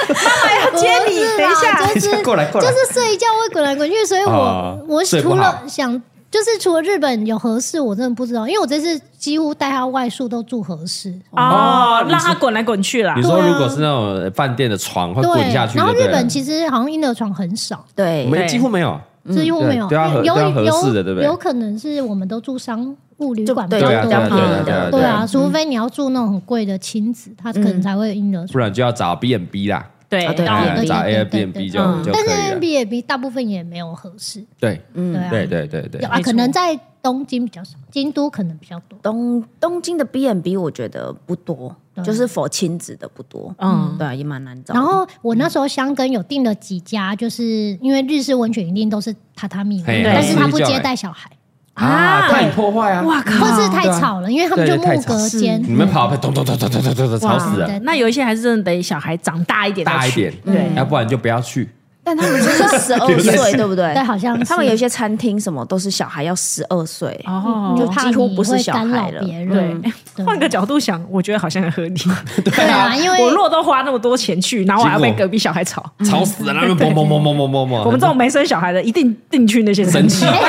[SPEAKER 5] 那么快，
[SPEAKER 4] 要接你，
[SPEAKER 3] 不是
[SPEAKER 4] 等一
[SPEAKER 3] 啦
[SPEAKER 4] 下。
[SPEAKER 3] 就是
[SPEAKER 5] 过来过来
[SPEAKER 3] 就是睡觉会滚来滚去，所以我、
[SPEAKER 5] 哦
[SPEAKER 3] 我
[SPEAKER 5] 睡不
[SPEAKER 3] 除
[SPEAKER 5] 好
[SPEAKER 3] 了想就是除了日本有合适，我真的不知道，因为我这次几乎带他外宿都住合适。
[SPEAKER 5] 哦
[SPEAKER 4] 哦，
[SPEAKER 5] 你
[SPEAKER 4] 让
[SPEAKER 5] 是
[SPEAKER 4] 他滚来滚去啦
[SPEAKER 5] 你。说
[SPEAKER 3] 对啊
[SPEAKER 5] 如果是那种呃饭店的床会滚下去就
[SPEAKER 3] 然后
[SPEAKER 5] 对啊
[SPEAKER 3] 日
[SPEAKER 5] 了，
[SPEAKER 3] 本其实好像婴儿床很少，
[SPEAKER 6] 对，
[SPEAKER 5] 没几乎没有，
[SPEAKER 6] 嗯
[SPEAKER 3] 这因为没有，
[SPEAKER 5] 对对啊合
[SPEAKER 3] 有
[SPEAKER 5] 对啊合适
[SPEAKER 3] 有
[SPEAKER 5] 的对不对
[SPEAKER 3] 有可能是我们都住商务旅馆比
[SPEAKER 6] 就
[SPEAKER 3] 较
[SPEAKER 5] 对啊
[SPEAKER 3] 多，
[SPEAKER 5] 对啊对啊
[SPEAKER 6] 嗯
[SPEAKER 5] 对啊
[SPEAKER 3] 对
[SPEAKER 5] 对
[SPEAKER 3] 啊，
[SPEAKER 5] 啊，
[SPEAKER 3] 除非你要住那种很贵的亲子，他可
[SPEAKER 6] 嗯
[SPEAKER 3] 能才会有婴儿
[SPEAKER 5] 不
[SPEAKER 3] 床。
[SPEAKER 5] 然就要找 B N B 啦，
[SPEAKER 4] 对
[SPEAKER 6] 啊对
[SPEAKER 3] 哦
[SPEAKER 5] 哎
[SPEAKER 3] 对
[SPEAKER 5] 找
[SPEAKER 3] 对
[SPEAKER 5] A
[SPEAKER 3] 对
[SPEAKER 5] i
[SPEAKER 3] 对
[SPEAKER 5] r B
[SPEAKER 3] 对对嗯
[SPEAKER 5] N B 就就可
[SPEAKER 3] 但是
[SPEAKER 5] 以啊
[SPEAKER 3] N
[SPEAKER 5] 了。
[SPEAKER 3] B A B 大部分也没有合适，
[SPEAKER 5] 对
[SPEAKER 6] 嗯
[SPEAKER 3] 对啊，
[SPEAKER 5] 对对对对
[SPEAKER 3] 有，啊，
[SPEAKER 4] 没错
[SPEAKER 3] 可能在东京比较少，京都可能比较多。
[SPEAKER 6] 东东京的 B&B 我觉得不多，就是否亲子的不多，嗯，对啊，也蛮难找的。
[SPEAKER 3] 然后我那时候香根有订了几家，就是因为日式温泉一定都是榻榻米，
[SPEAKER 5] 嘿
[SPEAKER 3] 但是他
[SPEAKER 5] 嘿
[SPEAKER 3] 不
[SPEAKER 5] 是
[SPEAKER 3] 接
[SPEAKER 5] 就
[SPEAKER 3] 待小孩，
[SPEAKER 5] 啊，怕你破坏啊，
[SPEAKER 4] 哇
[SPEAKER 6] 嗯
[SPEAKER 3] 或
[SPEAKER 4] 靠！
[SPEAKER 3] 是太吵了，因为他们就
[SPEAKER 5] 对
[SPEAKER 3] 木
[SPEAKER 5] 太吵
[SPEAKER 3] 隔间。
[SPEAKER 5] 你们跑，咚咚咚咚咚咚咚咚，吵死了，
[SPEAKER 3] 对
[SPEAKER 4] 那有一些还是真的得小孩长大一点再去，
[SPEAKER 5] 大一点，
[SPEAKER 4] 对，
[SPEAKER 5] 要不然就不要去。
[SPEAKER 6] 但他们就是十 二岁，对不对？
[SPEAKER 3] 对，好像是
[SPEAKER 6] 他们有一些餐厅什么都是小孩要十二岁，
[SPEAKER 4] 哦
[SPEAKER 3] 就
[SPEAKER 6] 就
[SPEAKER 3] 怕
[SPEAKER 6] 几乎
[SPEAKER 3] 你
[SPEAKER 6] 不是
[SPEAKER 3] 会
[SPEAKER 6] 小
[SPEAKER 3] 干
[SPEAKER 6] 孩
[SPEAKER 3] 扰
[SPEAKER 6] 了
[SPEAKER 3] 别人。嗯
[SPEAKER 4] 对，
[SPEAKER 3] 对
[SPEAKER 4] 换个角度想，我觉得好像很合理。
[SPEAKER 3] 对啊，因为
[SPEAKER 4] 我若都花那么多钱去，然后我还要被隔壁小孩吵，
[SPEAKER 5] 吵死了，那边
[SPEAKER 3] 嗯
[SPEAKER 5] 砰砰砰砰砰砰砰，
[SPEAKER 4] 我们这种没生小哦孩的一定定去那些
[SPEAKER 5] 神奇，
[SPEAKER 3] 哎、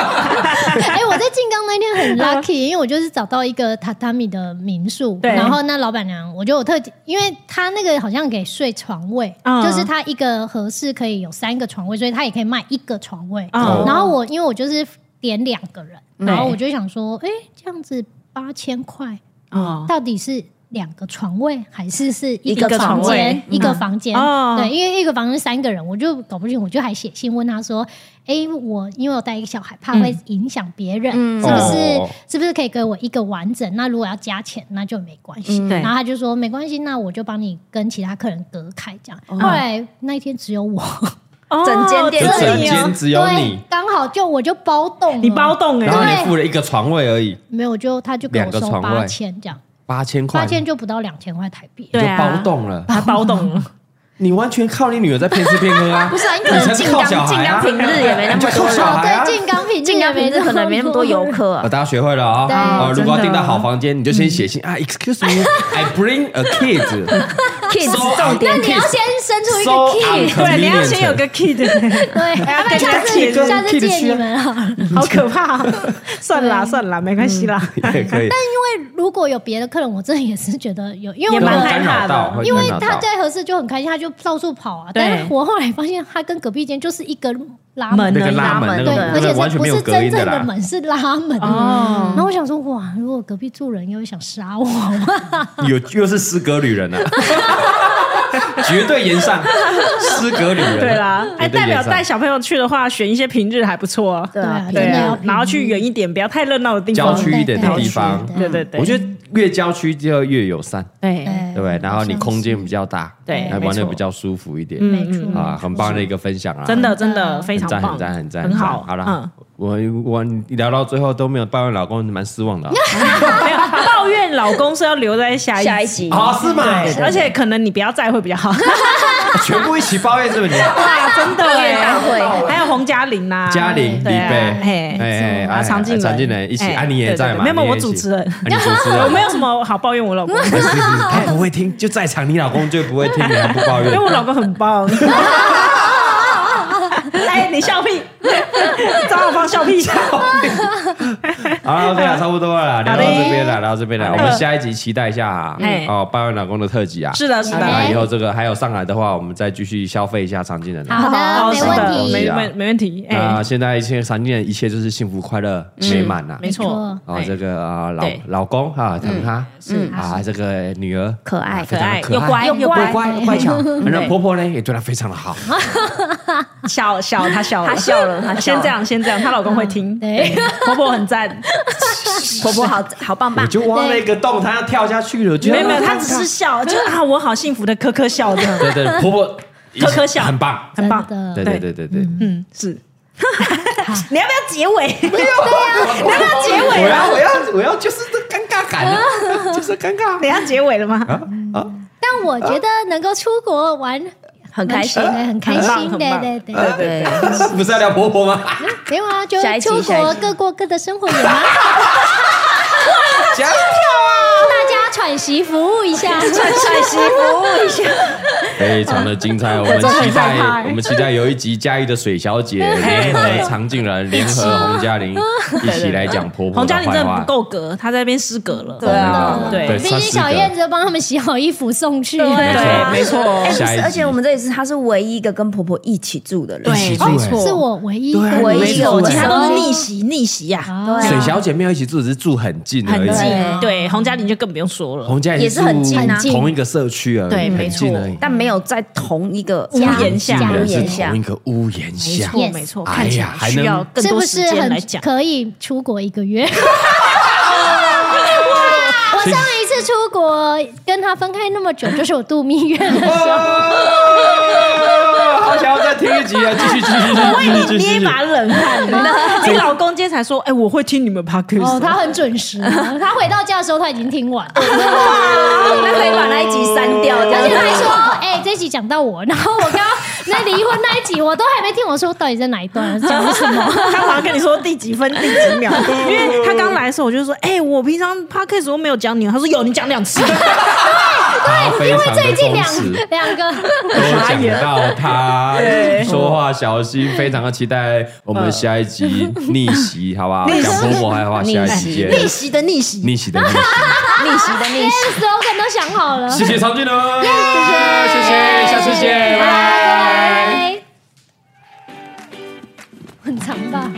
[SPEAKER 3] 我在静冈那天 很 lucky，因为我就是找到一个榻榻米的民宿，
[SPEAKER 4] 对
[SPEAKER 3] 然后那老板娘，我觉得我特地，因为她那个好像给睡床位，
[SPEAKER 4] 嗯
[SPEAKER 3] 就是她一个合适可以有三个床位，所以她也可以卖一个床位。
[SPEAKER 4] 嗯
[SPEAKER 3] 然后我因为我就是点两个人，
[SPEAKER 4] 对
[SPEAKER 3] 然后我就想说，哎、这样子八千块
[SPEAKER 4] 哦
[SPEAKER 3] 到底是？两个床位还是是一
[SPEAKER 6] 一个
[SPEAKER 3] 房
[SPEAKER 6] 床
[SPEAKER 3] 间
[SPEAKER 6] 位，
[SPEAKER 3] 一个房间、
[SPEAKER 4] 嗯哦
[SPEAKER 3] 对，因为一个房间三个人，我就搞不清，我就还写信问他说，哎，我因为我带一个小孩，怕会影响别人，
[SPEAKER 4] 嗯
[SPEAKER 3] 是不是？
[SPEAKER 5] 哦
[SPEAKER 3] 是不是可以给我一个完整？那如果要加钱，那就没关系。
[SPEAKER 4] 嗯对
[SPEAKER 3] 然后他就说没关系，那我就帮你跟其他客人隔开这样。后来那一天只有我，
[SPEAKER 4] 哦
[SPEAKER 6] 整间店
[SPEAKER 5] 就
[SPEAKER 6] 这
[SPEAKER 5] 整
[SPEAKER 6] 里
[SPEAKER 5] 间只有哦
[SPEAKER 3] 对
[SPEAKER 5] 你，，
[SPEAKER 3] 刚好就我就包栋了，
[SPEAKER 4] 你包栋
[SPEAKER 5] 然后
[SPEAKER 4] 哎，
[SPEAKER 5] 你付了一个床位而已，
[SPEAKER 3] 没有就他就给我
[SPEAKER 5] 两个
[SPEAKER 3] 收
[SPEAKER 5] 床
[SPEAKER 3] 八
[SPEAKER 5] 位
[SPEAKER 3] 千这样，
[SPEAKER 5] 八千块，
[SPEAKER 3] 八千就不到两千块台币。
[SPEAKER 5] 你就
[SPEAKER 4] 对啊
[SPEAKER 5] 包动了。
[SPEAKER 4] 还包栋了，
[SPEAKER 5] 你完全靠你女儿在骗吃骗 喝啊！不是
[SPEAKER 6] 啊你可能进冈进冈平日也没 那么
[SPEAKER 5] 多
[SPEAKER 3] 哦，
[SPEAKER 5] 小孩啊
[SPEAKER 3] 对，。静冈平
[SPEAKER 6] 进
[SPEAKER 3] 也
[SPEAKER 6] 冈平
[SPEAKER 3] 没
[SPEAKER 6] 日可能没那么多游
[SPEAKER 3] 人
[SPEAKER 6] 客
[SPEAKER 5] 啊，
[SPEAKER 6] 啊，
[SPEAKER 5] 大家学会了啊！
[SPEAKER 3] 对嗯
[SPEAKER 5] 啊，如果要
[SPEAKER 4] 真
[SPEAKER 5] 订
[SPEAKER 4] 的
[SPEAKER 5] 到好房间，你就先写信啊，Excuse me，I bring a kid。
[SPEAKER 3] 啊
[SPEAKER 6] kids
[SPEAKER 5] 收
[SPEAKER 6] 重点
[SPEAKER 3] 你要先生出一个
[SPEAKER 5] So
[SPEAKER 3] key，
[SPEAKER 5] unconvenient
[SPEAKER 4] 对，你要先有个 kid，
[SPEAKER 3] 对，要不然下
[SPEAKER 4] 跟
[SPEAKER 3] 次
[SPEAKER 5] 跟
[SPEAKER 3] 下次
[SPEAKER 5] key 的
[SPEAKER 3] 借
[SPEAKER 5] 需
[SPEAKER 3] 你
[SPEAKER 5] 要
[SPEAKER 3] 们啊。
[SPEAKER 4] 好可怕哦，算啦算啦，没关系啦，
[SPEAKER 5] 也可以，
[SPEAKER 3] 如果有别的客人，我真的也是觉得有，因为我
[SPEAKER 4] 也
[SPEAKER 5] 但
[SPEAKER 4] 蛮
[SPEAKER 5] 会
[SPEAKER 4] 害
[SPEAKER 5] 干
[SPEAKER 4] 怕
[SPEAKER 5] 扰到，
[SPEAKER 4] 的
[SPEAKER 5] 会
[SPEAKER 3] 因为
[SPEAKER 5] 干扰
[SPEAKER 3] 他
[SPEAKER 5] 到
[SPEAKER 3] 在合适就很开心，他就到处跑啊。
[SPEAKER 4] 对
[SPEAKER 3] 但是我后来发现，他跟隔壁间就是一个拉门，
[SPEAKER 4] 门
[SPEAKER 5] 那个拉
[SPEAKER 6] 拉
[SPEAKER 5] 门那个
[SPEAKER 6] 门
[SPEAKER 3] 对，
[SPEAKER 5] 门
[SPEAKER 3] 而且
[SPEAKER 5] 那个完
[SPEAKER 3] 是
[SPEAKER 5] 全
[SPEAKER 3] 不
[SPEAKER 5] 没有
[SPEAKER 3] 是
[SPEAKER 5] 隔
[SPEAKER 3] 真
[SPEAKER 5] 音的
[SPEAKER 3] 正的
[SPEAKER 5] 啦。
[SPEAKER 3] 门，是拉门。
[SPEAKER 6] 哦
[SPEAKER 3] 然后我想说，哇，如果隔壁住人，又会想杀我，
[SPEAKER 5] 有又是失格女人啊，绝对言上失格女人。啊
[SPEAKER 4] 对啦，哎，
[SPEAKER 5] 绝对
[SPEAKER 4] 代
[SPEAKER 5] 言
[SPEAKER 4] 表
[SPEAKER 5] 上
[SPEAKER 4] 带小朋友去的话，选一些平日还不错啊，
[SPEAKER 6] 对啊
[SPEAKER 3] 对啊，
[SPEAKER 4] 对
[SPEAKER 3] 真的
[SPEAKER 4] 啊
[SPEAKER 3] 要，
[SPEAKER 4] 然后去远一点，不要太热闹的地
[SPEAKER 5] 郊
[SPEAKER 4] 方，
[SPEAKER 5] 区一点的地方
[SPEAKER 4] 对对对，
[SPEAKER 5] 我觉得越郊区就越友善，
[SPEAKER 4] 对
[SPEAKER 5] 对不
[SPEAKER 3] 嗯
[SPEAKER 5] 对？然后你空间比
[SPEAKER 3] 较
[SPEAKER 5] 较大，
[SPEAKER 4] 对
[SPEAKER 5] 还玩
[SPEAKER 4] 没
[SPEAKER 5] 的
[SPEAKER 4] 错
[SPEAKER 5] 比较舒服一点
[SPEAKER 3] 没错
[SPEAKER 5] 啊，很棒的一个分享啊，
[SPEAKER 4] 真的真的非
[SPEAKER 5] 很
[SPEAKER 4] 常
[SPEAKER 5] 赞，
[SPEAKER 4] 棒，
[SPEAKER 5] 很赞，很赞，
[SPEAKER 4] 很好，嗯
[SPEAKER 5] 好了，我我聊到最后都没有抱怨老公，蛮失望的啊。
[SPEAKER 4] 嗯，没有抱怨老公是要留在下一
[SPEAKER 6] 下一
[SPEAKER 4] 集
[SPEAKER 6] 集
[SPEAKER 5] 啊，是吗？
[SPEAKER 4] 对，而且可能你不要在会比较好。
[SPEAKER 5] 全部一起抱怨是不 是？
[SPEAKER 4] 哇，真的
[SPEAKER 6] 音乐大
[SPEAKER 4] 哎，
[SPEAKER 6] 会，
[SPEAKER 4] 还有洪嘉玲呐，
[SPEAKER 5] 嘉玲、李
[SPEAKER 4] 对啊
[SPEAKER 5] 贝
[SPEAKER 4] 嘿，
[SPEAKER 5] 哎
[SPEAKER 4] 啊，常进哎
[SPEAKER 5] 常进来一起，啊，你也在嘛？
[SPEAKER 4] 没有，
[SPEAKER 5] 你也
[SPEAKER 4] 我
[SPEAKER 5] 一起
[SPEAKER 4] 主 持人，
[SPEAKER 5] 啊你主持人，
[SPEAKER 4] 我没有什么好抱怨我老 公，
[SPEAKER 5] 是。是是他不会听，就在场你老公就不会听，你还不抱
[SPEAKER 4] 因
[SPEAKER 5] 怨
[SPEAKER 4] 为？我老公很棒。哎，你笑屁，张小芳笑屁，
[SPEAKER 5] 好 了，OK 了，差不多了，聊到这边了，聊到这边了，我们下一集期待一下啊
[SPEAKER 4] 哎，
[SPEAKER 5] 哦，抱怨老公的特辑啊。
[SPEAKER 4] 是的，是
[SPEAKER 5] 那
[SPEAKER 4] 的，
[SPEAKER 5] 以后这个还有上来的话，我们再继续消费一下常进人啊。
[SPEAKER 3] 好的，
[SPEAKER 4] 哦
[SPEAKER 3] 没
[SPEAKER 4] 是的
[SPEAKER 3] 问
[SPEAKER 5] 是
[SPEAKER 3] 题，
[SPEAKER 4] 没
[SPEAKER 5] 啊
[SPEAKER 4] 没没问题，哎嗯
[SPEAKER 5] 那，现在一切常见的一切就是幸福、快乐、美满呐。
[SPEAKER 4] 没错，哎
[SPEAKER 5] 哦，这个啊老
[SPEAKER 4] 对嗯
[SPEAKER 5] 老公啊疼她，是啊，这个女儿
[SPEAKER 6] 可爱
[SPEAKER 5] 啊非常的
[SPEAKER 4] 哎可爱又乖
[SPEAKER 5] 又
[SPEAKER 4] 又
[SPEAKER 5] 乖
[SPEAKER 4] 乖
[SPEAKER 5] 又乖巧，然后婆婆呢也对她非常的好。
[SPEAKER 4] 笑笑，他笑了，
[SPEAKER 6] 他笑了他笑了嗯
[SPEAKER 4] 先这样，先这样，她老公会听，
[SPEAKER 3] 对，
[SPEAKER 4] 婆婆很赞，
[SPEAKER 6] 婆婆好好棒
[SPEAKER 5] 我
[SPEAKER 6] 棒，
[SPEAKER 5] 就挖了一个洞，她要跳下去了，就
[SPEAKER 4] 没有没有，她只是笑，就啊，我好幸福的，咯咯笑这样，
[SPEAKER 5] 对对婆 婆
[SPEAKER 4] 呵呵笑
[SPEAKER 5] 很棒。
[SPEAKER 4] 很棒，
[SPEAKER 3] 真的
[SPEAKER 5] 对对对对对，
[SPEAKER 4] 嗯，是。 你要不要结 尾？
[SPEAKER 5] 我要结尾了，我要我要就是这尴尬感啊，就是尴尬
[SPEAKER 4] 你要结尾了吗？
[SPEAKER 3] 但我觉得能够出国玩
[SPEAKER 6] 很开心。
[SPEAKER 3] 对很开
[SPEAKER 4] 很
[SPEAKER 3] 心，
[SPEAKER 4] 棒
[SPEAKER 3] 对
[SPEAKER 4] 很棒呃
[SPEAKER 3] 对对。
[SPEAKER 6] 呃对，
[SPEAKER 5] 不是要聊婆婆吗？
[SPEAKER 3] 没有啊，就
[SPEAKER 6] 下一集
[SPEAKER 3] 出
[SPEAKER 6] 下一
[SPEAKER 3] 国
[SPEAKER 6] 集
[SPEAKER 3] 各过各的生活也蛮好，
[SPEAKER 5] 讲
[SPEAKER 3] 大家喘息服务一下，
[SPEAKER 6] 喘息服务一下，
[SPEAKER 5] 非常的精 彩。我们
[SPEAKER 3] 真的
[SPEAKER 5] 期
[SPEAKER 3] 很害怕
[SPEAKER 5] 待，我们期待有一集嘉义的水小姐联合常静然、联合洪嘉玲一起来讲婆婆
[SPEAKER 4] 洪
[SPEAKER 5] 的
[SPEAKER 4] 嘉玲
[SPEAKER 5] 坏
[SPEAKER 4] 真的不
[SPEAKER 5] 话。
[SPEAKER 4] 够格，她在那边失格了。
[SPEAKER 6] 对啊
[SPEAKER 5] 对
[SPEAKER 4] 对
[SPEAKER 3] 毕竟小燕子帮他们洗好衣服送去，
[SPEAKER 5] 没
[SPEAKER 4] 啊
[SPEAKER 5] 错，
[SPEAKER 6] 没
[SPEAKER 5] 错
[SPEAKER 6] 哎，不
[SPEAKER 5] 下一
[SPEAKER 6] 是，
[SPEAKER 5] 集
[SPEAKER 6] 而且我们这里是她是唯一一个跟婆婆一起住的人，
[SPEAKER 5] 一起住
[SPEAKER 4] 没
[SPEAKER 5] 哎
[SPEAKER 4] 错，
[SPEAKER 3] 是我唯一
[SPEAKER 5] 对啊
[SPEAKER 6] 唯
[SPEAKER 4] 没
[SPEAKER 6] 一
[SPEAKER 4] 错，
[SPEAKER 6] 哦有哦
[SPEAKER 4] 其他
[SPEAKER 6] 人
[SPEAKER 4] 都是逆袭逆袭呀，
[SPEAKER 3] 啊
[SPEAKER 5] 水小姐没有一起住，只是住很近而
[SPEAKER 4] 很
[SPEAKER 5] 已。
[SPEAKER 4] 近。对，啊洪嘉玲就更不用说了。
[SPEAKER 5] 洪家
[SPEAKER 6] 也是很近啊
[SPEAKER 5] 住同一个社区而已，
[SPEAKER 4] 对没
[SPEAKER 5] 很
[SPEAKER 4] 错
[SPEAKER 5] 近而已。
[SPEAKER 6] 但没有在同一个
[SPEAKER 4] 屋檐
[SPEAKER 5] 竟
[SPEAKER 4] 下
[SPEAKER 5] 然
[SPEAKER 6] 屋
[SPEAKER 5] 是
[SPEAKER 6] 檐下
[SPEAKER 5] 同一个屋檐下，
[SPEAKER 4] 错
[SPEAKER 3] Yes
[SPEAKER 4] 没错，
[SPEAKER 5] 哎呀
[SPEAKER 4] 看起来
[SPEAKER 5] 还
[SPEAKER 4] 需
[SPEAKER 5] 能
[SPEAKER 4] 要更
[SPEAKER 3] 是
[SPEAKER 4] 多
[SPEAKER 3] 不
[SPEAKER 4] 时
[SPEAKER 3] 是
[SPEAKER 4] 间来
[SPEAKER 3] 很
[SPEAKER 4] 讲。
[SPEAKER 3] 可以出国一个 月？我上一次出国跟他分开那么久，就是我度蜜月的时候。
[SPEAKER 5] 哦 好想要再听一集啊！继续，继续，继续，继续，继续。
[SPEAKER 4] 冷汗了。 你老公今天才说，哎，我会听你们 podcast
[SPEAKER 3] 哦，他很准时啊、他回到家的时候他已经听完了，
[SPEAKER 6] 那可以把那一集删掉，这
[SPEAKER 3] 而
[SPEAKER 6] 样
[SPEAKER 3] 且他还
[SPEAKER 6] 子。
[SPEAKER 3] 说：“哎、这集讲到我。”然后我刚刚那离婚那一集，我都还没听，我说到底在哪一段讲了什么？
[SPEAKER 4] 他好像跟你说第几分第几秒， 因为他刚来的时候我就说，哎、我平常 podcast 都没有讲你，他说有，你讲两次，
[SPEAKER 5] 他非
[SPEAKER 3] 因为
[SPEAKER 5] 常的
[SPEAKER 3] 最近
[SPEAKER 5] 忠
[SPEAKER 3] 两
[SPEAKER 5] 实，
[SPEAKER 3] 两个
[SPEAKER 5] 都讲到他说话小心，非常的期待我们下一集嗯逆袭，好不好？讲婆婆坏话，下一集见。逆袭的逆袭，逆袭的逆袭。
[SPEAKER 6] 逆袭的逆袭。
[SPEAKER 3] slogan 都想好了，
[SPEAKER 5] 谢谢常俊 伦，谢谢，谢谢，下次见，拜拜。
[SPEAKER 3] 拜。很长吧。